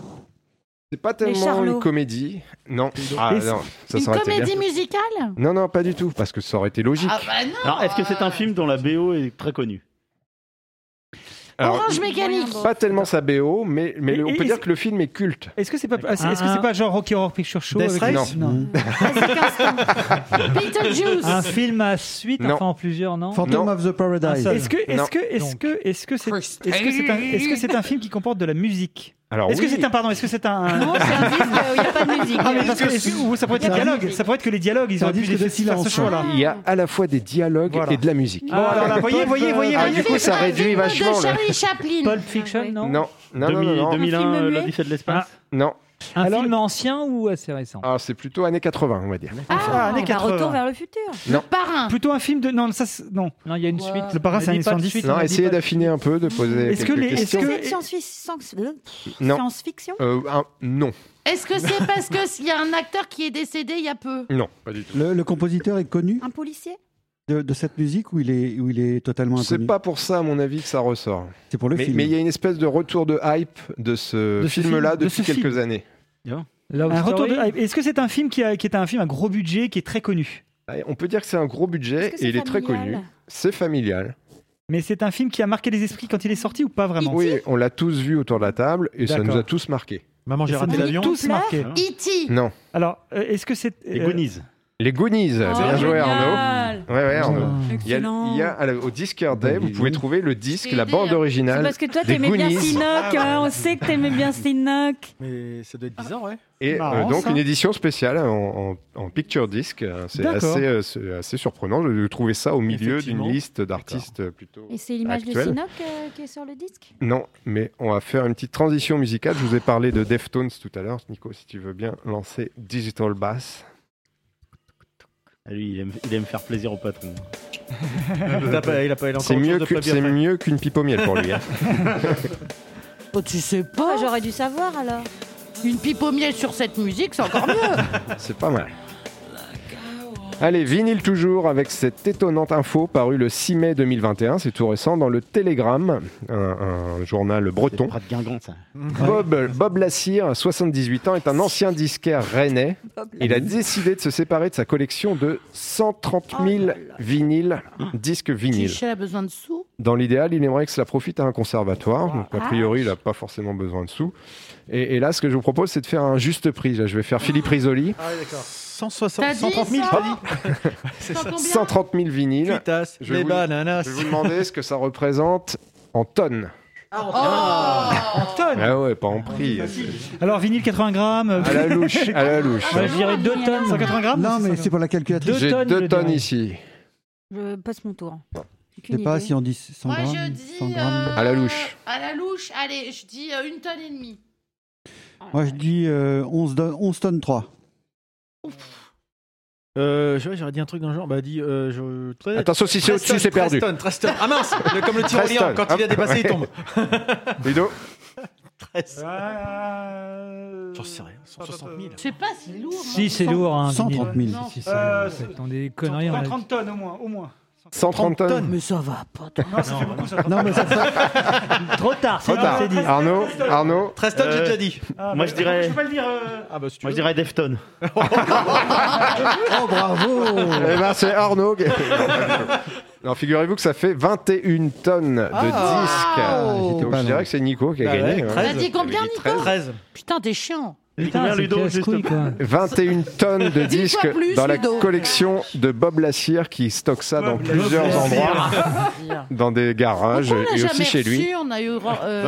Speaker 7: C'est pas tellement
Speaker 2: Charlots.
Speaker 7: une comédie. Non. Ah,
Speaker 5: Et c'est-
Speaker 7: non, ça
Speaker 2: Une
Speaker 7: aurait été
Speaker 2: comédie
Speaker 7: bien.
Speaker 2: musicale
Speaker 7: Non, non, pas du tout, parce que ça aurait été logique.
Speaker 2: Ah bah non
Speaker 10: Alors, est-ce que c'est un film dont la BO est très connue
Speaker 7: Alors,
Speaker 2: Orange Mécanique
Speaker 7: Pas tellement sa BO, mais, mais
Speaker 5: Et-
Speaker 7: le- on
Speaker 5: et-
Speaker 7: peut
Speaker 5: et-
Speaker 7: dire que le film est culte.
Speaker 5: Est-ce que c'est pas, ah, c'est-
Speaker 7: Un-
Speaker 5: est-ce que c'est pas genre Rocky Horror Picture Show
Speaker 9: Death
Speaker 5: avec-
Speaker 9: Race
Speaker 5: Non.
Speaker 2: Beetlejuice
Speaker 1: Un film à suite,
Speaker 7: Non.
Speaker 1: enfin en plusieurs, non
Speaker 3: Phantom
Speaker 7: Non.
Speaker 3: of the
Speaker 1: Un
Speaker 3: Paradise.
Speaker 1: seul.
Speaker 5: Est-ce que
Speaker 7: Non.
Speaker 5: est-ce que est-ce que est-ce que c'est est-ce que c'est un est-ce que c'est un film qui comporte de la musique
Speaker 7: Alors,
Speaker 5: Est-ce
Speaker 7: oui,
Speaker 5: que c'est un pardon Est-ce que c'est un, un-
Speaker 2: Non, c'est un disque où il n'y a pas de musique.
Speaker 5: Ah, mais parce que- est-ce- ou ça pourrait être les dialogues Ça pourrait être que les dialogues ils
Speaker 3: Un
Speaker 5: auraient pu
Speaker 3: disque
Speaker 5: les
Speaker 3: de
Speaker 5: faire ce
Speaker 3: silence.
Speaker 5: choix là.
Speaker 7: il y a à la fois des dialogues
Speaker 5: Voilà.
Speaker 7: et de la musique.
Speaker 5: Bon alors là, voyez, voyez, voyez,
Speaker 7: Ah,
Speaker 5: voyez.
Speaker 7: du coup, ça réduit vachement
Speaker 2: De
Speaker 7: le-
Speaker 2: Charlie Chaplin.
Speaker 1: Pulp Fiction, non
Speaker 7: Non, non, non,
Speaker 10: 2000
Speaker 7: non, non.
Speaker 10: 2001,
Speaker 12: film
Speaker 10: euh,
Speaker 12: muet
Speaker 10: l'Odyssée de l'espace
Speaker 7: non.
Speaker 1: Un film ancien ou assez récent
Speaker 7: Ah, c'est plutôt années 80, on va dire.
Speaker 5: Ah,
Speaker 4: Ah,
Speaker 5: années
Speaker 4: bah,
Speaker 5: 80.
Speaker 4: retour vers le futur.
Speaker 2: Parrain.
Speaker 5: Plutôt un film de non ça c'est- non.
Speaker 1: Non, il y a une suite.
Speaker 5: Le parrain,
Speaker 1: On
Speaker 5: c'est
Speaker 1: dit
Speaker 5: années
Speaker 1: pas de
Speaker 5: 70.
Speaker 1: suite, on
Speaker 7: Non,
Speaker 1: dit
Speaker 7: essayez
Speaker 1: pas de-
Speaker 7: d'affiner un peu, de poser
Speaker 5: Est-ce que
Speaker 7: quelques
Speaker 5: les- est-ce
Speaker 4: Est-ce
Speaker 7: questions.
Speaker 4: que
Speaker 5: que-
Speaker 4: c'est de science-fiction
Speaker 7: Non.
Speaker 4: Science-fiction
Speaker 7: Euh, un- non,
Speaker 2: euh, Est-ce que c'est parce qu'il y a un acteur qui est décédé il y a peu
Speaker 7: non, pas du tout.
Speaker 3: Le, le compositeur est connu
Speaker 4: Un policier
Speaker 3: de, de cette musique ou il est, ou il est totalement
Speaker 7: C'est
Speaker 3: inconnu
Speaker 7: pas pour ça, à mon avis, que ça ressort.
Speaker 3: C'est pour le
Speaker 7: Mais
Speaker 3: film.
Speaker 7: mais il y a une espèce de retour de hype de ce
Speaker 5: De ce
Speaker 7: film-là
Speaker 5: film, de
Speaker 7: depuis
Speaker 5: ce film.
Speaker 7: quelques années.
Speaker 1: Love
Speaker 5: Un retour
Speaker 1: Story
Speaker 5: de Est-ce que c'est un film qui a qui est un film à gros budget qui est très connu
Speaker 7: Allez, On peut dire que c'est un gros budget
Speaker 4: Est-ce que
Speaker 7: et il
Speaker 4: c'est
Speaker 7: est très
Speaker 4: familial
Speaker 7: connu. C'est familial.
Speaker 5: mais c'est un film qui a marqué les esprits quand il est sorti ou pas vraiment
Speaker 7: Oui, on l'a tous vu autour de la table et ça
Speaker 5: D'accord.
Speaker 7: nous a tous marqué.
Speaker 9: Maman, j'ai
Speaker 5: Ça nous
Speaker 9: raté
Speaker 5: a
Speaker 9: l'avion.
Speaker 5: tous marqué.
Speaker 2: E.T.
Speaker 7: Non.
Speaker 5: Alors, euh, est-ce que c'est
Speaker 10: Les
Speaker 5: euh,
Speaker 10: Goonies.
Speaker 7: Les Goonies, bien joué Arnaud. Ouais, ouais, Arnaud. Il y a,
Speaker 12: Oh, Excellent.
Speaker 7: il y a, à la- au Discard Day, vous pouvez trouver le disque,
Speaker 2: Je
Speaker 7: la
Speaker 2: l'ai
Speaker 7: bande
Speaker 2: dit, hein.
Speaker 12: C'est
Speaker 7: originale
Speaker 12: parce que toi,
Speaker 7: des
Speaker 12: t'aimais bien
Speaker 7: Goonies.
Speaker 5: Ah,
Speaker 12: Sinoc. hein, on sait que t'aimais bien Sinoc.
Speaker 9: Mais ça doit être bizarre, ouais.
Speaker 7: et euh,
Speaker 5: marrant,
Speaker 7: donc
Speaker 5: ça.
Speaker 7: une édition spéciale hein, en, en- en picture disc. Euh, C'est
Speaker 5: D'accord.
Speaker 7: assez, euh, c'est assez surprenant de trouver ça au milieu d'une
Speaker 9: Effectivement.
Speaker 7: liste d'artistes euh, plutôt.
Speaker 4: Et c'est l'image de
Speaker 7: Actuel.
Speaker 4: Sinoc euh, qui est sur le disque
Speaker 7: Non, mais on va faire une petite transition musicale. Je vous ai parlé de Deftones tout à l'heure. Nico, si tu veux bien lancer Digital Bass.
Speaker 10: Ah, lui, il aime, il aime faire plaisir au patron.
Speaker 9: Il a pas, il a pas, il a encore
Speaker 7: C'est
Speaker 9: autre chose
Speaker 7: mieux
Speaker 9: de
Speaker 7: que-
Speaker 9: pas bien
Speaker 7: c'est
Speaker 9: fait.
Speaker 7: mieux qu'une pipe au miel pour lui. hein.
Speaker 2: Oh, tu sais
Speaker 4: Ah,
Speaker 2: pas. genre,
Speaker 4: J'aurais dû savoir alors.
Speaker 2: une pipe au miel sur cette musique, c'est encore mieux.
Speaker 7: C'est pas mal. Allez, vinyle toujours avec cette étonnante info parue le 6 mai 2021, c'est tout récent, dans le Télégramme, un, un journal breton.
Speaker 10: Bras de Guingamp, ça.
Speaker 7: Bob, Bob Lassire, 78 ans, est un ancien disquaire rennais. Il a décidé de se séparer de sa collection de 130 000 vinyles, disques vinyles.
Speaker 2: Michel a besoin de sous.
Speaker 7: Dans l'idéal, il aimerait que cela profite à un conservatoire. Donc, a priori, il n'a pas forcément besoin de sous. Et, et là, ce que je vous propose, c'est de faire un juste prix. Là, je vais faire Philippe Risoli.
Speaker 9: Ah, ouais, d'accord. 160,
Speaker 2: T'as dit
Speaker 9: 130 000,
Speaker 2: ça
Speaker 9: t'as dit Ah,
Speaker 2: T'as combien
Speaker 7: 130 000 vinyles.
Speaker 9: Putas,
Speaker 7: Je
Speaker 9: les
Speaker 7: vous-
Speaker 9: bananas.
Speaker 7: Je vais vous demander ce que ça représente en tonnes.
Speaker 2: Oh
Speaker 5: tonnes
Speaker 7: Ah ouais, pas en prix.
Speaker 5: Alors, vinyle 80 grammes. euh,
Speaker 7: À la louche, à la louche.
Speaker 1: Ouais, je dirais 2 tonnes.
Speaker 5: 180 grammes
Speaker 3: Non,
Speaker 5: c'est
Speaker 3: mais
Speaker 5: ça,
Speaker 3: c'est pour la calculatrice.
Speaker 1: Deux
Speaker 7: J'ai
Speaker 1: tonnes, je
Speaker 7: deux tonnes
Speaker 1: dirais.
Speaker 7: ici.
Speaker 4: Je passe mon tour.
Speaker 3: Je sais pas si on dit 100
Speaker 2: Moi,
Speaker 3: grammes.
Speaker 2: je dis.
Speaker 3: 100
Speaker 2: euh,
Speaker 3: grammes.
Speaker 7: À la louche.
Speaker 2: À la louche, allez, je dis euh, une tonne et demie.
Speaker 3: Moi, je dis euh, 11, do- 11 tonnes 3.
Speaker 9: Euh, je- ouais, J'aurais dit un truc dans le genre. Bah, dis. Euh, je...
Speaker 7: Attention, si c'est au-dessus, c'est perdu.
Speaker 9: Treston, Treston. Ah mince, le- comme le
Speaker 7: Treston.
Speaker 9: tyrolien, quand il a dépassé, il tombe.
Speaker 7: Ludo
Speaker 9: Treston.
Speaker 5: Euh,
Speaker 9: J'en sais rien, 160 000.
Speaker 2: C'est pas si lourd.
Speaker 1: Si, c'est lourd. Hein,
Speaker 3: 130 000.
Speaker 1: vinyle. Si, si,
Speaker 5: Euh,
Speaker 1: ça- Attends, des conneries. on a-
Speaker 5: 130 tonnes au moins, au moins.
Speaker 7: 130 tonnes.
Speaker 2: Mais ça va pas.
Speaker 5: Non, ça fait beaucoup, ça.
Speaker 3: Non, mais ça fait.
Speaker 1: Trop tard, c'est
Speaker 7: Trop
Speaker 1: pas
Speaker 7: tard.
Speaker 1: c'est dit.
Speaker 7: Arnaud, Arnaud.
Speaker 9: Treston, j'ai
Speaker 10: Euh,
Speaker 9: déjà dit.
Speaker 5: Ah,
Speaker 10: Moi,
Speaker 5: bah,
Speaker 10: je dirais-
Speaker 5: Je peux pas le dire. euh,
Speaker 9: Ah bah, si tu
Speaker 10: Moi,
Speaker 9: veux.
Speaker 10: je dirais Defton.
Speaker 9: Ah,
Speaker 7: ah,
Speaker 3: Oh, bravo
Speaker 7: Eh ben, c'est Arnaud. qui- Alors, figurez-vous que ça fait 21 tonnes de
Speaker 9: Ah,
Speaker 7: disques.
Speaker 3: j'étais
Speaker 7: Donc,
Speaker 3: pas
Speaker 7: je
Speaker 3: loin.
Speaker 7: dirais que c'est Nico qui a
Speaker 9: Bah ouais,
Speaker 7: gagné. hein.
Speaker 9: treize.
Speaker 2: T'as dit combien,
Speaker 7: Il a dit
Speaker 2: Nico
Speaker 7: 13.
Speaker 9: 13.
Speaker 2: Putain, t'es chiant.
Speaker 1: Putain, c'est casse-couille, quoi.
Speaker 7: 21 tonnes de
Speaker 1: Dix
Speaker 7: disques
Speaker 1: fois plus,
Speaker 7: dans la
Speaker 1: Ludo.
Speaker 7: collection de Bob Lassire qui stocke ça dans plusieurs endroits,
Speaker 4: hein.
Speaker 7: dans des garages
Speaker 2: On l'a
Speaker 7: et aussi
Speaker 2: jamais
Speaker 7: chez lui.
Speaker 2: reçu, on a eu, euh,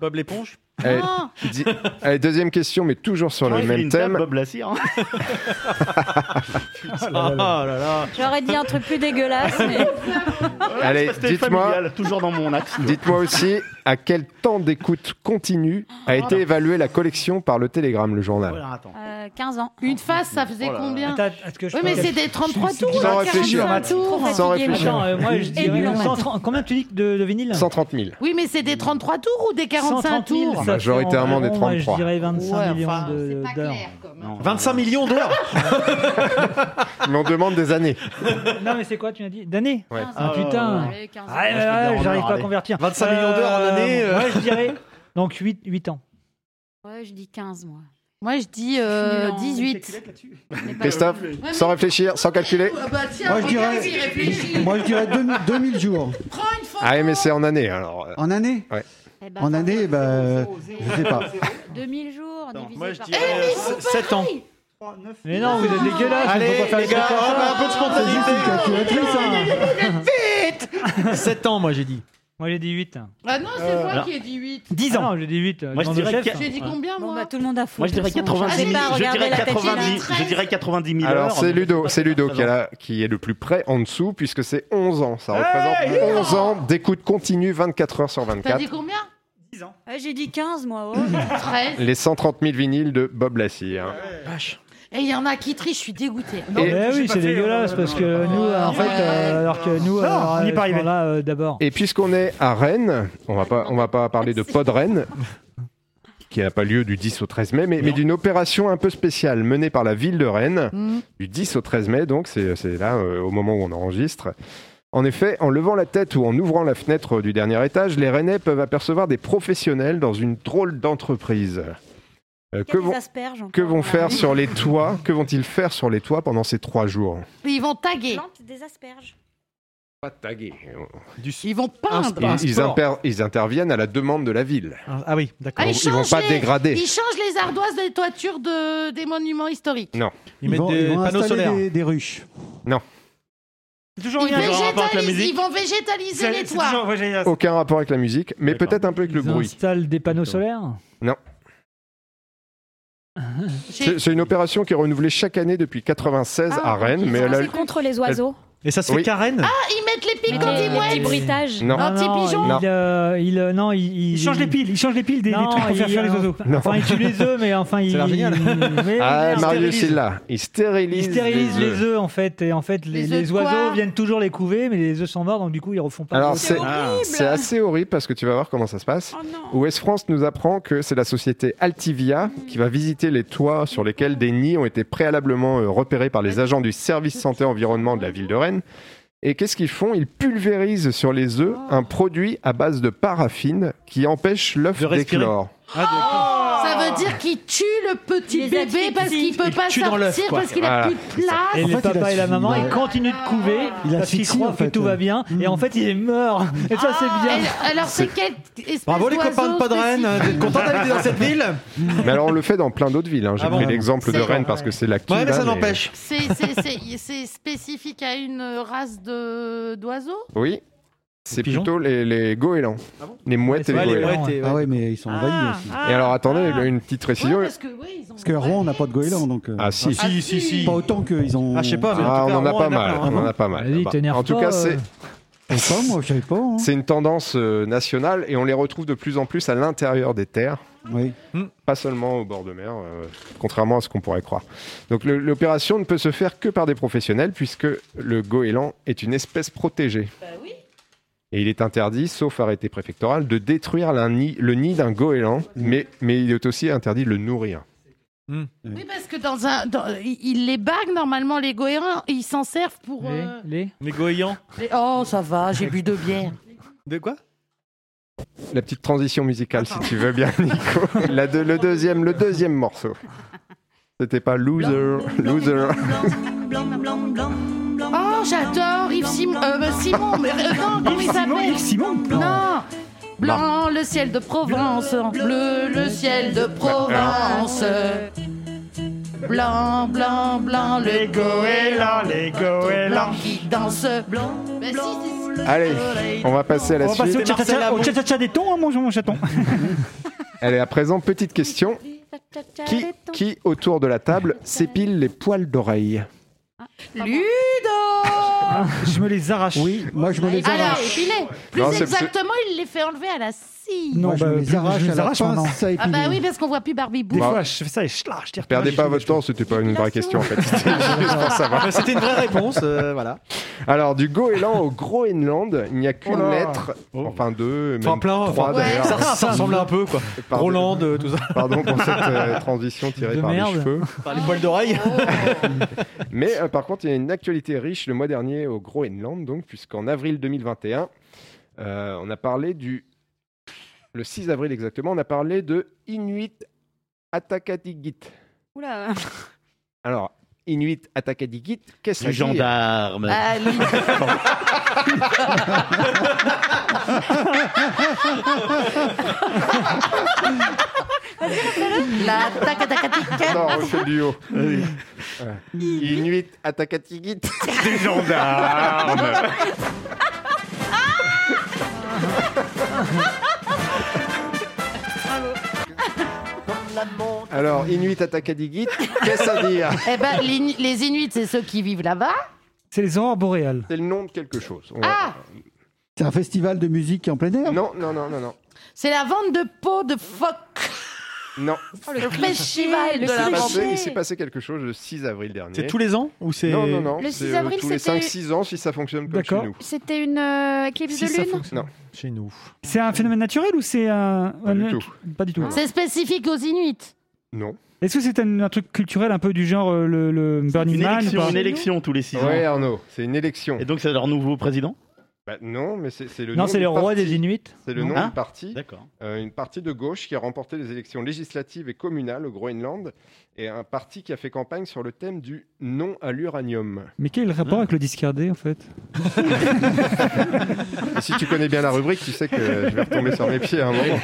Speaker 9: Bob l'éponge
Speaker 7: Allez,
Speaker 2: Ah.
Speaker 7: Eh, di- allez, deuxième question, mais toujours sur
Speaker 10: Ouais,
Speaker 7: le
Speaker 10: Ah, il fait
Speaker 7: même
Speaker 10: une table,
Speaker 7: thème.
Speaker 10: Bob hein. Oh Lassire.
Speaker 4: J'aurais dit un truc plus dégueulasse, mais.
Speaker 10: Ah,
Speaker 7: Allez,
Speaker 10: C'était
Speaker 7: dites-moi.
Speaker 10: familial, toujours dans mon axe.
Speaker 7: Dites-moi aussi à quel temps d'écoute continue a été
Speaker 2: Voilà.
Speaker 7: évaluée la collection par le Télégramme, le journal.
Speaker 2: Euh, 15 ans. Une phase, ça faisait
Speaker 1: Oh là là.
Speaker 2: combien
Speaker 1: Attends, est-ce que je
Speaker 2: Oui,
Speaker 1: peux-
Speaker 2: mais c'était 33 tours.
Speaker 7: Sans
Speaker 2: 45
Speaker 7: réfléchir.
Speaker 2: tours.
Speaker 7: Sans réfléchir.
Speaker 1: Attends, euh, moi, je
Speaker 2: Et
Speaker 1: dirais
Speaker 2: blanc.
Speaker 1: 130 combien tu dis que de, de vinyle
Speaker 7: 130
Speaker 5: euh,
Speaker 7: 000.
Speaker 2: Oui, mais c'est des 33 tours ou des 45
Speaker 1: 130 000,
Speaker 2: tours
Speaker 1: ça
Speaker 7: Majoritairement
Speaker 1: fait en
Speaker 7: des
Speaker 1: rond, ouais,
Speaker 7: 33.
Speaker 1: Je dirais 25
Speaker 2: Ouais,
Speaker 1: millions
Speaker 2: enfin,
Speaker 1: de- d'heures.
Speaker 9: 25 millions d'heures
Speaker 7: Mais on demande des années.
Speaker 1: non, mais c'est quoi, tu m'as dit D'années
Speaker 7: Ouais.
Speaker 1: Ah,
Speaker 7: Ah,
Speaker 1: putain
Speaker 7: ouais, ouais.
Speaker 1: Ah, ouais,
Speaker 7: Ouais, je peux dire
Speaker 1: ouais,
Speaker 7: en
Speaker 1: J'arrive
Speaker 7: heures,
Speaker 1: pas à
Speaker 7: allez.
Speaker 1: convertir.
Speaker 9: 25 millions d'heures en année, euh.
Speaker 1: Ouais, je dirais. Donc 8, 8 ans.
Speaker 4: Ouais, je dis 15, moi.
Speaker 2: Moi, je dis euh,
Speaker 4: hein,
Speaker 2: 18.
Speaker 7: Christophe, sans réfléchir, sans calculer.
Speaker 2: Ah bah tiens,
Speaker 3: Moi, je
Speaker 2: regarde,
Speaker 3: dirais-
Speaker 2: il réfléchit.
Speaker 3: Moi, je dirais 2000, 2000 jours.
Speaker 7: Ah, ouais, mais c'est en année alors.
Speaker 3: En année
Speaker 7: Ouais.
Speaker 3: En année, bah, je sais pas.
Speaker 4: 2000 jours divisé
Speaker 9: Moi, je
Speaker 4: par.
Speaker 9: dirais, Eh, mais ils sont
Speaker 4: 7 ans.
Speaker 1: Mais non, vous êtes dégueulasse.
Speaker 9: Allez,
Speaker 1: faut pas faire
Speaker 9: les
Speaker 1: les
Speaker 9: gars,
Speaker 1: trucs comme
Speaker 9: on
Speaker 1: ça.
Speaker 9: a un peu de
Speaker 1: C'est
Speaker 9: spontanéité.
Speaker 1: juste une calculatrice, hein.
Speaker 9: 7 hein. ans, moi j'ai dit.
Speaker 1: Moi j'ai dit 8.
Speaker 2: Ah non,
Speaker 5: Euh,
Speaker 2: c'est moi qui ai dit 8.
Speaker 1: 10
Speaker 5: Ah
Speaker 1: ans. j'ai dit
Speaker 9: Euh,
Speaker 1: euh, 8.
Speaker 10: Moi, je dirais
Speaker 9: hein.
Speaker 10: quatre-
Speaker 2: J'ai dit combien, moi
Speaker 4: bah,
Speaker 2: Ah,
Speaker 4: Tout le monde a faux.
Speaker 10: Moi, je dirais
Speaker 7: ah,
Speaker 10: 90 000. Je dirais 90 je dirais 90 000
Speaker 7: Alors
Speaker 10: heures.
Speaker 7: c'est Ludo,
Speaker 10: Mais-
Speaker 7: c'est Ludo qui, est là- qui est le plus près en dessous puisque c'est 11 ans. Ça représente 11 ans d'écoute continue 24 heures sur
Speaker 4: T'as
Speaker 7: 24.
Speaker 4: dit combien 10 ans. J'ai dit 15, moi. oh.
Speaker 2: 13.
Speaker 7: Les 130 000 vinyles de Bob hein. Lassire.
Speaker 2: Et il y en a qui trichent, je suis dégoûtée.
Speaker 1: Eh oui, c'est
Speaker 9: euh,
Speaker 1: dégueulasse parce que nous, en fait, euh, alors que nous, alors,
Speaker 7: on n'y est
Speaker 1: euh,
Speaker 7: pas
Speaker 1: à ce moment-là, euh, d'abord.
Speaker 7: Et puisqu'on est à Rennes, on va pas, on va pas parler de Pod Rennes, qui n'a pas lieu du 10 au 13 mai, mais, mais d'une opération un peu spéciale menée par la ville de Rennes,
Speaker 14: Mhm.
Speaker 7: du 10 au 13 mai, donc c'est c'est là euh, au moment où on enregistre. En effet, en levant la tête ou en ouvrant la fenêtre du dernier étage, les Rennais peuvent apercevoir des professionnels dans une drôle d'entreprise. Euh, que
Speaker 4: Quelles
Speaker 7: vont,
Speaker 4: asperges, encore,
Speaker 7: que vont
Speaker 4: là.
Speaker 7: faire sur les toits Que vont-ils faire sur les toits pendant ces trois jours
Speaker 2: Ils vont taguer.
Speaker 4: Des asperges.
Speaker 7: Pas taguer.
Speaker 2: Ils vont peindre.
Speaker 7: Ils, ils imper- ils interviennent à la demande de la ville.
Speaker 9: Ah oui, d'accord.
Speaker 2: Ah,
Speaker 7: Ils vont
Speaker 2: changent
Speaker 7: pas
Speaker 2: les-
Speaker 7: dégrader.
Speaker 2: Ils changent les ardoises des toitures de, des monuments historiques.
Speaker 7: Non.
Speaker 9: Ils mettent vont- des ils vont panneaux installer solaires.
Speaker 3: Des, ruches.
Speaker 7: Non.
Speaker 2: Ils,
Speaker 5: rien. Toujours en rapport avec la
Speaker 2: végétalisent-
Speaker 5: musique.
Speaker 2: ils vont végétaliser
Speaker 5: C'est-
Speaker 2: les
Speaker 5: c'est
Speaker 2: toits.
Speaker 5: toujours- ouais, j'ai-
Speaker 7: Aucun rapport avec la musique, mais peut-être un peu avec le
Speaker 1: Ils
Speaker 7: bruit.
Speaker 1: installent des panneaux solaires
Speaker 7: Non. C'est c'est une opération qui est renouvelée chaque année depuis 96 à Rennes, mais elle a-
Speaker 12: C'est contre les oiseaux.
Speaker 9: Et ça
Speaker 7: se fait Oui. qu'à Rennes
Speaker 2: Ah, ils mettent les pics
Speaker 12: Les-
Speaker 2: quand ils
Speaker 12: les petits
Speaker 2: mouettent.
Speaker 12: bruitages.
Speaker 7: Non.
Speaker 2: Anti-pigeon
Speaker 1: Il, euh, il, euh, non, il, il,
Speaker 5: Il change les piles, il change les piles des, des
Speaker 1: Non,
Speaker 5: trucs pour faire
Speaker 1: il- euh,
Speaker 5: fuir les oiseaux.
Speaker 7: Non.
Speaker 1: Enfin, il tue les œufs, mais enfin, il. Mais-
Speaker 7: Ah,
Speaker 1: il
Speaker 7: Marius
Speaker 1: stérilise.
Speaker 7: est là. Il stérilise,
Speaker 1: Ils stérilisent
Speaker 7: des
Speaker 1: les œufs en fait et en fait les,
Speaker 2: Les œufs
Speaker 1: les
Speaker 2: de quoi
Speaker 1: oiseaux viennent toujours les couver mais les œufs sont morts donc du coup ils refont pas.
Speaker 7: Alors
Speaker 1: de-
Speaker 7: c'est c'est assez horrible parce que tu vas voir comment ça se passe. Ouest France nous apprend que c'est la société Altivia qui va visiter les toits sur lesquels des nids ont été préalablement euh, repérés par les agents du service santé environnement de la ville de Rennes. Et qu'est-ce qu'ils font Ils pulvérisent sur les œufs un produit à base de paraffine qui empêche l'œuf d'éclore.
Speaker 1: Ah,
Speaker 2: Ça veut dire qu'il tue le petit
Speaker 4: Les
Speaker 2: bébé parce qu'il peut
Speaker 7: Il
Speaker 2: pas
Speaker 7: tue dans l'œuf,
Speaker 2: sortir
Speaker 7: quoi.
Speaker 2: parce qu'il a
Speaker 7: Voilà.
Speaker 2: plus de place.
Speaker 1: Et
Speaker 7: En
Speaker 1: les
Speaker 7: fait, il
Speaker 1: papas et la
Speaker 7: asphyxie,
Speaker 1: maman,
Speaker 7: ouais.
Speaker 1: ils continuent de couver parce qu'ils
Speaker 7: asphyxie,
Speaker 1: croient
Speaker 7: en
Speaker 1: que
Speaker 7: fait,
Speaker 1: tout
Speaker 7: euh.
Speaker 1: va bien et en fait il est mort. Et ça c'est bien.
Speaker 2: Ah, Alors c'est quelle espèce
Speaker 9: Bravo les copains de Podren,
Speaker 7: euh,
Speaker 9: vous êtes contents d'habiter dans cette ville
Speaker 7: Mais alors on le fait dans plein d'autres villes. hein. J'ai
Speaker 9: Ah bon
Speaker 7: pris l'exemple de
Speaker 9: C'est-
Speaker 7: Rennes parce que c'est l'actu.
Speaker 9: Ouais, mais
Speaker 7: là,
Speaker 9: ça n'empêche.
Speaker 2: C'est- c'est- c'est- C'est spécifique à une race de- d'oiseaux
Speaker 7: Oui, c'est plutôt les, les goélands, les mouettes et les
Speaker 3: Ouais, les
Speaker 7: goélands.
Speaker 3: mouettes et- Ah ouais, mais ils sont envahis aussi.
Speaker 7: Et alors attendez, une petite précision.
Speaker 3: Parce que Rouen, on n'a pas de goéland, donc. euh,
Speaker 7: Ah, si. Ah, si, si, si.
Speaker 3: Pas autant qu'ils ont.
Speaker 7: Ah, je sais pas, mais en Ah, tout cas, on en a Rouen, pas il y en a mal, plein. on en a pas mal. Vas-y, Bah, t'énerve en tout pas, cas, c'est- euh.
Speaker 3: Pourquoi moi, je savais pas. hein.
Speaker 7: C'est une tendance euh, nationale et on les retrouve de plus en plus à l'intérieur des terres.
Speaker 3: Oui.
Speaker 7: Pas seulement au bord de mer, euh, contrairement à ce qu'on pourrait croire. Donc le- l'opération ne peut se faire que par des professionnels puisque le goéland est une espèce protégée. Et il est interdit, sauf arrêté préfectoral, de détruire la nid- le nid d'un goéland, mais, mais il est aussi interdit de le nourrir.
Speaker 2: Oui, parce que dans un, dans- ils- ils les baguent normalement les goélands, ils s'en servent pour. euh,
Speaker 1: Les
Speaker 9: Les goélands
Speaker 2: les- Oh, ça va, j'ai bu deux bières.
Speaker 9: De quoi
Speaker 7: La petite transition musicale, si tu veux bien, Nico. La deux- le, deuxième, le deuxième morceau. C'était pas Loser, Loser.
Speaker 2: ben, Oh, j'adore Yves Simon. euh, Simon, mais euh, non, comment il s'appelle
Speaker 5: Simon
Speaker 2: Non, Blanc, le ciel de Provence. Bleu, le ciel de Provence. Blanc, blanc, blanc, le
Speaker 5: Les goélands, les goélands.
Speaker 2: blanc qui danse. Ben, Blanc, blanc.
Speaker 7: Allez, on va passer à la
Speaker 5: On va
Speaker 7: suite.
Speaker 5: passer au tchatcha au tchatcha des tons, hein, mon, mon chaton.
Speaker 7: Allez, à présent, petite question. Qui, qui autour de la table s'épile les poils d'oreille
Speaker 2: Ludo
Speaker 5: Je me les arrache.
Speaker 3: Oui, moi je me les
Speaker 2: Alors,
Speaker 3: arrache.
Speaker 2: épilé. Plus
Speaker 3: Non, c'est-
Speaker 2: exactement, il les fait enlever à la scie.
Speaker 3: Non, je
Speaker 5: bah,
Speaker 3: me
Speaker 5: plus-
Speaker 3: les arrache
Speaker 5: je les
Speaker 3: à la
Speaker 5: arrache
Speaker 3: pince
Speaker 5: maintenant.
Speaker 3: à
Speaker 2: Ah bah
Speaker 3: épiler.
Speaker 2: oui, parce qu'on voit plus Barbie Boo.
Speaker 5: Des
Speaker 7: Bah,
Speaker 5: fois, je fais ça et je là, je tire.
Speaker 7: Perdez pas votre temps, c'était pas une vraie question en fait. C'était juste pour savoir.
Speaker 9: C'était une vraie réponse, euh, voilà.
Speaker 7: Alors, du Goéland au Groenland, il n'y a qu'une
Speaker 9: Oh là.
Speaker 7: lettre, enfin deux, même
Speaker 9: Enfin, plein,
Speaker 7: trois
Speaker 9: enfin,
Speaker 7: d'ailleurs.
Speaker 9: ça, ça ressemble un peu, quoi.
Speaker 7: Pardon.
Speaker 9: Roland, euh, tout ça.
Speaker 7: Pardon pour cette euh, transition tirée
Speaker 9: De
Speaker 7: par
Speaker 9: merde.
Speaker 7: les cheveux.
Speaker 9: Par les poils d'oreille.
Speaker 7: Mais euh, par contre, il y a une actualité riche le mois dernier au Groenland, donc, puisqu'en avril 2021, euh, on a parlé du. Le 6 avril exactement, on a parlé de Inuit Atakadigit.
Speaker 4: Oula.
Speaker 7: Alors, Inuit Atakadigit, qu'est-ce que
Speaker 10: Du gendarme.
Speaker 2: Ah, lui. La tacatacatique.
Speaker 7: Non, on fait Oh, du haut. Ouais. Inuit Atakatigit, des gendarmes. Alors, Inuit Atakadigit, qu'est-ce à dire
Speaker 2: Eh ben, l'Inu- les Inuits, c'est ceux qui vivent là-bas.
Speaker 5: C'est les aurores boréales.
Speaker 7: C'est le nom de quelque chose. On va-
Speaker 2: Ah,
Speaker 3: C'est un festival de musique en plein air
Speaker 7: Non, non, non, non, non.
Speaker 2: c'est la vente de peau de phoque.
Speaker 7: Non,
Speaker 2: Oh, Le festival de
Speaker 7: il s'est
Speaker 2: la vente.
Speaker 7: passé- il s'est passé quelque chose le 6 avril dernier.
Speaker 9: C'est tous les ans ou c'est
Speaker 7: Non, non, non.
Speaker 4: Le
Speaker 7: c'est,
Speaker 4: 6
Speaker 7: euh,
Speaker 4: avril,
Speaker 7: tous les
Speaker 4: c'était-
Speaker 7: 5-6 ans si ça fonctionne comme chez
Speaker 5: D'accord.
Speaker 7: nous.
Speaker 4: C'était une euh, éclipse
Speaker 5: Si
Speaker 4: de
Speaker 5: ça
Speaker 4: lune
Speaker 5: fonctionne.
Speaker 7: Non,
Speaker 9: Chez nous.
Speaker 5: C'est un phénomène naturel ou c'est un.
Speaker 7: pas du
Speaker 5: un-
Speaker 7: tout.
Speaker 5: Pas du tout.
Speaker 2: C'est spécifique aux Inuits.
Speaker 7: Non.
Speaker 5: Est-ce que c'est un, un truc culturel un peu du genre euh, le, le Burning
Speaker 10: Une
Speaker 5: Man ou
Speaker 10: élection,
Speaker 5: pas
Speaker 10: une élection tous les six
Speaker 7: Ouais,
Speaker 10: ans.
Speaker 7: Arnaud, c'est une élection.
Speaker 10: Et donc c'est leur nouveau président
Speaker 7: Bah, non, mais c'est c'est le
Speaker 1: Non,
Speaker 7: nom
Speaker 1: c'est
Speaker 7: du
Speaker 1: le roi
Speaker 7: parti.
Speaker 1: des Inuits.
Speaker 7: C'est le
Speaker 5: Non.
Speaker 7: nom
Speaker 10: Ah.
Speaker 7: du parti.
Speaker 10: D'accord.
Speaker 7: Euh, une partie de gauche qui a remporté les élections législatives et communales au Groenland et un parti qui a fait campagne sur le thème du non à l'uranium.
Speaker 5: Mais quel est le
Speaker 10: Ah.
Speaker 5: rapport avec le discardé en fait
Speaker 7: Et si tu connais bien la rubrique, tu sais que Euh, je vais retomber sur mes pieds à un moment.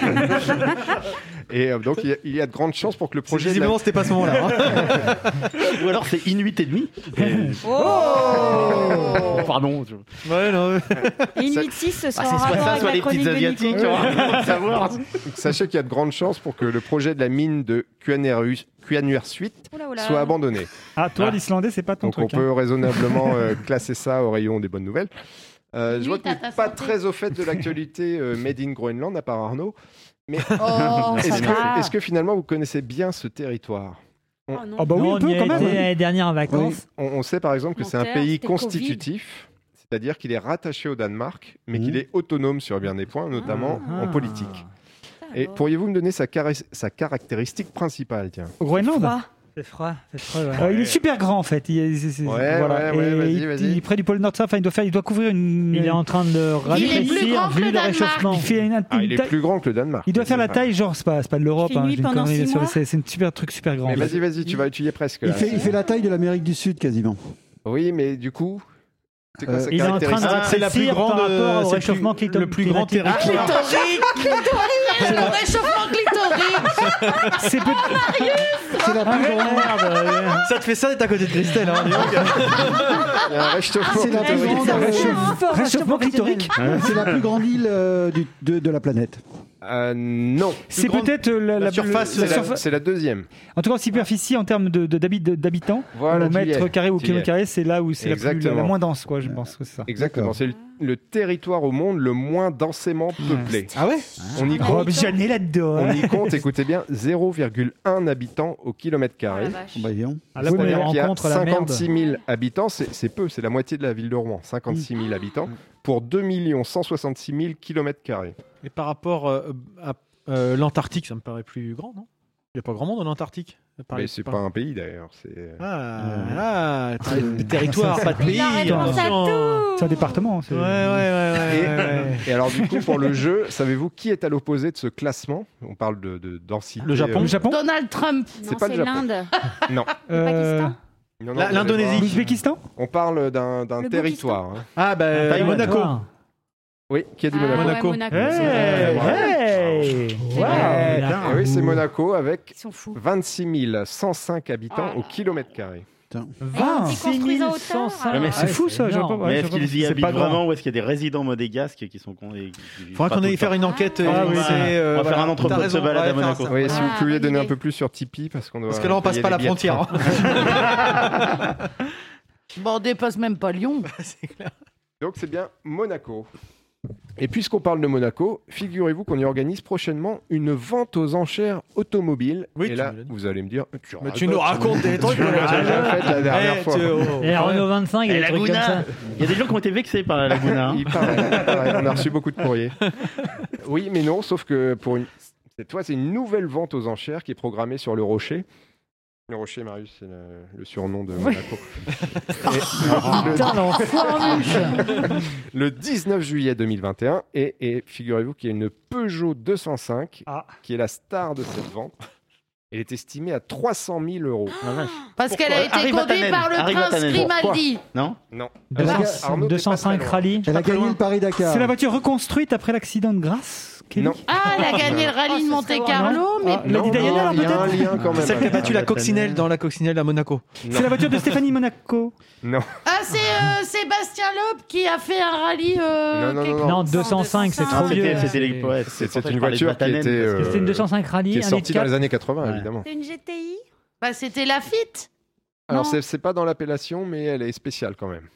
Speaker 7: Et euh, donc il y, a, il y a de grandes chances pour que le
Speaker 9: C'est-
Speaker 7: projet. de la-
Speaker 9: Visiblement, c'était pas ce moment-là. hein.
Speaker 10: Ou alors c'est Inuit et demi. Et-
Speaker 2: Oh.
Speaker 7: Oh.
Speaker 10: Pardon. je-
Speaker 9: Ouais, non.
Speaker 4: Inuit 6, ce sera
Speaker 10: Ah, c'est
Speaker 4: en
Speaker 10: soit
Speaker 4: rapport
Speaker 10: ça,
Speaker 4: avec
Speaker 10: soit
Speaker 4: la
Speaker 10: les
Speaker 4: chronique
Speaker 10: petites
Speaker 4: de
Speaker 10: asiatiques.
Speaker 4: Nico.
Speaker 10: on va savoir.
Speaker 7: Sachez qu'il y a de grandes chances pour que le projet de la mine de Kuanerus- Kuanuarsuit
Speaker 4: Oula, oula.
Speaker 7: soit abandonné.
Speaker 5: Ah, toi,
Speaker 10: Ah.
Speaker 5: l'islandais, c'est pas ton
Speaker 7: Donc on
Speaker 5: truc. hein.
Speaker 7: peut raisonnablement euh, classer ça au rayon des bonnes nouvelles. Euh, je
Speaker 2: Oui,
Speaker 7: vois que
Speaker 2: t'as
Speaker 7: t'es
Speaker 2: ta
Speaker 7: pas
Speaker 2: santé.
Speaker 7: très au fait de l'actualité euh, Made in Groenland, à part Arnaud. Mais
Speaker 2: Oh,
Speaker 7: est-ce
Speaker 2: ça
Speaker 7: que,
Speaker 2: va.
Speaker 7: est-ce que finalement vous connaissez bien ce territoire
Speaker 4: Oh non.
Speaker 5: Ah bah oui, un
Speaker 1: Non, on y
Speaker 5: peu
Speaker 1: a
Speaker 5: quand
Speaker 1: été
Speaker 5: même.
Speaker 1: l'année dernière en vacances.
Speaker 7: on, on sait par exemple que c'est un
Speaker 4: Menteur,
Speaker 7: pays
Speaker 4: c'était le Covid.
Speaker 7: constitutif, c'est-à-dire qu'il est rattaché au Danemark, mais
Speaker 3: Mmh.
Speaker 7: qu'il est autonome sur bien des points, notamment en
Speaker 1: Ah.
Speaker 7: politique.
Speaker 4: Ça,
Speaker 7: Et
Speaker 4: alors.
Speaker 7: pourriez-vous me donner sa, cari- sa caractéristique principale tiens
Speaker 5: Au Groenland
Speaker 4: Froid.
Speaker 1: C'est froid, c'est froid. ouais.
Speaker 5: Euh, il est super grand en fait. Il, est, c'est- c'est-
Speaker 7: Ouais, ouais, ouais,
Speaker 5: Et
Speaker 7: vas-y,
Speaker 5: il-
Speaker 7: vas-y.
Speaker 5: il est près du pôle Nord, ça, enfin, il doit faire, il doit couvrir une.
Speaker 1: Il est en train de
Speaker 2: Il est plus
Speaker 1: rafraîchir
Speaker 2: grand que
Speaker 1: vu
Speaker 2: le
Speaker 1: le
Speaker 2: Danemark.
Speaker 1: réchauffement.
Speaker 5: Il fait une- une
Speaker 7: Ah, Il est
Speaker 5: taille-
Speaker 7: plus grand que le Danemark.
Speaker 5: il doit faire la
Speaker 7: Danemark.
Speaker 5: taille, genre, c'est pas, c'est pas de l'Europe.
Speaker 12: Il fait
Speaker 5: hein,
Speaker 12: nuit
Speaker 5: j'ai une
Speaker 12: pendant
Speaker 5: connerie
Speaker 12: six
Speaker 5: sur le-
Speaker 12: mois.
Speaker 5: C'est c'est une super truc super grand.
Speaker 7: Mais vas-y, vas-y, tu vas, tu y es presque.
Speaker 3: Il
Speaker 7: là.
Speaker 3: fait, il fait la taille de l'l'Amérique du Sud quasiment.
Speaker 7: Oui, mais du coup, c'est quoi
Speaker 3: Euh,
Speaker 7: sa
Speaker 1: Il est en train de
Speaker 7: caractéristique
Speaker 9: Ah, c'est la plus
Speaker 1: rafraîchir par
Speaker 9: grande, euh,
Speaker 1: rapport au
Speaker 9: c'est le
Speaker 1: réchauffement
Speaker 9: plus-
Speaker 1: clito-
Speaker 9: le plus grand
Speaker 1: climatique.
Speaker 9: territoire.
Speaker 2: Clitorique Clitorique Le réchauffement clitorique
Speaker 5: C'est peut-
Speaker 3: C'est la plus grande,
Speaker 9: Ça te fait ça d'être à côté de Christelle. Hein, dis donc.
Speaker 7: Il y a un
Speaker 3: bah,
Speaker 6: Ah,
Speaker 7: réchauffement
Speaker 3: c'est la plus
Speaker 7: clitorique.
Speaker 3: grande, euh,
Speaker 5: Réchauffement clitorique.
Speaker 3: c'est la plus grande île euh, du- de, de la planète.
Speaker 7: Euh, non.
Speaker 5: C'est
Speaker 9: grande-
Speaker 5: peut-être euh, la,
Speaker 9: la
Speaker 5: la-
Speaker 9: surface,
Speaker 5: le- la
Speaker 7: C'est la,
Speaker 5: surfa-
Speaker 7: c'est la deuxième.
Speaker 5: En tout cas, en superficie, en termes de- de- d'habi- de- d'habitants,
Speaker 7: Voilà,
Speaker 5: au
Speaker 7: tu y
Speaker 5: mètre
Speaker 7: es,
Speaker 5: carré ou
Speaker 7: tu y
Speaker 5: kilomètre
Speaker 7: es.
Speaker 5: carré, c'est là où c'est la, plus- la- la
Speaker 7: Exactement.
Speaker 5: moins dense, quoi, je pense que c'est ça.
Speaker 7: Exactement.
Speaker 3: D'accord.
Speaker 7: C'est le, le territoire au monde le moins densément peuplé.
Speaker 5: Ah ouais
Speaker 7: On y
Speaker 5: Rob
Speaker 7: compte,
Speaker 5: Jeannet là-dedans.
Speaker 7: on
Speaker 5: hein.
Speaker 7: y compte écoutez bien, 0,1 habitant au kilomètre
Speaker 4: Oh la
Speaker 7: carré.
Speaker 4: vache.
Speaker 3: Bah, dis donc.
Speaker 5: Ah, là,
Speaker 1: Oui, mais
Speaker 7: C'est-à-dire
Speaker 1: on
Speaker 7: qu'il y a
Speaker 1: rencontre la merde.
Speaker 7: 56 000 habitants, c'est c'est peu, c'est la moitié de la ville de Rouen, 56 000 habitants, pour 2 166 000 kilomètres carrés.
Speaker 9: Et par rapport euh, à euh, l'Antarctique, ça me paraît plus grand, non Il n'y a pas grand monde en Antarctique. Par-
Speaker 7: Mais c'est
Speaker 9: par-
Speaker 7: pas un pays d'ailleurs, c'est... euh,
Speaker 9: Ah, ah, ter-
Speaker 3: Euh,
Speaker 9: territoire, pas de pays.
Speaker 4: Il a réponse à
Speaker 9: attention.
Speaker 5: C'est un département. c'est-
Speaker 9: Ouais, ouais, ouais,
Speaker 7: Et,
Speaker 9: ouais, ouais, ouais.
Speaker 7: et alors du coup pour le jeu, savez-vous qui est à l'opposé de ce classement On parle de, de densité.
Speaker 9: Le Japon.
Speaker 7: euh,
Speaker 5: Le Japon
Speaker 2: Donald Trump
Speaker 7: C'est
Speaker 4: Non,
Speaker 7: pas le
Speaker 4: c'est
Speaker 7: Japon.
Speaker 4: l'Inde.
Speaker 5: Euh,
Speaker 4: Pakistan
Speaker 7: non, non,
Speaker 9: La-
Speaker 7: vous allez
Speaker 9: l'Indonésie.
Speaker 7: voir.
Speaker 5: L'Ouzbékistan
Speaker 7: On parle d'un d'un
Speaker 4: Le
Speaker 7: territoire. hein.
Speaker 9: Ah, bah,
Speaker 5: Ah,
Speaker 9: Monaco.
Speaker 5: d'accord.
Speaker 7: Oui, qui a dit
Speaker 5: Ah,
Speaker 7: Monaco.
Speaker 5: ouais, Monaco. Monaco,
Speaker 7: Hey,
Speaker 5: c'est vrai.
Speaker 7: hey,
Speaker 5: C'est
Speaker 7: wow.
Speaker 5: vrai.
Speaker 7: Putain. Eh oui, c'est Monaco avec
Speaker 4: sont
Speaker 7: 26 105 habitants au kilomètre carré. Ah.
Speaker 10: Ouais, mais c'est fou ça,
Speaker 7: je vois pas- ouais,
Speaker 10: Mais
Speaker 7: je
Speaker 10: est-ce
Speaker 7: vois
Speaker 10: qu'ils y
Speaker 7: pas. C'est
Speaker 10: habitent
Speaker 7: pas grand.
Speaker 10: vraiment ou est-ce qu'il y a des résidents monégasques qui sont cons et qui- qui vivent
Speaker 7: Faudra
Speaker 10: pas
Speaker 7: qu'on
Speaker 10: tout
Speaker 7: aille
Speaker 10: le
Speaker 7: faire
Speaker 10: temps
Speaker 7: une enquête, euh,
Speaker 10: Ah,
Speaker 7: on
Speaker 10: oui.
Speaker 7: sait, euh,
Speaker 10: On va faire
Speaker 7: voilà.
Speaker 10: un entrepôt
Speaker 7: T'as
Speaker 10: de se
Speaker 7: raison,
Speaker 10: balade
Speaker 7: ouais,
Speaker 10: à
Speaker 7: faire
Speaker 10: Monaco.
Speaker 7: ça. Oui, si vous pouviez donner un peu plus sur Tipeee, parce qu'on doit.
Speaker 9: Parce que là, on passe
Speaker 7: payer
Speaker 9: pas
Speaker 7: les
Speaker 9: la
Speaker 7: billets de
Speaker 9: frontière,
Speaker 7: train.
Speaker 2: Bon, on dépasse même pas Lyon.
Speaker 7: Bah, Donc c'est bien Monaco. Et puisqu'on parle de Monaco, figurez-vous qu'on y organise prochainement une vente aux enchères automobiles. et là, vous allez me dire, tu,
Speaker 9: Mais tu nous racontes des trucs,
Speaker 7: Tu l'as
Speaker 9: voilà.
Speaker 7: déjà fait la dernière
Speaker 9: Eh,
Speaker 7: fois.
Speaker 9: tu- oh. Eh, Renault
Speaker 1: 25, il y a
Speaker 10: Et
Speaker 1: des trucs comme
Speaker 10: Laguna.
Speaker 1: ça.
Speaker 10: Il y a des gens qui ont été vexés par la Laguna. hein.
Speaker 7: Il paraît, il paraît, on a reçu beaucoup de courriers. Oui, mais non, sauf que pour une... cette fois, c'est une nouvelle vente aux enchères qui est programmée sur le Rocher. Le Rocher, Marius, c'est le, le surnom de Monaco. Et-
Speaker 2: Ah,
Speaker 1: Putain, l'enfoiré,
Speaker 7: le 19 juillet 2021, et, et figurez-vous qu'il y a une Peugeot 205
Speaker 2: Ah.
Speaker 7: qui est la star de cette vente. Elle est estimée à 300 000 euros.
Speaker 2: Parce qu'elle a été
Speaker 7: Pourquoi Arrive à
Speaker 2: conduite
Speaker 7: Tannen.
Speaker 2: par le
Speaker 7: Arrive à
Speaker 2: prince
Speaker 7: Tannen.
Speaker 2: Grimaldi.
Speaker 7: Pourquoi Non.
Speaker 1: Deux cent- 205 rallye.
Speaker 3: Elle a gagné le Paris-Dakar.
Speaker 5: C'est la voiture reconstruite après l'accident de Grasse Non.
Speaker 2: Ah, elle a gagné le
Speaker 4: Oh,
Speaker 2: rallye de Monte Carlo,
Speaker 7: Ah.
Speaker 2: mais
Speaker 5: Ah, La
Speaker 9: Non,
Speaker 5: Didayana,
Speaker 9: non,
Speaker 5: alors,
Speaker 9: il y a
Speaker 5: peut-être
Speaker 9: un lien quand même. Celle qui a battu la coccinelle dans la coccinelle à Monaco.
Speaker 5: C'est la voiture de Stéphanie Monaco.
Speaker 7: Non.
Speaker 2: Ah, c'est euh, Sébastien Loeb qui a fait un rallye. euh,
Speaker 7: Non, non,
Speaker 2: quelque-
Speaker 7: non, non.
Speaker 1: 205, c'est trop
Speaker 7: c'était-
Speaker 1: vieux.
Speaker 7: c'était les- ouais, c'est- c'est une voiture qui était, euh,
Speaker 1: C'était une 205 rallye.
Speaker 7: qui est
Speaker 1: un litre
Speaker 7: sortie dans
Speaker 1: quatre.
Speaker 7: les années 80, évidemment.
Speaker 2: C'est une GTI Bah, c'était Lafitte.
Speaker 7: Alors,
Speaker 2: Non.
Speaker 7: c'est- c'est pas dans l'appellation, mais elle est spéciale quand même.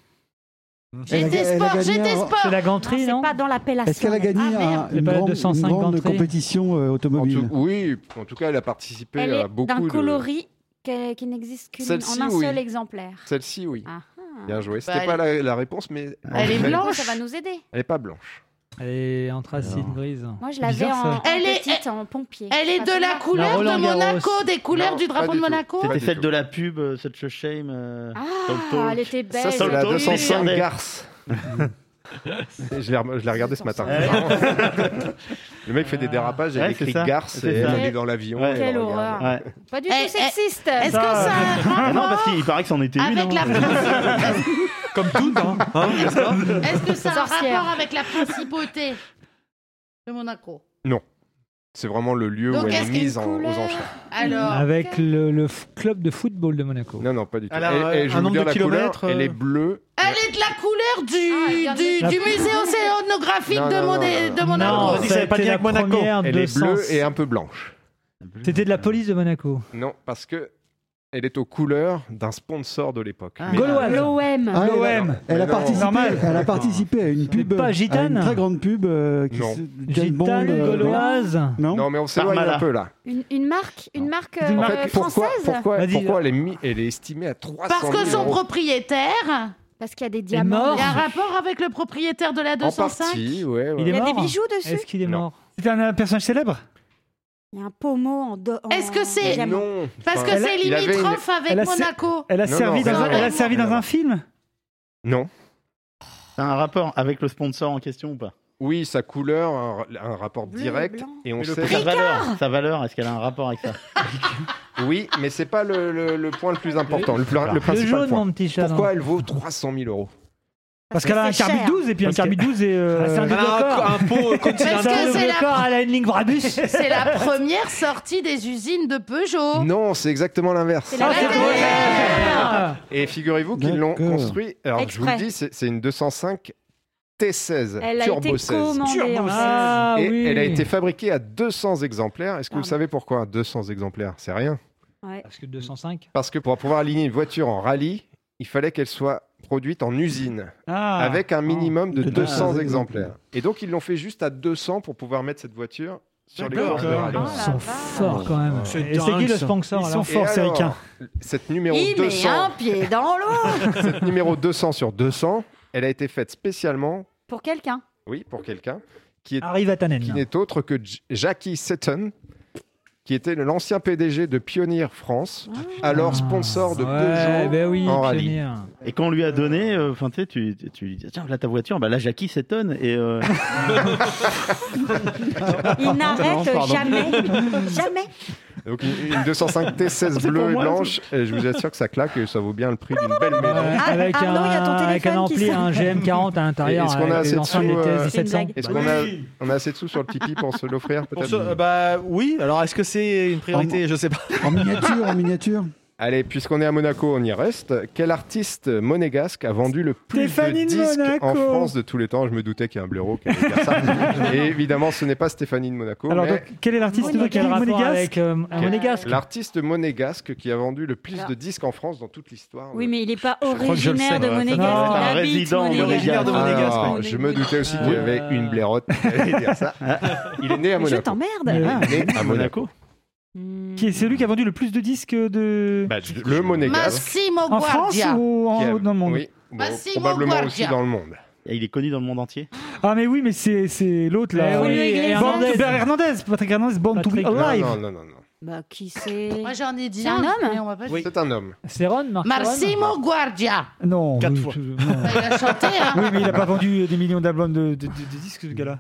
Speaker 2: GT Sport, GT Sport.
Speaker 1: C'est la
Speaker 6: Ah,
Speaker 1: ganterie, non,
Speaker 4: Pas dans l'appellation.
Speaker 3: Est-ce qu'elle a gagné
Speaker 4: Ah,
Speaker 3: un-
Speaker 4: merde.
Speaker 3: une,
Speaker 1: pas la
Speaker 3: grande,
Speaker 1: 205
Speaker 3: une grande
Speaker 1: d'entrée
Speaker 3: compétition euh, automobile
Speaker 7: Oui, en tout cas, elle a participé
Speaker 4: Elle
Speaker 7: à
Speaker 4: est
Speaker 7: euh, beaucoup
Speaker 4: d'un
Speaker 7: de...
Speaker 4: coloris qu'elle- qui n'existe qu'en
Speaker 7: Celle-ci,
Speaker 4: un
Speaker 7: oui.
Speaker 4: seul exemplaire.
Speaker 7: Celle-ci, oui.
Speaker 4: Ah, ah.
Speaker 7: Bien joué.
Speaker 4: Bah,
Speaker 7: C'était pas la, la réponse, mais.
Speaker 4: Elle est
Speaker 7: Elle-
Speaker 4: blanche. Ça va nous aider.
Speaker 7: Elle est pas blanche.
Speaker 1: Elle est anthracite grise.
Speaker 4: Moi, je l'avais en, en
Speaker 2: Elle est-
Speaker 4: petite, en pompier.
Speaker 2: Elle est
Speaker 4: Ah,
Speaker 2: de
Speaker 4: c'est
Speaker 2: la
Speaker 4: marrant.
Speaker 2: couleur de
Speaker 1: Roland-Garros.
Speaker 2: Monaco, des couleurs
Speaker 1: Non,
Speaker 2: du drapeau
Speaker 1: pas
Speaker 2: de
Speaker 1: du tout.
Speaker 2: Monaco.
Speaker 10: C'était
Speaker 1: Pas
Speaker 10: celle
Speaker 1: du
Speaker 10: de la pub, euh, Such a Shame. euh, Talk
Speaker 4: Ah,
Speaker 10: Talk.
Speaker 4: elle était belle.
Speaker 10: Ça, c'est la
Speaker 7: la
Speaker 10: 205
Speaker 7: 205
Speaker 10: Garce.
Speaker 7: garce. je l'ai rem- je l'ai regardé ce matin.
Speaker 10: Ouais.
Speaker 7: Le mec fait des dérapages,
Speaker 10: Ouais,
Speaker 7: elle
Speaker 10: c'est
Speaker 7: écrit
Speaker 10: ça,
Speaker 7: garce
Speaker 10: c'est
Speaker 7: et
Speaker 10: ça.
Speaker 7: elle est dans l'avion.
Speaker 10: Ouais.
Speaker 7: et
Speaker 4: Quelle
Speaker 7: elle regarde.
Speaker 4: horreur.
Speaker 10: Ouais.
Speaker 4: Pas du tout sexiste.
Speaker 2: Eh, Est-ce que ça a
Speaker 10: Ah
Speaker 2: un
Speaker 10: non, parce
Speaker 2: rapport
Speaker 10: qu'il paraît que c'en était une.
Speaker 2: avec la
Speaker 10: hein.
Speaker 9: Comme tout, hein, hein, n'est-ce pas
Speaker 2: Est-ce que ça a un
Speaker 4: Sorcière.
Speaker 2: rapport avec la principauté de Monaco
Speaker 7: Non. C'est vraiment le lieu
Speaker 2: Donc,
Speaker 7: où elle
Speaker 2: est-ce
Speaker 7: est
Speaker 2: qu'il y a
Speaker 7: mise
Speaker 2: une
Speaker 7: en- aux
Speaker 2: couleur
Speaker 7: enchères.
Speaker 2: Alors,
Speaker 1: Avec le, le f- club de football de Monaco.
Speaker 7: Non, non, pas du tout.
Speaker 9: Elle a,
Speaker 7: Et- et
Speaker 9: euh,
Speaker 7: je
Speaker 9: un
Speaker 7: vais vous
Speaker 9: nombre
Speaker 7: dire
Speaker 9: de
Speaker 7: la couleur,
Speaker 9: kilomètres, euh,
Speaker 7: elle est bleue.
Speaker 2: elle est de la couleur
Speaker 4: Ah,
Speaker 2: du,
Speaker 4: regardez.
Speaker 2: du, du musée océanographique
Speaker 7: Non,
Speaker 2: de,
Speaker 7: non,
Speaker 2: Moné-
Speaker 7: non, non,
Speaker 2: de
Speaker 7: non.
Speaker 2: Monaco.
Speaker 9: dit que ça avait pas de lien avec Monaco.
Speaker 7: Elle est bleue et un peu blanche.
Speaker 1: C'était de la police de Monaco.
Speaker 7: Non, parce que elle est aux couleurs d'un sponsor de l'époque. Mais-
Speaker 1: Gauloise.
Speaker 4: L'OM.
Speaker 3: Ah, elle a-
Speaker 1: L'OM.
Speaker 3: Elle, a
Speaker 7: Mais non.
Speaker 3: participé,
Speaker 1: Normal.
Speaker 3: elle a participé à une pub, euh,
Speaker 1: pas
Speaker 3: à
Speaker 1: gitane.
Speaker 3: une très grande pub euh, qui
Speaker 7: Non.
Speaker 3: se- James Bond,
Speaker 1: Gitane,
Speaker 3: euh,
Speaker 1: gauloise.
Speaker 3: non,
Speaker 7: Non, mais on s'éloigne
Speaker 10: Parmalat.
Speaker 7: un peu là.
Speaker 4: Une, une marque, une marque,
Speaker 7: En
Speaker 4: euh,
Speaker 7: fait, pourquoi,
Speaker 4: française
Speaker 7: pourquoi,
Speaker 1: Vas-y.
Speaker 4: euh,
Speaker 7: pourquoi elle, est mi- elle est estimée à 300
Speaker 2: Parce
Speaker 7: 000
Speaker 2: que son
Speaker 7: euros
Speaker 2: propriétaire,
Speaker 4: Parce qu'il y a des
Speaker 1: est
Speaker 4: diamants.
Speaker 1: mort.
Speaker 2: il y a un rapport avec le propriétaire de la
Speaker 7: En
Speaker 2: 205
Speaker 7: partie, ouais. ouais.
Speaker 1: Il est
Speaker 4: Il y a
Speaker 1: mort.
Speaker 4: des bijoux dessus.
Speaker 1: Est-ce qu'il est
Speaker 7: Non.
Speaker 1: mort
Speaker 5: C'était un, un personnage célèbre
Speaker 4: Il y a un pommeau en dos.
Speaker 2: Est-ce que c'est-
Speaker 7: Non.
Speaker 2: Parce que
Speaker 7: Enfin,
Speaker 2: c'est
Speaker 7: il avait une-
Speaker 2: limitrophe
Speaker 5: elle a
Speaker 2: avec
Speaker 5: ses-
Speaker 2: Monaco.
Speaker 5: Elle a
Speaker 7: Non,
Speaker 5: servi,
Speaker 7: non,
Speaker 5: dans,
Speaker 7: non,
Speaker 5: un, elle a
Speaker 7: non.
Speaker 5: servi dans
Speaker 7: Non.
Speaker 5: un film
Speaker 7: Non.
Speaker 10: T'as un rapport avec le sponsor en question ou pas
Speaker 7: Oui, sa couleur, un, un rapport
Speaker 4: Bleu et
Speaker 7: direct,
Speaker 4: blanc.
Speaker 7: et on
Speaker 10: Mais le-
Speaker 7: sait.
Speaker 10: Sa valeur, sa valeur, est-ce qu'elle a un rapport avec ça
Speaker 7: Oui, mais c'est pas le, le- le point le plus important, le, pla- le
Speaker 1: Le
Speaker 7: principal
Speaker 1: jaune,
Speaker 7: point.
Speaker 1: mon petit chat.
Speaker 7: Pourquoi elle vaut 300 000 euros
Speaker 5: Parce qu'elle a un
Speaker 4: c'est
Speaker 5: carbide
Speaker 4: cher.
Speaker 5: 12 et puis un carbide 12 et. euh,
Speaker 1: Ah, c'est un
Speaker 9: Elle a un, un
Speaker 2: Parce
Speaker 9: pot
Speaker 1: Ça,
Speaker 2: que
Speaker 1: le
Speaker 2: c'est
Speaker 1: vieux
Speaker 2: la,
Speaker 1: corps, elle a une ligne Brabus.
Speaker 2: c'est la première sortie des usines de Peugeot.
Speaker 7: Non, c'est exactement l'inverse.
Speaker 4: C'est la
Speaker 1: Ah, c'est
Speaker 4: marque.
Speaker 7: Et figurez-vous qu'ils l'ont
Speaker 3: D'accord.
Speaker 7: construit. Alors, je vous le
Speaker 4: Exprès.
Speaker 7: dis, c'est c'est une 205 T16
Speaker 4: Elle a
Speaker 7: Turbo
Speaker 4: été
Speaker 7: 16.
Speaker 4: commandée. en
Speaker 1: Ah
Speaker 7: et
Speaker 1: oui.
Speaker 7: elle a été fabriquée à 200 exemplaires. Est-ce que vous
Speaker 4: Pardon.
Speaker 7: savez pourquoi 200 exemplaires C'est rien.
Speaker 4: Ouais.
Speaker 1: Parce que 205.
Speaker 7: Parce que pour pouvoir aligner une voiture en rallye, il fallait qu'elle soit produite en usine
Speaker 5: Ah.
Speaker 7: avec un minimum de
Speaker 3: De
Speaker 7: 200
Speaker 3: 200
Speaker 7: exemplaires. Et donc ils l'ont fait juste à 200 pour pouvoir mettre cette voiture sur les
Speaker 5: D'accord.
Speaker 7: courses de rallye.
Speaker 4: Oh
Speaker 1: Ils
Speaker 4: la
Speaker 1: sont
Speaker 4: vache.
Speaker 1: forts quand même.
Speaker 9: C'est
Speaker 1: Et c'est
Speaker 9: dingue,
Speaker 1: qui le
Speaker 9: ça.
Speaker 1: sponsor
Speaker 5: Ils
Speaker 1: alors
Speaker 5: sont
Speaker 7: Et
Speaker 5: forts, ces
Speaker 7: alors,
Speaker 5: Ricains.
Speaker 7: Cette numéro
Speaker 4: Il met
Speaker 7: 200
Speaker 4: un pied dans l'eau
Speaker 7: cette numéro 200 sur 200, elle a été faite spécialement,
Speaker 4: pour quelqu'un.
Speaker 7: oui, pour quelqu'un, qui est
Speaker 1: Arrive à
Speaker 7: qui
Speaker 1: Tannen.
Speaker 7: n'est autre que J- Jackie Seton, qui était le- l'ancien PDG de Pioneer France,
Speaker 10: Ah.
Speaker 7: alors sponsor de
Speaker 1: Ouais,
Speaker 7: Peugeot.
Speaker 1: ben oui,
Speaker 7: en rallye.
Speaker 1: pionnier.
Speaker 10: Et quand on lui a donné, euh, enfin tu sais, tu, tu- tu lui dis tiens là ta voiture, bah là Jackie s'étonne et euh,
Speaker 4: Il n'arrête
Speaker 6: Ah,
Speaker 10: pardon.
Speaker 4: jamais. Jamais.
Speaker 7: Donc une, une 205T 16
Speaker 1: C'est pour
Speaker 7: bleue et
Speaker 1: moi,
Speaker 7: blanche, et je vous assure que ça claque et ça vaut bien le prix d'une belle maison.
Speaker 1: avec un,
Speaker 7: Ah, Arnaud, il y a ton
Speaker 1: avec un
Speaker 7: téléphone qui
Speaker 1: ampli,
Speaker 7: sonne.
Speaker 1: un GM40 à
Speaker 7: Et
Speaker 1: l'intérieur.
Speaker 7: Est-ce qu'on a
Speaker 1: avec
Speaker 7: assez de
Speaker 1: les
Speaker 7: sous
Speaker 1: amplis, les
Speaker 7: euh,
Speaker 1: TS 700.
Speaker 7: Est-ce qu'on a, on a assez de sous sur le Tipeee pour se l'offrir
Speaker 9: Pour
Speaker 7: peut-être
Speaker 9: ce- euh, bah oui, alors est-ce que c'est une priorité Je sais pas.
Speaker 3: En miniature, en miniature.
Speaker 7: Allez, puisqu'on est à Monaco, on y reste. Quel artiste monégasque a vendu le plus
Speaker 5: Stéphanie
Speaker 7: de
Speaker 5: de
Speaker 7: disques
Speaker 5: Monaco.
Speaker 7: en France de tous les temps Je me doutais qu'il y a un blaireau qui allait dire ça. Et évidemment, ce n'est pas Stéphanie de Monaco.
Speaker 5: Alors,
Speaker 7: mais
Speaker 5: donc, quel est l'artiste
Speaker 1: Monégasque.
Speaker 5: qui est
Speaker 1: Quel rapport
Speaker 5: monégasque
Speaker 1: avec, euh, un
Speaker 7: quel-
Speaker 1: monégasque
Speaker 7: L'artiste monégasque qui a vendu le plus
Speaker 4: Alors.
Speaker 7: de disques en France dans toute l'histoire.
Speaker 4: Oui, mais il n'est pas
Speaker 7: crois que je le
Speaker 4: originaire
Speaker 7: sais.
Speaker 4: de
Speaker 7: Ouais, ça
Speaker 4: Monégasque.
Speaker 7: doit
Speaker 4: il
Speaker 7: être un
Speaker 4: habite
Speaker 7: résident
Speaker 4: Ah, Monégasque.
Speaker 7: originaire de Monégasque.
Speaker 4: Ah,
Speaker 7: je me doutais aussi qu'il y avait une blairotte qui allait dire ça. Il est né à
Speaker 4: Je
Speaker 7: Monaco.
Speaker 4: t'emmerde.
Speaker 7: Il
Speaker 4: Ah.
Speaker 7: est né à Monaco.
Speaker 1: Hmm.
Speaker 5: Qui est celui qui a vendu le plus de disques de.
Speaker 7: Bah, le monégasque.
Speaker 2: Massimo
Speaker 5: En France
Speaker 2: Guardia.
Speaker 5: ou en
Speaker 7: Qui a-
Speaker 5: haut dans le monde
Speaker 7: Oui, bon,
Speaker 2: Massimo
Speaker 7: probablement
Speaker 2: Guardia.
Speaker 7: aussi dans le monde.
Speaker 10: Et il est connu dans le monde entier.
Speaker 5: Ah, mais oui, mais c'est c'est l'autre là.
Speaker 1: Eh oui, et
Speaker 5: Born to-
Speaker 1: Hernandez.
Speaker 5: Hernandez. Patrick Hernandez, Born to be
Speaker 1: Patrick.
Speaker 5: Alive.
Speaker 7: Non, non, non, non.
Speaker 4: Bah, qui c'est
Speaker 2: Moi j'en ai dit
Speaker 4: C'est un homme
Speaker 2: mais on va pas-
Speaker 7: C'est un homme.
Speaker 1: C'est Ron, Marc Ron
Speaker 2: Massimo Guardia.
Speaker 5: Non,
Speaker 9: Quatre
Speaker 5: oui,
Speaker 9: fois.
Speaker 5: je- non.
Speaker 2: Bah, il a chanté, hein.
Speaker 5: oui, mais il a pas vendu des millions d'albums de, de- de- de disques, ce gars-là.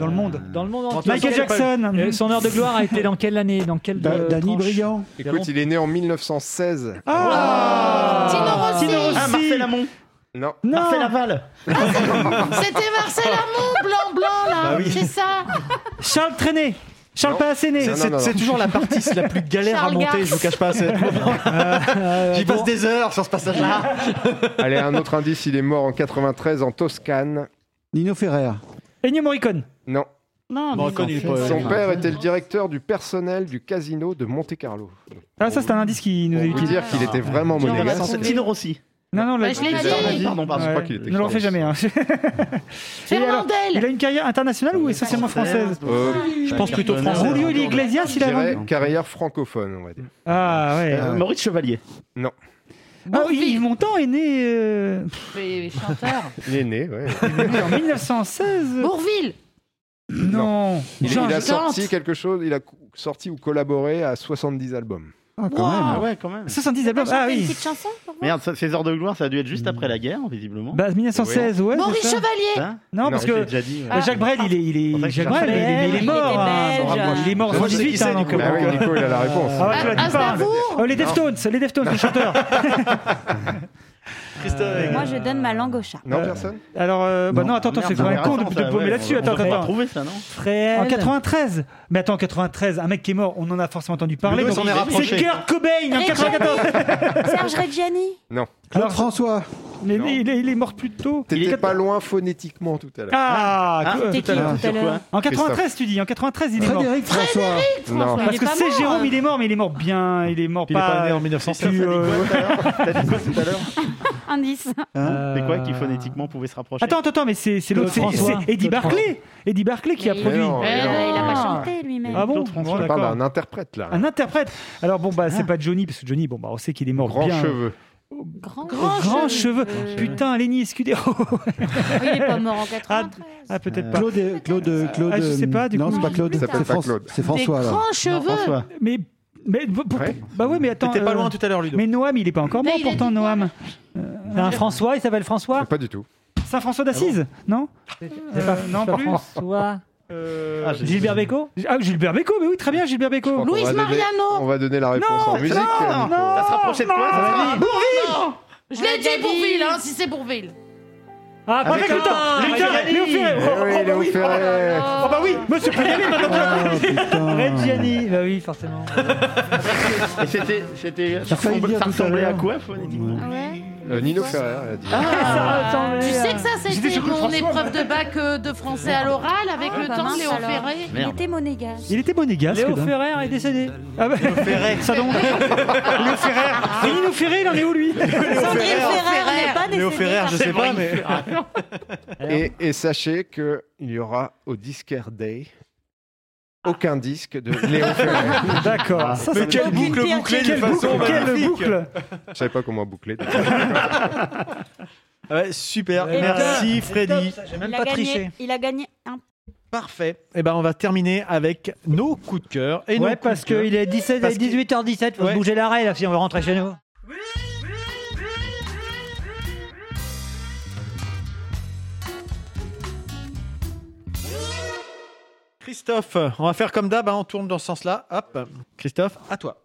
Speaker 5: Dans le monde.
Speaker 1: Euh, Dans le monde
Speaker 5: Michael
Speaker 1: entier.
Speaker 5: Michael Jackson.
Speaker 1: Euh, Son heure de gloire a été dans quelle année Dans quelle
Speaker 3: Da-
Speaker 1: euh,
Speaker 3: Danny
Speaker 1: tranche
Speaker 3: Brillant.
Speaker 7: Écoute, il est né en 1916.
Speaker 5: Ah
Speaker 2: Ah, Tino Rossi.
Speaker 5: Tino Rossi.
Speaker 10: Ah, Marcel Amont
Speaker 7: Non.
Speaker 5: Non.
Speaker 10: Marcel Aval
Speaker 2: C'était Marcel Amont, blanc blanc là,
Speaker 9: Bah oui.
Speaker 2: c'est ça.
Speaker 5: Charles Trenet. Charles
Speaker 7: Non.
Speaker 5: Passéné.
Speaker 9: C'est-
Speaker 7: non,
Speaker 9: C'est
Speaker 7: non.
Speaker 9: c'est toujours la partie la plus galère à
Speaker 2: Charles
Speaker 9: monter,
Speaker 2: Garce.
Speaker 9: je vous cache pas. c'est- Euh, J'y passe des heures sur ce passage-là.
Speaker 7: Allez, un autre indice, il est mort en 93 en Toscane.
Speaker 3: Nino Ferrer.
Speaker 5: Ennio Morricone.
Speaker 7: Non.
Speaker 2: Non,
Speaker 9: Bon,
Speaker 2: mais
Speaker 9: Connie,
Speaker 2: en fait,
Speaker 9: pas-
Speaker 2: ça-
Speaker 7: Son père était le directeur du personnel du casino de Monte-Carlo.
Speaker 5: Ah, ça, c'est un indice qui nous est
Speaker 7: On peut
Speaker 5: utile.
Speaker 7: dire qu'il était vraiment
Speaker 10: Non,
Speaker 7: monégasque.
Speaker 10: c'est Tino Rossi.
Speaker 5: Non, non,
Speaker 2: Bah,
Speaker 5: le-
Speaker 2: je l'ai
Speaker 10: Ah,
Speaker 2: dit.
Speaker 10: Pardon, pardon.
Speaker 7: je
Speaker 5: Ouais.
Speaker 7: crois qu'il était
Speaker 5: Ne le refais
Speaker 7: clair.
Speaker 5: jamais. hein. Et alors, il a
Speaker 2: Fernandel. Ah,
Speaker 5: une carrière internationale ou essentiellement française
Speaker 7: Euh,
Speaker 9: Je pense plutôt français.
Speaker 5: Julio Iglesias,
Speaker 7: je
Speaker 5: il a vendu.
Speaker 7: dirais carrière francophone, on va dire.
Speaker 5: Ah ouais.
Speaker 10: Euh, Maurice Chevalier.
Speaker 5: Ah
Speaker 2: Bon,
Speaker 5: oui,
Speaker 2: vite.
Speaker 5: Yves Montand est né euh,
Speaker 2: Mais chanteur.
Speaker 7: Il est né, ouais.
Speaker 5: en 1916.
Speaker 2: Bourville.
Speaker 5: Non.
Speaker 7: Il,
Speaker 5: Jean-
Speaker 7: il a
Speaker 2: Georges
Speaker 7: sorti
Speaker 2: Dante.
Speaker 7: quelque chose, il a co- sorti ou collaboré à 70 albums.
Speaker 3: Ah, quand même.
Speaker 10: ouais, quand même.
Speaker 5: 70 albums.
Speaker 4: Ah
Speaker 5: Ah
Speaker 4: oui. Une
Speaker 5: oui.
Speaker 4: petite chanson pour moi
Speaker 10: Merde, ça- ces heures de gloire, ça a dû être juste après la guerre, visiblement.
Speaker 5: Bah 1916, ouais. c'est
Speaker 2: Maurice
Speaker 5: ça.
Speaker 2: Chevalier.
Speaker 10: Hein
Speaker 5: Non, parce
Speaker 10: Je l'ai
Speaker 5: que
Speaker 10: déjà dit. ouais. Ah,
Speaker 5: euh, Jacques Brel, il est, il
Speaker 10: Pour ça
Speaker 5: est,
Speaker 10: que
Speaker 5: Jacques
Speaker 10: je
Speaker 5: Brel, il est, il est
Speaker 4: cherchais.
Speaker 5: mort.
Speaker 4: Il était
Speaker 5: hein.
Speaker 4: belge.
Speaker 5: Il est mort en
Speaker 7: Je sais qui
Speaker 5: 18, hein,
Speaker 9: c'est,
Speaker 5: donc.
Speaker 9: Nico.
Speaker 7: Bah
Speaker 5: donc,
Speaker 7: oui,
Speaker 5: euh,
Speaker 7: Nico, il a la réponse.
Speaker 5: Ah ouais, tu l'as dit pas. hein.
Speaker 2: Aznavour.
Speaker 5: Oh, les Deftones, les Deftones, les chanteurs.
Speaker 4: Moi, je donne ma langue au chat.
Speaker 7: Non,
Speaker 5: Euh,
Speaker 7: personne
Speaker 5: Alors, euh, bah
Speaker 3: Non.
Speaker 5: non, attends, attends, c'est quand même con de, de paumer là-dessus. Attends,
Speaker 10: on peut pas
Speaker 5: attends.
Speaker 10: trouver ça, non
Speaker 1: Fréhel.
Speaker 5: En 93 Mais attends, 93, un mec qui est mort, on en a forcément entendu parler.
Speaker 9: Ludo
Speaker 5: donc-
Speaker 9: s'en est
Speaker 5: C'est
Speaker 9: rapproché.
Speaker 5: Kurt Cobain en
Speaker 4: Reggiani.
Speaker 5: 94
Speaker 4: Serge Reggiani
Speaker 3: Claude
Speaker 5: Alors,
Speaker 3: François.
Speaker 5: Mais
Speaker 7: Non.
Speaker 5: il est, il est mort plus tôt.
Speaker 7: T'étais
Speaker 5: Quatre-
Speaker 7: pas loin phonétiquement tout à l'heure.
Speaker 5: Ah,
Speaker 10: Ah,
Speaker 5: que-
Speaker 4: C'était qui
Speaker 3: l'heure.
Speaker 4: tout à l'heure
Speaker 5: En 93, tu dis. En 93, il est mort.
Speaker 3: Frédéric François.
Speaker 7: non.
Speaker 4: François.
Speaker 5: Parce
Speaker 4: Il
Speaker 5: que
Speaker 4: est pas
Speaker 5: c'est
Speaker 4: mort,
Speaker 5: Jérôme,
Speaker 4: hein.
Speaker 5: il est mort, mais il est mort bien. Il est mort
Speaker 9: Il est pas né en
Speaker 5: tu,
Speaker 9: 1916.
Speaker 5: euh,
Speaker 10: T'as dit quoi tout à l'heure
Speaker 4: Indice.
Speaker 10: C'est quoi qui phonétiquement pouvait se rapprocher
Speaker 5: Attends, attends, attends, mais c'est c'est l'autre, c'est
Speaker 1: François.
Speaker 5: c'est Eddie
Speaker 1: Claude
Speaker 5: Barclay. Eddie Barclay qui a
Speaker 4: Mais
Speaker 5: produit.
Speaker 7: non,
Speaker 4: Il
Speaker 7: mais non.
Speaker 4: a pas
Speaker 5: Ah.
Speaker 4: chanté lui-même.
Speaker 5: Ah bon
Speaker 10: Claude François.
Speaker 5: Bon,
Speaker 7: Je parle
Speaker 5: d'accord.
Speaker 7: d'un interprète là.
Speaker 5: Un interprète. Alors bon, bah c'est pas Johnny, parce que Johnny, bon, bah on sait qu'il est mort
Speaker 7: Grand
Speaker 5: bien.
Speaker 7: cheveux.
Speaker 4: Grand,
Speaker 5: Grand cheveux. Putain, Lenny Escudero.
Speaker 2: Oh,
Speaker 4: Il est pas mort en 93.
Speaker 5: ah, peut-être pas.
Speaker 3: Euh, Claude, Claude, Claude, Claude. euh,
Speaker 5: Ah, je sais pas, du
Speaker 3: non,
Speaker 5: coup.
Speaker 3: c'est pas Claude.
Speaker 7: Ça
Speaker 3: C'est
Speaker 7: s'appelle pas
Speaker 3: Fran-
Speaker 7: Claude.
Speaker 3: C'est
Speaker 2: Des
Speaker 3: François. alors.
Speaker 2: grands cheveux.
Speaker 10: François.
Speaker 5: Mais, mais, pour- pour-
Speaker 7: Ouais.
Speaker 5: bah oui, mais attends.
Speaker 9: T'étais pas
Speaker 5: euh,
Speaker 9: loin tout à l'heure, Ludo.
Speaker 5: Mais Noam, il est pas encore
Speaker 2: Mais
Speaker 5: mort
Speaker 2: il a
Speaker 5: pourtant,
Speaker 2: dit quoi,
Speaker 5: Noam.
Speaker 1: C'est un François, il s'appelle François
Speaker 7: Euh, Pas du tout.
Speaker 5: Saint François d'Assise, non Euh,
Speaker 1: C'est pas-
Speaker 5: non,
Speaker 1: c'est pas
Speaker 5: plus.
Speaker 1: François.
Speaker 10: Ah, j'ai-
Speaker 1: Gilbert Bécaud
Speaker 5: Ah, Gilbert Bécaud, mais oui, très bien, Gilbert Bécaud.
Speaker 2: Louise
Speaker 7: On va donner-
Speaker 2: Mariano.
Speaker 7: On va donner la réponse en musique. euh, Nico.
Speaker 10: Ça se rapprochait de quoi ça
Speaker 2: Je l'ai dit Bourville, hein, si c'est Bourville.
Speaker 1: Ah,
Speaker 5: Avec,
Speaker 1: putain.
Speaker 5: le temps Léo Ferré Léo Ferré
Speaker 7: Eh
Speaker 5: oh,
Speaker 7: oui,
Speaker 5: oh, bah
Speaker 7: Léo
Speaker 5: oui.
Speaker 7: Ferré.
Speaker 5: Oh bah oui, monsieur Pagani,
Speaker 3: Oh,
Speaker 5: maintenant que-
Speaker 1: Reggiani, bah oui, forcément.
Speaker 10: Et c'était. c'était- Ça
Speaker 3: failli
Speaker 10: ressemblait
Speaker 3: dire
Speaker 10: ça
Speaker 3: tout à
Speaker 10: ressemblait à
Speaker 3: l'heure.
Speaker 10: quoi phonétiquement
Speaker 7: Euh, Nino Ferrer. elle a dit.
Speaker 1: Ah,
Speaker 2: Tu sais que ça,
Speaker 5: J'étais
Speaker 2: c'était
Speaker 5: sur Claude
Speaker 2: mon
Speaker 5: François,
Speaker 2: épreuve de bac euh, de français à l'oral avec
Speaker 4: Ah,
Speaker 2: le
Speaker 4: bah
Speaker 2: temps
Speaker 4: mince
Speaker 2: Léo
Speaker 4: alors.
Speaker 2: Ferré.
Speaker 4: Il était monégasque.
Speaker 5: Il était monégasque.
Speaker 1: Léo
Speaker 5: dingue.
Speaker 1: Ferrer est décédé.
Speaker 5: Ah bah, ça donc Léo Ferrer Et Nino Ferrer, il en est où lui
Speaker 4: Sandrine Ferrer n'est
Speaker 2: Ferrer.
Speaker 4: pas
Speaker 9: Léo
Speaker 4: décédée.
Speaker 9: Ferrer, je sais pas, mais.
Speaker 7: Et, et sachez qu'il y aura au Disquaire Day aucun disque de Ah. Léo Ferrer.
Speaker 5: D'accord. Ça,
Speaker 9: Mais
Speaker 5: c'est-
Speaker 9: quelle
Speaker 4: aucune
Speaker 9: boucle
Speaker 4: pierre
Speaker 9: bouclée
Speaker 4: qui-
Speaker 9: de
Speaker 5: Quelle
Speaker 9: façon
Speaker 5: boucle, quelle
Speaker 9: magnifique.
Speaker 5: boucle
Speaker 7: Je savais pas comment boucler.
Speaker 9: Ah Ouais, super,
Speaker 1: Et
Speaker 9: merci
Speaker 1: top,
Speaker 9: Freddy.
Speaker 1: J'ai même
Speaker 4: Il
Speaker 1: pas
Speaker 4: a,
Speaker 1: triché.
Speaker 4: gagné, il a gagné un
Speaker 9: Parfait. Et ben on va terminer avec nos coups de cœur et nos
Speaker 1: Ouais,
Speaker 9: coups
Speaker 1: parce
Speaker 9: de cœur.
Speaker 1: qu'il est 17
Speaker 9: Parce que-
Speaker 1: 18h17, faut
Speaker 9: Ouais.
Speaker 1: se bouger l'arrêt là si on veut rentrer chez nous.
Speaker 9: Christophe, on va faire comme d'hab, hein, on tourne dans ce sens-là. Hop, Christophe, à toi.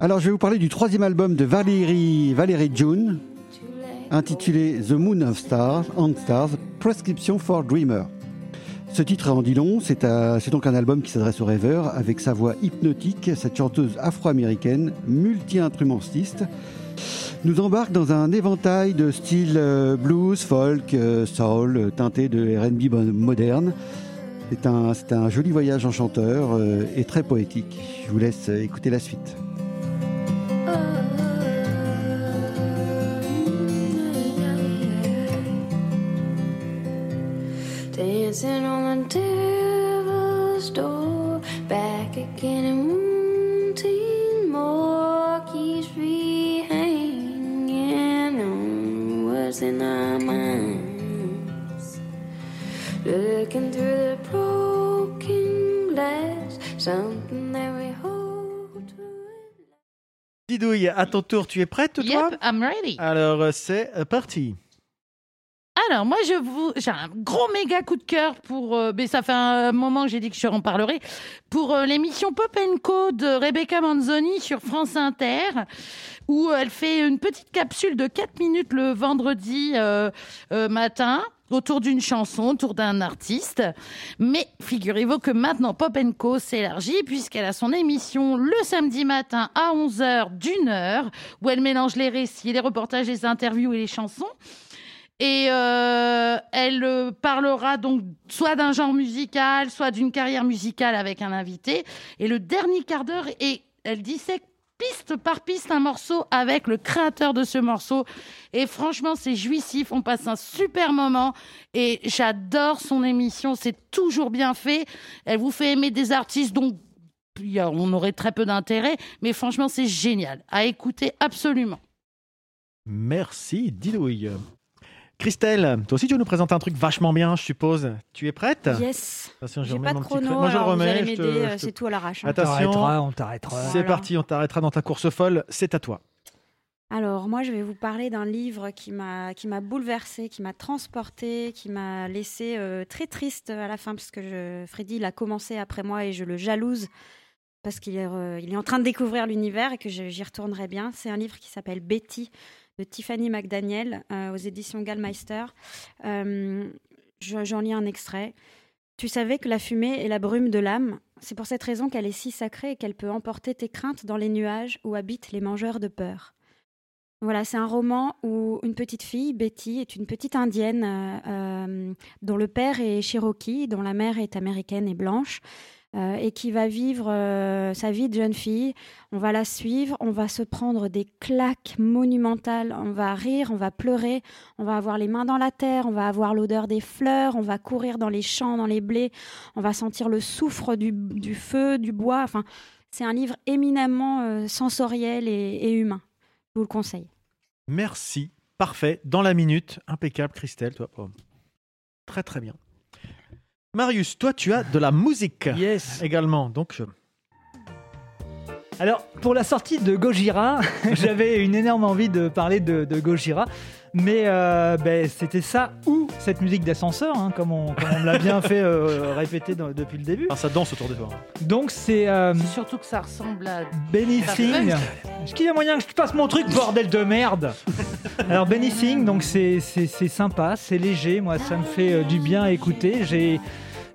Speaker 3: Alors, je vais vous parler du troisième album de Valérie, Valérie June, intitulé The Moon of Stars, on Stars, Prescription for Dreamer. Ce titre en dit long, c'est un- c'est donc un album qui s'adresse aux rêveurs avec sa voix hypnotique, cette chanteuse afro-américaine, multi-instrumentiste, nous embarque dans un éventail de styles euh, blues, folk, euh, soul, euh, teinté de RB mo- moderne. C'est un, c'est un joli voyage enchanteur euh, et très poétique. Je vous laisse euh, écouter la suite.
Speaker 6: Dancing on the devil's door, back again in wanting more. Keeps me hanging on what's in our minds. Looking through the broken glass, something that we hold.
Speaker 9: Didouille, à ton tour, tu es prête, toi
Speaker 2: Yep, I'm ready.
Speaker 9: Alors, euh, c'est euh, parti.
Speaker 2: Alors, moi, je vous, j'ai un gros méga coup de cœur pour. euh, mais ça fait un moment que j'ai dit que je en parlerai. Pour euh, l'émission Pop Co de Rebecca Manzoni sur France Inter, où elle fait une petite capsule de 4 minutes le vendredi euh, euh, matin autour d'une chanson, autour d'un artiste. Mais figurez-vous que maintenant Pop Co s'élargit puisqu'elle a son émission le samedi matin à 11h d'une heure où elle mélange les récits, les reportages, les interviews et les chansons. Et euh, elle euh, parlera donc soit d'un genre musical, soit d'une carrière musicale avec un invité. Et le dernier quart d'heure, et elle dissèque piste par piste un morceau avec le créateur de ce morceau. Et franchement, c'est jouissif. On passe un super moment. Et j'adore son émission. C'est toujours bien fait. Elle vous fait aimer des artistes dont il y a- on aurait très peu d'intérêt. Mais franchement, c'est génial. À écouter absolument.
Speaker 9: Merci, Didouille. Christelle, toi aussi, tu veux nous présenter un truc vachement bien, je suppose. Tu es prête
Speaker 4: Yes.
Speaker 9: Attention, je
Speaker 4: J'ai
Speaker 9: remets
Speaker 4: pas de
Speaker 9: mon petit
Speaker 4: chrono,
Speaker 9: crayon. Moi, je le
Speaker 4: alors vous
Speaker 9: remets,
Speaker 4: allez
Speaker 9: je te-
Speaker 4: m'aider,
Speaker 9: je
Speaker 4: euh,
Speaker 9: te-
Speaker 4: c'est tout à l'arrache, hein. On
Speaker 9: Attention.
Speaker 4: t'arrêtera, on t'arrêtera.
Speaker 9: C'est
Speaker 4: Voilà.
Speaker 9: parti, on t'arrêtera dans ta course folle. C'est à toi.
Speaker 4: Alors moi, je vais vous parler d'un livre qui m'a qui m'a bouleversé, qui m'a transporté, qui m'a laissé euh, très triste à la fin parce que je, Freddy l'a commencé après moi et je le jalouse parce qu'il est euh, il est en train de découvrir l'univers et que je- j'y retournerai bien. C'est un livre qui s'appelle Betty de Tiffany McDaniel euh, aux éditions Gallmeister. Euh, je- J'en lis un extrait. Tu savais que la fumée est la brume de l'âme. C'est pour cette raison qu'elle est si sacrée et qu'elle peut emporter tes craintes dans les nuages où habitent les mangeurs de peur. Voilà, c'est un roman où une petite fille, Betty, est une petite indienne euh, euh, dont le père est Cherokee, dont la mère est américaine et blanche, euh, et qui va vivre euh, sa vie de jeune fille. On va la suivre, on va se prendre des claques monumentales, on va rire, on va pleurer, on va avoir les mains dans la terre, on va avoir l'odeur des fleurs, on va courir dans les champs, dans les blés, on va sentir le soufre du, du feu, du bois. Enfin, c'est un livre éminemment euh, sensoriel et- et humain. Je vous le conseille.
Speaker 9: Merci. Parfait. Dans la minute. Impeccable, Christelle. Toi, oh. Très, très bien. Marius, toi, tu as de la musique.
Speaker 1: Yes.
Speaker 9: Également. Donc, euh, je-
Speaker 1: Alors, pour la sortie de Gojira, j'avais une énorme envie de parler de, de Gojira. Mais euh, ben, c'était ça ou cette musique d'ascenseur, hein, comme on, comme on me l'a bien fait euh, répéter dans- depuis le début.
Speaker 9: Enfin, ça danse autour de toi.
Speaker 1: Donc c'est euh,
Speaker 2: Surtout que ça ressemble à.
Speaker 1: Benny
Speaker 2: Ça
Speaker 1: Singh.
Speaker 2: fait-
Speaker 1: Est-ce qu'il y a moyen que je te passe mon truc, bordel de merde Alors Benny Singh, donc c'est c'est- c'est sympa, c'est léger, moi ça me fait euh, du bien à écouter. J'ai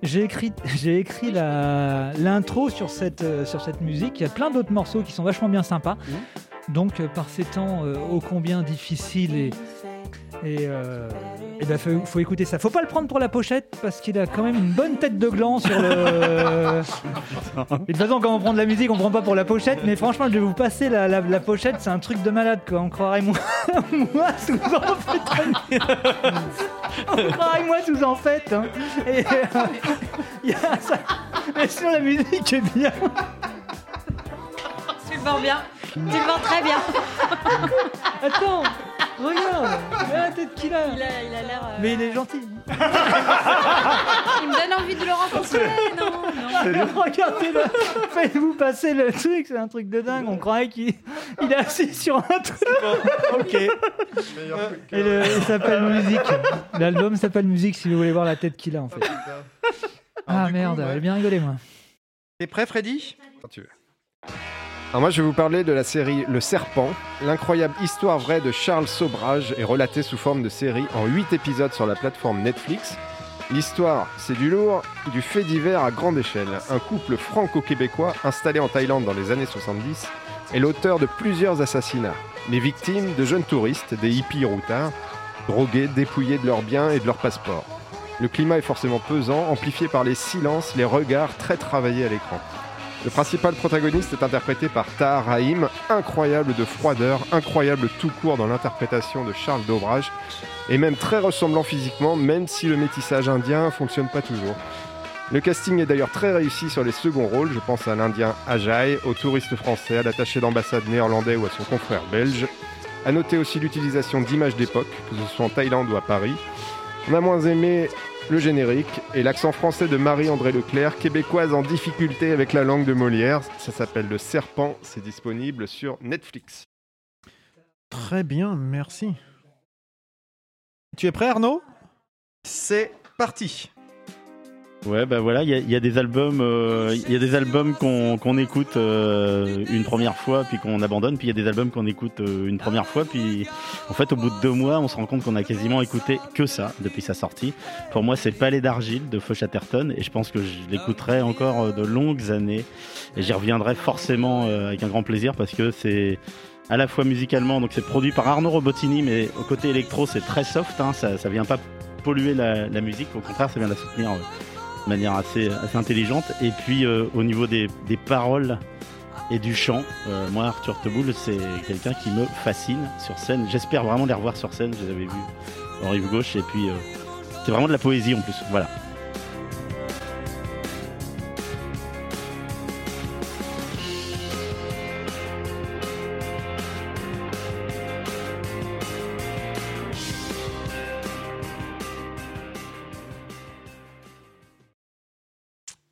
Speaker 1: j'ai écrit, j'ai écrit la- l'intro sur cette, euh, sur cette musique. Il y a plein d'autres morceaux qui sont vachement bien sympas. Donc euh, par ces temps euh, ô combien difficiles et, et, euh, eh ben, faut, faut écouter ça. Faut pas le prendre pour la pochette parce qu'il a quand même une bonne tête de gland sur le. Et de toute façon, quand on prend de la musique, on prend pas pour la pochette. Mais franchement, je vais vous passer la, la- la pochette. C'est un truc de malade, quoi. On croirait moi, moi sous en fête. on croirait moi sous en fête. hein. Et, euh, il y a ça. Mais sinon, la musique est bien.
Speaker 4: Oh, Tu le vends bien. Tu le vends très bien.
Speaker 1: Attends, regarde. la tête qu'il a.
Speaker 4: Il a il a l'air. euh,
Speaker 1: Mais il est gentil.
Speaker 4: Il me donne envie de le rencontrer. Non, non.
Speaker 1: Regardez-le. Faites-vous passer le truc. C'est un truc de dingue. On croirait qu'il il est assis sur un truc.
Speaker 9: Ok.
Speaker 1: Et le- il s'appelle Musique. L'album s'appelle Musique si vous voulez voir la tête qu'il a en fait. Ah merde, j'ai bien rigolé moi.
Speaker 9: T'es prêt, Freddy
Speaker 7: Alors moi, je vais vous parler de la série Le Serpent. L'incroyable histoire vraie de Charles Sobrage est relatée sous forme de série en 8 épisodes sur la plateforme Netflix. L'histoire, c'est du lourd, du fait divers à grande échelle. Un couple franco-québécois installé en Thaïlande dans les années 70 est l'auteur de plusieurs assassinats, mais victime de jeunes touristes, des hippies routards, drogués, dépouillés de leurs biens et de leurs passeports. Le climat est forcément pesant, amplifié par les silences, les regards très travaillés à l'écran. Le principal protagoniste est interprété par Tahar Rahim, incroyable de froideur, incroyable tout court dans l'interprétation de Charles Dobrage, et même très ressemblant physiquement, même si le métissage indien fonctionne pas toujours. Le casting est d'ailleurs très réussi sur les seconds rôles, je pense à l'Indien Ajay, au touriste français, à l'attaché d'ambassade néerlandais ou à son confrère belge. À noter aussi l'utilisation d'images d'époque, que ce soit en Thaïlande ou à Paris. On a moins aimé le générique et l'accent français de Marie-André Leclerc, québécoise en difficulté avec la langue de Molière. Ça s'appelle Le Serpent, c'est disponible sur Netflix.
Speaker 9: Très bien, merci. Tu es prêt, Arnaud C'est parti.
Speaker 10: Ouais, bah voilà, il y, a- il y a des albums, euh, il y a des albums qu'on qu'on écoute euh, une première fois, puis qu'on abandonne, puis il y a des albums qu'on écoute euh, une première fois, puis en fait, au bout de deux mois, on se rend compte qu'on a quasiment écouté que ça depuis sa sortie. Pour moi, c'est Palais d'argile de Feu Chatterton, et je pense que je l'écouterai encore euh, de longues années, et j'y reviendrai forcément euh, avec un grand plaisir parce que c'est à la fois musicalement, donc c'est produit par Arnaud Robotini, mais au côté électro, c'est très soft, hein, ça, ça vient pas polluer la, la musique, au contraire, ça vient la soutenir. euh, de manière assez, assez intelligente. Et puis euh, au niveau des, des paroles et du chant, euh, moi Arthur Teboul, c'est quelqu'un qui me fascine sur scène. J'espère vraiment les revoir sur scène, je les avais vus en rive gauche. Et puis euh, c'est vraiment de la poésie en plus. Voilà.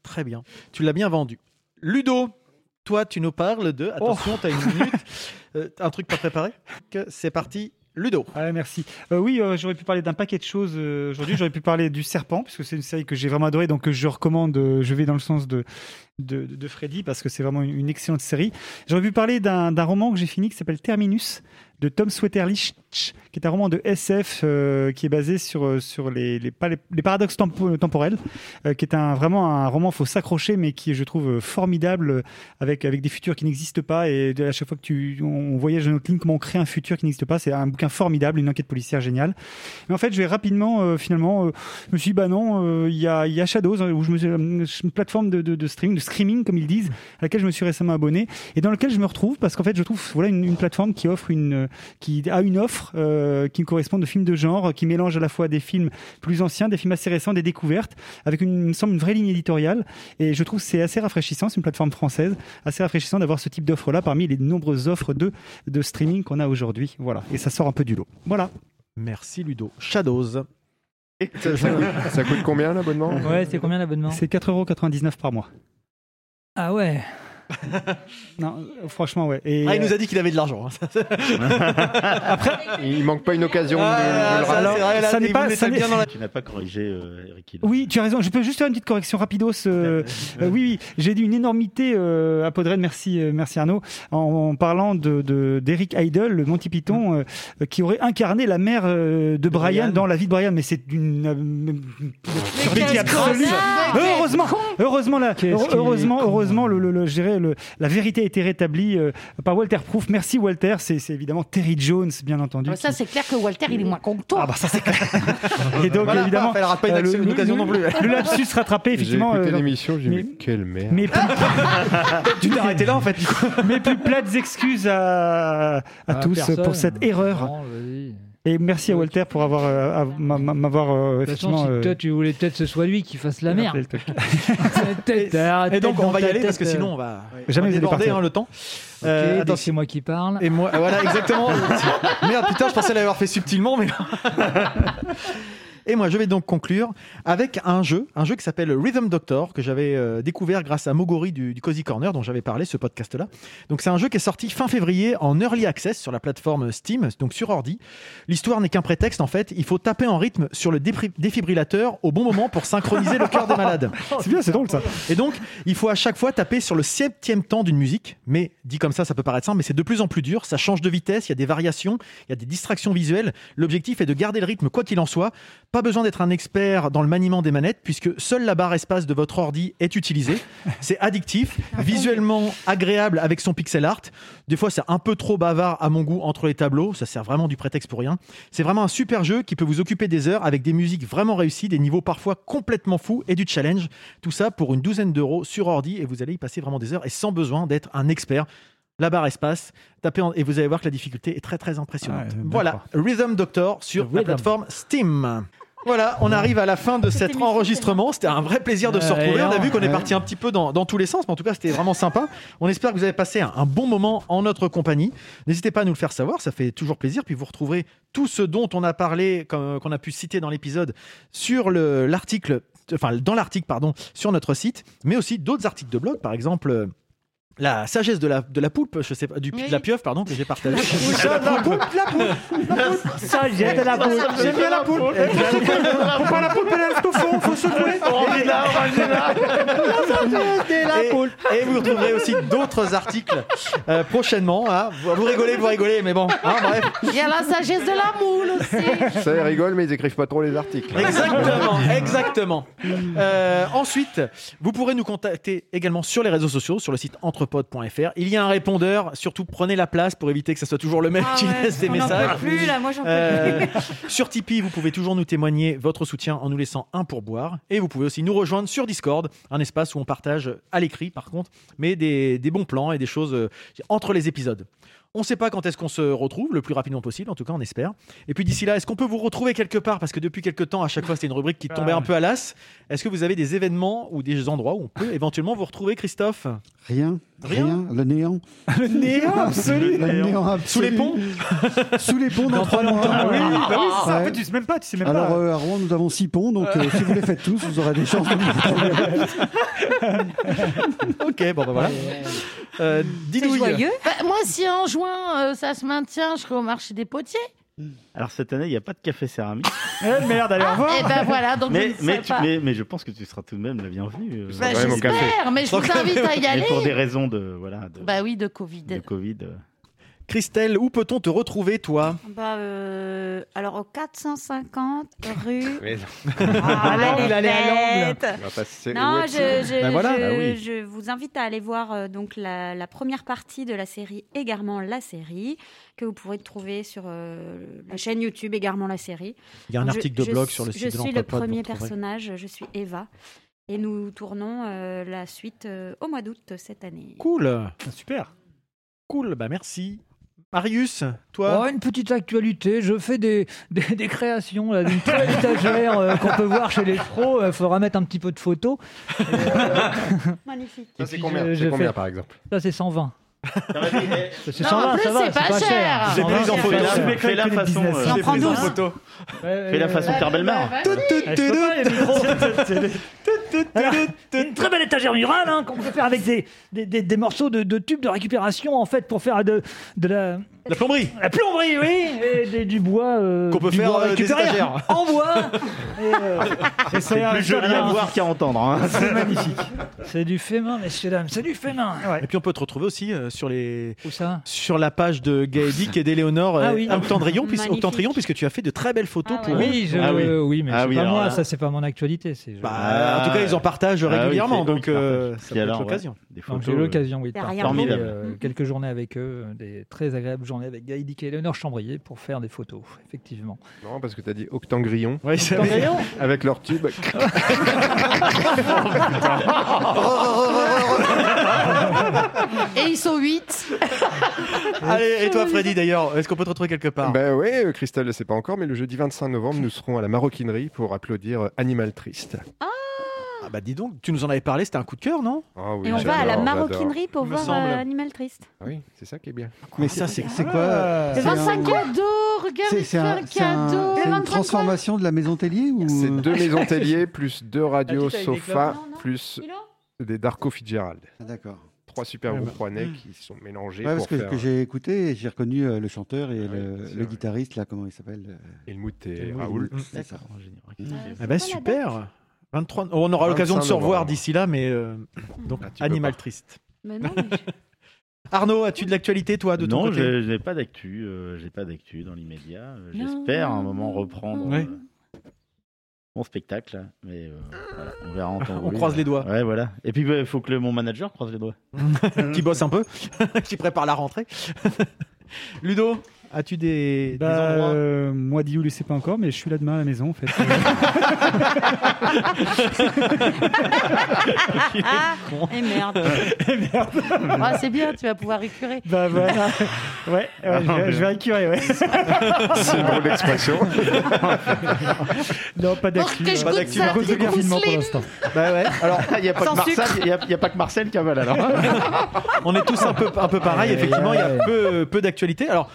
Speaker 9: Très bien. Tu l'as bien vendu. Ludo, toi, tu nous parles de. Attention, t'as une minute. Euh, t'as un truc pas préparé Que- C'est parti. Ludo.
Speaker 5: Ah, merci. Euh, oui, euh, j'aurais pu parler d'un paquet de choses euh, aujourd'hui. J'aurais pu parler du Serpent, puisque c'est une série que j'ai vraiment adorée, donc que je recommande. euh, je vais dans le sens de, de, de Freddy, parce que c'est vraiment une, une excellente série. J'aurais pu parler d'un d'un roman que j'ai fini qui s'appelle Terminus, de Tom Sweterlich, qui est un roman de SF euh, qui est basé sur, euh, sur les, les, pas les- les paradoxes tempo- temporels, euh, qui est un, vraiment un roman, faut s'accrocher, mais qui est, je trouve, euh, formidable, euh, avec, avec des futurs qui n'existent pas. Et à chaque fois que tu, on voyage dans notre ligne, comment on crée un futur qui n'existe pas, c'est un bouquin formidable, une enquête policière géniale. Mais en fait, je vais rapidement, euh, finalement, euh, je me suis dit, bah non, euh, il y, a, il y a Shadows, euh, où je me suis, euh, une plateforme de, de, de streaming, de screaming, comme ils disent, à laquelle je me suis récemment abonné, et dans laquelle je me retrouve, parce qu'en fait, je trouve, voilà, une, une plateforme qui offre une, euh, qui a une offre euh, qui correspond de films de genre, qui mélange à la fois des films plus anciens, des films assez récents, des découvertes, avec une, il me semble, une vraie ligne éditoriale. Et je trouve que c'est assez rafraîchissant, c'est une plateforme française, assez rafraîchissant d'avoir ce type d'offre-là parmi les nombreuses offres de, de streaming qu'on a aujourd'hui. Voilà. Et ça sort un peu du lot. Voilà.
Speaker 9: Merci, Ludo. Shadows.
Speaker 7: Ça, ça coûte, ça coûte combien l'abonnement
Speaker 1: Ouais, c'est combien l'abonnement
Speaker 5: C'est 4,99€ par mois.
Speaker 1: Ah ouais.
Speaker 5: Non, euh, franchement, ouais. Et,
Speaker 9: Ah, il nous
Speaker 5: euh,
Speaker 9: a dit qu'il avait de l'argent. hein.
Speaker 7: Il manque pas une occasion de- de, le
Speaker 9: Ah, ça,
Speaker 7: rappeler.
Speaker 9: c'est vrai, là,
Speaker 5: ça n'est
Speaker 9: il
Speaker 5: pas-
Speaker 9: vous
Speaker 5: ça
Speaker 9: mettait
Speaker 5: n'est-
Speaker 9: bien dans la-
Speaker 10: Tu n'as pas corrigé euh, Eric Hill.
Speaker 5: Oui, tu as raison. Je peux juste faire une petite correction rapidos. euh, euh, oui, oui, j'ai dit une énormité euh, à Podren. Merci, euh, merci Arnaud. En, en parlant de de- d'Eric Idle, le Monty Python,
Speaker 9: Mm.
Speaker 5: euh, euh, qui aurait incarné la mère euh, de Brian, dans la vie de Brian. Mais c'est d'une euh, une absurdité
Speaker 10: quel
Speaker 5: absolue.
Speaker 10: scandale
Speaker 5: Heureusement, heureusement, la,
Speaker 1: Qu'est-ce qu'il est
Speaker 5: heureusement, heureusement, le, le- le- je dirais, le- la vérité a été rétablie euh, par Walter Proof. Merci Walter. C'est c'est évidemment Terry Jones, bien entendu.
Speaker 2: Ah, Ça, c'est clair que Walter, il est moins con que toi.
Speaker 5: Ah bah ça c'est clair. Et donc
Speaker 9: Voilà,
Speaker 5: évidemment,
Speaker 9: paf, elle rate pas une
Speaker 5: euh,
Speaker 9: action-
Speaker 5: le-
Speaker 9: une occasion
Speaker 5: le-
Speaker 9: non plus.
Speaker 5: Le lapsus rattrapé
Speaker 7: J'ai
Speaker 5: effectivement.
Speaker 7: écouté
Speaker 5: euh,
Speaker 7: l'émission, j'ai
Speaker 5: mais-
Speaker 7: dit quelle merde.
Speaker 5: mais plus,
Speaker 9: Tu t'es arrêté là, en fait.
Speaker 5: mais plus plates excuses à, à tous
Speaker 1: personne.
Speaker 5: pour cette erreur.
Speaker 1: Non, vas-y.
Speaker 5: Et merci à Walter pour avoir euh, à- m'a- m'a- m'avoir euh,
Speaker 1: De toute façon,
Speaker 5: effectivement.
Speaker 1: si
Speaker 5: euh,
Speaker 1: toi tu voulais peut-être que ce soit lui qui fasse la
Speaker 5: rappelé
Speaker 1: merde.
Speaker 5: le truc.
Speaker 1: Et
Speaker 9: Et donc, on va y aller parce que sinon, on va
Speaker 5: Jamais
Speaker 9: euh, on va
Speaker 5: vous allez
Speaker 9: déborder
Speaker 5: partir.
Speaker 9: hein, le temps. Euh,
Speaker 1: Euh,
Speaker 9: attends,
Speaker 1: c'est moi qui parle.
Speaker 9: Et moi, voilà, exactement. Merde, putain, je pensais l'avoir fait subtilement, mais. Et moi, je vais donc conclure avec un jeu, un jeu qui s'appelle Rhythm Doctor, que j'avais euh, découvert grâce à Mogori du, du Cozy Corner, dont j'avais parlé ce podcast-là. Donc, c'est un jeu qui est sorti fin février en early access sur la plateforme Steam, donc sur ordi. L'histoire n'est qu'un prétexte, en fait. Il faut taper en rythme sur le dépri- défibrillateur au bon moment pour synchroniser le cœur des malades.
Speaker 5: C'est bien, c'est drôle ça.
Speaker 9: Et donc, il faut à chaque fois taper sur le septième temps d'une musique. Mais dit comme ça, ça peut paraître simple, mais c'est de plus en plus dur. Ça change de vitesse, il y a des variations, il y a des distractions visuelles. L'objectif est de garder le rythme quoi qu'il en soit. Pas besoin d'être un expert dans le maniement des manettes, puisque seule la barre espace de votre ordi est utilisée. C'est addictif, visuellement agréable avec son pixel art. Des fois, c'est un peu trop bavard à mon goût entre les tableaux. Ça sert vraiment du prétexte pour rien. C'est vraiment un super jeu qui peut vous occuper des heures avec des musiques vraiment réussies, des niveaux parfois complètement fous et du challenge. Tout ça pour une douzaine d'euros sur ordi et vous allez y passer vraiment des heures et sans besoin d'être un expert. La barre espace, tapez en- et vous allez voir que la difficulté est très très impressionnante.
Speaker 5: Ah ouais,
Speaker 9: voilà, Rhythm Doctor sur la plateforme Steam. Voilà, on arrive à la fin de cet enregistrement. C'était un vrai plaisir de se
Speaker 5: Ouais,
Speaker 9: retrouver. On a
Speaker 5: hein,
Speaker 9: vu qu'on est
Speaker 5: ouais.
Speaker 9: parti un petit peu dans, dans tous les sens, mais en tout cas, c'était vraiment sympa. On espère que vous avez passé un, un bon moment en notre compagnie. N'hésitez pas à nous le faire savoir, ça fait toujours plaisir. Puis vous retrouverez tout ce dont on a parlé, comme- qu'on a pu citer dans l'épisode, sur le- l'article, enfin, dans l'article, pardon, sur notre site, mais aussi d'autres articles de blog, par exemple. euh, La sagesse de la, de la poulpe, je sais pas, du, de la pieuvre, pardon, que j'ai
Speaker 5: La
Speaker 9: partagé.
Speaker 5: poule, la poule, la poule.
Speaker 1: Ça, j'aime la poule.
Speaker 5: J'aime bien la poule. Eh, Faut secouer. Faut pas la poule, elle est au fond, faut secouer.
Speaker 9: Et- Et vous retrouverez aussi d'autres articles euh, prochainement. hein. Vous, vous rigolez, vous rigolez, mais bon, hein, bref.
Speaker 2: Il y a la sagesse de la moule aussi.
Speaker 7: Ça, ils rigolent, mais ils écrivent pas trop les articles.
Speaker 9: Exactement, exactement. Euh, ensuite, vous pourrez nous contacter également sur les réseaux sociaux, sur le site entrepod.fr. Il y a un répondeur, surtout prenez la place pour éviter que ça soit toujours le même
Speaker 4: Ah
Speaker 9: qui
Speaker 4: ouais,
Speaker 9: laisse des
Speaker 4: on en
Speaker 9: messages. Euh,
Speaker 4: peut plus, là, moi, j'en peux plus.
Speaker 9: sur Tipeee, vous pouvez toujours nous témoigner votre soutien en nous laissant un pourboire. Et vous pouvez aussi nous rejoindre sur Discord, un espace où on partage à l'écrit par contre, mais des, des bons plans et des choses euh, entre les épisodes. On ne sait pas quand est-ce qu'on se retrouve, le plus rapidement possible, en tout cas on espère. Et puis d'ici là, est-ce qu'on peut vous retrouver quelque part Parce que depuis quelques temps, à chaque fois, c'était une rubrique qui tombait un peu à l'as. Est-ce que vous avez des événements ou des endroits où on peut éventuellement vous retrouver, Christophe
Speaker 3: Rien, rien, le néant.
Speaker 9: Le néant absolu.
Speaker 3: Le néant absolu.
Speaker 9: Sous les ponts
Speaker 3: Sous les ponts dans, trois mois.
Speaker 5: Ah oui, bah oui, c'est ça. En
Speaker 3: Ouais.
Speaker 5: fait, tu sais même pas, tu sais même
Speaker 3: Alors,
Speaker 5: pas.
Speaker 3: euh, à Rouen, nous avons six ponts, donc euh, si vous les faites tous, vous aurez des chances. de nous retrouver.
Speaker 9: Ok, bon, bah voilà. Euh, Didouille.
Speaker 2: Bah, moi, si en juin euh, ça se maintient, je serai au marché des potiers.
Speaker 10: Alors cette année, il n'y a pas de café céramique.
Speaker 5: Eh merde, allez, au revoir.
Speaker 2: Eh ben voilà, donc
Speaker 10: mais,
Speaker 2: je ne
Speaker 10: mais,
Speaker 2: serai
Speaker 10: tu-
Speaker 2: pas.
Speaker 10: mais, mais je pense que tu seras tout de même la bienvenue. euh.
Speaker 2: Bah, Ouais, mon j'espère, café. mais je vous invite à y
Speaker 10: Mais
Speaker 2: aller.
Speaker 10: pour des raisons de voilà de,
Speaker 2: Bah oui, de Covid.
Speaker 10: de Covid. euh.
Speaker 9: Christelle, où peut-on te retrouver, toi
Speaker 4: Bah, euh, alors, au 450 rue. Ah,
Speaker 9: Ah,
Speaker 1: Ah,
Speaker 9: À l'angle,
Speaker 4: les
Speaker 9: allez, à l'angle.
Speaker 4: fêtes.
Speaker 6: Ah,
Speaker 9: On va passer
Speaker 4: Ah, Non,
Speaker 9: au
Speaker 4: je,
Speaker 9: web.
Speaker 4: je-
Speaker 9: Bah voilà.
Speaker 4: je-
Speaker 9: Bah oui.
Speaker 4: je vous invite à aller voir euh, donc la, la première partie de la série Égarement la série, que vous pourrez trouver sur euh, la chaîne YouTube Égarement la série.
Speaker 9: Il y a un
Speaker 4: Donc, je-
Speaker 9: article de
Speaker 4: je
Speaker 9: blog
Speaker 4: suis-
Speaker 9: sur le site de
Speaker 4: Je suis le
Speaker 9: l'Entrepôt, vous
Speaker 4: premier
Speaker 9: trouverez.
Speaker 4: personnage, je suis Eva. Et nous tournons euh, la suite euh, au mois d'août cette année.
Speaker 9: Cool. Super. Cool, bah merci. Marius, toi
Speaker 1: Oh, une petite actualité, je fais des, des, des créations, là, d'une toile étagère euh, qu'on peut voir chez les pros, il faudra mettre un petit peu de photos. euh,
Speaker 4: Magnifique.
Speaker 7: Ça, c'est combien
Speaker 1: je-
Speaker 7: C'est
Speaker 1: je
Speaker 7: combien,
Speaker 1: fais-
Speaker 7: par exemple
Speaker 1: Ça c'est 120. C'est
Speaker 10: Non,
Speaker 1: 120,
Speaker 10: en plus,
Speaker 1: ça va,
Speaker 10: c'est pas cher. J'ai
Speaker 1: 120,
Speaker 10: pris en
Speaker 1: c'est
Speaker 10: photo.
Speaker 1: pas cher.
Speaker 10: Ce mec-là, Fais la il connaît façon, business. euh, J'en j'ai prends pris en douze. photo. Fais la façon Pierre Bellemare.
Speaker 1: Eh, Alors, Une très belle étagère murale hein, qu'on peut faire avec des, des, des- des morceaux de, de tubes de récupération en fait pour faire de, de la.
Speaker 9: La plomberie
Speaker 1: La plomberie, oui Et des- du bois. euh,
Speaker 9: Qu'on peut
Speaker 1: du
Speaker 9: faire,
Speaker 1: bois
Speaker 9: euh, des
Speaker 1: récupéré
Speaker 9: étagères.
Speaker 1: En bois Et, euh,
Speaker 10: C'est, plus joli à voir qu'à entendre. hein.
Speaker 1: C'est magnifique. C'est du fait main, messieurs, dames, c'est du fait main
Speaker 9: Et puis on peut te retrouver aussi euh, sur les
Speaker 1: ça
Speaker 9: sur la page de Gaëdic et d'Éléonore euh,
Speaker 1: Ah oui.
Speaker 9: Octandrillon, puis-
Speaker 1: Magnifique.
Speaker 9: Octandrillon, puisque tu as fait de très belles photos
Speaker 4: Ah
Speaker 9: pour
Speaker 1: Oui,
Speaker 9: eux. Ah
Speaker 1: je- euh, oui, mais c'est pas moi, ça c'est pas mon actualité. c'est-
Speaker 9: Bah, en tout cas, ils en partagent
Speaker 1: Ah oui,
Speaker 9: régulièrement,
Speaker 1: c'est eux
Speaker 9: donc
Speaker 1: qui
Speaker 9: euh,
Speaker 1: partagent.
Speaker 9: ça
Speaker 1: Puis
Speaker 9: peut
Speaker 1: alors,
Speaker 9: être
Speaker 1: ouais,
Speaker 9: l'occasion.
Speaker 1: des euh, Donc, j'ai eu l'occasion oui, de
Speaker 9: Derrière
Speaker 1: partager
Speaker 9: vous. Formidable.
Speaker 1: euh, quelques journées avec eux, euh, des très agréables journées avec Gaïdic et Léonore Chambrier pour faire des photos, effectivement.
Speaker 7: Non, parce que t'as dit octangrillon.
Speaker 9: Ouais,
Speaker 1: c'est- Octangrillon
Speaker 7: Avec leur tube.
Speaker 1: Oh,
Speaker 10: Ah,
Speaker 2: Et ils sont 8.
Speaker 9: Allez, et toi, Freddy, d'ailleurs, est-ce qu'on peut te retrouver quelque part
Speaker 7: Ben oui, euh, Christelle ne sait pas encore, mais le jeudi 25 novembre, nous serons à la Maroquinerie pour applaudir euh, Animal Triste.
Speaker 9: Ah bah dis donc, tu nous en avais parlé, c'était un coup de cœur, non
Speaker 7: Ah
Speaker 4: Et on va à la maroquinerie pour
Speaker 9: Il me
Speaker 4: voir
Speaker 9: semble.
Speaker 4: euh, Animal Triste.
Speaker 7: Oui, c'est ça qui est bien.
Speaker 3: Mais ça, c'est c'est quoi euh,
Speaker 4: Le
Speaker 3: c'est un-
Speaker 4: 25 cadeau, regarde
Speaker 3: C'est c'est un-
Speaker 4: le
Speaker 3: c'est un-
Speaker 4: cadeau.
Speaker 3: c'est une transformation de la maison Tellier ou...
Speaker 7: C'est deux maisons Tellier plus deux radios
Speaker 3: Ah, tu t'as eu des
Speaker 7: sofa
Speaker 3: clopes. Non, non.
Speaker 7: plus des Darko Fitzgerald.
Speaker 3: Ah, D'accord.
Speaker 7: Trois super
Speaker 3: Ouais,
Speaker 7: groupes
Speaker 3: bah.
Speaker 7: rouennais
Speaker 3: Mm.
Speaker 7: qui se sont mélangés
Speaker 3: Ouais, parce
Speaker 7: pour
Speaker 3: que,
Speaker 7: faire
Speaker 3: que
Speaker 9: euh,
Speaker 3: j'ai écouté, et j'ai reconnu euh, le chanteur et le, le guitariste, là, comment il s'appelle
Speaker 7: Helmut
Speaker 3: euh,
Speaker 7: et
Speaker 3: Helmut,
Speaker 7: Raoul.
Speaker 9: Mm.
Speaker 3: C'est ça.
Speaker 9: Ah bah super 23... oh, On aura l'occasion de
Speaker 7: 25
Speaker 9: se revoir
Speaker 7: novembre.
Speaker 9: d'ici là, mais euh, donc Animal Triste.
Speaker 4: Mais non,
Speaker 9: Arnaud, as-tu de l'actualité, toi, de
Speaker 10: non,
Speaker 9: ton côté
Speaker 10: je je n'ai pas d'actu, euh, j'ai pas d'actu dans l'immédiat. Euh,
Speaker 9: Non,
Speaker 10: J'espère à un
Speaker 9: non,
Speaker 10: moment
Speaker 9: non,
Speaker 10: reprendre
Speaker 9: non. Ouais.
Speaker 10: euh, mon spectacle, mais euh, voilà, on verra en temps
Speaker 9: On
Speaker 10: voulu. hein.
Speaker 9: croise les doigts.
Speaker 10: Ouais, voilà. Et puis il faut que le- mon manager croise les doigts.
Speaker 9: qui bosse un peu, qui prépare la rentrée. Ludo, as-tu des, des
Speaker 5: Bah,
Speaker 9: endroits
Speaker 5: euh, moi, Diou, c'est pas encore, mais je suis là demain à la maison, en fait.
Speaker 2: Et merde. Ah, c'est bien, tu vas pouvoir récurer.
Speaker 5: bah voilà. Ouais, ouais, je, vais- je vais récurer, ouais.
Speaker 7: Ah, C'est une drôle d'expression.
Speaker 5: non, pas d'actu.
Speaker 10: Pour que je goûte ça,
Speaker 5: Par contre,
Speaker 10: des
Speaker 5: le confinement pour
Speaker 10: mousselines.
Speaker 5: l'instant.
Speaker 9: Bah ouais. Alors,
Speaker 10: il n'y a, pas
Speaker 9: Sans
Speaker 10: que Marcel-
Speaker 9: sucre.
Speaker 10: il y a- il y a pas que Marcel qui avale alors.
Speaker 9: On est tous un peu, un peu pareil, effectivement, il y a peu, peu d'actualité. Alors,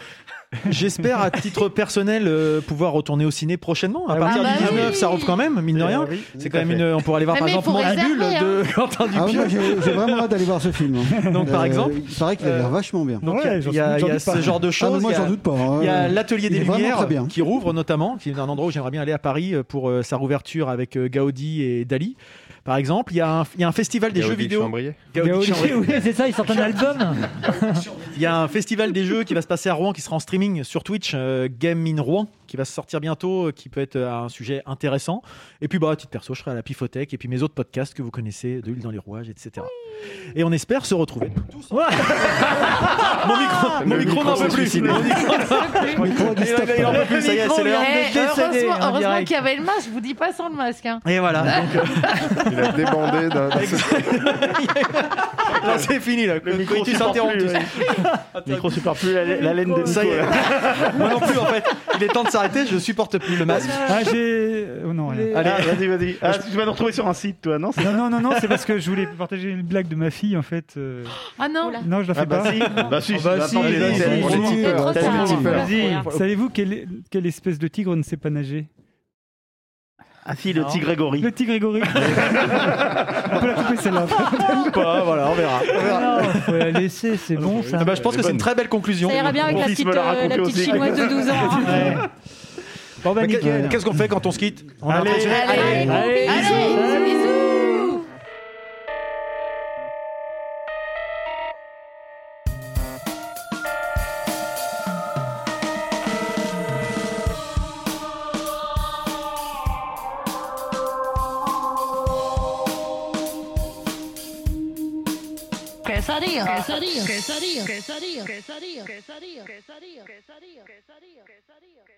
Speaker 9: j'espère à titre personnel euh, pouvoir retourner au ciné prochainement. À partir
Speaker 3: bah
Speaker 9: du 19,
Speaker 3: oui.
Speaker 9: ça rouvre quand même, mine de rien. C'est quand même une. On pourra aller voir
Speaker 3: Ah,
Speaker 9: par
Speaker 3: mais
Speaker 9: exemple
Speaker 3: faut
Speaker 9: Mandibule
Speaker 3: réserver, hein.
Speaker 9: de Quentin
Speaker 3: Ah, ouais,
Speaker 9: Dupieux.
Speaker 3: moi, j'ai j'ai vraiment hâte d'aller voir ce film. hein.
Speaker 9: Donc, par
Speaker 3: Euh,
Speaker 9: exemple,
Speaker 3: il paraît qu'il a l'air
Speaker 9: euh,
Speaker 3: vachement bien.
Speaker 9: Donc, il y a- il y a, il y a ce genre de choses.
Speaker 3: Ah, mais moi,
Speaker 9: Il y a-
Speaker 3: j'en doute pas. hein.
Speaker 9: Il y a l'atelier
Speaker 3: Il
Speaker 9: des
Speaker 3: est vraiment
Speaker 9: Lumières
Speaker 3: très bien.
Speaker 9: qui rouvre notamment, qui est un endroit où j'aimerais bien aller à Paris euh, pour euh, sa rouverture avec euh, Gaudi et Dali, par exemple. Il y a un, il y a un festival des
Speaker 7: Gaudi
Speaker 9: jeux vidéo.
Speaker 7: Chambrier.
Speaker 1: Gaudi,
Speaker 9: Chambrier.
Speaker 1: oui, c'est ça, ils sortent un album.
Speaker 9: Il y a un festival des jeux qui va se passer à Rouen, qui sera en streaming sur Twitch, euh, Game in Rouen, qui va se sortir bientôt, euh, qui peut être euh, un sujet intéressant. Et puis, bah, à titre perso, je serai à la Pifothèque et puis mes autres podcasts que vous connaissez, De l'huile dans les rouages, etc. Et on espère se retrouver tous. mon micro, mon
Speaker 7: Le
Speaker 9: micro,
Speaker 7: micro
Speaker 9: n'en
Speaker 7: s'est
Speaker 9: peut plus.
Speaker 7: suicidé.
Speaker 9: Mon micro- Il en- il en peut plus, ça y est, c'est l'heure
Speaker 2: Eh,
Speaker 9: de décéder.
Speaker 2: heureusement
Speaker 9: en
Speaker 2: heureusement
Speaker 9: direct.
Speaker 2: qu'il y avait le masque, je vous dis pas sans le masque. hein.
Speaker 9: Et voilà. donc, euh,
Speaker 7: Il a débandé d'un.
Speaker 9: là, c'est fini. Là. Le
Speaker 10: micro
Speaker 9: tu
Speaker 10: supporte
Speaker 9: s'interromps
Speaker 10: plus,
Speaker 9: tous.
Speaker 10: ouais. Le micro supporte plus la, la laine de
Speaker 9: Ça y
Speaker 10: Nico,
Speaker 9: est.
Speaker 10: là.
Speaker 9: Moi non plus, en fait. Il est temps de s'arrêter. Je supporte plus le masque.
Speaker 5: Ah, j'ai. Oh non, rien.
Speaker 10: Allez, vas-y, vas-y. Ah, tu vas nous retrouver sur un site, toi, non
Speaker 5: Non, non, non, non, c'est parce que je voulais partager une blague de ma fille, en fait. euh,
Speaker 2: Ah non.
Speaker 5: Non, je la fais
Speaker 10: Ah bah
Speaker 5: pas.
Speaker 10: si. Bah si,
Speaker 5: Ah bah
Speaker 10: attends,
Speaker 5: si,
Speaker 10: mais
Speaker 5: vas-y, vas-y.
Speaker 10: non, on est
Speaker 5: Vas-y.
Speaker 10: tipeurs,
Speaker 5: Vas-y.
Speaker 10: t'as dit tipeurs.
Speaker 5: Vas-y. Savez-vous quelle, quelle espèce de tigre ne sait pas nager
Speaker 10: Ah si, le petit Grégory.
Speaker 5: Le tigre Grégory. On peut la couper celle-là.
Speaker 9: Ou pas, Ah, voilà, on verra. On verra.
Speaker 1: Non, faut la laisser, c'est bon ça.
Speaker 9: Ah bah, je pense que c'est une très belle conclusion.
Speaker 4: Ça ira bien avec
Speaker 10: Mon
Speaker 4: la
Speaker 10: fils
Speaker 4: petite,
Speaker 10: me l'a
Speaker 4: euh, la
Speaker 10: raconté
Speaker 4: petite
Speaker 10: aussi.
Speaker 4: chinoise de 12 ans. hein.
Speaker 1: Bon bah
Speaker 9: Mais qu'est-
Speaker 1: nickel.
Speaker 9: Qu'est-ce qu'on fait quand on se quitte On a
Speaker 5: Allez,
Speaker 9: continué
Speaker 5: allez,
Speaker 9: Allez.
Speaker 1: Allez, bisous.
Speaker 2: Quesadilla.
Speaker 6: Quesadilla.
Speaker 2: Quesadilla. Quesadilla. Quesadilla. Quesadilla. Quesadilla. Quesadilla. Quesadilla.